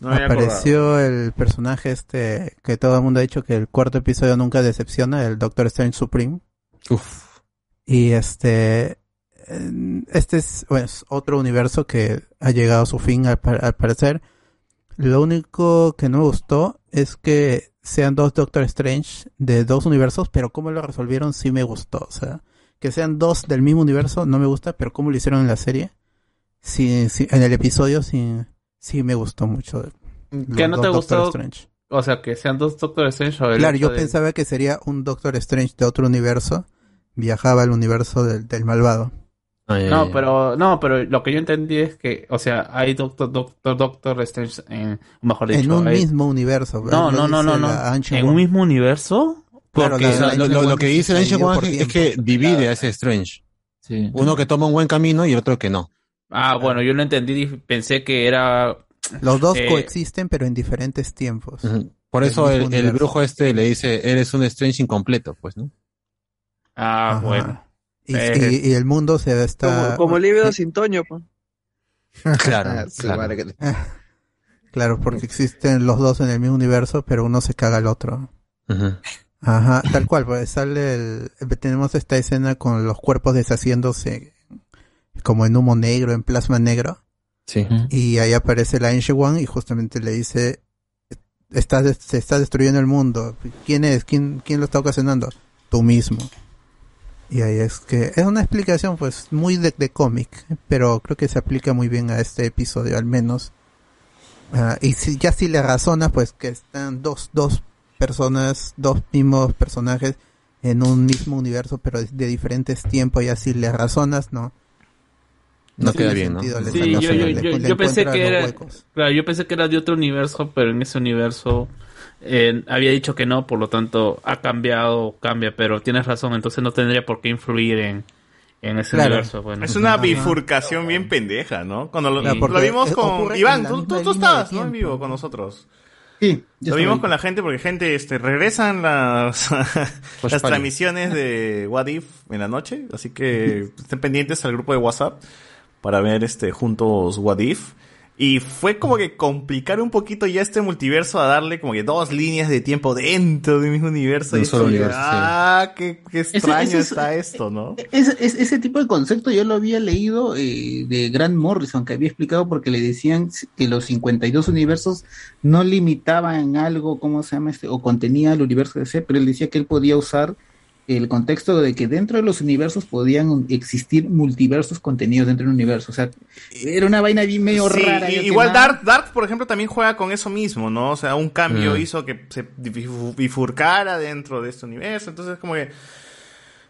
Speaker 5: No me había acordado.
Speaker 4: Apareció el personaje este que todo el mundo ha dicho que el cuarto episodio nunca decepciona, el Doctor Strange Supreme. Y este eh, este es, bueno, es otro universo que ha llegado a su fin al, par- al parecer. Lo único que no me gustó es que sean dos Doctor Strange de dos universos, pero cómo lo resolvieron sí me gustó. O sea, que sean dos del mismo universo no me gusta, pero cómo lo hicieron en la serie, sí, sí, en el episodio sí, sí me gustó mucho.
Speaker 9: ¿Qué
Speaker 4: Los
Speaker 9: no
Speaker 4: dos
Speaker 9: te
Speaker 4: Doctor
Speaker 9: gustó?
Speaker 4: Strange.
Speaker 9: O sea, que sean dos Doctor Strange. o el
Speaker 4: Claro,
Speaker 9: hecho
Speaker 4: yo
Speaker 9: de-
Speaker 4: pensaba que sería un Doctor Strange de otro universo. Viajaba al universo del, del malvado.
Speaker 9: No, pero no, pero lo que yo entendí es que, o sea, hay Doctor Doctor Doctor Strange, en, mejor dicho,
Speaker 4: en un
Speaker 9: hay-
Speaker 4: mismo universo.
Speaker 9: No, no, no, no, no. ¿En un mismo universo?
Speaker 4: Claro,
Speaker 3: Porque
Speaker 4: la- la
Speaker 3: lo, lo-
Speaker 4: Ancient
Speaker 3: lo
Speaker 4: One
Speaker 3: que dice el
Speaker 4: dividido
Speaker 3: Ancient
Speaker 4: por
Speaker 3: One es que- es que divide a ese Strange.
Speaker 24: Sí.
Speaker 3: Uno que toma un buen camino y otro que no.
Speaker 9: Ah, bueno, yo lo entendí y pensé que era.
Speaker 4: Los dos
Speaker 9: eh,
Speaker 4: coexisten, pero en diferentes tiempos.
Speaker 3: Por eso
Speaker 4: Del
Speaker 3: el,
Speaker 4: mismo
Speaker 3: el
Speaker 4: universo.
Speaker 3: brujo este le dice, eres un Strange incompleto, pues, ¿no?
Speaker 9: Ah,
Speaker 4: Ajá.
Speaker 9: bueno.
Speaker 4: Y,
Speaker 9: Eh,
Speaker 4: y- y el mundo se está.
Speaker 5: ah,
Speaker 7: Como, como Líbido sin Toño, po.
Speaker 3: Claro,
Speaker 7: Ah, su madre que te-
Speaker 4: Claro, porque existen los dos en el mismo universo, pero uno se caga al otro.
Speaker 3: Ujú.
Speaker 4: Ajá, tal cual, pues sale el, tenemos esta escena con los cuerpos deshaciéndose como en humo negro, en plasma negro.
Speaker 3: Sí.
Speaker 4: Y ahí aparece la Ancient One y justamente le dice, estás, des- se está destruyendo el mundo. ¿Quién es? ¿Quién, ¿Quién lo está ocasionando? Tú mismo. Y ahí es que es una explicación pues muy de, de cómic, pero creo que se aplica muy bien a este episodio al menos. Ah, y si, ya si le razonas pues que están dos, dos personas, dos mismos personajes en un mismo universo, pero de, de diferentes tiempos, ya si le razonas, no.
Speaker 3: No queda
Speaker 4: tiene
Speaker 3: bien, ¿no?
Speaker 4: sentido, le
Speaker 9: Sí,
Speaker 4: sacas
Speaker 9: yo,
Speaker 4: el-
Speaker 9: yo-
Speaker 4: le-
Speaker 9: yo-
Speaker 4: le
Speaker 9: yo pensé
Speaker 4: encuentras
Speaker 9: que
Speaker 4: los
Speaker 9: era,
Speaker 4: huecos.
Speaker 9: claro, yo pensé que era de otro universo, pero en ese universo eh, había dicho que no, por lo tanto ha cambiado, cambia, pero tienes razón, entonces no tendría por qué influir en, en ese
Speaker 4: Claro.
Speaker 9: universo. bueno.
Speaker 5: Es una bifurcación bien pendeja, ¿no? Cuando lo,
Speaker 9: Claro,
Speaker 5: lo
Speaker 9: porque
Speaker 5: vimos
Speaker 7: Eh,
Speaker 9: es-
Speaker 5: con
Speaker 9: ocurre
Speaker 5: Iván,
Speaker 9: en la
Speaker 5: tú,
Speaker 9: misma
Speaker 5: tú-
Speaker 9: línea de
Speaker 5: tú estabas, ¿no? En
Speaker 9: tiempo.
Speaker 5: vivo con nosotros.
Speaker 2: Sí,
Speaker 5: Lo vimos con la gente porque, gente, este, regresan las,
Speaker 3: Pues
Speaker 5: las
Speaker 2: party.
Speaker 5: transmisiones de What If en la noche. Así que estén pendientes al grupo de WhatsApp para ver este, juntos What If. Y fue como que complicar un poquito ya este multiverso a darle como que dos líneas de tiempo dentro de un mismo universo.
Speaker 3: Un
Speaker 5: Y es
Speaker 3: solo
Speaker 5: como que,
Speaker 3: universo, sí.
Speaker 5: ah, qué, qué
Speaker 2: Ese-
Speaker 5: extraño
Speaker 2: ese es-
Speaker 5: está esto, ¿no?
Speaker 2: Ese- ese- ese tipo de concepto yo lo había leído eh, de Grant Morrison, que había explicado porque le decían que los 52 universos no limitaban algo, ¿cómo se llama este? O contenía el universo de C, pero él decía que él podía usar el contexto de que dentro de los universos podían existir multiversos contenidos dentro del universo. O sea, era una vaina bien medio
Speaker 5: Sí,
Speaker 2: rara.
Speaker 5: y-
Speaker 2: ya que
Speaker 5: igual
Speaker 2: nada-
Speaker 5: Dark, Dark, por ejemplo, también juega con eso mismo, ¿no? O sea, un cambio
Speaker 2: Mm.
Speaker 5: hizo que se bifu- bifurcara dentro de este universo. Entonces, como que.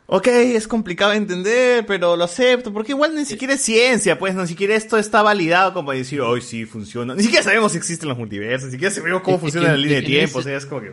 Speaker 5: Ok, es complicado de entender, pero lo acepto. Porque igual ni siquiera es ciencia, pues, ni siquiera esto está validado como para decir, hoy sí funciona. Ni siquiera sabemos si existen los multiversos, ni siquiera sabemos cómo
Speaker 24: Es que-
Speaker 5: funciona la
Speaker 24: es
Speaker 5: línea de
Speaker 24: que
Speaker 5: tiempo.
Speaker 24: no
Speaker 5: O
Speaker 24: es-
Speaker 5: sea, es como que.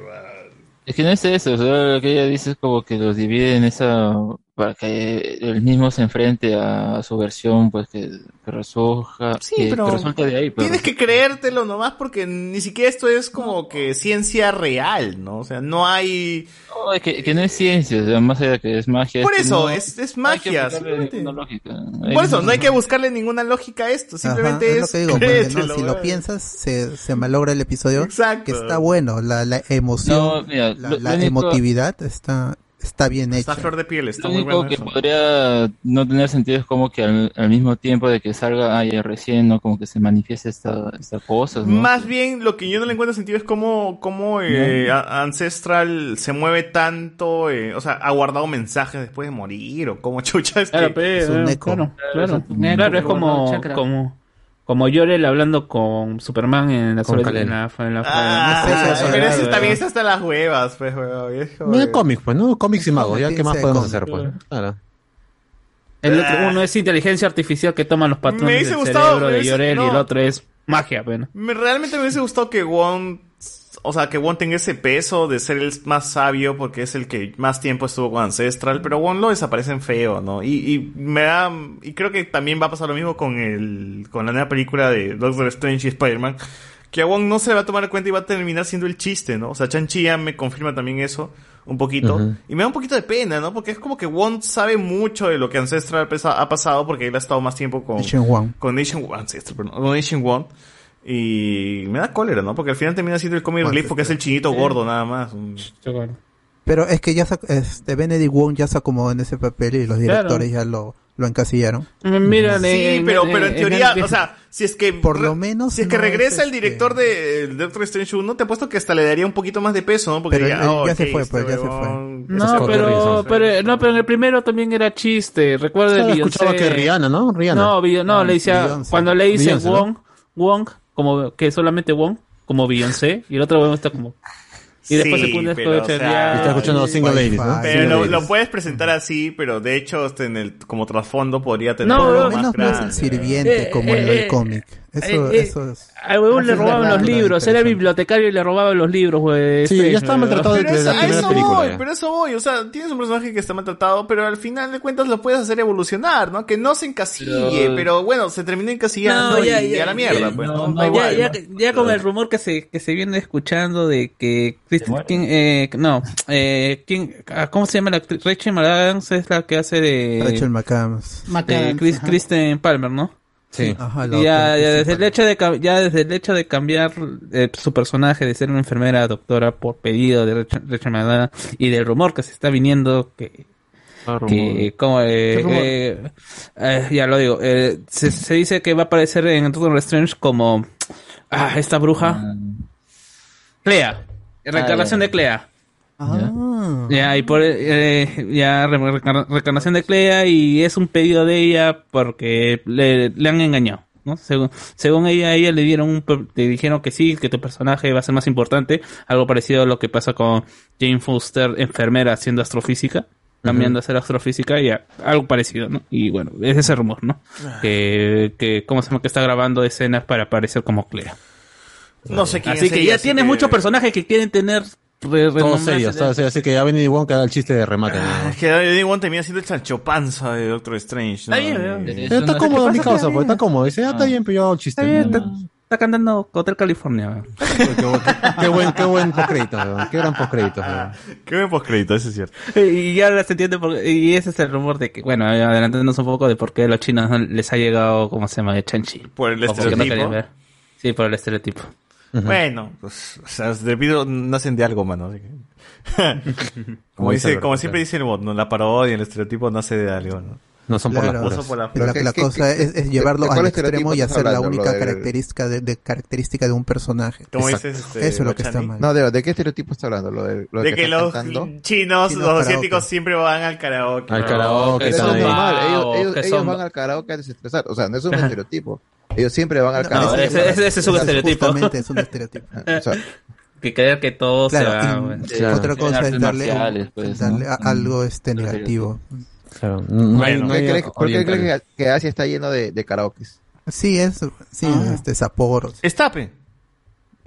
Speaker 24: Es que no es eso, o sea, lo que ella dice es como que los divide en esa, para que el mismo se enfrente a su versión, pues que, que resurja,
Speaker 5: Sí,
Speaker 24: que, que
Speaker 5: pero
Speaker 24: resulta de ahí, pero
Speaker 5: Tienes que creértelo nomás porque ni siquiera esto es como que ciencia real, ¿no? O sea, no hay...
Speaker 24: No, es que, que no es ciencia, o sea, más allá de que es magia.
Speaker 5: Por
Speaker 24: que este
Speaker 5: eso,
Speaker 24: no-
Speaker 5: es, es
Speaker 24: hay que
Speaker 5: magia.
Speaker 24: aplicarle
Speaker 5: simplemente.
Speaker 24: ninguna lógica.
Speaker 5: Por eso, no hay que buscarle ninguna lógica a esto, simplemente
Speaker 4: Ajá,
Speaker 5: es,
Speaker 4: es lo que digo, pues,
Speaker 5: créetelo,
Speaker 4: ¿no? si lo
Speaker 5: weón.
Speaker 4: piensas se, se malogra el episodio
Speaker 5: Exacto.
Speaker 4: que está bueno la, la emoción
Speaker 24: No, mira,
Speaker 4: la,
Speaker 24: lo-
Speaker 4: la
Speaker 24: lo único-
Speaker 4: emotividad está está bien hecha
Speaker 5: Está flor de piel, está
Speaker 24: Lo
Speaker 5: muy
Speaker 24: único
Speaker 5: bueno
Speaker 24: que
Speaker 5: eso.
Speaker 24: podría no tener sentido es como que al, al mismo tiempo de que salga ayer recién, ¿no? Como que se manifieste esta, esta cosa, ¿no?
Speaker 5: Más bien, lo que yo no le encuentro sentido es cómo, cómo eh,
Speaker 24: No.
Speaker 5: a- Ancestral se mueve tanto, eh, o sea, ha guardado mensajes después de morir, o cómo chucha es
Speaker 9: Claro,
Speaker 5: que...
Speaker 24: pues,
Speaker 9: pe, eh, claro, claro,
Speaker 5: Neko,
Speaker 9: Claro, es
Speaker 5: por favor,
Speaker 9: como,
Speaker 5: chakra.
Speaker 9: como, como Yorel hablando con Superman en la
Speaker 3: Con
Speaker 9: soledad-
Speaker 3: Kal-El.
Speaker 9: en la- en la-
Speaker 5: Ah,
Speaker 9: en la- en la-
Speaker 5: pero eso
Speaker 9: soledad,
Speaker 5: también es hasta las huevas, pues, weón, viejo,
Speaker 3: No de
Speaker 5: weón.
Speaker 3: cómics, pues, ¿no? Cómics y magos, ya qué
Speaker 5: Ciencia
Speaker 3: más
Speaker 5: de
Speaker 3: podemos
Speaker 5: cómics.
Speaker 3: hacer, pues. Claro.
Speaker 9: El otro, uno es inteligencia artificial que toma los
Speaker 5: Ah. Me
Speaker 9: patrones
Speaker 5: hubiese
Speaker 9: del
Speaker 5: gustado,
Speaker 9: cerebro
Speaker 5: me
Speaker 9: de
Speaker 5: hubiese-
Speaker 9: Llorel y el
Speaker 5: no.
Speaker 9: otro es magia, pues, bueno.
Speaker 5: Me- realmente me hubiese gustado que Won, o sea, que Won tenga ese peso de ser el más sabio porque es el que más tiempo estuvo con Ancestral, pero Won lo desaparecen feo, ¿no? Y, y me da, y creo que también va a pasar lo mismo con el, con la nueva película de Doctor Strange y Spider-Man, que a Wong no se le va a tomar en cuenta y va a terminar siendo el chiste, ¿no? O sea, Chan Chia me confirma también eso un poquito.
Speaker 3: Ujú.
Speaker 5: Y me da un poquito de pena, ¿no? Porque es como que Wong sabe mucho de lo que Ancestral pesa- ha pasado porque él ha estado más tiempo con...
Speaker 4: Ancient One.
Speaker 5: Con Nation One, sí, esto, perdón, con Nation One. Y me da cólera, ¿no? Porque al final termina siendo el comic relief porque es el chinito gordo nada más. Un-
Speaker 4: pero es que ya se, este Benedict Wong ya se acomodó en ese papel y los directores ya lo lo encasillaron
Speaker 9: Mira,
Speaker 5: sí,
Speaker 9: en-
Speaker 5: pero,
Speaker 9: en-
Speaker 5: pero en
Speaker 9: en-
Speaker 5: teoría,
Speaker 9: en-
Speaker 5: o sea, si es que... Por lo
Speaker 4: menos...
Speaker 5: Si es que
Speaker 4: no es
Speaker 5: regresa el director de el Doctor Strange 1, te apuesto que hasta le daría un poquito más de peso, ¿no? Porque
Speaker 4: Pero
Speaker 5: diría,
Speaker 4: él-
Speaker 5: "Ah,
Speaker 4: ya se
Speaker 5: ok,
Speaker 4: fue,
Speaker 5: este
Speaker 4: pues, ya se
Speaker 5: huevón
Speaker 4: fue.
Speaker 5: es
Speaker 9: No,
Speaker 5: Scott
Speaker 9: pero,
Speaker 5: Derrickson".
Speaker 9: pero, no, pero en el primero también era chiste. Recuerdo de
Speaker 3: Solo
Speaker 9: Beyoncé.
Speaker 3: escuchaba que Rihanna, ¿no? Rihanna.
Speaker 9: No, Beyo- no,
Speaker 3: Ah,
Speaker 9: le decía,
Speaker 3: Beyoncé.
Speaker 9: cuando le dice
Speaker 3: Beyoncé, ¿no?
Speaker 9: Wong, Wong, como que solamente Wong, como Beyoncé, y el otro Wong está como... Y después
Speaker 5: Sí,
Speaker 9: se pone
Speaker 5: pero, o sea,
Speaker 3: Y está escuchando Single Ladies,
Speaker 4: ah,
Speaker 3: ¿no?
Speaker 5: Pero
Speaker 3: Single
Speaker 5: lo,
Speaker 3: Ladies.
Speaker 5: lo puedes presentar así, pero de hecho, este, en el, como trasfondo podría tener
Speaker 9: No,
Speaker 5: algo
Speaker 9: no,
Speaker 4: Al
Speaker 5: más
Speaker 4: menos no es
Speaker 5: grande.
Speaker 4: el sirviente
Speaker 9: Eh,
Speaker 4: como en
Speaker 9: eh,
Speaker 4: el
Speaker 9: eh,
Speaker 4: cómic Eso,
Speaker 9: Eh, eh,
Speaker 4: eso es.
Speaker 9: Al huevón
Speaker 4: Eso
Speaker 9: le
Speaker 4: es
Speaker 9: robaban
Speaker 4: verdad,
Speaker 9: los
Speaker 4: verdad,
Speaker 9: libros, era el bibliotecario y le robaban los libros, güey.
Speaker 3: Sí, ya estaba maltratado
Speaker 9: de
Speaker 3: desde la
Speaker 9: primera
Speaker 3: primera
Speaker 9: película,
Speaker 5: voy, pero eso voy, o sea, tienes un personaje que está maltratado, pero al final de cuentas lo puedes hacer evolucionar, ¿no? Que no se encasille, pero,
Speaker 9: Pero-
Speaker 5: bueno, se terminó encasillando
Speaker 9: No, ya,
Speaker 5: y,
Speaker 9: ya,
Speaker 5: a la mierda,
Speaker 9: ya,
Speaker 5: pues.
Speaker 9: no,
Speaker 5: ¿no?
Speaker 9: no,
Speaker 5: Da
Speaker 9: ya,
Speaker 5: igual,
Speaker 9: ya-
Speaker 5: ¿no?
Speaker 9: ya con el rumor que se, que se viene escuchando de que Kristen King, eh, no, eh, ¿quién, ah, ¿cómo se llama la actriz? Rachel McAdams es la que hace de
Speaker 4: Rachel McAdams.
Speaker 9: de
Speaker 4: McAdams,
Speaker 9: Eh, Chris-
Speaker 4: ajá.
Speaker 9: Kristen Palmer, ¿no?
Speaker 4: Sí. Ajá, la
Speaker 9: Y ya,
Speaker 4: otra,
Speaker 9: ya
Speaker 4: Kristen
Speaker 9: desde el hecho de ca- ya desde el hecho de cambiar eh, su personaje de ser una enfermera a doctora por pedido de Rachel, Rachel McAdams y del rumor que se está viniendo que que como eh,
Speaker 10: Ah, ¿Qué rumor?
Speaker 9: eh, eh, ya lo digo eh, se, se dice que va a aparecer en Doctor Strange como ah, esta bruja Clea
Speaker 4: Ah,
Speaker 9: reencarnación de Clea ya y por eh, ya re- reencar- reencarnación de Clea y es un pedido de ella porque le, le han engañado ¿no? Según, según ella, a ella le dieron un, per- le dijeron que sí, que tu personaje va a ser más importante, algo parecido a lo que pasa con Jane Foster, enfermera haciendo astrofísica, cambiando a ser astrofísica y a- algo parecido, ¿no? Y bueno, es ese rumor, ¿no? Que, que cómo se llama que está grabando escenas para aparecer como Clea.
Speaker 5: No sé quién
Speaker 9: Así que
Speaker 5: sería,
Speaker 9: ya tienes muchos personajes que quieren tener re-
Speaker 3: Todos
Speaker 9: renombrarse
Speaker 3: serios,
Speaker 9: de-
Speaker 3: todos serios. Así que ya Benny Wong que haga el chiste de remate. ¿no?
Speaker 5: Es que eh, David Wong termina siendo el chanchopanza de Doctor Strange, ¿no?
Speaker 9: Está bien,
Speaker 5: Eh,
Speaker 3: Pero Está cómodo mi causa, pues, está cómodo. Dice, ah, está bien, pero yo hago el chiste.
Speaker 9: Está bien,
Speaker 3: ¿no?
Speaker 9: está, está cantando Hotel California.
Speaker 3: Qué buen, qué buen postcrédito, weón. qué gran postcrédito. weón.
Speaker 5: Qué buen postcrédito, eso es cierto.
Speaker 9: Y ya se entiende por- y ese es el rumor de que, bueno, adelantándonos un poco de por qué a los chinos no les ha llegado, ¿cómo se llama? Chanchi.
Speaker 5: Por el estereotipo.
Speaker 9: Sí, por el estereotipo.
Speaker 5: Bueno, pues, o sea, los despidos nacen de algo, mano. así que- como dice, como siempre dice el bot, ¿no? La parodia, el estereotipo nace de algo, ¿no?
Speaker 3: No
Speaker 5: son
Speaker 4: Claro. La, la cosa es, es llevarlo al extremo y hacer la única característica de, de- característica de un personaje.
Speaker 5: ¿Cómo
Speaker 4: Exacto.
Speaker 5: dices, este,
Speaker 4: Eso es lo que
Speaker 5: Bachani?
Speaker 4: está mal.
Speaker 7: No, de, ¿de qué estereotipo está hablando? ¿Lo de, lo
Speaker 5: De que
Speaker 7: están
Speaker 5: los
Speaker 7: cantando?
Speaker 5: chinos, los
Speaker 7: karaoke.
Speaker 5: asiáticos siempre van al karaoke.
Speaker 3: Al karaoke,
Speaker 7: Pero eso es
Speaker 3: también.
Speaker 7: normal. Ellos,
Speaker 3: Wow,
Speaker 7: ellos-
Speaker 3: que
Speaker 7: ellos
Speaker 3: son-
Speaker 7: van al karaoke a desestresar. O sea, no es un estereotipo. Ellos siempre van al
Speaker 9: No,
Speaker 7: karaoke.
Speaker 9: ese- ese- ese es un
Speaker 7: Exacto.
Speaker 9: estereotipo.
Speaker 4: Justamente es un estereotipo.
Speaker 9: Ah.
Speaker 7: O sea,
Speaker 9: Que creer que todo se va.
Speaker 4: Claro,
Speaker 9: bueno.
Speaker 4: y otra cosa es darle,
Speaker 9: pues,
Speaker 4: darle a- algo este negativo.
Speaker 3: Claro, no hay-
Speaker 7: ¿por
Speaker 3: no
Speaker 7: qué
Speaker 3: hay
Speaker 7: crees- ¿Por qué
Speaker 3: orientales.
Speaker 7: crees que, que Asia está lleno de, de karaokes?
Speaker 4: Sí, es, sí, este Sapporo.
Speaker 5: Estape.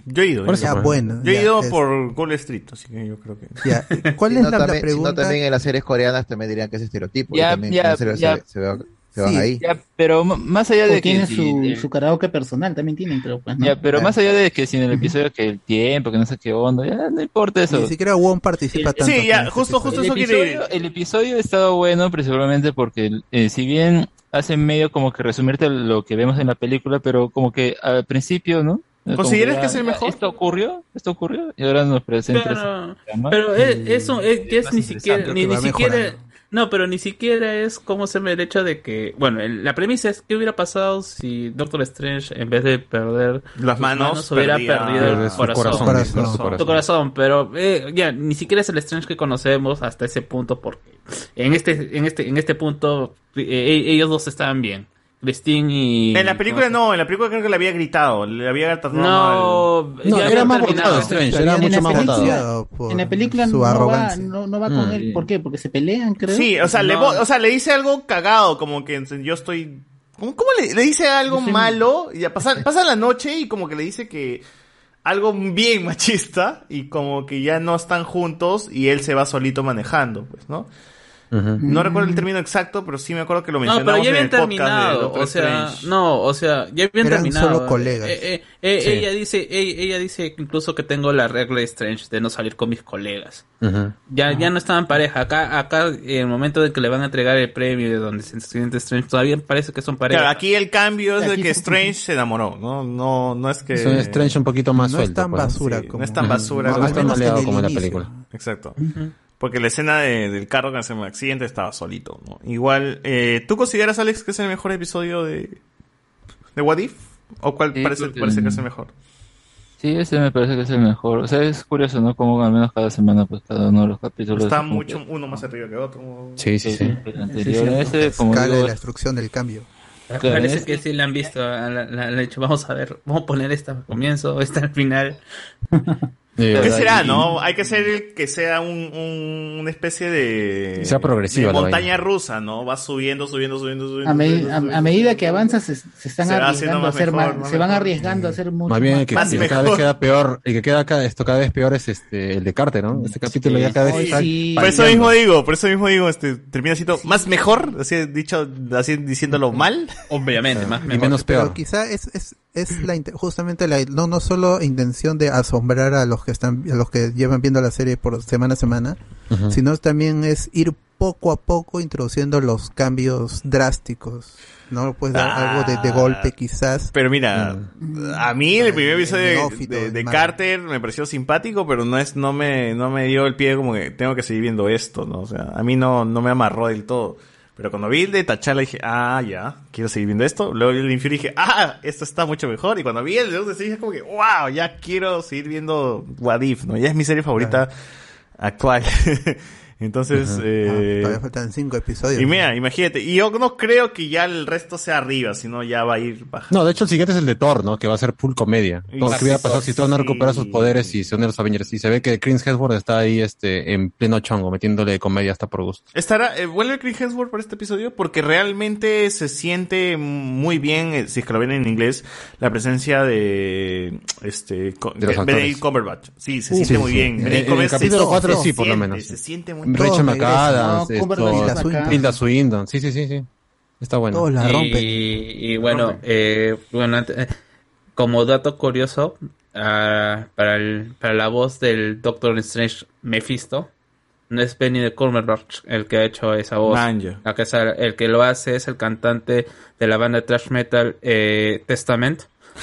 Speaker 5: Yo he ido.
Speaker 4: Por
Speaker 5: he
Speaker 4: eso,
Speaker 5: ido.
Speaker 4: pues. bueno,
Speaker 5: Yo he
Speaker 4: ya,
Speaker 5: ido
Speaker 4: es-
Speaker 5: por Gold Street, así que yo creo que.
Speaker 4: ¿Cuál
Speaker 7: Si
Speaker 4: es
Speaker 7: no,
Speaker 4: la- la
Speaker 7: también, si no,
Speaker 4: pregunta?
Speaker 7: también en las series coreanas también dirían que es estereotipo.
Speaker 24: Ya,
Speaker 7: y también
Speaker 24: ya,
Speaker 7: no se, se-
Speaker 24: ya.
Speaker 7: se van- se van
Speaker 24: Sí,
Speaker 7: ahí.
Speaker 24: ya, pero m- más allá
Speaker 7: O
Speaker 24: de que
Speaker 7: tiene
Speaker 24: si-
Speaker 7: su-
Speaker 24: de-
Speaker 7: su
Speaker 25: Su karaoke personal también tienen, creo. Pues, ¿no?
Speaker 24: ya, pero más allá de que si en el episodio que el tiempo, que no sé qué onda, ya no importa eso.
Speaker 4: Ni siquiera Wong participa tanto. este
Speaker 24: Sí, ya,
Speaker 4: justo,
Speaker 24: el episodio, el episodio ha estado bueno principalmente porque eh, si bien hace medio como que resumirte lo que vemos en la película, pero como que al principio, ¿no? Eh, Como
Speaker 9: ¿Consideras
Speaker 24: ya-
Speaker 9: que es el
Speaker 24: ya,
Speaker 9: mejor?
Speaker 24: ¿Esto ocurrió? ¿Esto ocurrió? Y ahora nos presenta
Speaker 9: Pero,
Speaker 24: ese programa.
Speaker 9: pero es- eso es, es
Speaker 24: más
Speaker 9: ni
Speaker 24: interesante,
Speaker 9: siquiera,
Speaker 24: creo
Speaker 9: ni,
Speaker 24: que
Speaker 9: ni
Speaker 24: va
Speaker 9: siquiera,
Speaker 24: mejorando.
Speaker 9: no, pero ni siquiera es como se me el hecho de que, bueno, el- la premisa es qué hubiera pasado si Doctor Strange en vez de perder
Speaker 5: Las
Speaker 9: sus
Speaker 5: manos,
Speaker 9: hubiera
Speaker 5: perdía-
Speaker 9: perdido
Speaker 5: Pierde
Speaker 9: el
Speaker 5: su
Speaker 9: corazón,
Speaker 5: corazón,
Speaker 9: Corazón.
Speaker 5: pierde su corazón.
Speaker 9: Tu corazón, pero eh, ya ni siquiera es el Strange que conocemos hasta ese punto porque en este, en este, en este punto eh, eh, ellos dos estaban bien, Christine y
Speaker 5: En la película no, en la película creo que le había gritado, le había gritado
Speaker 9: No,
Speaker 5: mal.
Speaker 9: No, ya era había más terminado. votado
Speaker 5: botado
Speaker 9: Strange, era mucho más votado.
Speaker 25: En la película no va,
Speaker 5: arrogancia.
Speaker 25: no, no
Speaker 3: Ah,
Speaker 25: va con
Speaker 5: Mm.
Speaker 25: él. ¿Por qué? Porque se pelean, creo.
Speaker 5: Sí, o sea, le,
Speaker 25: No.
Speaker 5: bo- o sea, le dice algo cagado, como que en- yo estoy... ¿Cómo, cómo le, le dice algo malo?
Speaker 3: "Mm".
Speaker 5: Y ya pasa, pasa la noche y como que le dice que algo bien machista y como que ya no están juntos y él se va solito manejando, pues, ¿no?
Speaker 3: Mm.
Speaker 5: No recuerdo el término exacto, pero sí me acuerdo que lo
Speaker 9: No, pero
Speaker 5: mencionamos
Speaker 9: ya
Speaker 5: en el
Speaker 9: habían
Speaker 5: podcast de
Speaker 9: terminado,
Speaker 5: Doctor
Speaker 9: o sea,
Speaker 5: Strange.
Speaker 9: no, o sea, ya habían
Speaker 5: Eran
Speaker 9: terminado.
Speaker 5: solo colegas.
Speaker 9: Eh, eh, eh,
Speaker 5: Sí.
Speaker 9: Ella dice, ella, ella dice que incluso que tengo la regla de Strange de no salir con mis colegas. Ya, ya no estaban pareja. Acá, acá, en el momento de que le van a entregar el premio de donde se siente Strange, todavía parece que son pareja.
Speaker 5: Claro, aquí el cambio es de
Speaker 9: Aquí
Speaker 5: que
Speaker 9: sí.
Speaker 5: Strange se enamoró, no, no, no es que...
Speaker 3: Es un Strange un poquito más
Speaker 5: No es
Speaker 3: suelto.
Speaker 5: tan basura como- no es tan
Speaker 3: Ujú.
Speaker 5: basura
Speaker 3: No,
Speaker 5: como-
Speaker 3: es tan
Speaker 5: Al menos
Speaker 3: maleado
Speaker 5: en el
Speaker 3: como en la
Speaker 5: inicio.
Speaker 3: película.
Speaker 5: Exacto.
Speaker 3: Ujú.
Speaker 5: Porque la escena de- del carro que se me accidente estaba solito, ¿no? Igual, eh, ¿tú consideras, Alex, que es el mejor episodio de, de What If? ¿O cuál
Speaker 24: Sí,
Speaker 5: parece,
Speaker 24: creo que-
Speaker 5: parece que es el mejor?
Speaker 24: Sí, ese me parece que es el mejor. O sea, es curioso, ¿no? Como al menos cada semana, pues cada uno de los capítulos.
Speaker 5: Está
Speaker 24: es como
Speaker 5: mucho, uno más arriba que otro.
Speaker 24: Sí, sí, sí.
Speaker 5: El
Speaker 24: anterior, ese, como
Speaker 4: Escala de
Speaker 24: digo,
Speaker 4: la destrucción del cambio.
Speaker 24: Claro,
Speaker 9: Parece
Speaker 24: es-
Speaker 9: que sí la han visto, la, la- la han hecho. Vamos a ver, vamos a poner esta al comienzo, esta al final.
Speaker 5: ¿Qué
Speaker 23: verdad,
Speaker 5: será,
Speaker 23: y-
Speaker 5: no? Hay que ser que sea un, un- una especie de.
Speaker 3: Sea progresiva
Speaker 5: de
Speaker 3: la
Speaker 5: montaña rusa, ¿no? Va subiendo, subiendo, subiendo, subiendo.
Speaker 2: A, me-
Speaker 5: subiendo,
Speaker 2: a- a medida que avanzas se, se están
Speaker 5: Se va haciendo
Speaker 2: arriesgando a
Speaker 5: más
Speaker 2: hacer
Speaker 5: mejor,
Speaker 2: más,
Speaker 5: más
Speaker 2: se van
Speaker 5: mejor.
Speaker 2: arriesgando a hacer mucho
Speaker 3: Más bien, el que, el que cada vez
Speaker 5: mejor.
Speaker 3: queda peor, el que queda cada, esto cada vez peor es este, el de Carter, ¿no? Este capítulo ya cada vez
Speaker 5: Sí,
Speaker 3: está
Speaker 5: sí.
Speaker 9: Pues
Speaker 5: Por eso mismo digo, por eso mismo digo, este, termina siendo más mejor, así dicho, así diciéndolo mal.
Speaker 9: Obviamente, más
Speaker 4: Pero quizá es, es, es la inte- justamente la, no, no solo intención de asombrar a los que están a los que llevan viendo la serie por semana a semana,
Speaker 3: Ujú.
Speaker 4: sino también es ir poco a poco introduciendo los cambios drásticos. No puedes dar algo de, de
Speaker 24: Ah.
Speaker 4: golpe quizás.
Speaker 5: Pero mira, a mí el primer episodio de-
Speaker 4: neófito,
Speaker 5: de, de
Speaker 4: el malo.
Speaker 5: Carter me pareció simpático, pero no es, no me, no me dio el pie como que tengo que seguir viendo esto, ¿no? O sea, a mí no, no me amarró del todo. Pero cuando vi el de Tachala dije, ah, ya, quiero seguir viendo esto. Luego vi el de Infury dije, ah, esto está mucho mejor. Y cuando vi el de Deus Ex dije como que, wow, ya quiero seguir viendo What If, ¿no? Ya es mi serie favorita actual. Entonces, eh,
Speaker 4: Ah, Todavía faltan cinco episodios.
Speaker 5: y mira, imagínate, y yo no creo que ya el resto sea arriba, sino ya va a ir bajando.
Speaker 3: No, de hecho el siguiente es el de Thor, ¿no? Que va a ser full comedia.
Speaker 5: Y
Speaker 3: Todo lo que hubiera pasado si Thor no
Speaker 5: sí.
Speaker 3: recupera sus poderes y se une a los Avengers. Y se ve que Chris Hemsworth está ahí este, en pleno chongo, metiéndole comedia hasta por gusto.
Speaker 5: Estará, eh, vuelve Chris Hemsworth para este episodio porque realmente se siente muy bien, eh, si es que lo ven en inglés, la presencia de este co-
Speaker 3: De los
Speaker 5: que-
Speaker 3: actores.
Speaker 5: Benedict Cumberbatch. Sí, se
Speaker 3: Sí,
Speaker 5: siente
Speaker 3: sí,
Speaker 5: muy
Speaker 3: sí.
Speaker 5: bien.
Speaker 3: En-
Speaker 5: Benedict
Speaker 3: en el
Speaker 5: Cumberbatch se-
Speaker 3: capítulo
Speaker 5: se
Speaker 3: 4 sí, por lo
Speaker 5: siente,
Speaker 3: menos.
Speaker 5: Se siente muy bien.
Speaker 3: Rachel
Speaker 4: Todos regresan,
Speaker 3: McAdams, este,
Speaker 4: ¿no? Cumberbatch y la Swinton.
Speaker 3: esto, Tilda Swinton. Sí, sí, sí, sí. Está bueno.
Speaker 4: Todos la rompen.
Speaker 9: Y, y bueno, eh, bueno, ante- eh, como dato curioso, ah, para, el- para la voz del Doctor Strange Mephisto, no es Benny de Cumberbatch el que ha hecho esa voz.
Speaker 5: Manja.
Speaker 9: La que sa- el que lo hace es el cantante de la banda thrash metal eh, Testament.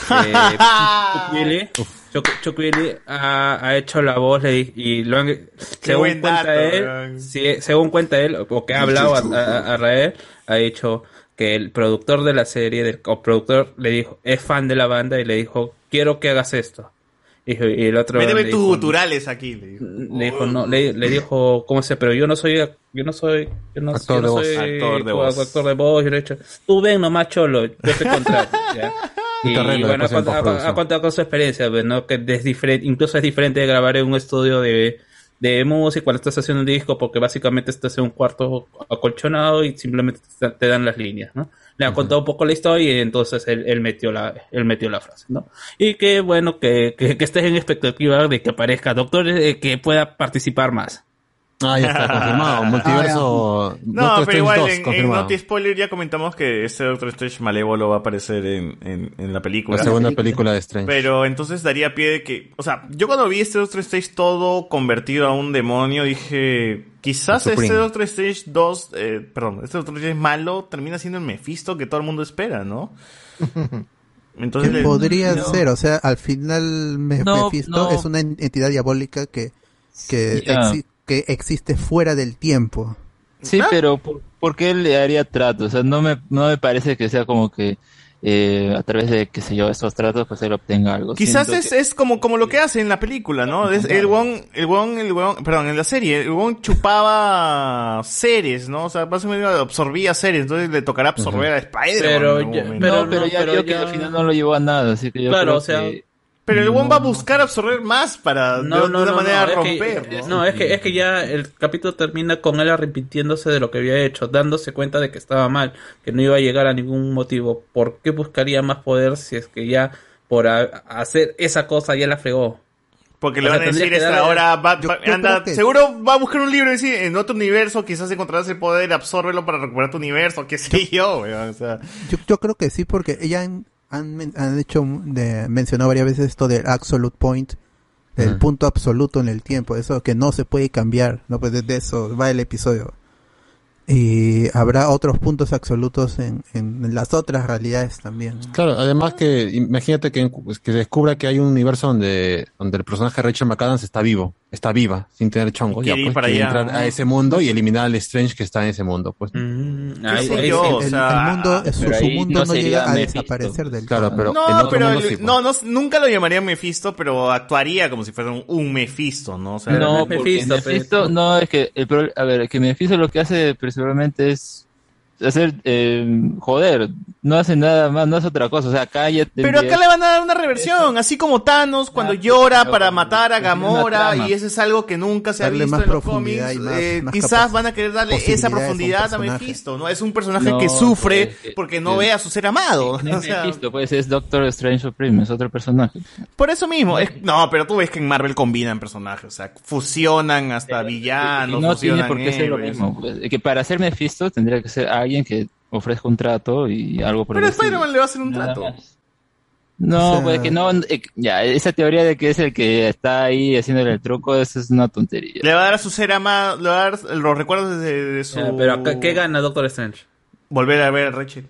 Speaker 9: Eh, Chuck Willy, Chuck- Chuck Willy ha, ha hecho la voz le di- y lo han- según
Speaker 5: buen
Speaker 9: cuenta
Speaker 5: dato,
Speaker 9: él,
Speaker 5: weón.
Speaker 9: sí, según cuenta él o que ha hablado a, a- a Rael ha dicho que el productor de la serie del o productor le dijo es fan de la banda y le dijo quiero que hagas esto y, y el otro
Speaker 5: Méteme
Speaker 9: le
Speaker 5: tus
Speaker 9: dijo,
Speaker 5: guturales aquí. Le dijo.
Speaker 9: le dijo, no, le, le dijo, ¿cómo se? Pero yo no soy, yo no soy, yo no,
Speaker 5: Actor
Speaker 9: yo no
Speaker 5: de voz.
Speaker 9: soy
Speaker 5: Actor de
Speaker 9: co-
Speaker 5: voz.
Speaker 9: actor de voz, yo le he dicho, tú ven nomás cholo, yo te contrato. ¿ya?
Speaker 3: Y
Speaker 9: Y,
Speaker 3: te arreglo
Speaker 9: bueno, ha
Speaker 3: después
Speaker 9: cont-
Speaker 3: en
Speaker 9: ha
Speaker 3: postproducción.
Speaker 9: ha contado con su experiencia, pues, ¿no? Que es diferente, incluso es diferente de grabar en un estudio de, de música cuando estás haciendo un disco, porque básicamente estás en un cuarto acolchonado y simplemente te- te dan las líneas, ¿no? Le ha contado un poco la historia y entonces él, él metió la, él metió la frase, ¿no? Y qué bueno que, que, que estés en expectativa de que aparezca Doctor, eh, que pueda participar más.
Speaker 3: Ah, ya está confirmado. Multiverso.
Speaker 5: Ah, No,
Speaker 3: Doctor
Speaker 5: pero
Speaker 3: Strange
Speaker 5: igual
Speaker 3: 2,
Speaker 5: en, en
Speaker 3: confirmado.
Speaker 5: Naughty Spoiler ya comentamos que este Doctor Strange malévolo va a aparecer en, en, en la película.
Speaker 3: La segunda película de Strange.
Speaker 5: Pero entonces daría pie de que. O sea, yo cuando vi este Doctor Strange todo convertido a un demonio, dije. Quizás
Speaker 3: El Supreme.
Speaker 5: este Doctor Strange 2. eh, perdón, este Doctor Strange malo termina siendo el Mephisto que todo el mundo espera, ¿no?
Speaker 4: Mm.
Speaker 5: Entonces.
Speaker 4: que
Speaker 5: le-
Speaker 4: podría
Speaker 5: no.
Speaker 4: ser, o sea, al final Me-
Speaker 5: No,
Speaker 4: Mephisto
Speaker 5: no.
Speaker 4: es una en- entidad diabólica que, que,
Speaker 24: Ya.
Speaker 4: exi-
Speaker 5: Ah.
Speaker 4: que existe fuera del tiempo.
Speaker 24: Sí, pero ¿por, por qué le haría trato? O sea, no me, no me parece que sea como que eh, a través de, qué sé yo, esos tratos, pues él obtenga algo.
Speaker 5: Quizás
Speaker 24: Siento
Speaker 5: es, es como, como lo que hace en la película, ¿no? Es el Wong, el Wong, el Wong, perdón, en la serie, el Wong chupaba seres, ¿no? O sea, básicamente absorbía seres, entonces le tocará absorber a Spider-Man.
Speaker 24: Pero
Speaker 5: en algún
Speaker 24: ya-
Speaker 5: momento.
Speaker 24: pero No, pero no, ya pero vio que ya- al final no lo llevó a nada, así que yo
Speaker 9: Claro,
Speaker 24: creo
Speaker 9: o sea,
Speaker 24: que-
Speaker 5: Pero el Wong va a buscar absorber más para de, de una manera
Speaker 9: es que-
Speaker 5: romper,
Speaker 9: eh,
Speaker 5: ¿no?
Speaker 9: no, es que, es que ya el capítulo termina con él arrepintiéndose de lo que había hecho, dándose cuenta de que estaba mal, que no iba a llegar a ningún motivo. ¿Por qué buscaría más poder si es que ya por a- hacer esa cosa ya la fregó?
Speaker 5: Porque
Speaker 9: O
Speaker 5: le
Speaker 9: sea,
Speaker 5: van a decir
Speaker 9: tendría que
Speaker 5: esta
Speaker 9: darle-
Speaker 5: hora, va- va-
Speaker 9: yo
Speaker 5: anda,
Speaker 9: creo que-
Speaker 5: seguro va a buscar un libro y decir, en otro universo quizás encontrarás el poder, absórbelo para recuperar tu universo, qué sé yo, weón, o sea.
Speaker 4: Yo, yo creo que sí, porque ella han, han, men- han hecho de, mencionado varias veces esto del absolute point, el punto absoluto en el tiempo, eso que no se puede cambiar, no pues de de eso va el episodio. Y habrá otros puntos absolutos en, en- en las otras realidades también.
Speaker 3: Claro, además que imagínate que, pues, que descubra que hay un universo donde, donde el personaje de Rachel McAdams está vivo, está viva, sin tener chongo.
Speaker 5: Y
Speaker 3: Ya,
Speaker 5: quiere ir
Speaker 3: pues,
Speaker 5: para
Speaker 3: quiere
Speaker 5: allá.
Speaker 3: entrar a ese mundo y eliminar al Strange que está en ese mundo. Pues.
Speaker 9: ahí-
Speaker 5: sé Mm, ahí yo, sí. o
Speaker 4: el,
Speaker 5: sea,
Speaker 4: el mundo,
Speaker 5: pero
Speaker 4: su, su
Speaker 5: ahí
Speaker 4: mundo
Speaker 5: no
Speaker 4: no,
Speaker 5: sería
Speaker 4: llega a
Speaker 5: Mephisto.
Speaker 4: desaparecer del
Speaker 3: Claro, pero
Speaker 5: No,
Speaker 3: en otro
Speaker 5: pero
Speaker 3: mundo
Speaker 5: el-
Speaker 3: sí, pues.
Speaker 5: no, no, nunca lo llamaría Mephisto, pero actuaría como si fuera un, un Mephisto, ¿no? O sea,
Speaker 24: no,
Speaker 5: realmente-
Speaker 24: porque Mephisto, no, es que, el, pro- a ver, que Mephisto lo que hace principalmente es hacer, eh, joder, no hace nada más, no hace otra cosa, o sea, acá ya
Speaker 5: Pero acá le van a dar una reversión, así como Thanos cuando llora para matar a Gamora
Speaker 24: trama.
Speaker 5: y eso es algo que nunca se ha
Speaker 24: Darle
Speaker 5: visto
Speaker 24: más
Speaker 5: en los
Speaker 24: profundidad
Speaker 5: cómics.
Speaker 24: y más-
Speaker 5: eh,
Speaker 24: más
Speaker 5: quizás
Speaker 24: capac-
Speaker 5: van a querer darle
Speaker 24: posibilidades a
Speaker 5: esa
Speaker 24: un
Speaker 5: profundidad a
Speaker 24: personaje.
Speaker 5: Mephisto, ¿no? Es un personaje
Speaker 24: No,
Speaker 5: que sufre
Speaker 24: pues, eh,
Speaker 5: porque no
Speaker 24: eh,
Speaker 5: ve a su ser amado.
Speaker 24: No
Speaker 5: o
Speaker 24: es
Speaker 5: sea,
Speaker 24: Mephisto, pues es Doctor Strange Supreme, es otro personaje.
Speaker 5: por eso mismo. es- no, pero tú ves que en Marvel combinan personajes, o sea, fusionan hasta villanos,
Speaker 24: Y no tiene
Speaker 5: Ah, fusionan
Speaker 24: por qué ser lo
Speaker 5: héroes.
Speaker 24: mismo. pues. Que para ser Mephisto tendría que ser alguien que ofrezca un trato y algo por
Speaker 5: Pero
Speaker 24: el estilo.
Speaker 5: Spider-Man le va a hacer un trato.
Speaker 24: No,
Speaker 5: O sea-
Speaker 24: pues que no, eh, ya, esa teoría de que es el que está ahí haciéndole el truco, eso es una tontería.
Speaker 5: Le va a dar a su ser amado, le va a dar los recuerdos de, de su...
Speaker 9: Ya, Eh, pero acá, ¿qué gana Doctor Strange?
Speaker 5: Volver a ver a Rachel.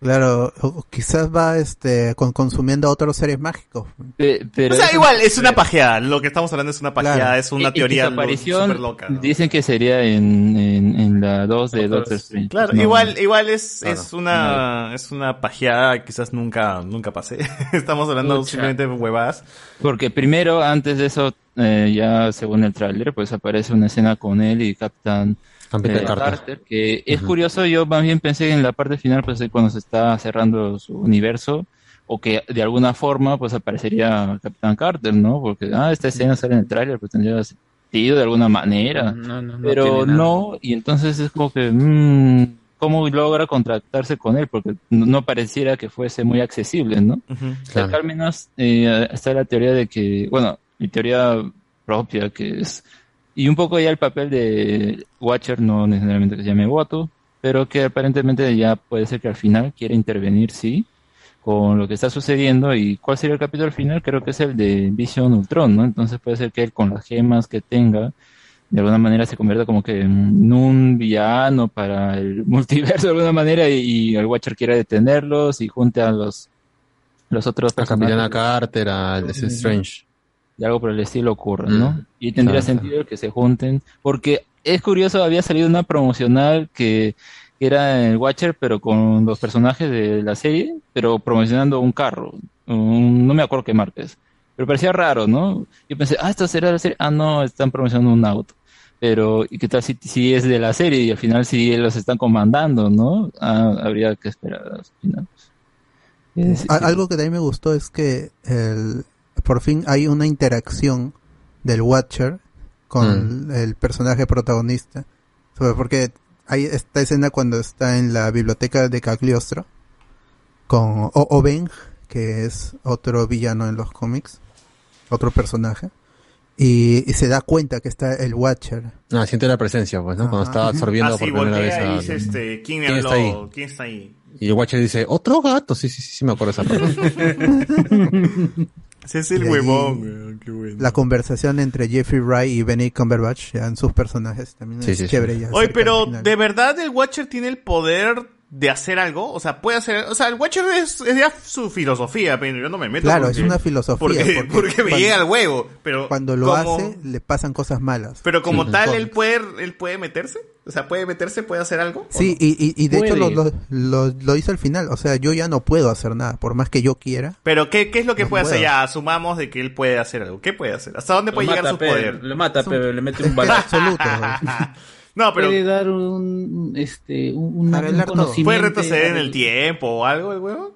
Speaker 4: Claro, o quizás va este con, consumiendo otros seres mágicos.
Speaker 5: o sea, igual, es una pajeada. Lo que estamos hablando es una pajeada,
Speaker 24: Claro.
Speaker 5: es
Speaker 24: Y-
Speaker 5: una
Speaker 24: y
Speaker 5: teoría lo-
Speaker 24: desaparición,
Speaker 5: súper loca.
Speaker 24: Dicen que sería en, en, en la 2 de Doctor
Speaker 9: Pues,
Speaker 24: Strange.
Speaker 5: Claro,
Speaker 24: No.
Speaker 5: igual, igual es,
Speaker 24: Claro.
Speaker 5: es una, es una pajeada, que quizás nunca, nunca pase. Estamos hablando
Speaker 24: Pucha.
Speaker 5: simplemente de huevadas.
Speaker 24: Porque primero, antes de eso, eh, ya según el tráiler, pues aparece una escena con él y Capitán
Speaker 3: Capitán
Speaker 24: eh,
Speaker 3: Carter.
Speaker 24: que es
Speaker 3: Ujú.
Speaker 24: curioso, yo más bien pensé en la parte final, pues cuando se está cerrando su universo, o que de alguna forma, pues aparecería Capitán Carter, ¿no? Porque, ah, esta escena sale en el tráiler, pues tendría sentido de alguna manera.
Speaker 9: No, no, no
Speaker 24: pero
Speaker 9: tiene nada.
Speaker 24: no, y entonces es como que, mm, ¿cómo logra contractarse con él? Porque no, no pareciera que fuese muy accesible, ¿no? O sea, acá al menos eh, está la teoría de que, bueno, mi teoría propia que es, y un poco ya el papel de Watcher, no necesariamente que se llame Watu, pero que aparentemente ya puede ser que al final quiera intervenir, sí, con lo que está sucediendo y cuál sería el capítulo final, creo que es el de Vision Ultron, ¿no? Entonces puede ser que él con las gemas que tenga, de alguna manera se convierta como que en un villano para el multiverso de alguna manera y, y el Watcher quiera detenerlos y junte a los, los otros
Speaker 3: A Capitana
Speaker 24: personajes
Speaker 3: Carter, a Doctor Strange.
Speaker 24: y algo por el estilo ocurra, ¿no?
Speaker 3: Mm.
Speaker 24: Y tendría
Speaker 3: Claro,
Speaker 24: sentido que se junten, porque es curioso, había salido una promocional que que era el Watcher, pero con los personajes de la serie, pero promocionando un carro, un- no me acuerdo qué marca es, pero parecía raro, ¿no? Yo pensé, ah, esto será de la serie, ah, no, están promocionando un auto. Pero, ¿y qué tal si, si es de la serie y al final si los están comandando, ¿no? Ah, habría que esperar al final.
Speaker 4: A- algo que también me gustó es que el- por fin hay una interacción del Watcher con el personaje protagonista. O sea, Porque hay esta escena cuando está en la biblioteca de Cagliostro con o Oven, que es otro villano en los cómics, otro personaje, y, y se da cuenta que está el Watcher.
Speaker 3: Ah, siente la presencia, pues, ¿no? Cuando
Speaker 4: Ajá.
Speaker 3: está absorbiendo
Speaker 4: Ah, sí,
Speaker 3: por primera vez.
Speaker 5: Ahí
Speaker 3: a-
Speaker 5: dice, este, ¿quién me
Speaker 3: ¿Quién
Speaker 5: habló?
Speaker 3: está ahí?
Speaker 5: ¿Quién está ahí?
Speaker 3: Y el Watcher dice, otro gato. Sí, sí, sí, sí, me acuerdo esa parte.
Speaker 5: Ese es
Speaker 4: Y
Speaker 5: el
Speaker 4: ahí-
Speaker 5: huevón, weón, qué bueno.
Speaker 4: La conversación entre Jeffrey Wright y Benny Cumberbatch ya en sus personajes también
Speaker 3: Sí,
Speaker 4: es
Speaker 3: sí, sí.
Speaker 4: chévere. ya
Speaker 5: Oye,
Speaker 4: cerca
Speaker 5: pero
Speaker 4: del final.
Speaker 5: ¿de verdad el Watcher tiene el poder de hacer algo? O sea, puede hacer. O sea, el Watcher es, es ya su filosofía, pero yo no me meto.
Speaker 4: Claro,
Speaker 5: porque-
Speaker 4: es una filosofía,
Speaker 5: Porque,
Speaker 4: porque
Speaker 5: porque me
Speaker 4: cuando-
Speaker 5: llega al huevo. Pero
Speaker 4: Cuando lo
Speaker 5: como-
Speaker 4: hace, le pasan cosas malas.
Speaker 5: Pero como
Speaker 4: Sí.
Speaker 5: tal, él puede, él puede meterse. O sea, puede meterse, puede hacer algo.
Speaker 4: Sí, y, y- y de hecho lo,
Speaker 5: Puede.
Speaker 4: lo, lo, lo hizo al final. O sea, yo ya no puedo hacer nada, por más que yo quiera.
Speaker 5: Pero ¿qué, qué es lo que
Speaker 4: No
Speaker 5: puede hacer?
Speaker 4: puedo.
Speaker 5: Ya asumamos de que él puede hacer algo. ¿Qué puede hacer? ¿Hasta dónde
Speaker 9: Lo
Speaker 5: puede llegar
Speaker 9: mata,
Speaker 5: su
Speaker 9: pe,
Speaker 5: poder?
Speaker 9: Lo mata, pero le mete un
Speaker 4: Es
Speaker 9: balazo.
Speaker 4: absoluto.
Speaker 5: No, pero-
Speaker 44: Puede dar un, este, un, un- un conocimiento.
Speaker 5: ¿Puede retroceder en el tiempo o algo el huevo?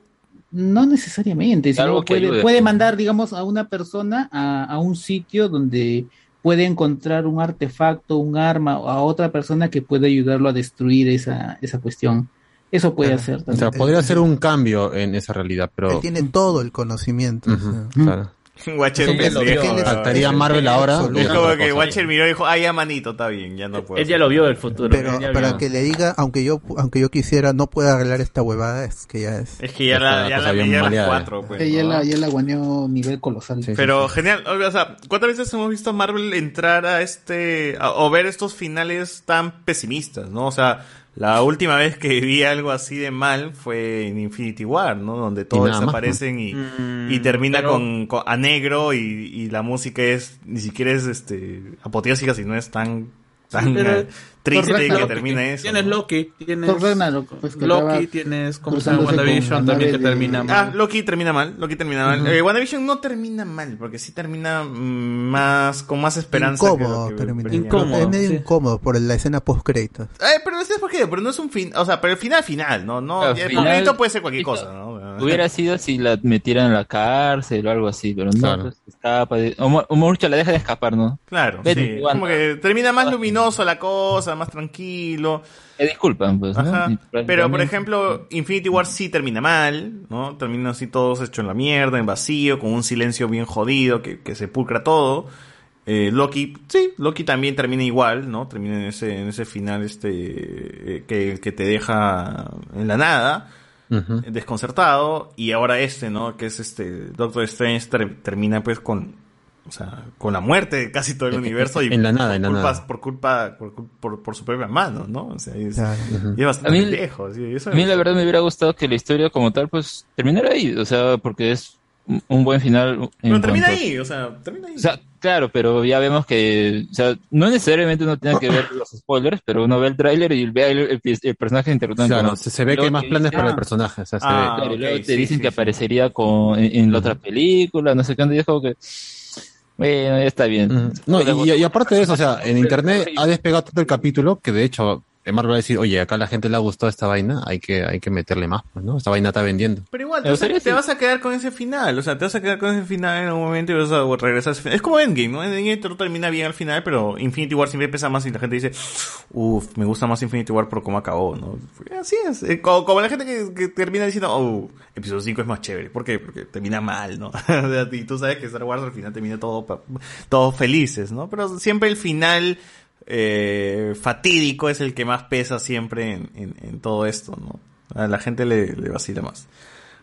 Speaker 44: No necesariamente, sino
Speaker 5: Algo que ayude.
Speaker 44: puede, puede mandar, digamos, a una persona a, a un sitio donde puede encontrar un artefacto, un arma, o a otra persona que puede ayudarlo a destruir esa, esa cuestión. Eso puede hacer
Speaker 3: O sea,
Speaker 44: también.
Speaker 3: podría hacer un cambio en esa realidad, pero...
Speaker 4: Él tiene todo el conocimiento. o sea.
Speaker 3: Claro.
Speaker 5: Watcher
Speaker 3: Sí, lo vio,
Speaker 5: pendejo.
Speaker 3: weón.
Speaker 5: weón.
Speaker 3: Faltaría Marvel ahora,
Speaker 5: Es
Speaker 3: hubiera
Speaker 5: como
Speaker 3: otra
Speaker 5: que
Speaker 3: cosa.
Speaker 5: Watcher miró y dijo, ay, ya manito, está bien, ya no puedo.
Speaker 9: Él ya lo vio el futuro.
Speaker 4: Pero
Speaker 9: él ya
Speaker 4: para
Speaker 9: vio.
Speaker 4: que le diga, aunque yo aunque yo quisiera, no puedo arreglar esta huevada, es que ya es.
Speaker 5: Es que ya la, ya la ya las cuatro, pues.
Speaker 44: Ella
Speaker 5: ¿no?
Speaker 44: la, ella la guaneó nivel colosal.
Speaker 5: Pero genial, o sea, ¿cuántas veces hemos visto a Marvel entrar a este, a- o ver estos finales tan pesimistas, no? O sea, la última vez que vi algo así de mal fue en Infinity War, ¿no? Donde todos
Speaker 3: nada más,
Speaker 5: desaparecen y,
Speaker 9: Mm,
Speaker 5: y termina con, con- a negro y, y la música es, ni siquiera es este, apoteósica, sino es tan, tan,
Speaker 9: Sí, pero-
Speaker 5: eh, triste que
Speaker 9: Ragnarok.
Speaker 5: termina eso.
Speaker 9: Tienes Loki, tienes
Speaker 5: Thor Ragnarok, pues, que
Speaker 9: Loki,
Speaker 5: acaba
Speaker 9: tienes como se llama
Speaker 5: Cruzándose con
Speaker 9: WandaVision
Speaker 5: la
Speaker 9: también que
Speaker 5: nave de-
Speaker 9: termina
Speaker 5: Ah,
Speaker 9: mal.
Speaker 5: Loki termina mal, Loki termina mal.
Speaker 9: Ujú.
Speaker 5: Eh, WandaVision no termina mal, porque sí termina mm, más con más esperanza.
Speaker 4: incómodo,
Speaker 5: que lo que
Speaker 4: termina.
Speaker 5: venía.
Speaker 4: Es medio incómodo por la escena post créditos.
Speaker 5: Eh, pero ¿sabes por qué? Pero no es un fin, o sea, pero el final final, no, no,
Speaker 24: Claro,
Speaker 5: ya, el
Speaker 24: final-
Speaker 5: conflicto puede ser cualquier cosa, ¿no?
Speaker 24: Hubiera sido si la metieran a la cárcel o algo así, pero no,
Speaker 5: Claro.
Speaker 24: pues, escapa. de- O, mu- o mucho la dejan escapar, ¿no?
Speaker 5: Claro,
Speaker 24: Vete,
Speaker 5: sí.
Speaker 24: Wanda.
Speaker 5: Como que termina más luminoso la cosa, más tranquilo.
Speaker 24: Te disculpan, pues. ¿no?
Speaker 5: Ajá.
Speaker 24: Y
Speaker 5: Pero, por
Speaker 24: prácticamente-
Speaker 5: ejemplo, Infinity War sí termina mal, ¿no? Termina así todos hechos en la mierda, en vacío, con un silencio bien jodido que, que sepulcra todo. Eh, Loki, sí, Loki también termina igual, ¿no? Termina en ese, en ese final este eh, que, que te deja en la nada, desconcertado. Y ahora este, ¿no? Que es este Doctor Strange ter- termina pues con, o sea, con la muerte de casi todo el
Speaker 3: En-
Speaker 5: universo y
Speaker 3: en la nada,
Speaker 5: por
Speaker 3: en la
Speaker 5: culpas-
Speaker 3: nada.
Speaker 5: por culpa, por, cul- por, por su propia mano, ¿no? O sea, es, y es
Speaker 24: A
Speaker 5: bastante
Speaker 24: mí-
Speaker 5: lejos. y eso-
Speaker 24: A mí la verdad me hubiera gustado que la historia como tal pues terminara ahí, o sea, porque es un- un buen final. en
Speaker 5: Pero termina
Speaker 24: cuanto-
Speaker 5: ahí, o sea, termina ahí.
Speaker 24: O sea, claro, pero ya vemos que, o sea, no necesariamente uno tiene que ver los spoilers, pero uno ve el tráiler y ve el, el- el personaje interpretando.
Speaker 3: Claro, se- se ve que hay más planes para el
Speaker 24: ah,
Speaker 3: personaje, o sea, se ve.
Speaker 24: Claro, y luego
Speaker 3: Ah, ok,
Speaker 24: te
Speaker 3: sí,
Speaker 24: dicen
Speaker 3: sí,
Speaker 24: que aparecería con, en, en la otra película, no sé qué, y es como que, bueno, ya está bien.
Speaker 3: Mm, No, y, y aparte de eso, o sea, en internet ha despegado tanto el capítulo que de hecho Marvel va a decir, oye, acá a la gente le ha gustado esta vaina, hay que, hay que meterle más, pues, ¿no? Esta vaina está vendiendo.
Speaker 5: Pero igual,
Speaker 3: En
Speaker 5: te, vas a,
Speaker 3: serio,
Speaker 5: te
Speaker 3: sí.
Speaker 5: vas a quedar con ese final. O sea, te vas a quedar con ese final en algún momento y vas a regresar a ese final. Es como Endgame, ¿no? Endgame no termina bien al final, pero Infinity War siempre pesa más y la gente dice, uff, me gusta más Infinity War por cómo acabó, ¿no? Así es. Eh, Como, como la gente que, que termina diciendo, oh, episodio 5 es más chévere. ¿Por qué? Porque termina mal, ¿no? O sea, y tú sabes que Star Wars al final termina todo, pa- todos felices, ¿no? Pero siempre el final eh, fatídico es el que más pesa siempre en, en- en todo esto, ¿no? A la gente le, le vacila más.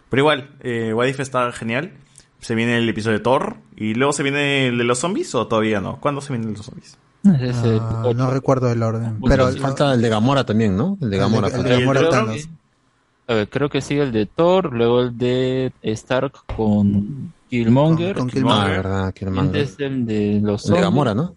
Speaker 5: Pero igual, eh, What If está genial. Se viene el episodio de Thor. Y luego se viene el de los zombies o todavía no. ¿Cuándo se viene el de los zombies?
Speaker 4: Ah, no recuerdo el orden.
Speaker 3: Pero
Speaker 4: Pero
Speaker 3: falta el de Gamora también, ¿no? El de Gamora. pues.
Speaker 4: el de Gamora
Speaker 24: creo,
Speaker 4: Thanos.
Speaker 24: que, a ver, creo que sigue el de Thor, luego el de Stark con Killmonger.
Speaker 3: Con- con Killmonger. Ah, verdad, Killmonger.
Speaker 24: Este es el de los
Speaker 3: El de
Speaker 24: zombies.
Speaker 3: Gamora, ¿no?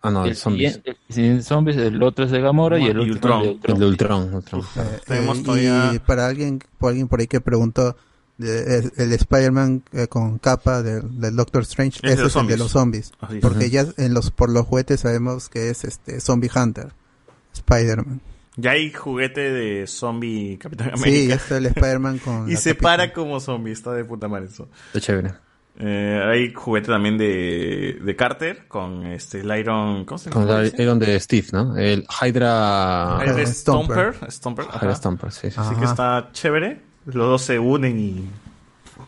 Speaker 3: Ah, no,
Speaker 24: el
Speaker 3: el zombies.
Speaker 24: siguiente- El, siguiente zombies, el otro es de Gamora y el último es de Ultron.
Speaker 3: El de Ultron. Ultron.
Speaker 4: Eh, Y para alguien, por alguien por ahí que preguntó, de- el, el Spider-Man eh, con capa del, del Doctor Strange,
Speaker 3: de
Speaker 4: ese es
Speaker 3: los
Speaker 4: el de
Speaker 3: zombies.
Speaker 4: los zombies.
Speaker 5: Ah,
Speaker 3: Así es.
Speaker 4: Porque
Speaker 3: Ujú.
Speaker 4: ya en los, por los juguetes sabemos que es este Zombie Hunter, Spider-Man.
Speaker 5: Ya hay juguete de zombie Capitán
Speaker 4: Sí,
Speaker 5: América.
Speaker 4: ya está el Spider-Man con
Speaker 5: y
Speaker 4: la
Speaker 5: se
Speaker 4: capita.
Speaker 5: para como zombie. Está de puta madre eso.
Speaker 3: Está chévere.
Speaker 5: Eh, hay juguete también de, de Carter con este, el Iron... ¿Cómo se
Speaker 3: Con
Speaker 5: llama?
Speaker 3: el, el donde Steve, ¿no? El Hydra...
Speaker 5: Iron Stomper. Stomper, ajá.
Speaker 3: Hydra Stomper, sí. sí,
Speaker 5: Así
Speaker 3: sí.
Speaker 5: que está chévere. Los dos se unen y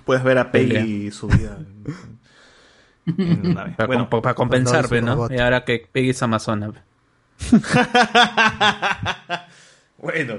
Speaker 5: puedes ver a Peggy y su vida.
Speaker 9: Para,
Speaker 5: Bueno,
Speaker 9: comp- para compensar,
Speaker 5: pues,
Speaker 9: ¿no?
Speaker 5: robot.
Speaker 9: Y ahora que Peggy es Amazona. ve.
Speaker 5: Bueno.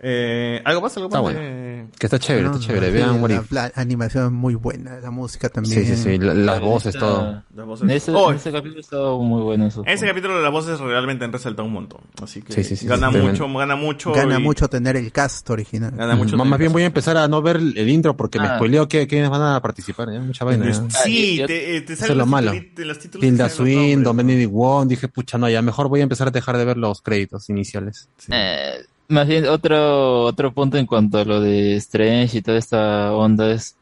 Speaker 5: eh, ¿Algo más? ¿Algo más?
Speaker 3: Está bueno.
Speaker 5: Eh,
Speaker 3: Que está chévere, está chévere.
Speaker 4: sí,
Speaker 3: Vean What
Speaker 4: la,
Speaker 3: If.
Speaker 4: la animación muy buena, la música también.
Speaker 3: Sí, sí, sí. la- las voces, todo.
Speaker 5: Las voces.
Speaker 24: En ese,
Speaker 5: Oh,
Speaker 24: en ese capítulo está muy bueno eso.
Speaker 5: en ese capítulo las voces realmente han resaltado un montón. Así que
Speaker 3: Sí, sí, sí,
Speaker 5: gana
Speaker 3: sí,
Speaker 5: mucho,
Speaker 3: tremendo.
Speaker 5: gana mucho.
Speaker 4: Gana
Speaker 5: y-
Speaker 4: mucho tener el cast original.
Speaker 5: Gana mucho
Speaker 3: Más- Mm, más bien voy a empezar a no ver el intro porque me
Speaker 4: Ah.
Speaker 3: spoileo que quiénes van a participar, ¿eh? mucha vaina. ¿eh?
Speaker 5: Sí, te, eh, te
Speaker 3: Eso
Speaker 5: salen
Speaker 3: es lo
Speaker 5: los,
Speaker 3: malo.
Speaker 5: tituli- de los títulos. te
Speaker 3: Tilda
Speaker 5: salen los
Speaker 3: Swin,
Speaker 5: nombres.
Speaker 3: Dominic Wong, dije, pucha, no, ya mejor voy a empezar a dejar de ver los créditos iniciales.
Speaker 24: Eh, más bien, otro, otro punto en cuanto a lo de Strange y toda esta onda es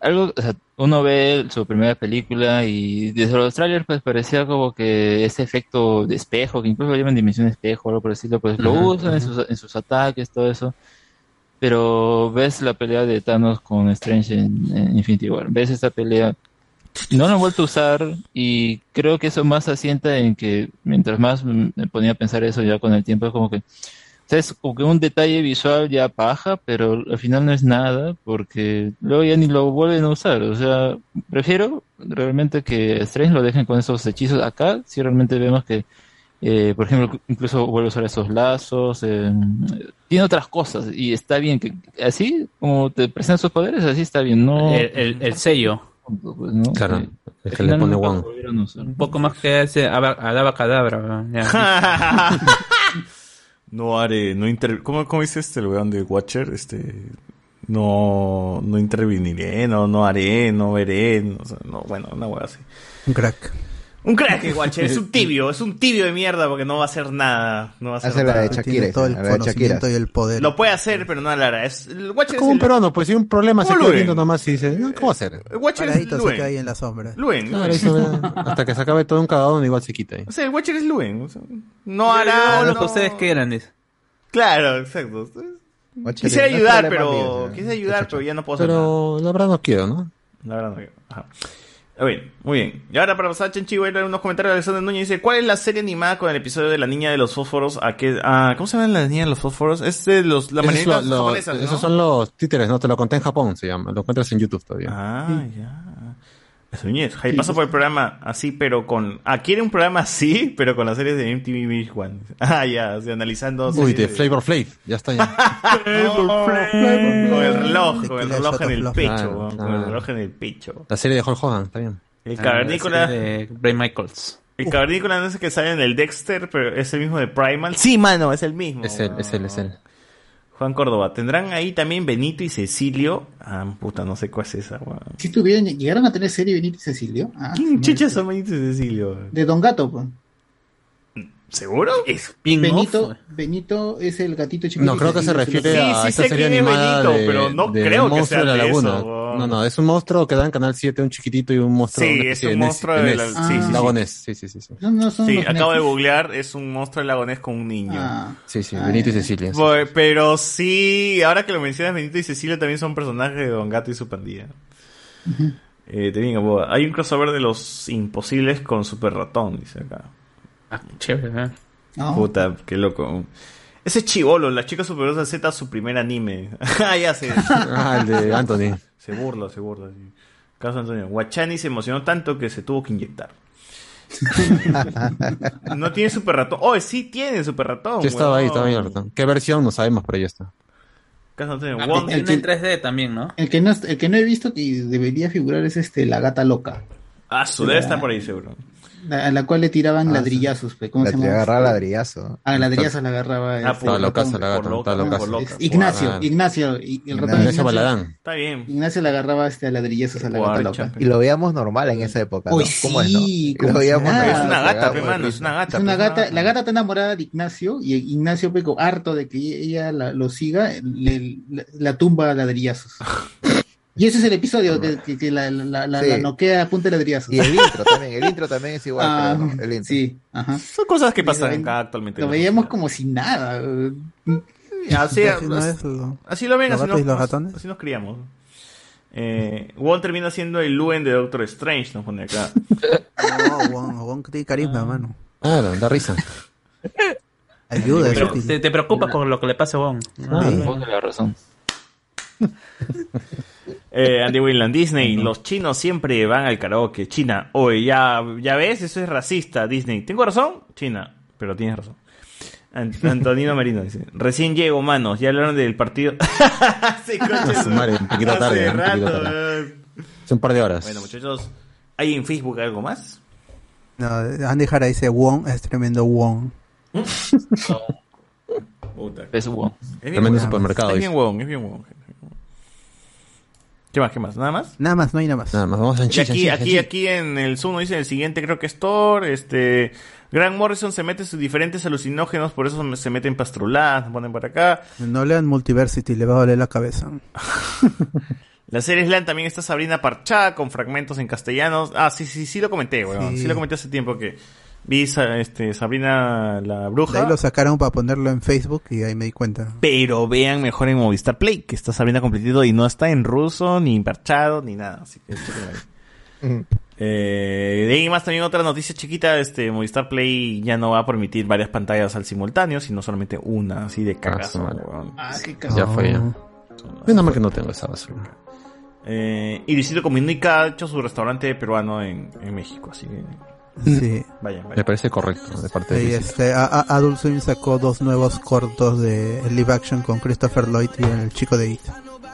Speaker 24: algo, o sea, uno ve su primera película y desde los trailers pues parecía como que ese efecto de espejo, que incluso lo llaman dimensión espejo o algo por el estilo, pues lo
Speaker 45: Ujú,
Speaker 24: usan en sus, en sus ataques, todo eso. Pero ves la pelea de Thanos con Strange en, en Infinity War, ves esta pelea no lo han vuelto a usar y creo que eso más asienta en que mientras más mm, me ponía a pensar eso ya con el tiempo es como que o sea, es como que un detalle visual ya paja, pero al final no es nada porque luego ya ni lo vuelven a usar. O sea, prefiero realmente que Strange lo dejen con esos hechizos acá, si realmente vemos que, eh, por ejemplo, incluso vuelve a usar esos lazos, eh, tiene otras cosas y está bien que así como te presentan sus poderes, así está bien. No, pues,
Speaker 9: El, el- el sello.
Speaker 3: Claro,
Speaker 24: el que le pone Wong.
Speaker 9: Un poco más que ese Adaba Cadabra.
Speaker 5: No haré, no inter... ¿Cómo, ¿Cómo dice este el weón de Watcher? Este... No, no interviniré, no, no haré, no veré, no, o sea, no, bueno, una hueá así.
Speaker 4: Un crack.
Speaker 5: Un crack, el Guache. Es un tibio. Es un tibio de mierda porque no va a hacer nada. No va a hacer
Speaker 7: Hace la
Speaker 5: nada.
Speaker 7: de Shakira.
Speaker 4: todo el
Speaker 7: la de Shakira.
Speaker 4: conocimiento y el poder.
Speaker 5: Lo puede hacer, pero no Lara. Es, el Guache es
Speaker 3: Como un
Speaker 5: el,
Speaker 3: peruano, pues si un problema se
Speaker 5: ¿Cómo lo
Speaker 3: queda
Speaker 5: ven?
Speaker 3: viendo nomás y dice, "No, ¿qué voy a hacer?
Speaker 5: el Guache es
Speaker 4: Paradito se
Speaker 5: Luen.
Speaker 4: queda ahí en la sombra.
Speaker 5: Luen.
Speaker 3: Claro, ahí se ve. Hasta que se acabe todo un cagadón, igual se quita. ahí.
Speaker 5: O sea, el Watcher es Luen. o sea, no hará.
Speaker 9: Los
Speaker 5: no-
Speaker 9: que ustedes quieran, dice.
Speaker 5: Claro, exacto.
Speaker 9: Watcher
Speaker 5: Quisiera
Speaker 9: es- no es
Speaker 5: ayudar,
Speaker 9: problema
Speaker 5: pero.
Speaker 9: mío, sí.
Speaker 5: Quisiera ayudar, pero ya no puedo hacer nada.
Speaker 3: Pero la verdad no quiero, ¿no?
Speaker 5: La verdad, no quiero. Ajá. A ver, muy bien. Y ahora para pasar a Chenchi, voy a leer unos comentarios de Alexander Núñez. Dice, ¿cuál es la serie animada con el episodio de la niña de los fósforos? ¿A qué, ah, ¿Cómo se llama la niña de los fósforos? Es de los, la
Speaker 3: Esos
Speaker 5: marioneta
Speaker 3: lo- lo-
Speaker 5: japonesa, ¿no?
Speaker 3: Esos son los títeres, ¿no? Te lo conté en Japón, se llama. Lo encuentras en YouTube todavía.
Speaker 5: Ah, ya. Las uñes. Jai, pasa por el programa así, pero con... Ah, quiere un programa así, pero con las series de MTV Beach One. Ah, ya, o sea, analizando...
Speaker 3: Uy, de
Speaker 5: series
Speaker 3: Flavor Flav, ya está ya.
Speaker 5: Con el reloj, con el
Speaker 3: Tequila
Speaker 5: reloj
Speaker 3: Shot
Speaker 5: en
Speaker 3: of
Speaker 5: el
Speaker 3: Love.
Speaker 5: pecho,
Speaker 3: Claro,
Speaker 5: weón, con
Speaker 3: claro.
Speaker 5: el reloj en el pecho.
Speaker 3: La serie de Hulk Hogan, está bien. Ah,
Speaker 5: El cavernícola...
Speaker 9: De Bray Michaels.
Speaker 5: El cavernícola no es el que sale en el Dexter, pero es el mismo de Primal. Sí, mano, es el mismo. Es él, es él, es él. Juan Córdoba, ¿tendrán ahí también Benito y Cecilio? Ah, puta, no sé cuál es esa, weón.
Speaker 2: Si tuvieron, llegaron a tener serie Benito y Cecilio. Ah,
Speaker 5: ¿Quién chicha son Benito y Cecilio? weón?
Speaker 2: De Don Gato, pues.
Speaker 5: ¿Seguro? Es bien
Speaker 2: Benito, Benito es el gatito chiquito.
Speaker 3: eh. No, creo que se refiere a esta serie animada de, de un monstruo de la laguna. no, no, es un monstruo que da en Canal 7, un chiquitito y un monstruo.
Speaker 5: Sí,
Speaker 3: una
Speaker 5: es
Speaker 3: especie
Speaker 5: un
Speaker 3: Ness-
Speaker 5: monstruo de la-
Speaker 3: Ness,
Speaker 5: sí, sí, sí.
Speaker 3: lagonés. Sí, sí, sí. sí.
Speaker 2: No, no son
Speaker 5: Sí,
Speaker 2: los
Speaker 5: acabo de
Speaker 2: Netflix.
Speaker 5: googlear, es un monstruo lagonés con un niño.
Speaker 2: Ah.
Speaker 3: Sí, sí, Benito y Cecilia. sí.
Speaker 5: Pues, pero sí, ahora que lo mencionas, Benito y Cecilia también son personajes de Don Gato y su pandilla. Eh, te digo, boba, hay un crossover de los imposibles con Super Ratón, dice acá.
Speaker 9: Ah, chévere, ¿eh?
Speaker 2: No.
Speaker 5: Puta, qué loco. Ese es chivolo, la chica superosa Z, su primer anime. ah, ya sé.
Speaker 3: Ah, el de Anthony.
Speaker 5: Se burla, se burla. sí. Caso Antonio. Guachani se emocionó tanto que se tuvo que inyectar. no tiene super ratón. Oh, sí tiene super ratón.
Speaker 3: Sí, estaba ahí,
Speaker 5: weón.
Speaker 3: estaba ahí, el ratón. ¿Qué versión? No sabemos, pero ya está.
Speaker 5: Caso Antonio.
Speaker 9: Ah,
Speaker 5: Wong-
Speaker 9: tiene en 3D también, ¿no?
Speaker 2: El que, no, el que no he visto que debería figurar es este, la gata loca.
Speaker 5: Ah, su debe estar por ahí seguro.
Speaker 2: la- a la cual le tiraban
Speaker 5: Ah,
Speaker 2: ladrillazos. pe, ¿Cómo
Speaker 7: La
Speaker 2: se llama?
Speaker 7: tri- agarraba ladrillazo.
Speaker 2: A ladrillazos la agarraba.
Speaker 3: Ah,
Speaker 2: este,
Speaker 3: por loca,
Speaker 2: ratón. Ah,
Speaker 3: la gata, está loca.
Speaker 2: Ignacio, Ignacio, y- el ratón
Speaker 3: Ignacio Baladán.
Speaker 5: Está bien.
Speaker 2: Ignacio la agarraba este, a ladrillazos a la gata loca.
Speaker 7: Y lo veíamos normal en esa época. ¿no?
Speaker 2: Uy,
Speaker 7: ¿Cómo es, no?
Speaker 2: sí,
Speaker 7: Lo
Speaker 2: como
Speaker 7: veíamos
Speaker 2: si nada.
Speaker 7: normal,
Speaker 2: Es una
Speaker 7: nos
Speaker 2: gata,
Speaker 7: cagábamos
Speaker 2: pe,
Speaker 7: de
Speaker 2: mano,
Speaker 7: risa.
Speaker 5: es una
Speaker 2: Es una gata, la gata está enamorada de Ignacio y Ignacio Peco, harto de que ella la- lo siga, le- la, la tumba a ladrillazos. Y ese es el episodio de, que, que la, la, la-
Speaker 7: Sí.
Speaker 2: la noquea a punta de ladrillazos.
Speaker 7: Y el intro también, el intro también es igual.
Speaker 2: Ah,
Speaker 7: creo, ¿no? El intro.
Speaker 2: Sí, ajá.
Speaker 5: Son cosas que pasan
Speaker 2: Lo-
Speaker 5: acá actualmente.
Speaker 2: Lo veíamos como si nada. eh.
Speaker 5: Así,
Speaker 4: Ya, si no
Speaker 5: así-
Speaker 4: es lo-
Speaker 5: así lo ven,
Speaker 4: los
Speaker 5: así
Speaker 4: gatos
Speaker 5: nos,
Speaker 4: y los ratones.
Speaker 5: así nos criamos. Eh, Wong termina siendo el Luen de Doctor Strange, nos pone acá.
Speaker 4: No, Wong, Wong tiene carisma, mano.
Speaker 3: Claro, da risa.
Speaker 4: Ayuda, es
Speaker 9: Pero
Speaker 4: útil.
Speaker 9: te, te preocupas por lo que le pase a Wong.
Speaker 4: Ah, sí.
Speaker 46: Wong
Speaker 9: la razón.
Speaker 5: Eh, Andy Winland, Disney, los chinos siempre van al karaoke. China, oye, ya, ya ves, eso es racista, Disney. ¿Tengo razón? China, pero tienes razón. An- Antonino Marino dice, recién llego, manos, ya hablaron del partido. Sí, coche,
Speaker 3: Ah, su madre, un poquito
Speaker 5: hace
Speaker 3: tarde, un
Speaker 5: rato,
Speaker 3: poquito tarde.
Speaker 5: weón.
Speaker 3: Es un par de horas.
Speaker 5: Bueno, muchachos, ¿hay en Facebook algo más?
Speaker 4: No, Andy Jara dice Wong, es tremendo Wong.
Speaker 5: Es huevón.
Speaker 4: Tremendo supermercado,
Speaker 5: Es
Speaker 4: dice.
Speaker 5: bien huevón, es bien huevón. ¿Qué más, qué más? ¿Nada más?
Speaker 4: Nada más, no hay nada más. Nada
Speaker 3: más, vamos
Speaker 5: Y aquí, aquí, aquí en el Zoom nos dice el siguiente, creo que es Thor, este, Grant Morrison se mete sus diferentes alucinógenos, por eso se meten pastruladas, nos ponen por acá.
Speaker 4: No lean Multiversity, le va a doler la cabeza.
Speaker 5: La serie Slam también está Sabrina Parchá, con fragmentos en castellano. Ah, sí, sí, sí lo comenté, weón. Sí,
Speaker 4: Sí.
Speaker 5: lo comenté hace tiempo que vi sa- este, Sabrina la
Speaker 4: De ahí
Speaker 5: Bruja.
Speaker 4: lo sacaron para ponerlo en Facebook y ahí me di cuenta.
Speaker 5: Pero vean mejor en Movistar Play, que está Sabrina completito y no está en ruso, ni parchado, ni nada. Así que chéquenlo ahí. Eh, de ahí más también otra noticia chiquita, este Movistar Play ya no va a permitir varias pantallas al simultáneo, sino solamente una, así
Speaker 9: Ah,
Speaker 5: de cagazo. weón.
Speaker 3: Ah, Ya fue,
Speaker 5: Ah,
Speaker 3: ya. Menos mal que no tengo esa basura.
Speaker 5: Eh, y Luisito Comunica ha hecho su restaurante peruano en, en México, así que
Speaker 4: Sí.
Speaker 5: vayan,
Speaker 3: Me
Speaker 5: vayan.
Speaker 3: parece correcto de parte de
Speaker 4: Y
Speaker 3: Disney.
Speaker 4: este, a- a- Adult Swim sacó dos nuevos cortos de live action con Christopher Lloyd y el chico de It.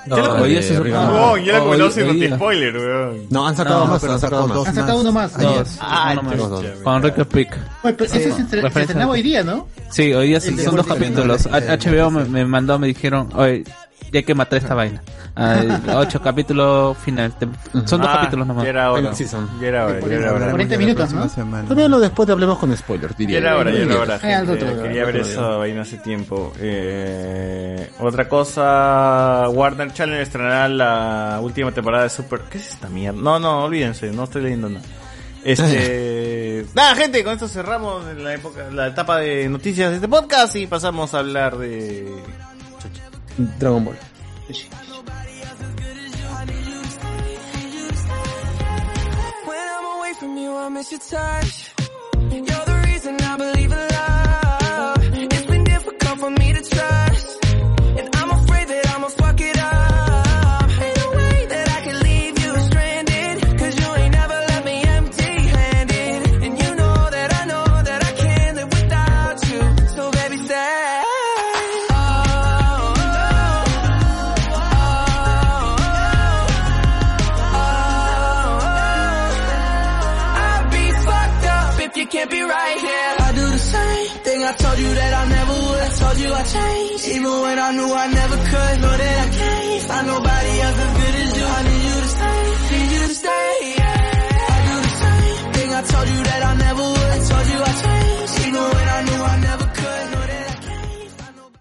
Speaker 3: Ya lo- Oye, ese es otro-
Speaker 5: Ah, weón, ya la
Speaker 3: Oye,
Speaker 5: conoces, no
Speaker 3: oye.
Speaker 5: tiene spoiler, weón.
Speaker 3: No, han sacado
Speaker 4: No,
Speaker 3: más,
Speaker 4: pero
Speaker 3: han sacado
Speaker 4: sacó
Speaker 3: más.
Speaker 4: dos Han sacado más. uno más.
Speaker 9: Dos.
Speaker 2: Ah,
Speaker 9: Uno más.
Speaker 2: dos,
Speaker 9: Con Rick Pick.
Speaker 2: Oye, pero ese
Speaker 9: Sí.
Speaker 2: se entre- se
Speaker 9: Referencia-
Speaker 2: estrenaba hoy día, ¿no?
Speaker 9: Sí, hoy día sí,
Speaker 2: El de
Speaker 9: son dos
Speaker 2: Morty
Speaker 9: capítulos.
Speaker 2: Pig.
Speaker 9: H- HBO me, me mandó, me dijeron, oye, ya hay que matar esta vaina. Ah, ocho capítulos final. Te- Son dos
Speaker 5: Ah,
Speaker 9: capítulos nomás.
Speaker 5: ya era hora.
Speaker 9: Final season.
Speaker 5: Ya era hora, ya era hora. 40
Speaker 2: minutos,
Speaker 5: ¿no?
Speaker 3: Tómelo después de hablemos con spoilers, diría.
Speaker 5: Ya era hora, ya era hora,
Speaker 2: Eh, al
Speaker 5: gente.
Speaker 2: otro lado,
Speaker 5: Quería
Speaker 2: al
Speaker 5: ver
Speaker 2: otro
Speaker 5: esa vaina hace tiempo. Eh, otra cosa, Warner Channel estrenará la última temporada de Super. ¿Qué es esta mierda? No, no, olvídense, no estoy leyendo nada. Este. nada, gente, con esto cerramos la, época, la etapa de noticias de este podcast y pasamos a hablar de.
Speaker 3: Dragon Ball.
Speaker 1: When I'm away from you, I miss your touch. You're the reason I believe in love. It's been difficult for me to trust. And I'm afraid that I'ma fuck it up. Ain't no way that I can leave you stranded. Cause you ain't never left me empty handed. And you know that I know that I can't live without you. So baby, stay. Oh, oh, I'd be fucked up if you can't be right here. I do the same thing I told you that I never would. I told you I changed. Even when I knew I never could, know that I can't find nobody else as good as you. I need you to stay, need you to stay.